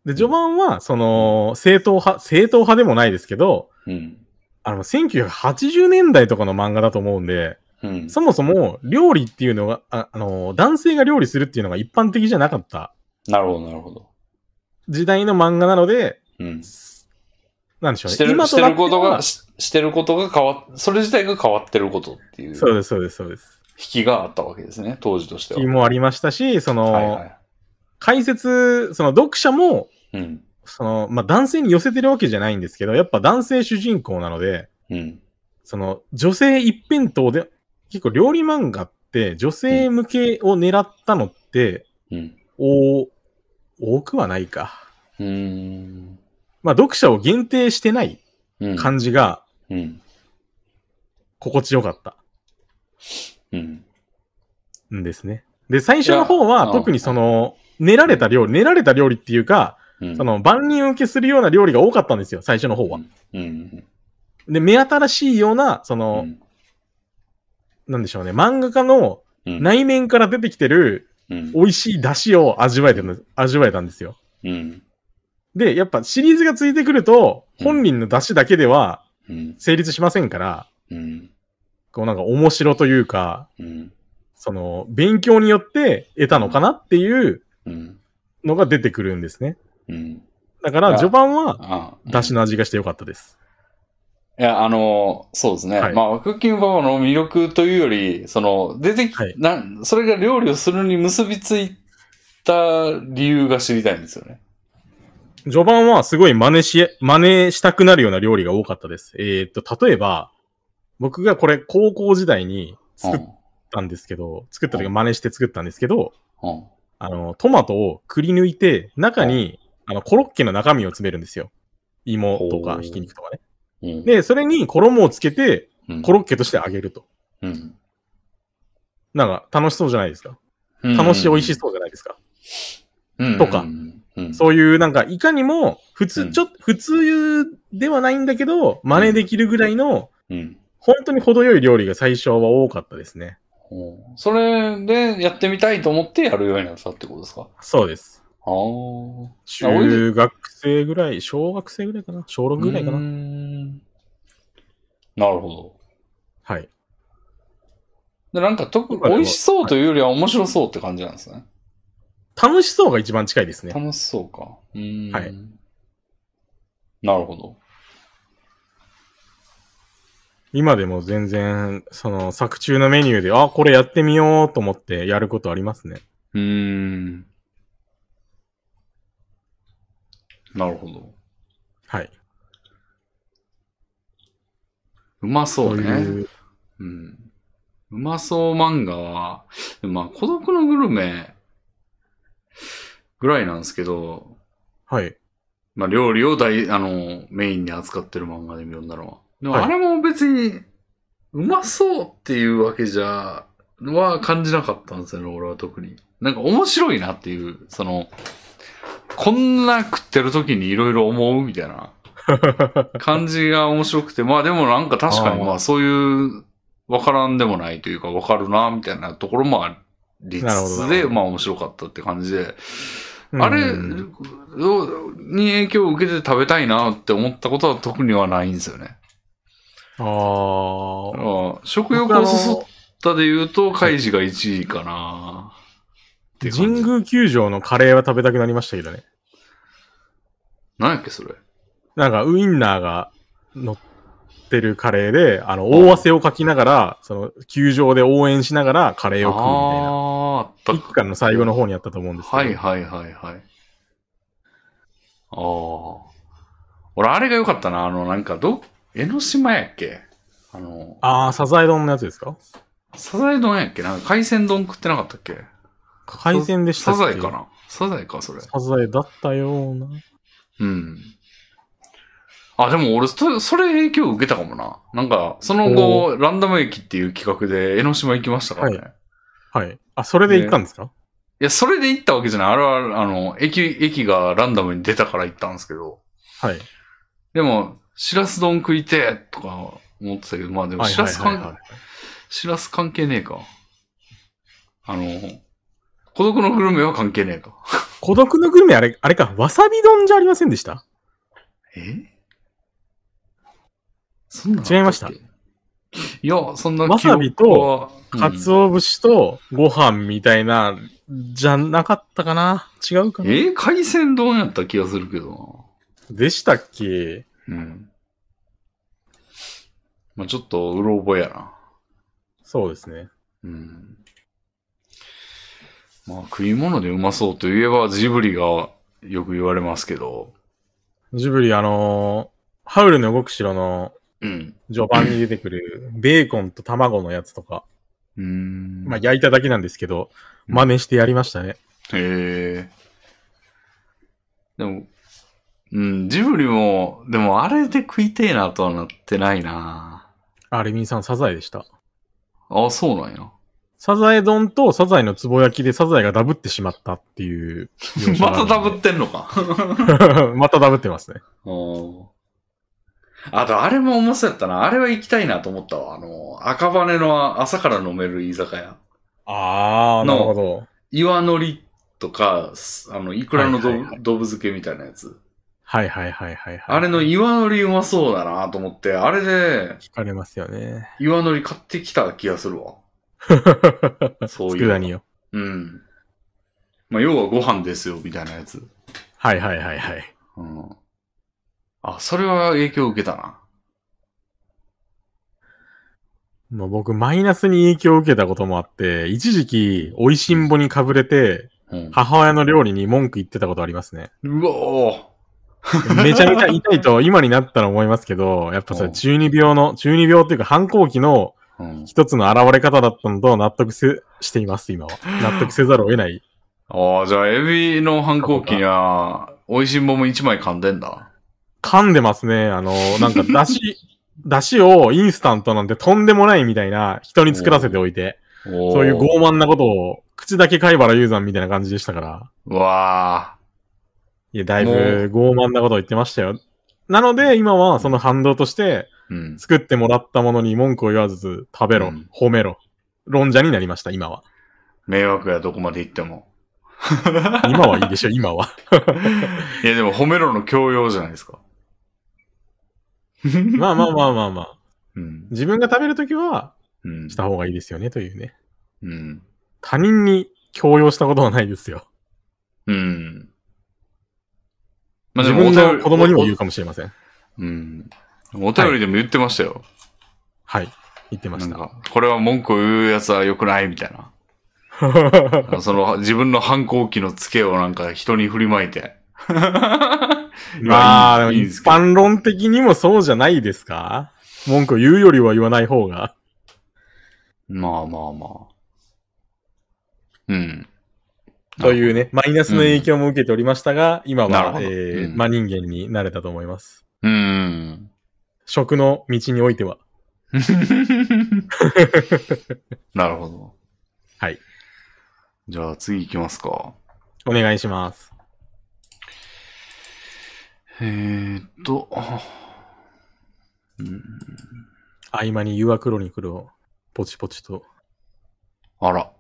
で、序盤は、その、正統派、正統派でもないですけど、
うん。
あの、1980年代とかの漫画だと思うんで、
うん。
そもそも料理っていうのが、ああの、男性が料理するっていうのが一般的じゃなかった
なるほど、なるほど。
時代の漫画なので、
うん。
なんでしょうね。
してるして
な
ること
は
がし、してることが変わっ、それ自体が変わってることっていう
そう
引
です、そうです、そうです。
きがあったわけですね、当時としては。
気もありましたし、その、
はいは
解説、その読者も、
い。うん。
その、まあ、男性に寄せてるわけじゃないんですけど、やっぱ男性主人公なので、
うん。
その女性一辺倒で、結構料理漫画って女性向けを狙ったのって、
うん。
お多くはないか。
うーん。
まあ読者を限定してない
うん。
感じが
うん。
心地よかった
うん。
んですね。で、最初の方
い
は
や
特にその、練られた料理、練られた料理っていうか、
うん。
その万人受けするような料理が多かったんですよ、最初の方は。
うん。
で、目新しいような、その、なんでしょうね、漫画家の
うん。い。
内面から出てきてる
うん。
美味しい出汁を味わえてる、味わえたんですよ。
うん。
で、やっぱシリーズがついてくると、
うん
本人の出しだけでは
うん。
成立しませんから、
うん。
こうなんか面白というか、
うん。
その、勉強によって得たのかなっていう
うん。
のが出てくるんですね。
うん。
だか
い
ら、
や
序盤は、
あ
出汁の味がしてよかったです。
いや、あの、そうですね。
はい
まあ、クッキングパパの魅力というより、その、出てき、
はい
なん、それが料理をするに結びついた理由が知りたいんですよね。
序盤はすごい真似し、真似したくなるような料理が多かったです。えー、っと、例えば、僕がこれ高校時代に作ったんですけど、作った時
うん
真似して作ったんですけど、
うん。うん。
あの、トマトをくり抜いて、中に、あの、コロッケの中身を詰めるんですよ。芋と
ほ
か
う
ひき肉とかね。
うん、
で、それに衣をつけて、
うん
コロッケとして揚げると。
うん
なんか、楽しそうじゃないですか。
うん
楽しい、美味しそうじゃないですか。とか
うんうんうん
そういう、なんか、いかにも、普
う
通、
ん
ちょっと、普通ではないんだけど、真似できるぐらいの、
うん
本当に程よい料理が最初は多かったですね。
おうそれでやってみたいと思ってやるようになったってことですか
そうです。
ああ。
中学生ぐらい、小学生ぐらいかな小6ぐらいか
うー
なん
なるほど。
はい。
で、なんか特、美味しそうというよりは面白そうって感じなんですね。
楽しそうが一番近いですね。
楽しそうか。うーん。
はい
なるほど。
今でも全然、その作中のメニューで、あ、これやってみようと思ってやることありますね。
うーん。なるほど。
はい。
うまそう
と
ね。
いう
うん。うまそう漫画は、でもまあ、孤独のグルメぐらいなんですけど、
はい。
まあ、料理を大、あの、メインに扱ってる漫画で読んだのは。でも、
はい
あれも別に、うまそうっていうわけじゃは感じなかったんですよね、俺は特に。なんか面白いなっていう、その、こんな食ってる時にいろいろ思うみたい な感じが面白くて、まあでもなんか確かに
あー
まあそういう、わからんでもないというか、わかるな、みたいなところもありつ
なるほどな
つ
る
で、
ほど
まあ面白かったって感じで、
うん
あれに影響を受けて食べたいなって思ったことは特にはないんですよね。
あ
だか
あ。
ら食欲
僕あ
を
の
そそったで言うと、カイジが1位かなっていう
神
感じ。
宮球場のカレーは食べたくなりましたけどね。
何やっけ、それ。
なんかウインナーが乗ってるカレーで、あの、大汗をかきながら、その、球場で応援しながらカレーを食うみたいな。
ああー、あっ
一巻の最後の方にあったと思うんですけ
た。
ど。
はいはいはいはい。ああ。俺、あれが良かったな。あの、なんか、ど、江ノ島やっけあの、
ああ、サザエ丼のやつですか
サザエ丼やっけなんか海鮮丼食ってなかったっけ
海鮮でした
サ
っけ
ザエかなサザエか、それ。
サザエだったような。
うん。あ、でも俺、そそれ影響受けたかもな。なんか、その後、ランダム駅っていう企画で江ノ島行きましたからね。い、
はい。あ、それで行ったんですか、
や、それで行ったわけじゃない。あれは、あの、駅、駅がランダムに出たから行ったんですけど。
はい。
でも、しらす丼食いてえとか思ってたけど、まあでも、
はい
しらす
はい
関、
はいはい
しらす関係ねえか。あの、孤独のグルメは関係ねえか。
孤独のグルメあれ、あれか、わさび丼じゃありませんでした
えそんなのあっ
違いました
っけいや、そんな
わさびと
記憶は、
鰹節とご飯みたいな、じゃなかったかな違うか
うん
な
えー海鮮丼やった気がするけど
でしたっけ
な。うん。まあちょっと、うろ覚えやな。
そうですね。
うん。まあ食い物でうまそうといえば、ジブリがよく言われますけど、
ジブリ、あのーハウルの動く城の
うん。
序盤に出てくる、ベーコンと卵のやつとか、
うーん。
まあ焼いただけなんですけど、
うん
真似してやりましたね。
へえ。でも、うん、ジブリも、でもあれで食いてえなとはなってないな
あ、レミンさん、サザエでした。
ああ、そうなんや。
サザエ丼とサザエのつぼ焼きでサザエがダブってしまったっていう描写が
ま
ある
た
ん
ダ
で。
ブってんのか。
またダブってますね。
おあと、あれも面白かったな。あれは行きたいなと思ったわ。あの、赤羽の朝から飲める居酒屋。
あ
の
ー、なるほど。
岩のりとか、すあの、イクラのど
はいはいは
ぶどぶ漬けみたいなやつ。
はいはいはいはい、はい。
あれの岩のりうまそうだなと思って、あれで
聞かれますよね。
岩のり買ってきた気がする わ。そういう。
佃煮よ。
うん。まあ、要はご飯ですよ、みたいなやつ。
はいはいはいはい。
うん。あ、それは影響を受けたな。
もう僕、マイナスに影響を受けたこともあって、一時期、美味しんぼにかぶれて、
うん。
母親の料理に文句言ってたことありますね。
うおー
めちゃめちゃ痛いと 今になったら思いますけど、やっぱそれ中二病の、中二病っていうか反抗期の
うん。
一つの現れ方だったのと納得せしています、 今は。納得せざるを得ない。
ああ、じゃあ、エビの反抗期には、美味しんぼも一枚噛んでんだ。
噛んでますね。あの、なんか、だ し、だしをインスタントなんてとんでもないみたいな人に作らせておいて、
そ
そういう傲慢なことを、口だけ貝原雄山みたいな感じでしたから、
うわあ。
いや、だいぶ傲慢なことを言ってましたよ。なので、今はその反動として、
うん。
作ってもらったものに文句を言わず、食べろ、
うん
褒めろ、論者になりました、今は。
迷惑や、どこまで行っても。
今はいい でしょ、今は。
いや、でも、褒めろの教養じゃないですか。
まあまあまあまあまあ。
うん。
自分が食べるときは、
うん
し。た方がいいですよね、というね。
うん。
他人に強要したことはないですよ。
うん。まあ
自
でも
分の子供にも
お
言うかもしれません。
うん。お便りでも言ってましたよ。
はい。言ってま
な
し
ん
た。
か、これは文句を言うやつは良くないみたい な。その自分の反抗期のツケをなんか人に振りまいて。
まあ、でも
いいん
一
ですけど
般論的にもそうじゃないですか文句を言うよりは言わない方が。
まあまあまあ。うん。
というね、マイナスの影響も受けておりましたが、今
なる
は
ほ、ど
えー
うん
真人間になれたと思います。
うん。
食の道においては。
なるほど。じゃあ次行きますか。
お願いします。
えーっと、うん、
合間に誘惑ロニクルをポチポチと。
あら。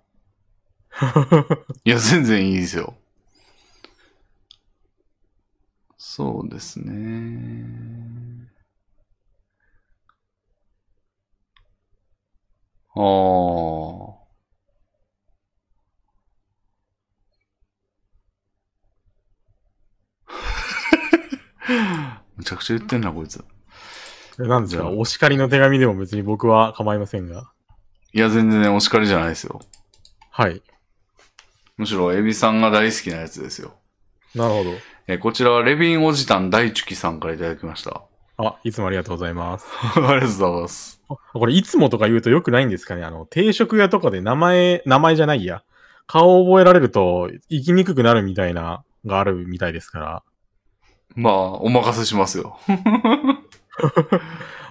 いや、全然いいですよ。そうですね。ああ。 むちゃくちゃ言ってんな、こいつ。
なんです
じゃ
か
あ
お叱りの手紙でも別に僕は構いませんが。
いや、全然ね、お叱りじゃないですよ。
はい。
むしろ、エビさんが大好きなやつですよ。
なるほ
えーこちらはレビンおじたん大チュキさんからいただきました。
ど。あ、いつもありがとうございます。
ありがとうございます。
これ、いつもとか言うと良くないんですかねあの、定食屋とかで名前、名前じゃないや。顔を覚えられると、生きにくくなるみたいな、があるみたいですから。
まあ、お任せしますよ。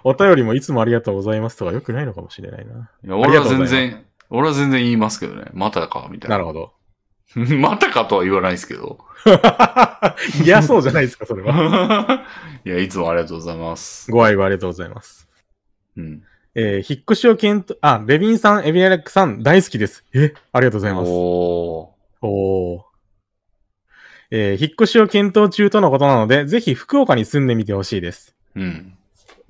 お便りもいつもありがとうございますとか良くないのかもしれないな。
いや
あり
俺
が
は
とうござい
全
ます
然、俺は全然言いますけどね。またか、みたい
な
な。
るほど。
またかとは言わないですけど。
嫌そうじゃないですか、それは。
いや、いつもありがとうございます。
ご愛顧ありがとうございます。
うん。
えー引っ越しを検討、あ、レビンさん、エビアレックさん、大好きです。え、ありがとうございます。
おー。
おー。えー引っ越しを検討中とのことなので、ぜひ福岡に住んでみてほしいです。
うん。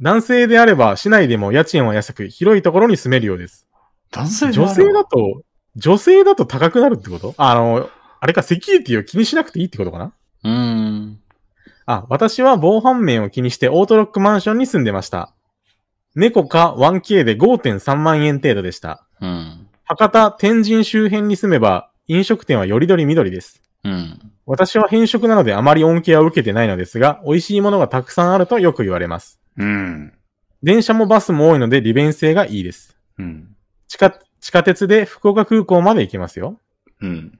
男性であれば、市内でも家賃は安く、広いところに住めるようです。
男性であれ
女
ば
性だと、女性だと高くなるってことあの、あれか、セキュリティを気にしなくていいってことかな
うーん。
あ、私は防犯面を気にしてオートロックマンションに住んでました。猫か 1K で5.3万円程度でした。
うん。
博多、天神周辺に住めば飲食店はよりどり緑です。
うん。
私は偏食なのであまり恩恵は受けてないのですが、美味しいものがたくさんあるとよく言われます。
うん。
電車もバスも多いので利便性がいいです。
うん。
地下、地下鉄で福岡空港まで行けますよ。
うん。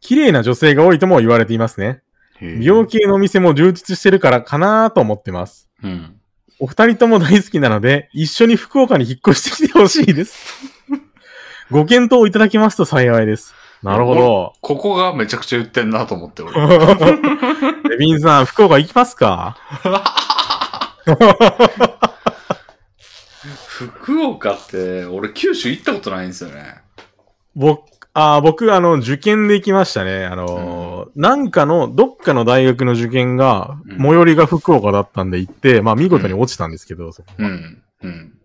綺麗な女性が多いとも言われていますね。
へー
美容系のお店も充実してるからかなーと思ってます。
うん。
お二人とも大好きなので、一緒に福岡に引っ越してきてほしい です。ご検討いただきますと幸いです。なるほど。
ここがめちゃくちゃ言ってんなと思って、 俺。
レビンさん、福岡行きますか
福岡って、俺九州行ったことないんですよね。
僕、あー僕、あの、受験で行きましたね。あのーなんかの、どっかの大学の受験が、
うん
最寄りが福岡だったんで行って、まあ見事に落ちたんですけど、そ
うん。うん。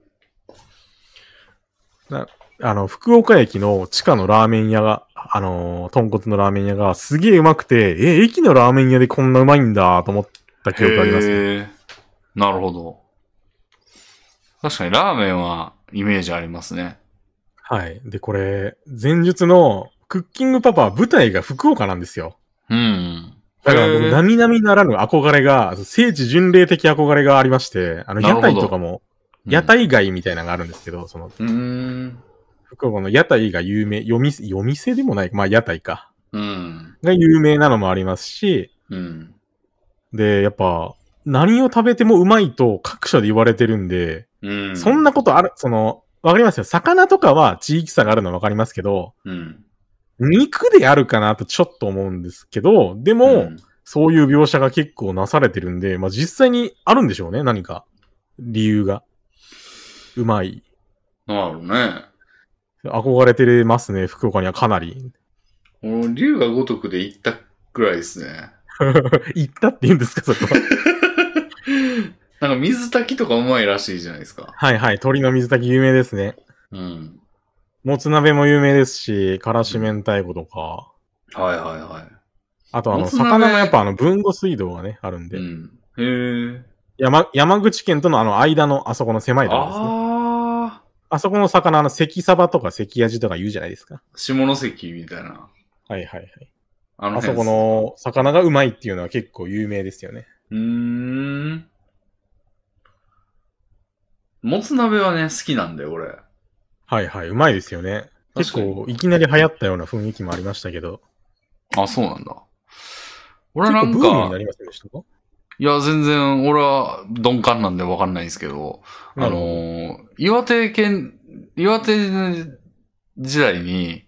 あの、福岡駅の地下のラーメン屋が、あのー豚骨のラーメン屋がすげえうまくて、え、駅のラーメン屋でこんなうまいんだと思った記憶あります、ね。
へーなるほど。確かにラーメンはイメージありますね。
はい。で、これ、前述のクッキングパパは舞台が福岡なんですよ。
うん。
だから
へ
僕、
ー
並々ならぬ憧れが、聖地巡礼的憧れがありまして、あの、
なる
屋
ほど
台とかも、屋台街みたいなのがあるんですけど、その、
うん。うん。
福岡の屋台が有名、夜店、夜店でもない、まあ屋台か。
うん。
が有名なのもありますし、
うん。
で、やっぱ、何を食べてもうまいと各所で言われてるんで、
うん。
そんなことある、その、わかりますよ。魚とかは地域差があるのはわかりますけど、
うん。
肉であるかなとちょっと思うんですけど、でも、
うん
そういう描写が結構なされてるんで、まあ実際にあるんでしょうね、何か。理由が。うまい。
なるほどね。
憧れてますね、福岡にはかなり。
俺、竜が如くで行ったくらいですね。
行ったって言うんですか、そ こは。
なんか水炊きとかうまいらしいじゃないですか。
はいはい、鳥の水炊き有名ですね。
うん。
もつ鍋も有名ですし、からし明太子とか。
はいはいは
あとあの、
もつ鍋
魚もやっぱあの、豊後水道がね、あるん
い。
で。
うん。へえ。
山、山口県とのあの間のあそこの狭いところですね。
ああ。
あそこの魚の関サバとか関アジとか言うじゃないですか。
下関みたいな。
はいはいはい。
あの
あそ
辺
この魚がうまいっていうのは結構有名ですよね。
うーん。もつ鍋はね、好きなんだよ、俺。
はいはい、うまいですよね。結
確かに
構いきなり流行ったような雰囲気もありましたけど。
あ、そうなんだ。俺
結
はな
構
ん
ブームにな
か、
りませんでしたか
いや、全然、俺は鈍感なんでわかんないんですけど、あ
なる
の
ほど
ー、岩手県、岩手時代に、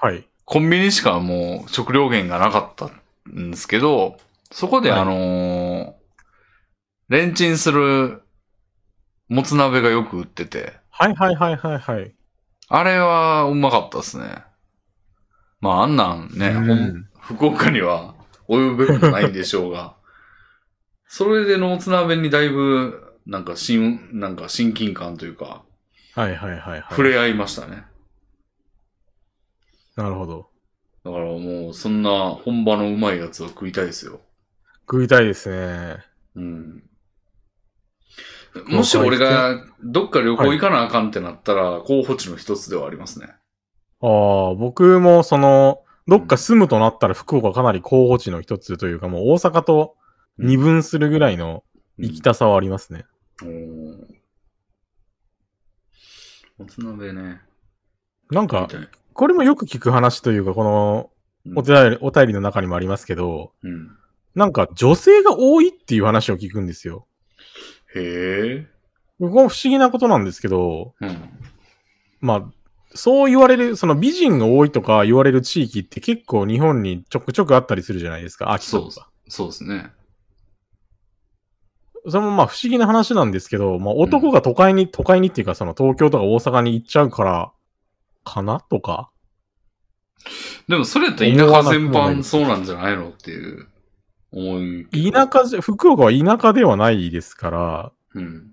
はい。
コンビニしかもう食料源がなかったんですけど、そこで
はい
あのーレンチンするもつ鍋がよく売ってて、
はいはいはいはいはい。
あれはうまかったですね。まああんなんね、ほん
うん
福岡には及ぶことないんでしょうが、 それでのもつ鍋にだいぶ、なんか新、なんか親近感というか、
はいはいは
触
いはい。
れ合いましたね。
なるほど。
だからもう、そんな本場のうまいやつは食いたいですよ。
食いたいですね。
うん。もし俺がどっか旅行行かなあかんってなったら、候補地の一つではありますね。
ああ、僕もその、どっか住むとなったら福岡かなり候補地の一つというか、もう大阪と二分するぐらいの行きたさはありますね。
うん。おーもつ鍋ね。
なん
食い
か、
たい
これもよく聞く話というか、この
うん
お便り、お便りの中にもありますけど、
うん。
なんか女性が多いっていう話を聞くんですよ。
へえ。
僕も不思議なことなんですけど、
うん。
まあ、そう言われる、その美人が多いとか言われる地域って結構日本にちょくちょくあったりするじゃないですか、秋とか。
そそうですね。
それもまあ不思議な話なんですけど、まあ男が都会に、都会にっていうかその東京とか大阪に行っちゃうから、かなとか。
でもそれやったら田舎全般そうなんじゃないのっていう思い。
田舎じゃ、福岡は田舎ではないですから、
うん。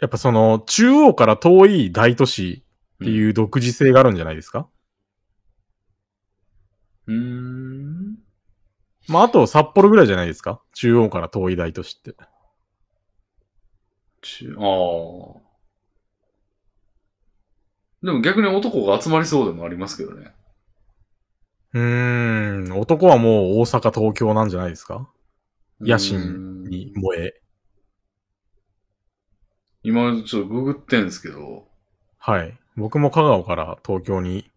やっぱその中央から遠い大都市っていう独自性があるんじゃないですか、
うーん。
まああと札幌ぐらいじゃないですか中央から遠い大都市って。
ちああ。でも逆に男が集まりそうでもありますけどね。
うーん、男はもう大阪東京なんじゃないですか野
う
心
ん
に燃え。
今ちょっとググってんですけど、
はい。僕も香川から東京に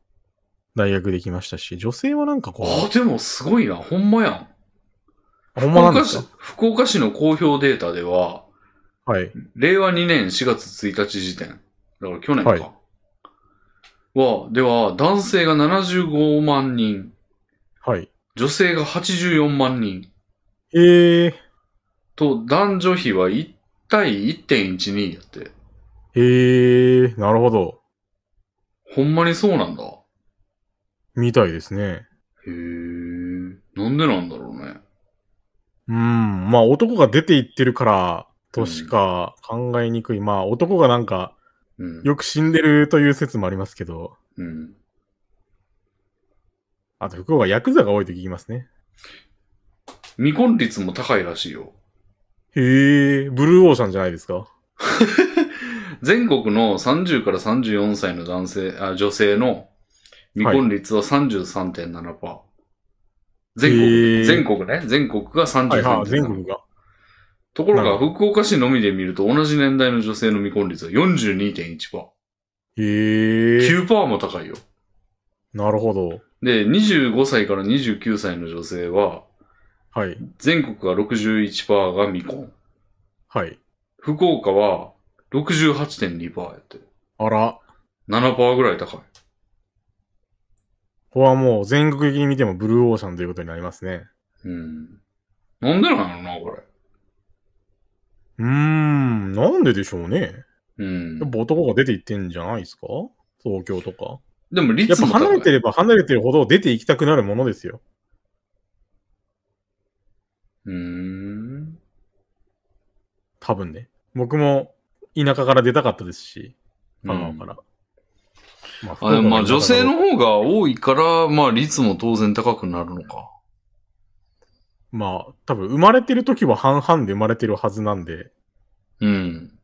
大学できましたし、女性はなんかこ
あ、でもすごいな、ほんまやん。
う、ほんまなんです
福岡市福
か
岡市の公表データでは、
はい。
令和2年4月1日時点。だから去年か。
はい
は、では、男性が75万人、
はい。
女性が84万人、
ええ
と男女比は1対1.12やって。
ええなるほど。
ほんまにそうなんだ。
みたいですね。
へーなんでなんだろうね。
うん。まあ男が出ていってるから、としか考えにくい。まあ男がなんか、
うん。
よく死んでるという説もありますけど、
うん。
あと福岡ヤクザが多いと聞きますね。
未婚率も高いらしいよ。
へえ、ブルーオーシャンじゃないですか
全国の30から34歳の男性、あ、女性の未婚率は33.7%。全
へ
国、
ー
全国ね。全国が
はいは
33.7%。
い、全国が。
ところ
な
が、
るほ
福岡市のみで見ると同じ年代の女性の未婚率は42.1%。
へえ、
9%も高いよ。
なるほど。
で、25歳から29歳の女性は、
はい、
全国が61%が未婚。
はい。
福岡は68.2%やって。
あら、
7%ぐらい高い。
ここはもう全国的に見てもブルーオーシャンということになりますね。
うん。なんでなんやろな、これ。
うーん、なんででしょうね。
うん
やっ。ぱ男が出ていってんじゃないですか東京とか。
でも
やっ
率
ぱ
も高い。
離れてれば離れてるほど出ていきたくなるものですよ。
うーん。
多分ね。僕も田舎から出たかったですし、香川から。ま
あ、でもまあ女性の。方が多いから、まあ率も当然高くなるのか。
まあ、多分生まれてる時は半々で生まれてるはずなんで、
うん。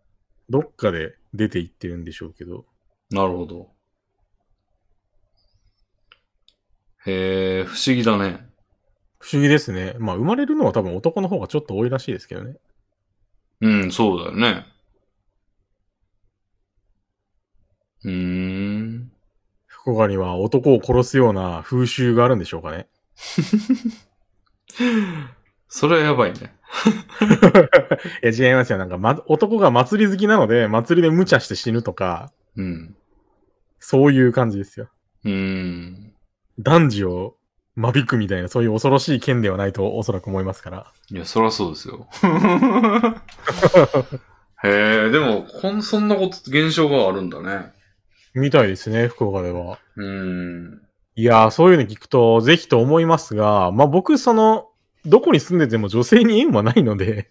どっかで出ていってるんでしょうけど。
なるほど。へえ、不思議だね。
不思議ですね。まあ、生まれるのは多分男の方がちょっと多いらしいですけどね。
うん、そうだよね。うーん。
福岡には男を殺すような風習があるんでしょうかね。
それはやばいね。
いや、違いますよ。なんか、ま、男が祭り好きなので、祭りで無茶して死ぬとか、
うん。
そういう感じですよ。
うーん。
男児を間引くみたいな、そういう恐ろしい剣ではないとおそらく思いますから。
いや、そりゃそうです よ。へえ、でも、こん、そんなこと、現象があるんだね。
みたいですね、福岡では。
うーん。
いやー、そういうの聞くと、ぜひと思いますが、まあ僕、その、どこに住んでても女性に縁はないので、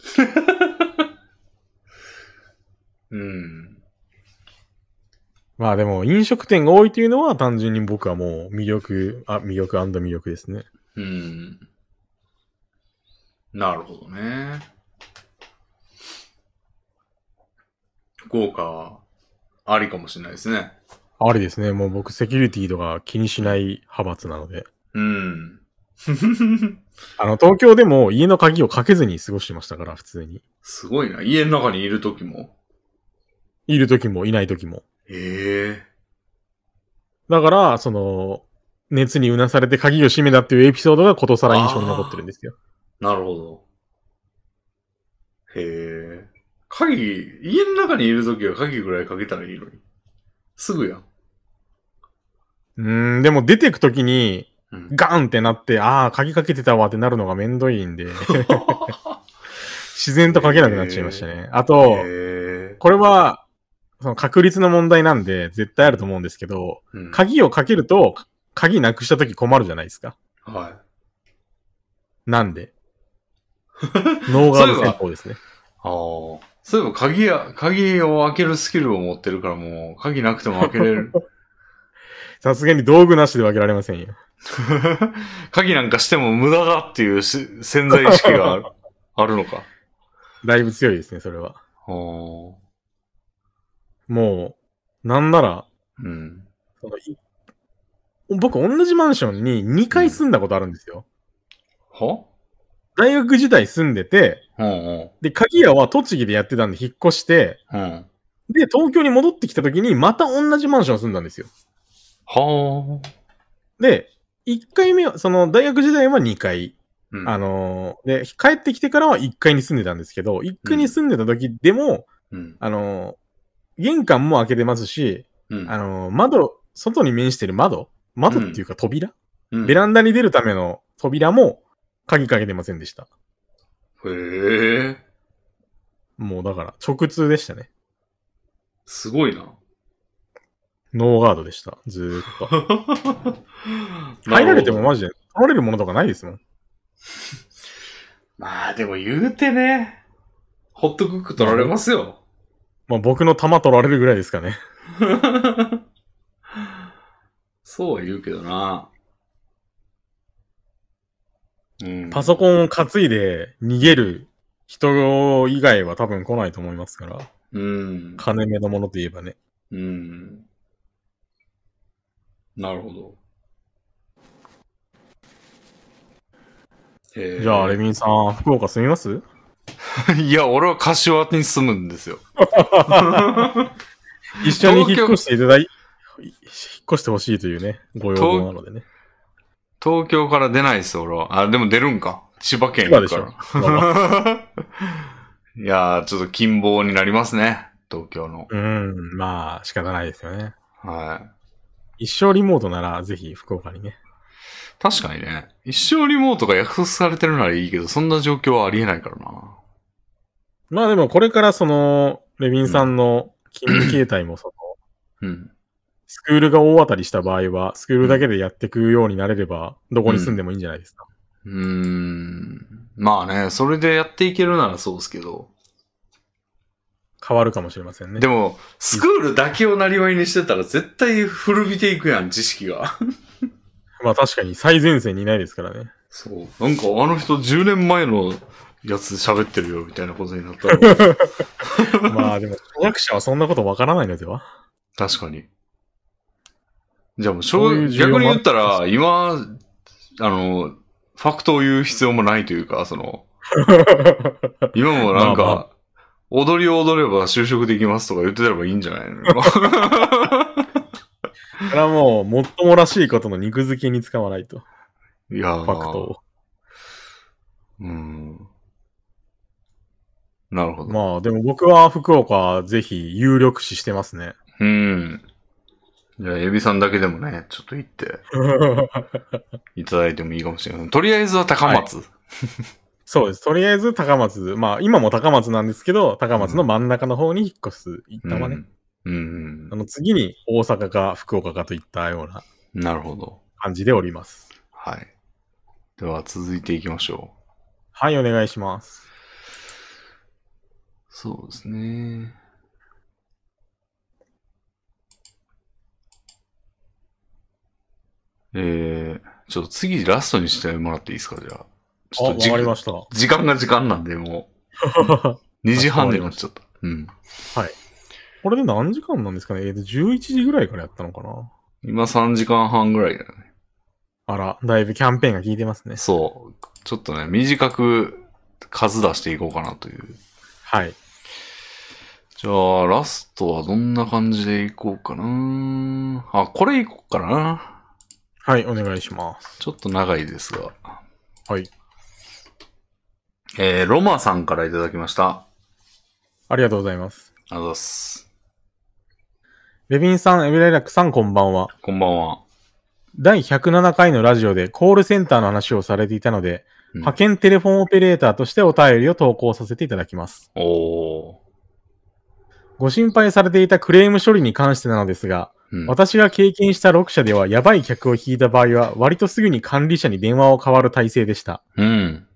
うん。
まあでも飲食店が多いというのは単純に僕はもう魅力、あ、魅力魅力ですね。
うん。なるほどね。福岡、ありかもしれないですね。
あれですね、もう僕セキュリティとか気にしない派閥なので。
うん。
あの、東京でも家の鍵をかけずに過ごしてましたから、普通に。
すごいな。家の中にいる時も。
いる時もいない時も。
ええ
だから、その、熱にうなされて鍵を閉めたっていうエピソードがことさら印象に残ってるんですよ。
なるほど。へえ。鍵、家の中にいるときは鍵ぐらいかけたらいいのに。すぐやん。
うーん、でも出てく時に、
うん
ガンってなって、ああ、鍵かけてたわってなるのがめんどい んで、自然とかけなくなっちゃいましたね。あと、
へえ。
これは、その確率の問題なんで、絶対あると思うんですけど、
うん
鍵をかけると、鍵なくした時困るじゃないですか。
はい。
なんで。ノーガード戦法ですね。
ああ。そういえば鍵や、鍵を開けるスキルを持ってるからもう、鍵なくても開けれ る。
さすがに道具なしで分けられませんよ。
鍵なんかしても無駄だっていうし潜在意識が あるあるのか。
だいぶ強いですね、それは。
あー
もう、なんなら、
うん。
そのい僕、同じマンションに2回住んだことあるんですよ。
は
大学時代住んでて、
うんうん。
で、鍵屋は栃木でやってたんで引っ越して、
うん。
で、東京に戻ってきた時に、また同じマンション住んだんですよ。
はあ。
で、1回目は、その、大学時代は2回。
うん
あのーで、帰ってきてからは1階に住んでたんですけど、1階に住んでた時でも、
うん。
あのー玄関も開けてますし、
うん
あのー窓、外に面してる窓窓っていうか扉、
うん
ベランダに出るための扉も鍵かけてませんでした。
へえ。
もうだから、直通でしたね。
すごいな。
ノーガードでした。ずーっと。
入
入られてもマジで、取られるものとかないですもん。
まあでも言うてね、ホットクック取られますよ。
まあ僕の玉取られるぐらいですかね。
そうは言うけどな。うん、
パソコ
ン。
ンを担いで逃げる人以外は多分来ないと思いますから。
うん。
金目のものといえばね。
うん。なるほど。えー
じゃあ、レミンさん、福岡住みます
いや、俺は柏に住むんですよ。
一緒に引っ越していただい、引っ越してほしいというね、ご要望なのでね。
東京から出ないです、俺は。あ、でも出るんか。千葉県行くから。 いやー、ちょっと金棒になりますね。東京の。
うん、まあ、仕方ないですよね。
はい。
一生リモートなら、ぜひ福岡にね。
確かにね。一生リモートが約束されてるならいいけど、そんな状況はありえないからな。
まあでも、これからその、レビンさ んの勤務形態も、その、
うん。
スクールが大当たりした場合は、スクールだけでやっていくようになれれば、どこに住んでもいいんじゃないですか。
うーん。まあね、それでやっていけるならそうですけど。
変わるかもしれませんね。
でも、スクールだけをなりわいにしてたら絶対古びていくやん、知識が。
まあ確かに最前線にいないですから ね。
そう。なんかあの人10年前のやつ喋ってるよ、みたいなことになったら。
まあでも、初学者はそんなことわからないのでは
確かに。じゃあもう、
そういう需要も
逆に言ったら、今、あの、ファクトを言う必要もないというか、その、 今もなんか、
まあ
踊りを踊れば就職できますとか言ってたらいいんじゃない の
それはもう、もっともらしいことの肉付けに使わないと。
いやー
ファクト
うん。なるほ
を。
ど。
まあ、でも僕は福岡、ぜひ、有力視してますね。
うん。じゃあ、エビさんだけでもね、ちょっと行っていただいてもいいかもしれません。とりあえずは高松。
そうです。とりあえず高松、まあ今も高松なんですけど、高松の真ん中の方に引っ越す、一
う
旦はね、
ん。うん
あの次に大阪か福岡かといったような
うん。なるほど。
感じでおります。
はい。では、続いていきましょう。
はい、お願いします。
そうですね。えー、ちょっと次ラストにしてもらっていいですか、じゃあ。ち
あ、
ょっ
わ
とじ
かりました。
時間が時間なんで、もう2時 半になっちゃった。うん。
これで何時間なんですかねえーと、11時ぐらいからやったのかな
今3時間半ぐらいだよね。
あら、だいぶキャンペーンが効いてますね。
そう。ちょっとね、短く数出していこうかなという。
はい。
じゃあ、ラストはどんな感じでいこうかな。あ、これいこうかな。
はい、お願いします。
ちょっと長いですが。
はい。
えー、ロマさんからいただきました。
ありがとうございます。
あざっす。
レビンさん、エビライラックさん、こんばんは。
こんばんは。
第107回のラジオでコールセンターの話をされていたので、
うん
派遣テレフォンオペレーターとしてお便りを投稿させていただきます。
おー。
ご心配されていたクレーム処理に関してなのですが、
うん、
私が経験した6社ではやばい客を引いた場合は割とすぐに管理者に電話を変わる体制でした。
うん。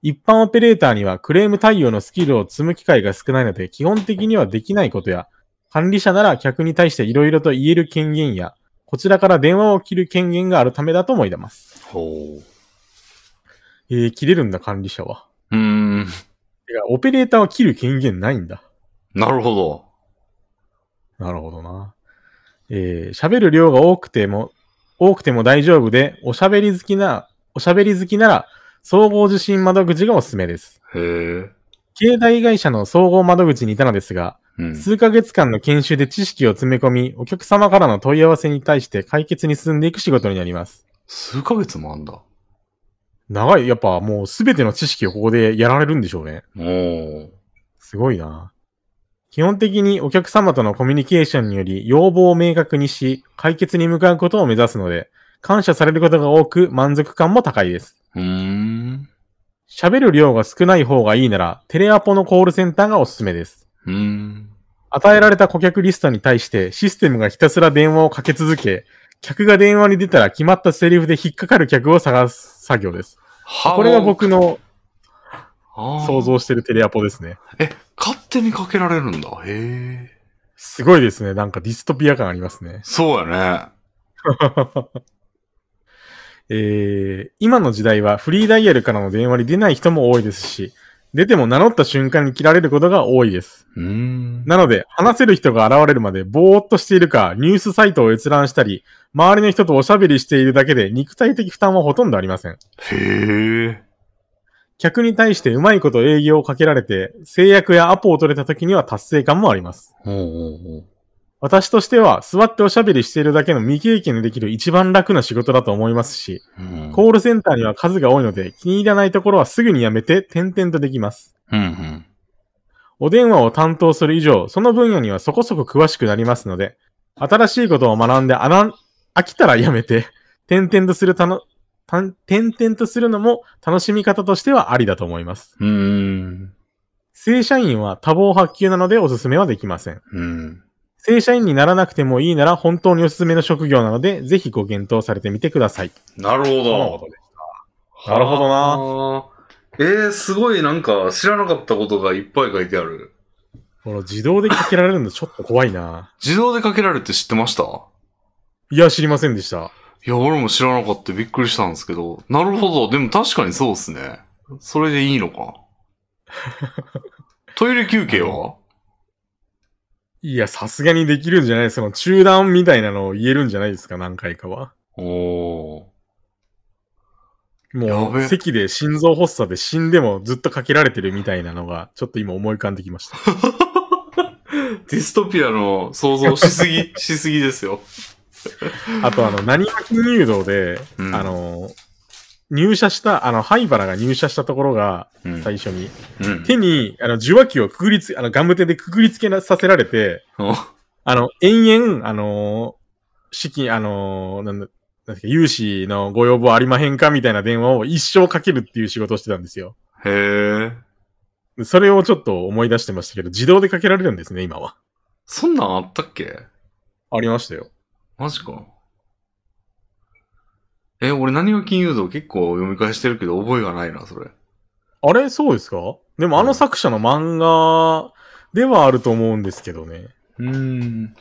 一般オペレーターにはクレーム対応のスキルを積む機会が少ないので基本的にはできないことや、管理者なら客に対して色々と言える権限や、こちらから電話を切る権限があるためだと思います。
ほう。
えー、切れるんだ管理者は。
うーん。
てか、オペレーターは切る権限ないんだ。
なるほど。
なるほどな。えー喋る量が多くても、多くても大丈夫で、おしゃべり好きな、おしゃべり好きなら、総合受信窓口がおすすめです。
へえ。
携帯会社の総合窓口にいたのですが、
うん。
数ヶ月間の研修で知識を詰め込み、お客様からの問い合わせに対して解決に進んでいく仕事になります。
数ヶ月もあんだ。
長い、やっぱもうすべての知識をここでやられるんでしょうね。
おー。
すごいな。基本的にお客様とのコミュニケーションにより要望を明確にし、解決に向かうことを目指すので、感謝されることが多く満足感も高いです。
うーん。
喋る量が少ない方がいいなら、テレアポのコールセンターがおすすめです。
うーん。
与えられた顧客リストに対してシステムがひたすら電話をかけ続け、客が電話に出たら決まったセリフで引っかかる客を探す作業です。
は
これが僕の想
想。
像してるテレアポですね。
え、勝手にかけられるんだ。へえ。
すごいですね。なんかディストピア感ありますね。
そうやね。
えー今の時代はフリーダイヤルからの電話に出ない人も多いですし、出ても名乗った瞬間に切られることが多いです。
うーん。
なので、話せる人が現れるまでぼーっとしているか、ニュースサイトを閲覧したり、周りの人とおしゃべりしているだけで肉体的負担はほとんどありません。
へえ。
客に対してうまいこと営業をかけられて、制約やアポを取れた時には達成感もあります。
おうおうおう
私としては、座っておしゃべりしているだけの未経験でできる一番楽な仕事だと思いますし、
うん。
コールセンターには数が多いので、気に入らないところはすぐにやめて、点々とできます。
うんうん。
お電話を担当する以上、その分野にはそこそこ詳しくなりますので、新しいことを学んで、あら、飽きたらやめて、点々とするたの、たん点々とするのも楽しみ方としてはありだと思います。
うーん。
正社員は多忙発給なのでおすすめはできません。
うん。
正社員にならなくてもいいなら本当におすすめの職業なので、ぜひご検討されてみてください。
なるほ
とのことでなるほどな
な。えー、すごいなんか知らなかったことがいっぱい書いてある。
この自動でかけられるのちょっと怖いな
自動でかけられるって知ってました
いや、知りませんでした。
いや、俺も知らなかった。びっくりしたんですけど。なるほど。でも確かにそうですね。それでいいの か。トイレ休憩はい
や、さすがにできるんじゃないその中断みたいなのを言えるんじゃないですか、何回かは。
おー。や
も
べ
う、席で心臓発作で死んでもずっとかけられてるみたいなのが、ちょっと今思い浮かんできま した。
ディストピアの想像しすぎ、しすぎですよ。
あと、あの、何は金融道で、
うん
あの、入社した、あの、灰原が入社したところが、
うん。
最初に、
うん
手に、あの、受話器をくくりつ、あの、ガム手でくくりつけなさせられて、
お
あの、延々、あの資金、あのーなんだ、なんですか、融資のご要望ありまへんかみたいな電話を一生かけるっていう仕事をしてたんですよ。
へえ。
でそれをちょっと思い出してましたけど、自動でかけられるんですね、今は。
そんなんあったっけ
ありましたよ。
マジか。え、俺何が金融道結構読み返してるけど覚えがないな、それ。
あれそうですかでもあの作者の漫画ではあると思うんですけどね。
うん。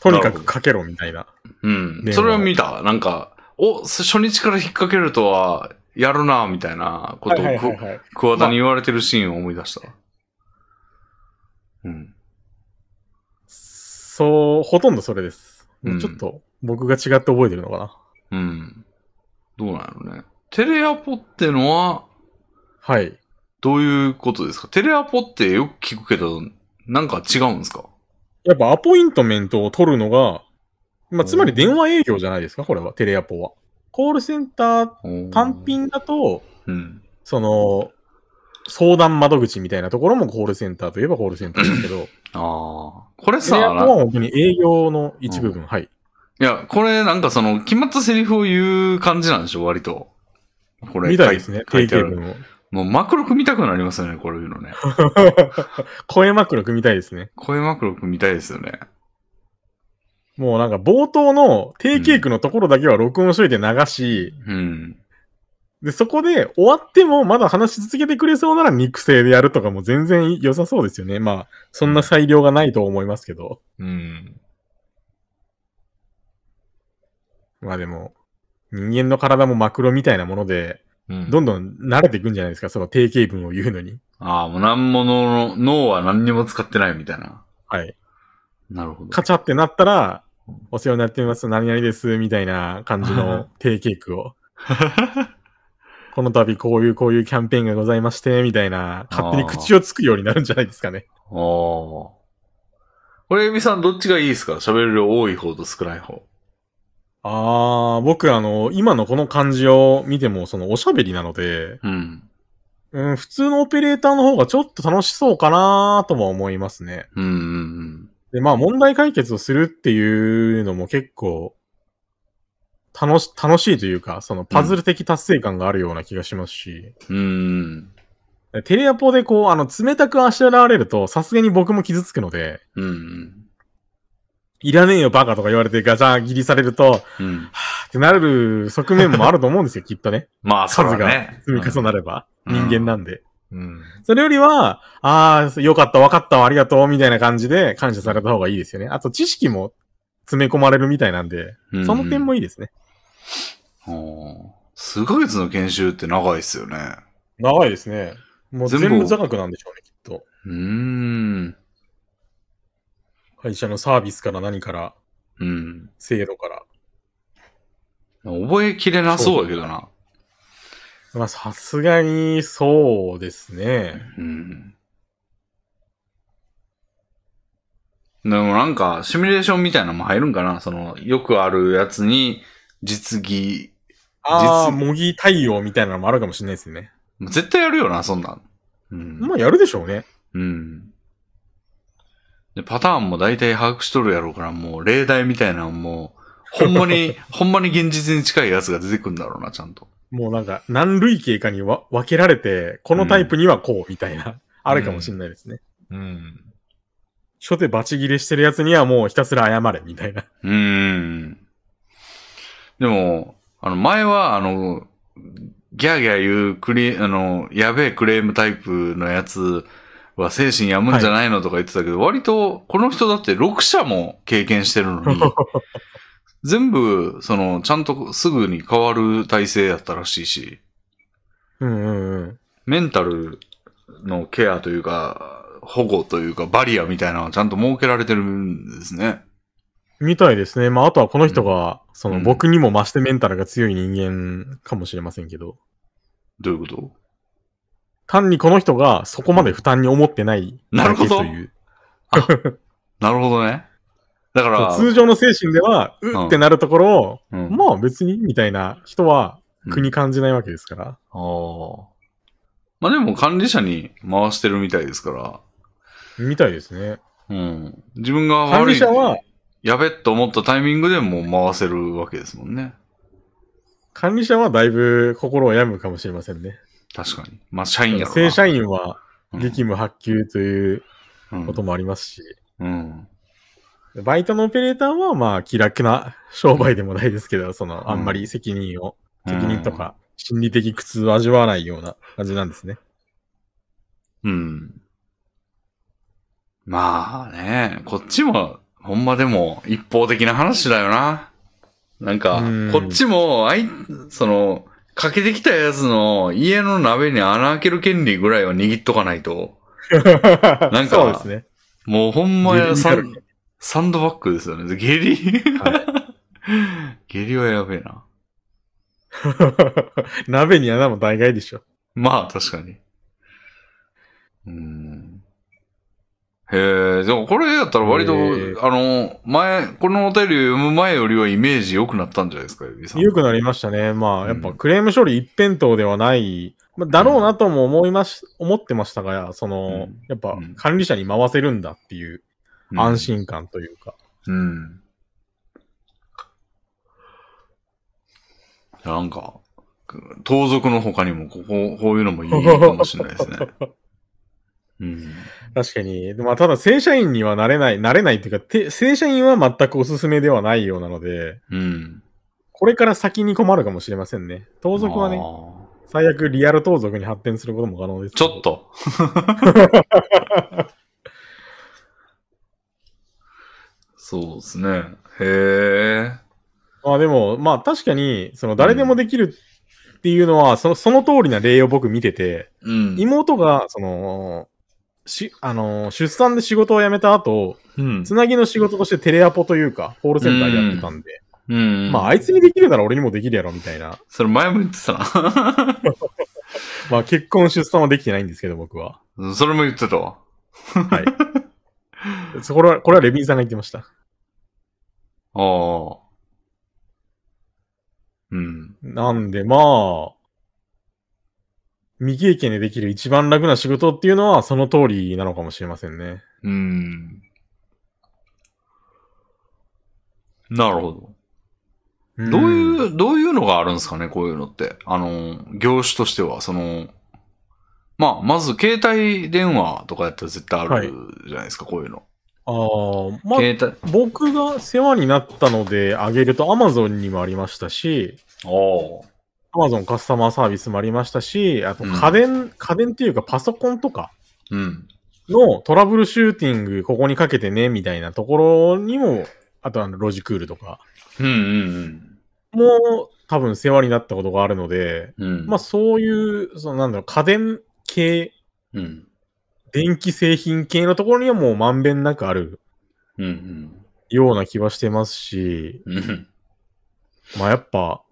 とにかくかけろみたいな。
うん
で。も
それは見た。なんか、お、す初日から引っ掛けるとは、やるな、みたいなことをく、
はい。
桑田に言われてるシーンを思い出した。うん。
そう、ほとんどそれです。
うん
ちょっと僕が違って覚えてるのかな。
うん。どうなのね。テレアポってのは、
はい。
どういうことですかテレアポってよく聞くけど、なんか違うんですか
やっぱアポイントメントを取るのが、まあ、つまり
うん
電話営業じゃないですか、これは、テレアポは。コールセンター単。
おー
品だと、
うん。
その、相談窓口みたいなところもコールセンターといえばコールセンターですけど、
ああ。これ
テレア
さ、
ポは本当に営業の一部分、はい。
いや、これなんかその、決まったセリフを言う感じなんでしょ割と。これ。
みたいですね、
書
定
いてあ
型
る。
文を。
もうマクロ組みたくなりますよね、これいうのね。
声マクロ組みたいですね。
声マクロ組みたいですよね。
もうなんか冒頭の定型句のところだけは録音しといて流し、
うん。
で、そこで終わってもまだ話し続けてくれそうなら肉声でやるとかも全然良さそうですよね。まあ、そんな裁量がないと思いますけど。
うん。
まあでも、人間の体もマクロみたいなもので、
うん
どんどん慣れていくんじゃないですか、その定型文を言うのに。
ああ、もう何もの、脳は何にも使ってないみたいな。
はい。
なるほど。
カチャってなったら、お世話になってます、何々です、みたいな感じの定型句 を。この度こういうこういうキャンペーンがございまして、みたいな、勝手に口をつくようになるんじゃないですかね。
おー。これ、エビさん、どっちがいいですか喋る量多い方と少ない方。
あー、僕あの、今のこの感じを見ても、そのおしゃべりなので、
うん。
うん、普通のオペレーターの方がちょっと楽しそうかなとも思いますね。
うんうん
で、まあ問題解決をするっていうのも結構、楽し、楽しいというか、そのパズル的達成感があるような気がしますし、
うん。うん
テレアポでこう、あの、冷たくあしらわれると、さすがに僕も傷つくので、
うん。うん
いらねえよバカとか言われてガチャ切りされると、は
うん。うん。
ぁってなる側面もあると思うんで すよ、きっとね。
まあ、そうだね。
積み重なれば。
うん
人間なんで。
うん。
それよりは、ああ、よかった、わかったわ、ありがとう、みたいな感じで感謝された方がいいですよね。あと知識も詰め込まれるみたいなんで、
うん
その点もいいですね。
おー数ヶ月の研修って長いっすよね。
長いですね。もう
全
全
部
部座学なんでしょうね、きっと。
うーん。
会社のサービスから何から、
うん。
制度から。
覚えきれなそうだけどな。
まあ、さすがに、そうですね。
うん。でもなんか、シミュレーションみたいなのも入るんかなその、よくあるやつに、実技。
ああ、
実
模擬対応みたいなのもあるかもしれないですね。
絶対やるよな、そんなん。うん。
まあ、やるでしょうね。
うん。で、パターンも大体把握しとるやろうから、もう例題みたいなのもう、ほんま に、ほんまに現実に近いやつが出てくるんだろうな、ちゃんと。
もうなんか、何類型かにわ分けられて、このタイプにはこう、みたいな、あるかもしれないですね。
うん。
初手バチ切れしてるやつにはもうひたすら謝れ、みたいな。
うーん。でも、あの、前は、あの、ギャーギャー言うクリ、あの、やべえクレームタイプのやつは精神やむんじゃないのとか言ってたけど、割と、この人だって6社も経験してるのに、全部、その、ちゃんとすぐに変わる体制やったらしいし、
うんうんうん。
メンタルのケアというか、保護というか、バリアみたいなのはちゃんと設けられてるんですね。
みたいですね。まあ、あとはこの人が、その、
うん
僕にも増してメンタルが強い人間かもしれませんけど、
どういうこと
単にこの人がそこまで負担に思ってない
なるほど
だけという
なるほどね。だから、
そう通常の精神では、う
うん
ってなるところを、
うん
まあ別に、みたいな人は
うん
苦に感じないわけですから。
ああ。まあでも管理者に回してるみたいですから。
みたいですね。
うん。自分が
管
悪
理
い。
者は、
やべっと思ったタイミングでもう回せるわけですもんね。
管理者はだいぶ心を病むかもしれませんね。
確かに。まあ、社員やから
正
な。
社員は
うん
激務発給という
うん
こともありますし、
うん。
バイトのオペレーターはまあ気楽な商売でもないですけど、そのあんまり責任を、責任とか心理的苦痛を味わわないような感じなんです ね。
うん。まあね、こっちも、ほんまでも一方的な話だよな。なんか
うん、
こっちも、あい、その、かけてきたやつの家の鍋に穴開ける権利ぐらいは握っとかないと、んか
そうですね。
もうほんま
ギリ
や
ギリ
サ
から
ンサンドバッグですよね。下痢、 下痢はやべえな。
鍋に穴も大概でしょ。
まあ、確かに。うん。へえ、でもこれやったら割と、あ
へえ
の、前、このお便りを読む前よりはイメージ良くなったんじゃないですか、ゆびさん。
良くなりましたね。まあ、やっ
う
ぱ
ん
クレーム処理一辺倒ではない、まあ、だろうなとも思いまし、思ってましたが、その、
うんう
やっぱ
ん
管理者に回せるんだっていう
うん
安。心感というか。
うん。なんか、く盗賊の他にも、ここ、こういうのもいいかもしれない ですね。うん。
確かに。まあ、ただ正社員にはなれない、なれないっていうか、て正社員は全くおすすめではないようなので、
うん。
これから先に困るかもしれませんね。盗賊は
あ
ね、
ー
最悪リアル盗賊に発展することも可能です。
ちょっ。 と。そうですね。へえ。
まあでも、まあ確かに、その誰でもできるっていうのは、その、その通りな例を僕見てて、
うん。
妹が、その、し、あのー、出産で仕事を辞めた後、
うん
つ。なぎの仕事としてテレアポというか、コールセンターやってたんで、
うん。
まあ、
あ、
あいつにできるなら俺にもできるやろ、みたいな。
それ前も言ってたな。
まあ、結婚、出産はできてないんですけど、僕は。
それも言ってたわ。
はい。そこれは、これはレビンさんが言ってました。
ああ。うん。
なんで、まあ、未経験でできる一番楽な仕事っていうのは、その通りなのかもしれませんね。
うん。なるほど。どう
うん
いう、どういうのがあるんですかね、こういうのって。あの、業種としては、その、まあ、まず携帯電話とかやったら絶対あ
はい
るじゃないですか、こういうの。
ああ、まあ、
携帯、
僕が世話になったのであげると Amazon にもありましたし、
お
Amazon カスタマーサービスもありましたし、あと
うん
家電、家電っていうかパソコンとか
うん。
のトラブルシューティングここにかけてねみたいなところにも、あとあのロジクールとか
うんうん
も多分世話になったことがあるので、
うん。うん。
まあそういう、そのなんだろう、家電系、
うん。
電気製品系のところにはもうまんべんなくある
うん
ような気はしてますし、
うん。うん。
まあやっぱ、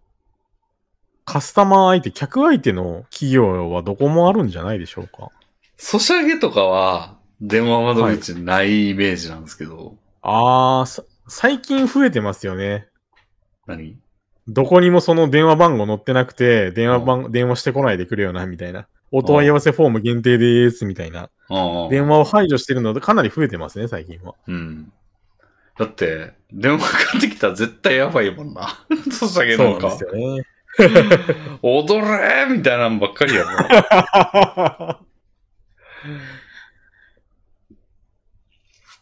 カスタマー相手、客相手の企業はどこもあるんじゃないでしょうか。
ソシャゲとかは、電話窓口ないイメージなんですけど、
あー、さ最近増えてますよね。
何
どこにもその電話番号載ってなくて、電話番、電話してこないでくれよな、みたいな。お問い合わせフォーム限定でーす、みたいな。
ああ。
電話を排除してるので、かなり増えてますね、最近は。
うん。だって、電話かかってきたら絶対やばいもんな。 ソシャゲなん
そう
か
なんで。すよね。
踊れーみたいなんばっかりやも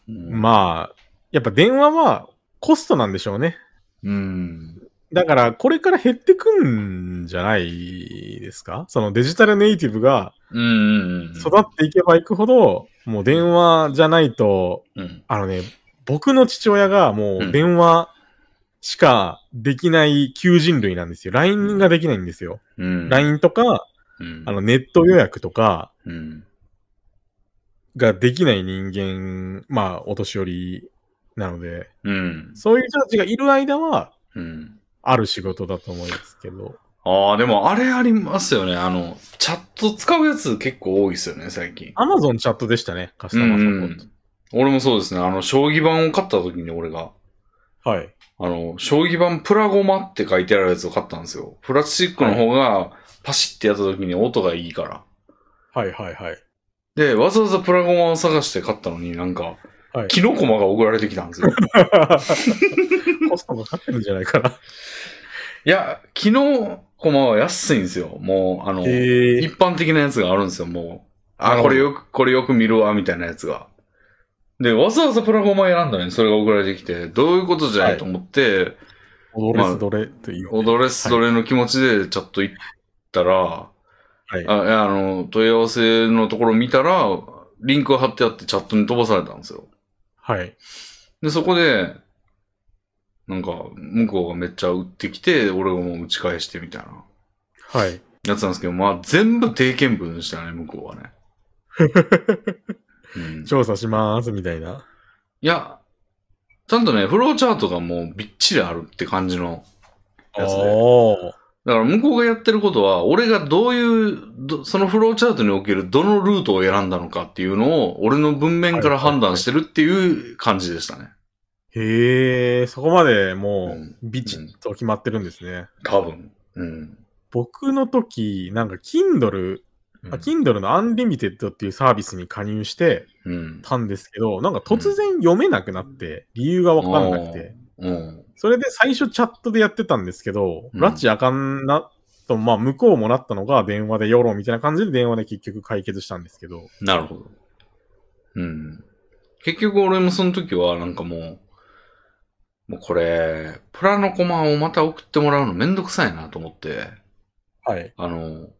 ん。うん。
まあ、やっぱ電話はコストなんでしょうね。
うん。
だから、これから減ってくんじゃないですかそのデジタルネイティブが
うんうんうん。
育っていけばいくほど、もう電話じゃないと、
うん。
あのね、僕の父親がも
うん
う電話しかできない求人類なんですよ。LINE ができないんですよ。
うん。
LINE とか、
うん。
あのネット予約とか
うん。
ができない人間、まあ、お年寄りなので、
うん。
そういう人たちがいる間は、
うん。
ある仕事だと思いますけど。
ああ、でもあれありますよね。あの、チャット使うやつ結構多いですよね、最近。
Amazon チャットでしたね、カス
う
タマーサポ
んう
ート
ん。俺もそうですね。あの、将棋盤を買った時に俺が、
はい。
あの、将棋盤プラゴマって書いてあるやつを買ったんですよ。プラスチックの方がパシってやった時に音がいいから。
はいはいはい。
で、わざわざプラゴマを探して買ったのになんか、
はい
キノコマが送られてきたんですよ。
コストがかかってるんじゃな いかな。
いや、キノコマは安いんですよ。もう、あの、
へえ
一。般的なやつがあるんですよ、もう。あ、
なる
こ
ほど
れよく、これよく見るわ、みたいなやつが。で、わざわざプラゴマ選んだのにそれが送られてきて、どういうことじゃ
はいい
と思って、
踊
ま
れ
あ
すどれという。
踊れすどれの気持ちでちょっと行ったら、
はい。
あいやあの、問い合わせのところ見たら、リンクを貼ってあってチャットに飛ばされたんですよ。
はい。
で、そこで、なんか、向こうがめっちゃ売ってきて、俺がもう打ち返してみたいな
はい。
やつなんですけど、まあ、全部定見文でしたね、向こうは ね。うん、い
調査します、みたいな。
や、ちゃんとね、フローチャートがもうびっちりあるって感じのやつで。
おー
だから向こうがやってることは、俺がどういう、どそのフローチャートにおけるどのルートを選んだのかっていうのを、俺の文面から判断してるっていう感じでしたね。
へえ、そこまでも
うん
う、ビチッと決まってるんですね。
多分。うん。
僕の時、なんか Kindle、あ Kindle の Unlimited っていうサービスに加入して
うん。
たんですけど、なんか突然読めなくなって、理由がわかんなくて。
うん。
それで最初チャットでやってたんですけど、
うん
拉致あかんなと、まあ向こうもなったのが電話で世論みたいな感じで電話で結局解決したんですけど、
なるほど。うん。結局俺もその時は、なんかもう、もうこれ、プラのコマをまた送ってもらうのめんどくさいなと思って、
はい。
あの、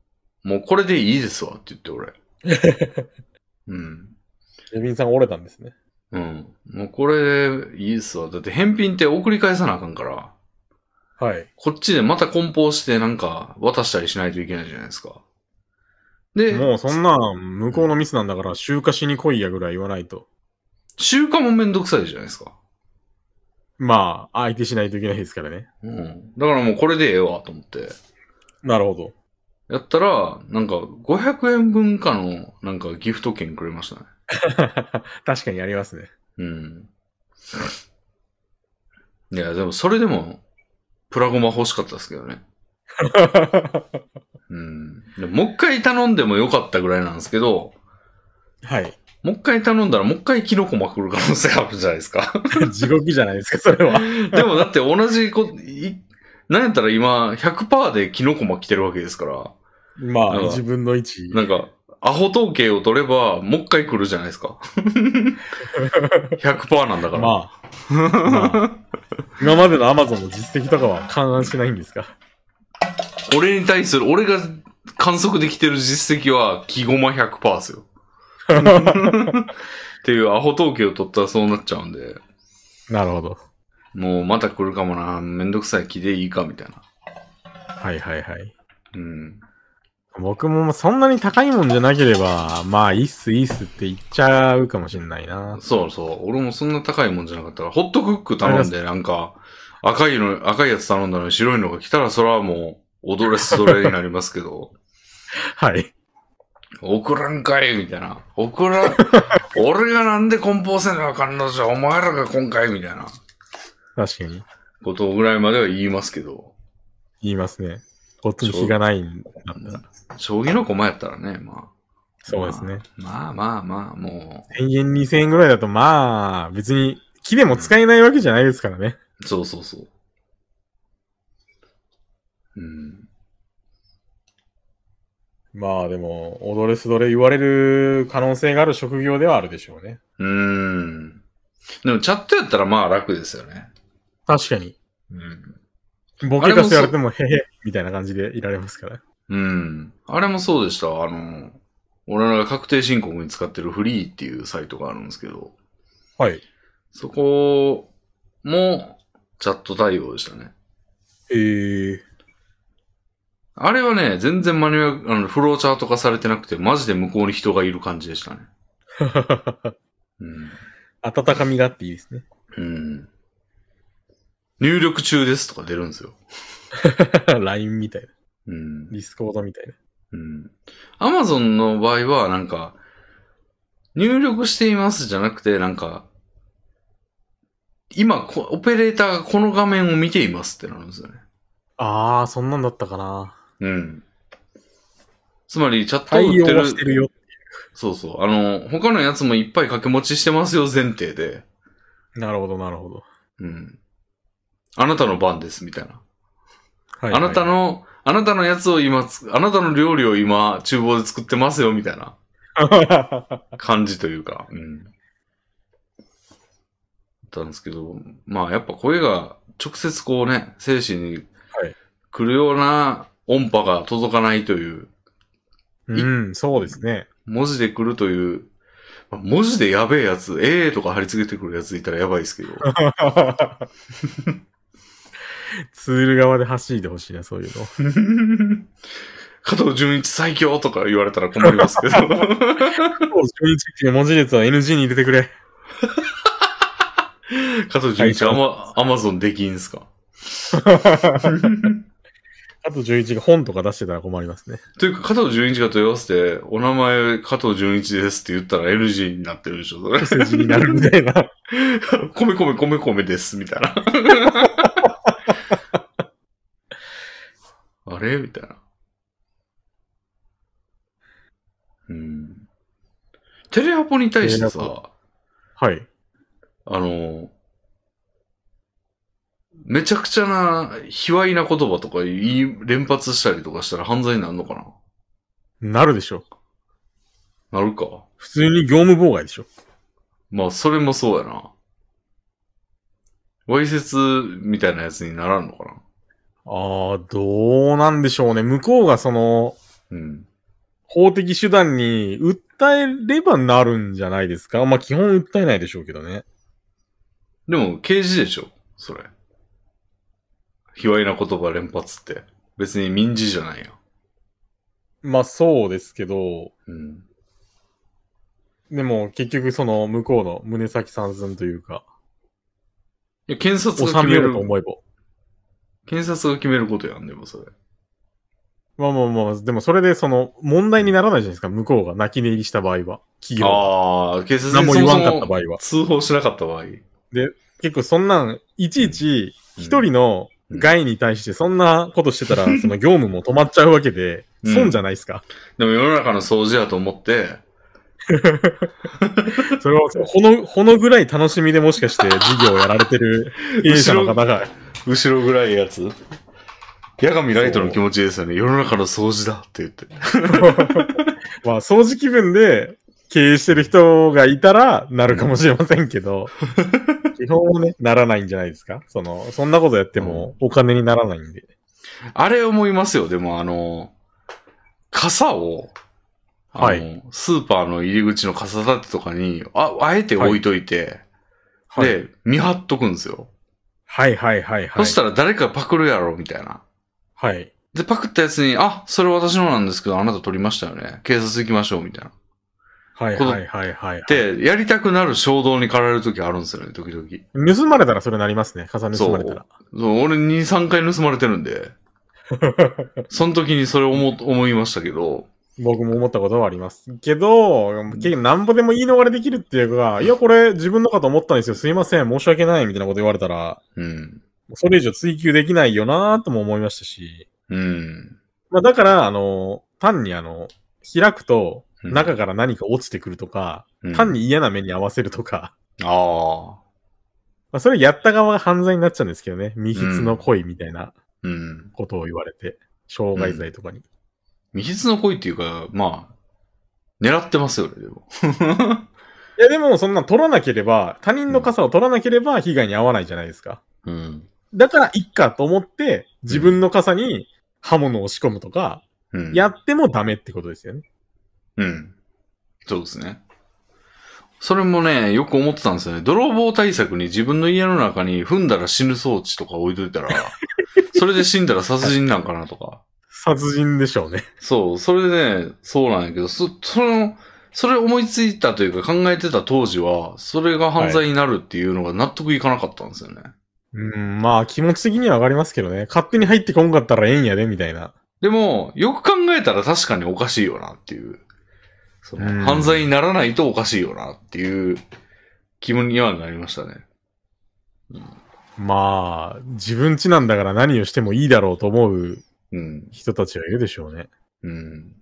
もうこれでいいですわって言って 俺。うん。
レビンさんが折れたんですね。
うん。もうこれ、いいっすわ。だって返品って送り返さなあかんから、
はい。
こっちでまた梱包してなんか渡したりしないといけないじゃないですか。で、
もうそんな向こうのミスなんだから、集荷しに来いやぐらい言わないと。
集荷もめんどくさいじゃないですか。
まあ、相手しないといけないですからね。
うん。だからもうこれでええわと思って。
なるほど。
やったら、なんか500円分かのなんかギフト券くれましたね。
確かにありますね。
うん。いや、でもそれでも、プラゴマ欲しかったですけどね。うん。でももう一回頼んでもよかったぐらいなんですけど、
はい。
もう一回頼んだらもう一回キノコまくる可能性あるじゃないですか。
地獄じゃないですか、それは。
でもだって同じこ、いなんやったら今100%でキノコま来てるわけですから、
ま
う
あ、
ん
自分の位置。
なんか、アホ統計を取ればもう一回来るじゃないですか。100%なんだから。
まあ、まあ 今までの Amazon の実績とかは勘案しないんですか
俺に対する、俺が観測できてる実績は、木駒100%ですよ。っていうアホ統計を取ったらそうなっちゃうんで、
なるほど。
もうまた来るかもな、めんどくさい木でいいか、みたいな。
はいはいはい。
うん。
僕もそんなに高いもんじゃなければ、まあ、いいっすいいっすって言っちゃうかもしれないな。
そうそう。俺もそんな高いもんじゃなかったから、ホットクック頼んで、なんか、赤いの、赤いやつ頼んだのに白いのが来たら、それはもう、踊れすどれになりますけど、
はい。
送らんかいみたいな。送らん、俺がなんで梱包せなあかんのじゃ、お前らが今回みたいな
確かに。
ことぐらいまでは言いますけど、
言いますね。こっちに日がないんだったら。
将棋の駒やったらね、まあ。
そうですね。
まあまあまあ、も
1000円、2000円ぐらいだと、まあ、別に、木でも使えないわけじゃないですからね。
う、そうそうそう。うん。
まあでも、踊れすどれ言われる可能性がある職業ではあるでしょうね。
うーん。でもチャットやったらまあ楽ですよね。
確かに。
うん。
ボケかせられても、へへ、みたいな感じでいられますから。
うん。あれもそうでした。あの、俺らが確定申告に使ってるフリーっていうサイトがあるんですけど、
はい。
そこもチャット対応でしたね。
えー、
あれはね、全然マニュアル、あの、フローチャート化されてなくて、マジで向こうに人がいる感じでしたね。うん。
温かみがあっていいですね。
うん。入力中ですとか出るんですよ。
LINE みたいな。
うん。
ディスコードみたいな。
うん。アマゾンの場合は、なんか、入力していますじゃなくて、なんか、今こ、オペレーターがこの画面を見ていますってなるんですよね。
あー、そんなんだったかな。
うん。つまり、チャットを
対
打って
応
る、
してるよ。
そうそう。あの、他のやつもいっぱい掛け持ちしてますよ前提で。
なるほど、なるほど。
うん。あなたの番です、みたいな。
はい
あな た。の、あなたのやつを今つ、あなたの料理を今、厨房で作ってますよ、みたいな
は
感じというか。うん。だったんですけど、まあやっぱ声が直接こうね、精神に来るような音波が届かないという、
いうん、そうですね。
文字で来るという、まあ文字でやべえやつ、ええとか貼り付けてくるやついたらやばいですけど。
ツール側で走いでほしいな、そういうの。
加藤純一最強とか言われたら困ります けど。
順一期の文字列は NG に入れてく れ。
加藤純一、アマ、アマゾンできんすか
あと11が本とか出してたら困りますね。
というか、加藤純一が問い合わせて、お名前加藤純一ですって言ったら NG になってるでしょ、それ。
数字になるみたいな。
米米米米です、みたいな。 あれみたいな。うん。テレアポに対して
テレア
さ、
はい。
あの、めちゃくちゃな、卑猥な言葉とか言い、連発したりとかしたら犯罪になるのか
なるでしょ。
ななるか。
普通に業務妨害でしょ。
まあ、それもそうやな。わいせつみたいなやつにならんのかな
ああ、どうなんでしょうね。向こうがその、
うん。
法的手段に訴えればなるんじゃないですか。まあ、基本訴えないでしょうけどね。
でも、刑事でしょそれ。卑猥な言葉連発って。別に民事じゃないやん。
まあ、そうですけど、
うん。
でも、結局、その、向こうの胸先三寸というか、
いや、検察が決
収め
め
よう
る、
と思えば。
検察が決めることやん、でもそれ。
まあまあまあ、でもそれで、その、問題にならないじゃないですか。向こうが泣き寝入りした場合は。企業が。
ああ、警察
何
にそ
も言
も
わ
そ
んかった場
も
合は。
通報しなかった場合。
結構そんなん、いちいち、一人の害に対してそんなことしてたら、その業務も止まっちゃうわけで、
うん
損じゃないですか。
でも世の中の掃除やと思って、
それを、この、このぐらい楽しみでもしかして事業をやられてる経営者の方が、
後ろぐらいやつ。八神ライトの気持ちですよね。世の中の掃除だって言って。
まあ、掃除気分で経営してる人がいたら、なるかもしれません けど、基本はね、ならないんじゃないですか。その、そんなことやってもお金にならないんで。
あれ思いますよ。でもあの、傘を、あの
は
スーパーの入り口の傘立てとかに、あ、あえて置いといて、
はい、
で、見張っとくんですよ。
はいはいはいは
そ
い。
したら誰かパクるやろ、みたいな。
はい。
で、パクったやつに、あ、それ私のなんですけど、あなた取りましたよね。警察行きましょう、みたいな。
はいはいはいはい。
で、やりたくなる衝動に駆られる時あるんですよね、時々。
盗まれたらそれなりますね。傘盗まれたら。
そう俺2、3回盗まれてるん で、その時にそれ思、思いましたけど、
僕も思ったことはあります。けど、結局なんぼでも言い逃れできるっていうか、いや、これ自分のかと思ったんですよ。すいません。申し訳ない。みたいなこと言われたら、
うん。
それ以上追求できないよなーとも思いましたし。
うん。
まあ、だから、あの、単にあの、開くと、
うん
中から何か落ちてくるとか、
うん
単に嫌な目に合わせるとか、
ああ。
まあ、それやった側が犯罪になっちゃうんですけどね。未必の恋みたいな
うん。
ことを言われて、傷害罪とかに。
未必の恋っていうか、まあ、狙ってますよね、でも。
いや、でも、そんなん取らなければ、他人の傘を取らなければ被害に遭わないじゃないですか。
うん。
だから、いっかと思って、自分の傘に刃物を仕込むとか、
うん。
やってもダメってことですよね。
うん。そうですね。それもね、よく思ってたんですよね。泥棒対策に自分の家の中に踏んだら死ぬ装置とか置いといたら、それで死んだら殺人なんかなとか。
殺人でしょうね。
そう、それでね、そうなんやけど、そ、その、それ思いついたというか考えてた当時は、それが犯罪になるっていうのが納得いかなかったんですよね。
うん、まあ、気持ち的にはわかりますけどね。勝手に入ってこんかったらええんやで、みたいな。
でも、よく考えたら確かにおかしいよなっていう。その
うん
犯罪にならないとおかしいよなっていう気分にはなりましたね。
まあ、自分ちなんだから何をしてもいいだろうと思う
うん。
人たちはいるでしょうね。
うん。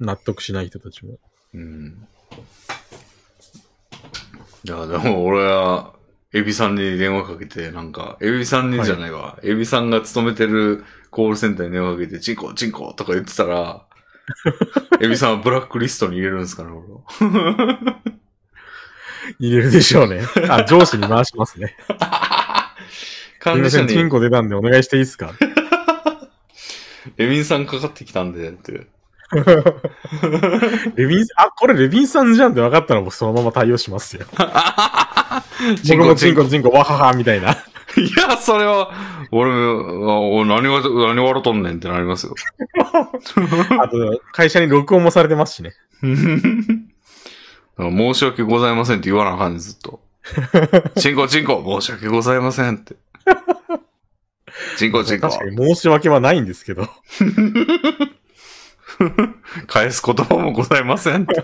納得しない人たちも。
うん。いや、でも俺は、エビさんに電話かけて、なんか、エビさんにじゃないわ。エビさんが勤めてるコールセンターに電話かけて、チンコ、チンコとか言ってた ら、エビさんはブラックリストに入れるんですかね、俺を。
入れるでしょう ね。あ、上司に回しますね。すみ
管
ま
理
せ
者
ん、チン
に、
コ出たんでお願いしていいですか
エビンさんかかってきたんで、って。
レビン、あ、これレビンさんじゃんって分かったら僕そのまま対応しますよ。
チンコ、
僕も
チ
チ
ン
ン
コ。
コチンコ、わはは、みたいな。
いや、それは、俺も、お何が、何笑とんねんってなります よ。
あと、会社に録音もされてますしね。
申し訳ございませんって言わなあかんねん、ずっと。チンコチンコ申し訳ございませんって。チンコチン
確
コ
かに申し訳はないんですけど。
返す言葉もございません って。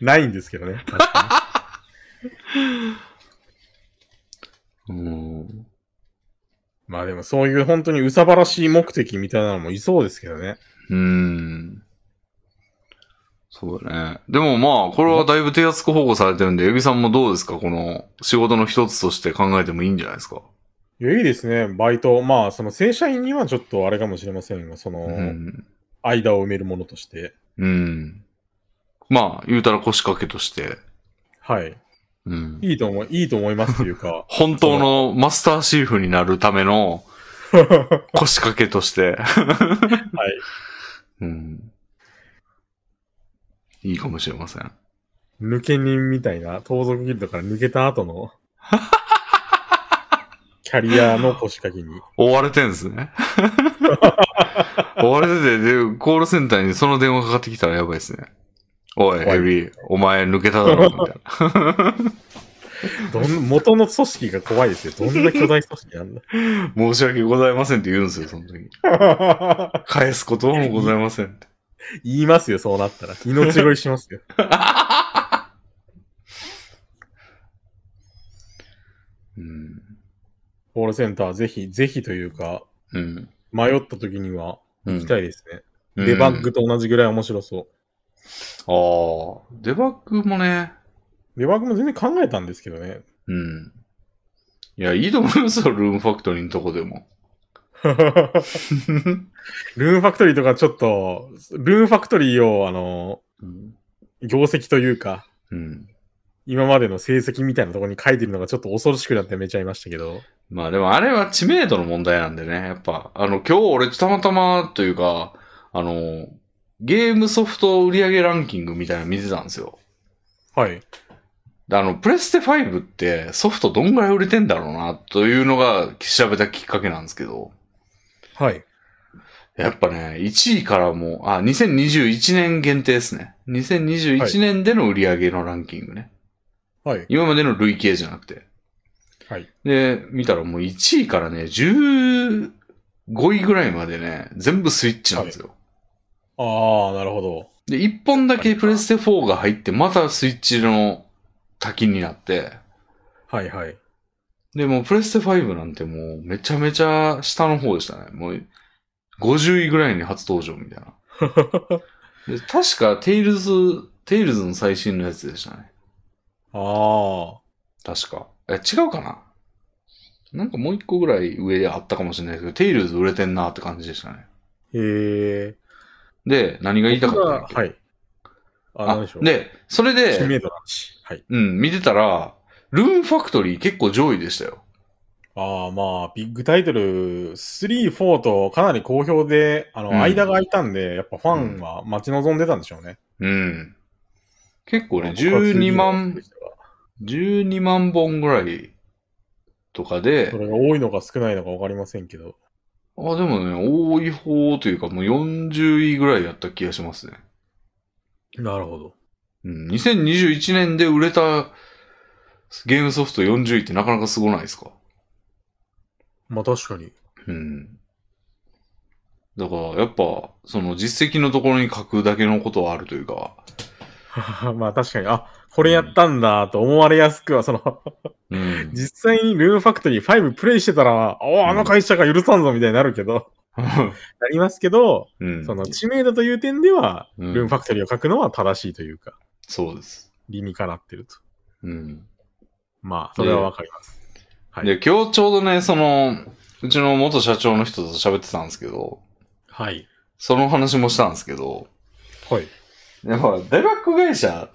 ないんですけどね。確か
うん
にまあでもそういう本当にうさばらしい目的みたいなのもいそうですけどね。
うん。そうだね。でもまあ、これはだいぶ手厚く保護されてるんで、エビさんもどうですかこの仕事の一つとして考えてもいいんじゃないですか
いや、いいですね。バイト。まあ、その正社員にはちょっとあれかもしれませんが、その、
うん。
間を埋めるものとして。
うん。まあ、言うたら腰掛けとして。
はい。
うん。。
いいと思い、いいと思いますというか
本当のマスターシーフになるため の
は
腰掛けとして。
い。
うん。いいかもしれません。
抜け人みたいな、盗賊ギルドから抜けた 後の、キャリアの腰掛けに。
追われてんです ね。追われてて、で、コールセンターにその電話かかってきたらやばいですね。おい、
怖い
エビ、お前抜けただろ、みたいな。
どん、元の組織が怖いですよ。どんな巨大組織なんだ。
申し訳ございませんって言うんですよ、その時。返すこともございませんって。
言いますよ、そうなったら。命拾いし ますよ。
うん。
コールセンター、ぜひ、ぜひというか、
うん。
迷った時には
うん
行きたいですね。デバッグと同じぐらい面白そう。
ああ、デバッグもね、
デバッグも全然考えたんですけど ね。
うん。いや、いいと思いますよ、ルームファクトリーのとこで も。
ルーンファクトリーとかちょっと、ルーンファクトリーを、あの、
うん。
業績というか、
うん。
今までの成績みたいなところに書いてるのがちょっと恐ろしくなってめちゃいましたけど。
まあでもあれは知名度の問題なんでね、やっぱ、あの、今日俺たまたまというか、あの、ゲームソフト売上ランキングみたいなの見てたんですよ。
はい。
であの、プレステ5ってソフトどんぐらい売れてんだろうな、というのが調べたきっかけなんですけど、
はい。
やっぱね、1位からもう、あ、2021年限定ですね。2021年での売上のランキングね。
はい。
今までの累計じゃなくて。
はい。
で、見たらもう1位からね、15位ぐらいまでね、全部スイッチなんですよ。
ああ、なるほど。
で、1本だけプレステ4が入って、またスイッチの滝になって、
はいはい。
で、もうプレステ5なんてもうめちゃめちゃ下の方でしたね。もう50位ぐらいに初登場み たいな。で確か、テイルズ、テイルズの最新のやつでしたね。
ああ。
確か。え、違うかななんかもう一個ぐらい上であったかもしれないですけど、テイルズ売れてんなって感じでしたね。
へえ。
で、何が言いたかったんだっけ
はい。あ、なんでしょう。、
で、それ
知
で、
名度の話。はい。
うん、見てたら、ルーンファクトリー結構上位でしたよ。
ああ、まあ、ビッグタイトル、3、4とかなり好評で、あの、
うん
間が空いたんで、やっぱファンは待ち望んでたんでしょうね。
うん。結構ね、
僕は3
12
で
万、
したが
12万本ぐらいとかで
そ、れが多いのか少ないのかわかりませんけど。
あ、でもね、多い方というかもう40位ぐらいやった気がしますね。
なるほど。
うん、2021年で売れたゲームソフト40位ってなかなかすごないですか
まあ確かに。
うん。だから、やっぱ、その実績のところに書くだけのことはあるというか、
まあ確かに、あ、これやったんだと思われやすくは、その、
うん。
実際にルームファクトリー5プレイしてたら、おーあの会社が許さんぞみたいになるけど、なりますけど、
うん。
その知名度という点では、
うん
ルーンファクトリーを書くのは正しいというか、
そうです。
理にかなってると。
うん。
まあ、それはわかります。はい
で、今日ちょうどね、その、うちの元社長の人と喋ってたんですけど、
はい。
その話もしたんですけど、
はい。
やっぱ、デバッグ会社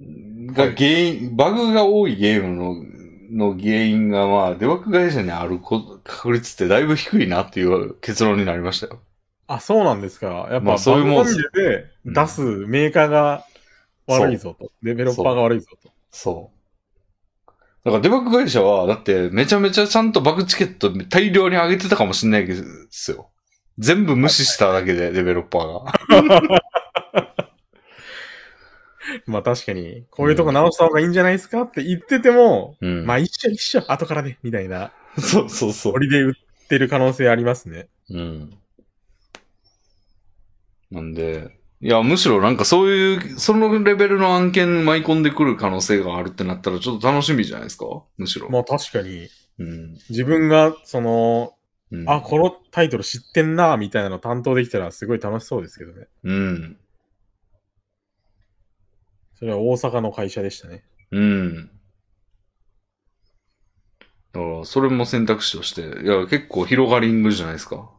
が原因、バグが多いゲームの、の原因が、まあ、デバッグ会社にあるこ確率ってだいぶ低いなっていう結論になりましたよ。
あ、そうなんですか。やっ
まあ
ぱ、
そういうもん
バグまみれで
うん
出すメーカーが悪いぞと。デベロッパーが悪いぞと。
そう。だからデバッグ会社は、だってめちゃめちゃちゃんとバグチケット大量に上げてたかもしれないですよ。全部無視しただけで、デベロッ パーが。
まあ確かに、こういうとこ直した方がいいんじゃないですかって言ってても、
うん
ま。あ一緒一緒、後からね、みたいな、
そうそうそう。
ノリで売ってる可能性ありますね。
うん。なんで、いや、むしろなんかそういう、そのレベルの案件舞い込んでくる可能性があるってなったらちょっと楽しみじゃないですかむしろ。
まあ確かに、
うん。
自分が、その、
うん
あ、このタイトル知ってんな、みたいなの担当できたらすごい楽しそうですけどね。
うん。
それは大阪の会社でしたね。
うん。だから、それも選択肢として、いや、結構広がりんぐじゃないですか。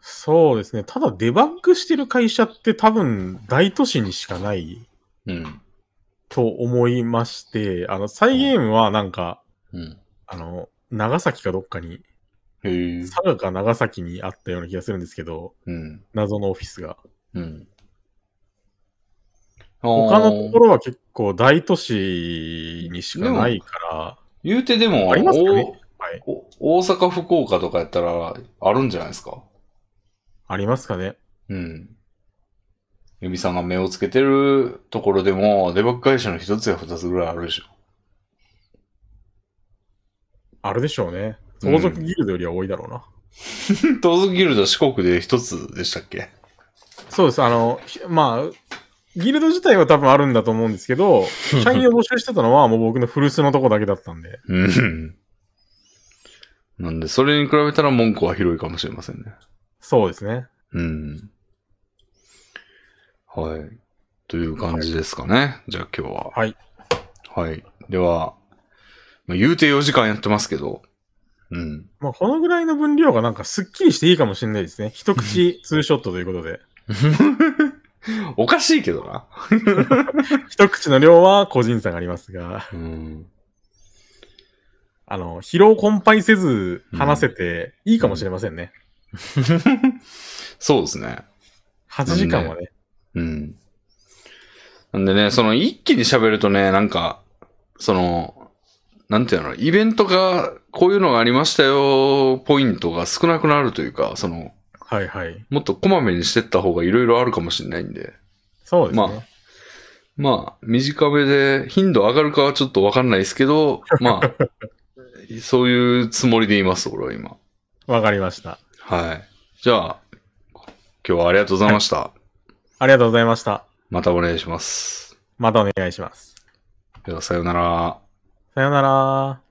そうですね。ただデバッグしてる会社って多分大都市にしかない
うん。
と思いまして、あの、サイゲームはなんか、
うん。
あの、長崎かどっかに、
へえ。
佐賀か長崎にあったような気がするんですけど、
うん。
謎のオフィスが。
うん。
他の
あ
と
ー
ころは結構大都市にしかないから、
言うてでも、
ありますかね
お
はい。
お大阪、福岡とかやったら、あるんじゃないですか
ありますかね。
うん。ユミさんが目をつけてるところでも、デバッグ会社の一つや二つぐらいあるでしょ。
あるでしょうね。
うん
盗賊ギルドよりは多いだろうな。
東族ギルド四国で一つでしたっけ
そうです。あの、ひまあ、ギルド自体は多分あるんだと思うんですけど、社員を募集してたのはもう僕の古巣のとこだけだったんで。
うん。なんで、それに比べたら文句は広いかもしれませんね。
そうですね。
うん。はい。という感じですかね。じゃあ今日は。
はい。
はい。では、まあ、言うて4時間やってますけど、うん。
まあ、このぐらいの分量がなんかスッキリしていいかもしれないですね。一口ツーショットということで。
おかしいけどな。
一口の量は個人差がありますが、
うん。
あの、疲労困憊せず話せていいかもしれませんね。
そうですね。
8時間はね。
うん。なんでね、その一気に喋るとね、なんか、その、なんていうの、イベントが、こういうのがありましたよ、ポイントが少なくなるというか、その、
はいはい。
もっとこまめにしてった方がいろいろあるかもしれないんで、
そうですね。
ままあ、短めで頻度上がるかはちょっとわかんないですけど、まあ、そういうつもりでいます、俺は今。
わかりました。
はい。じゃあ、今日はありがとうございました。
ありがとうございました。
またお願いします。
またお願いします。
では、さようなら。
さよなら。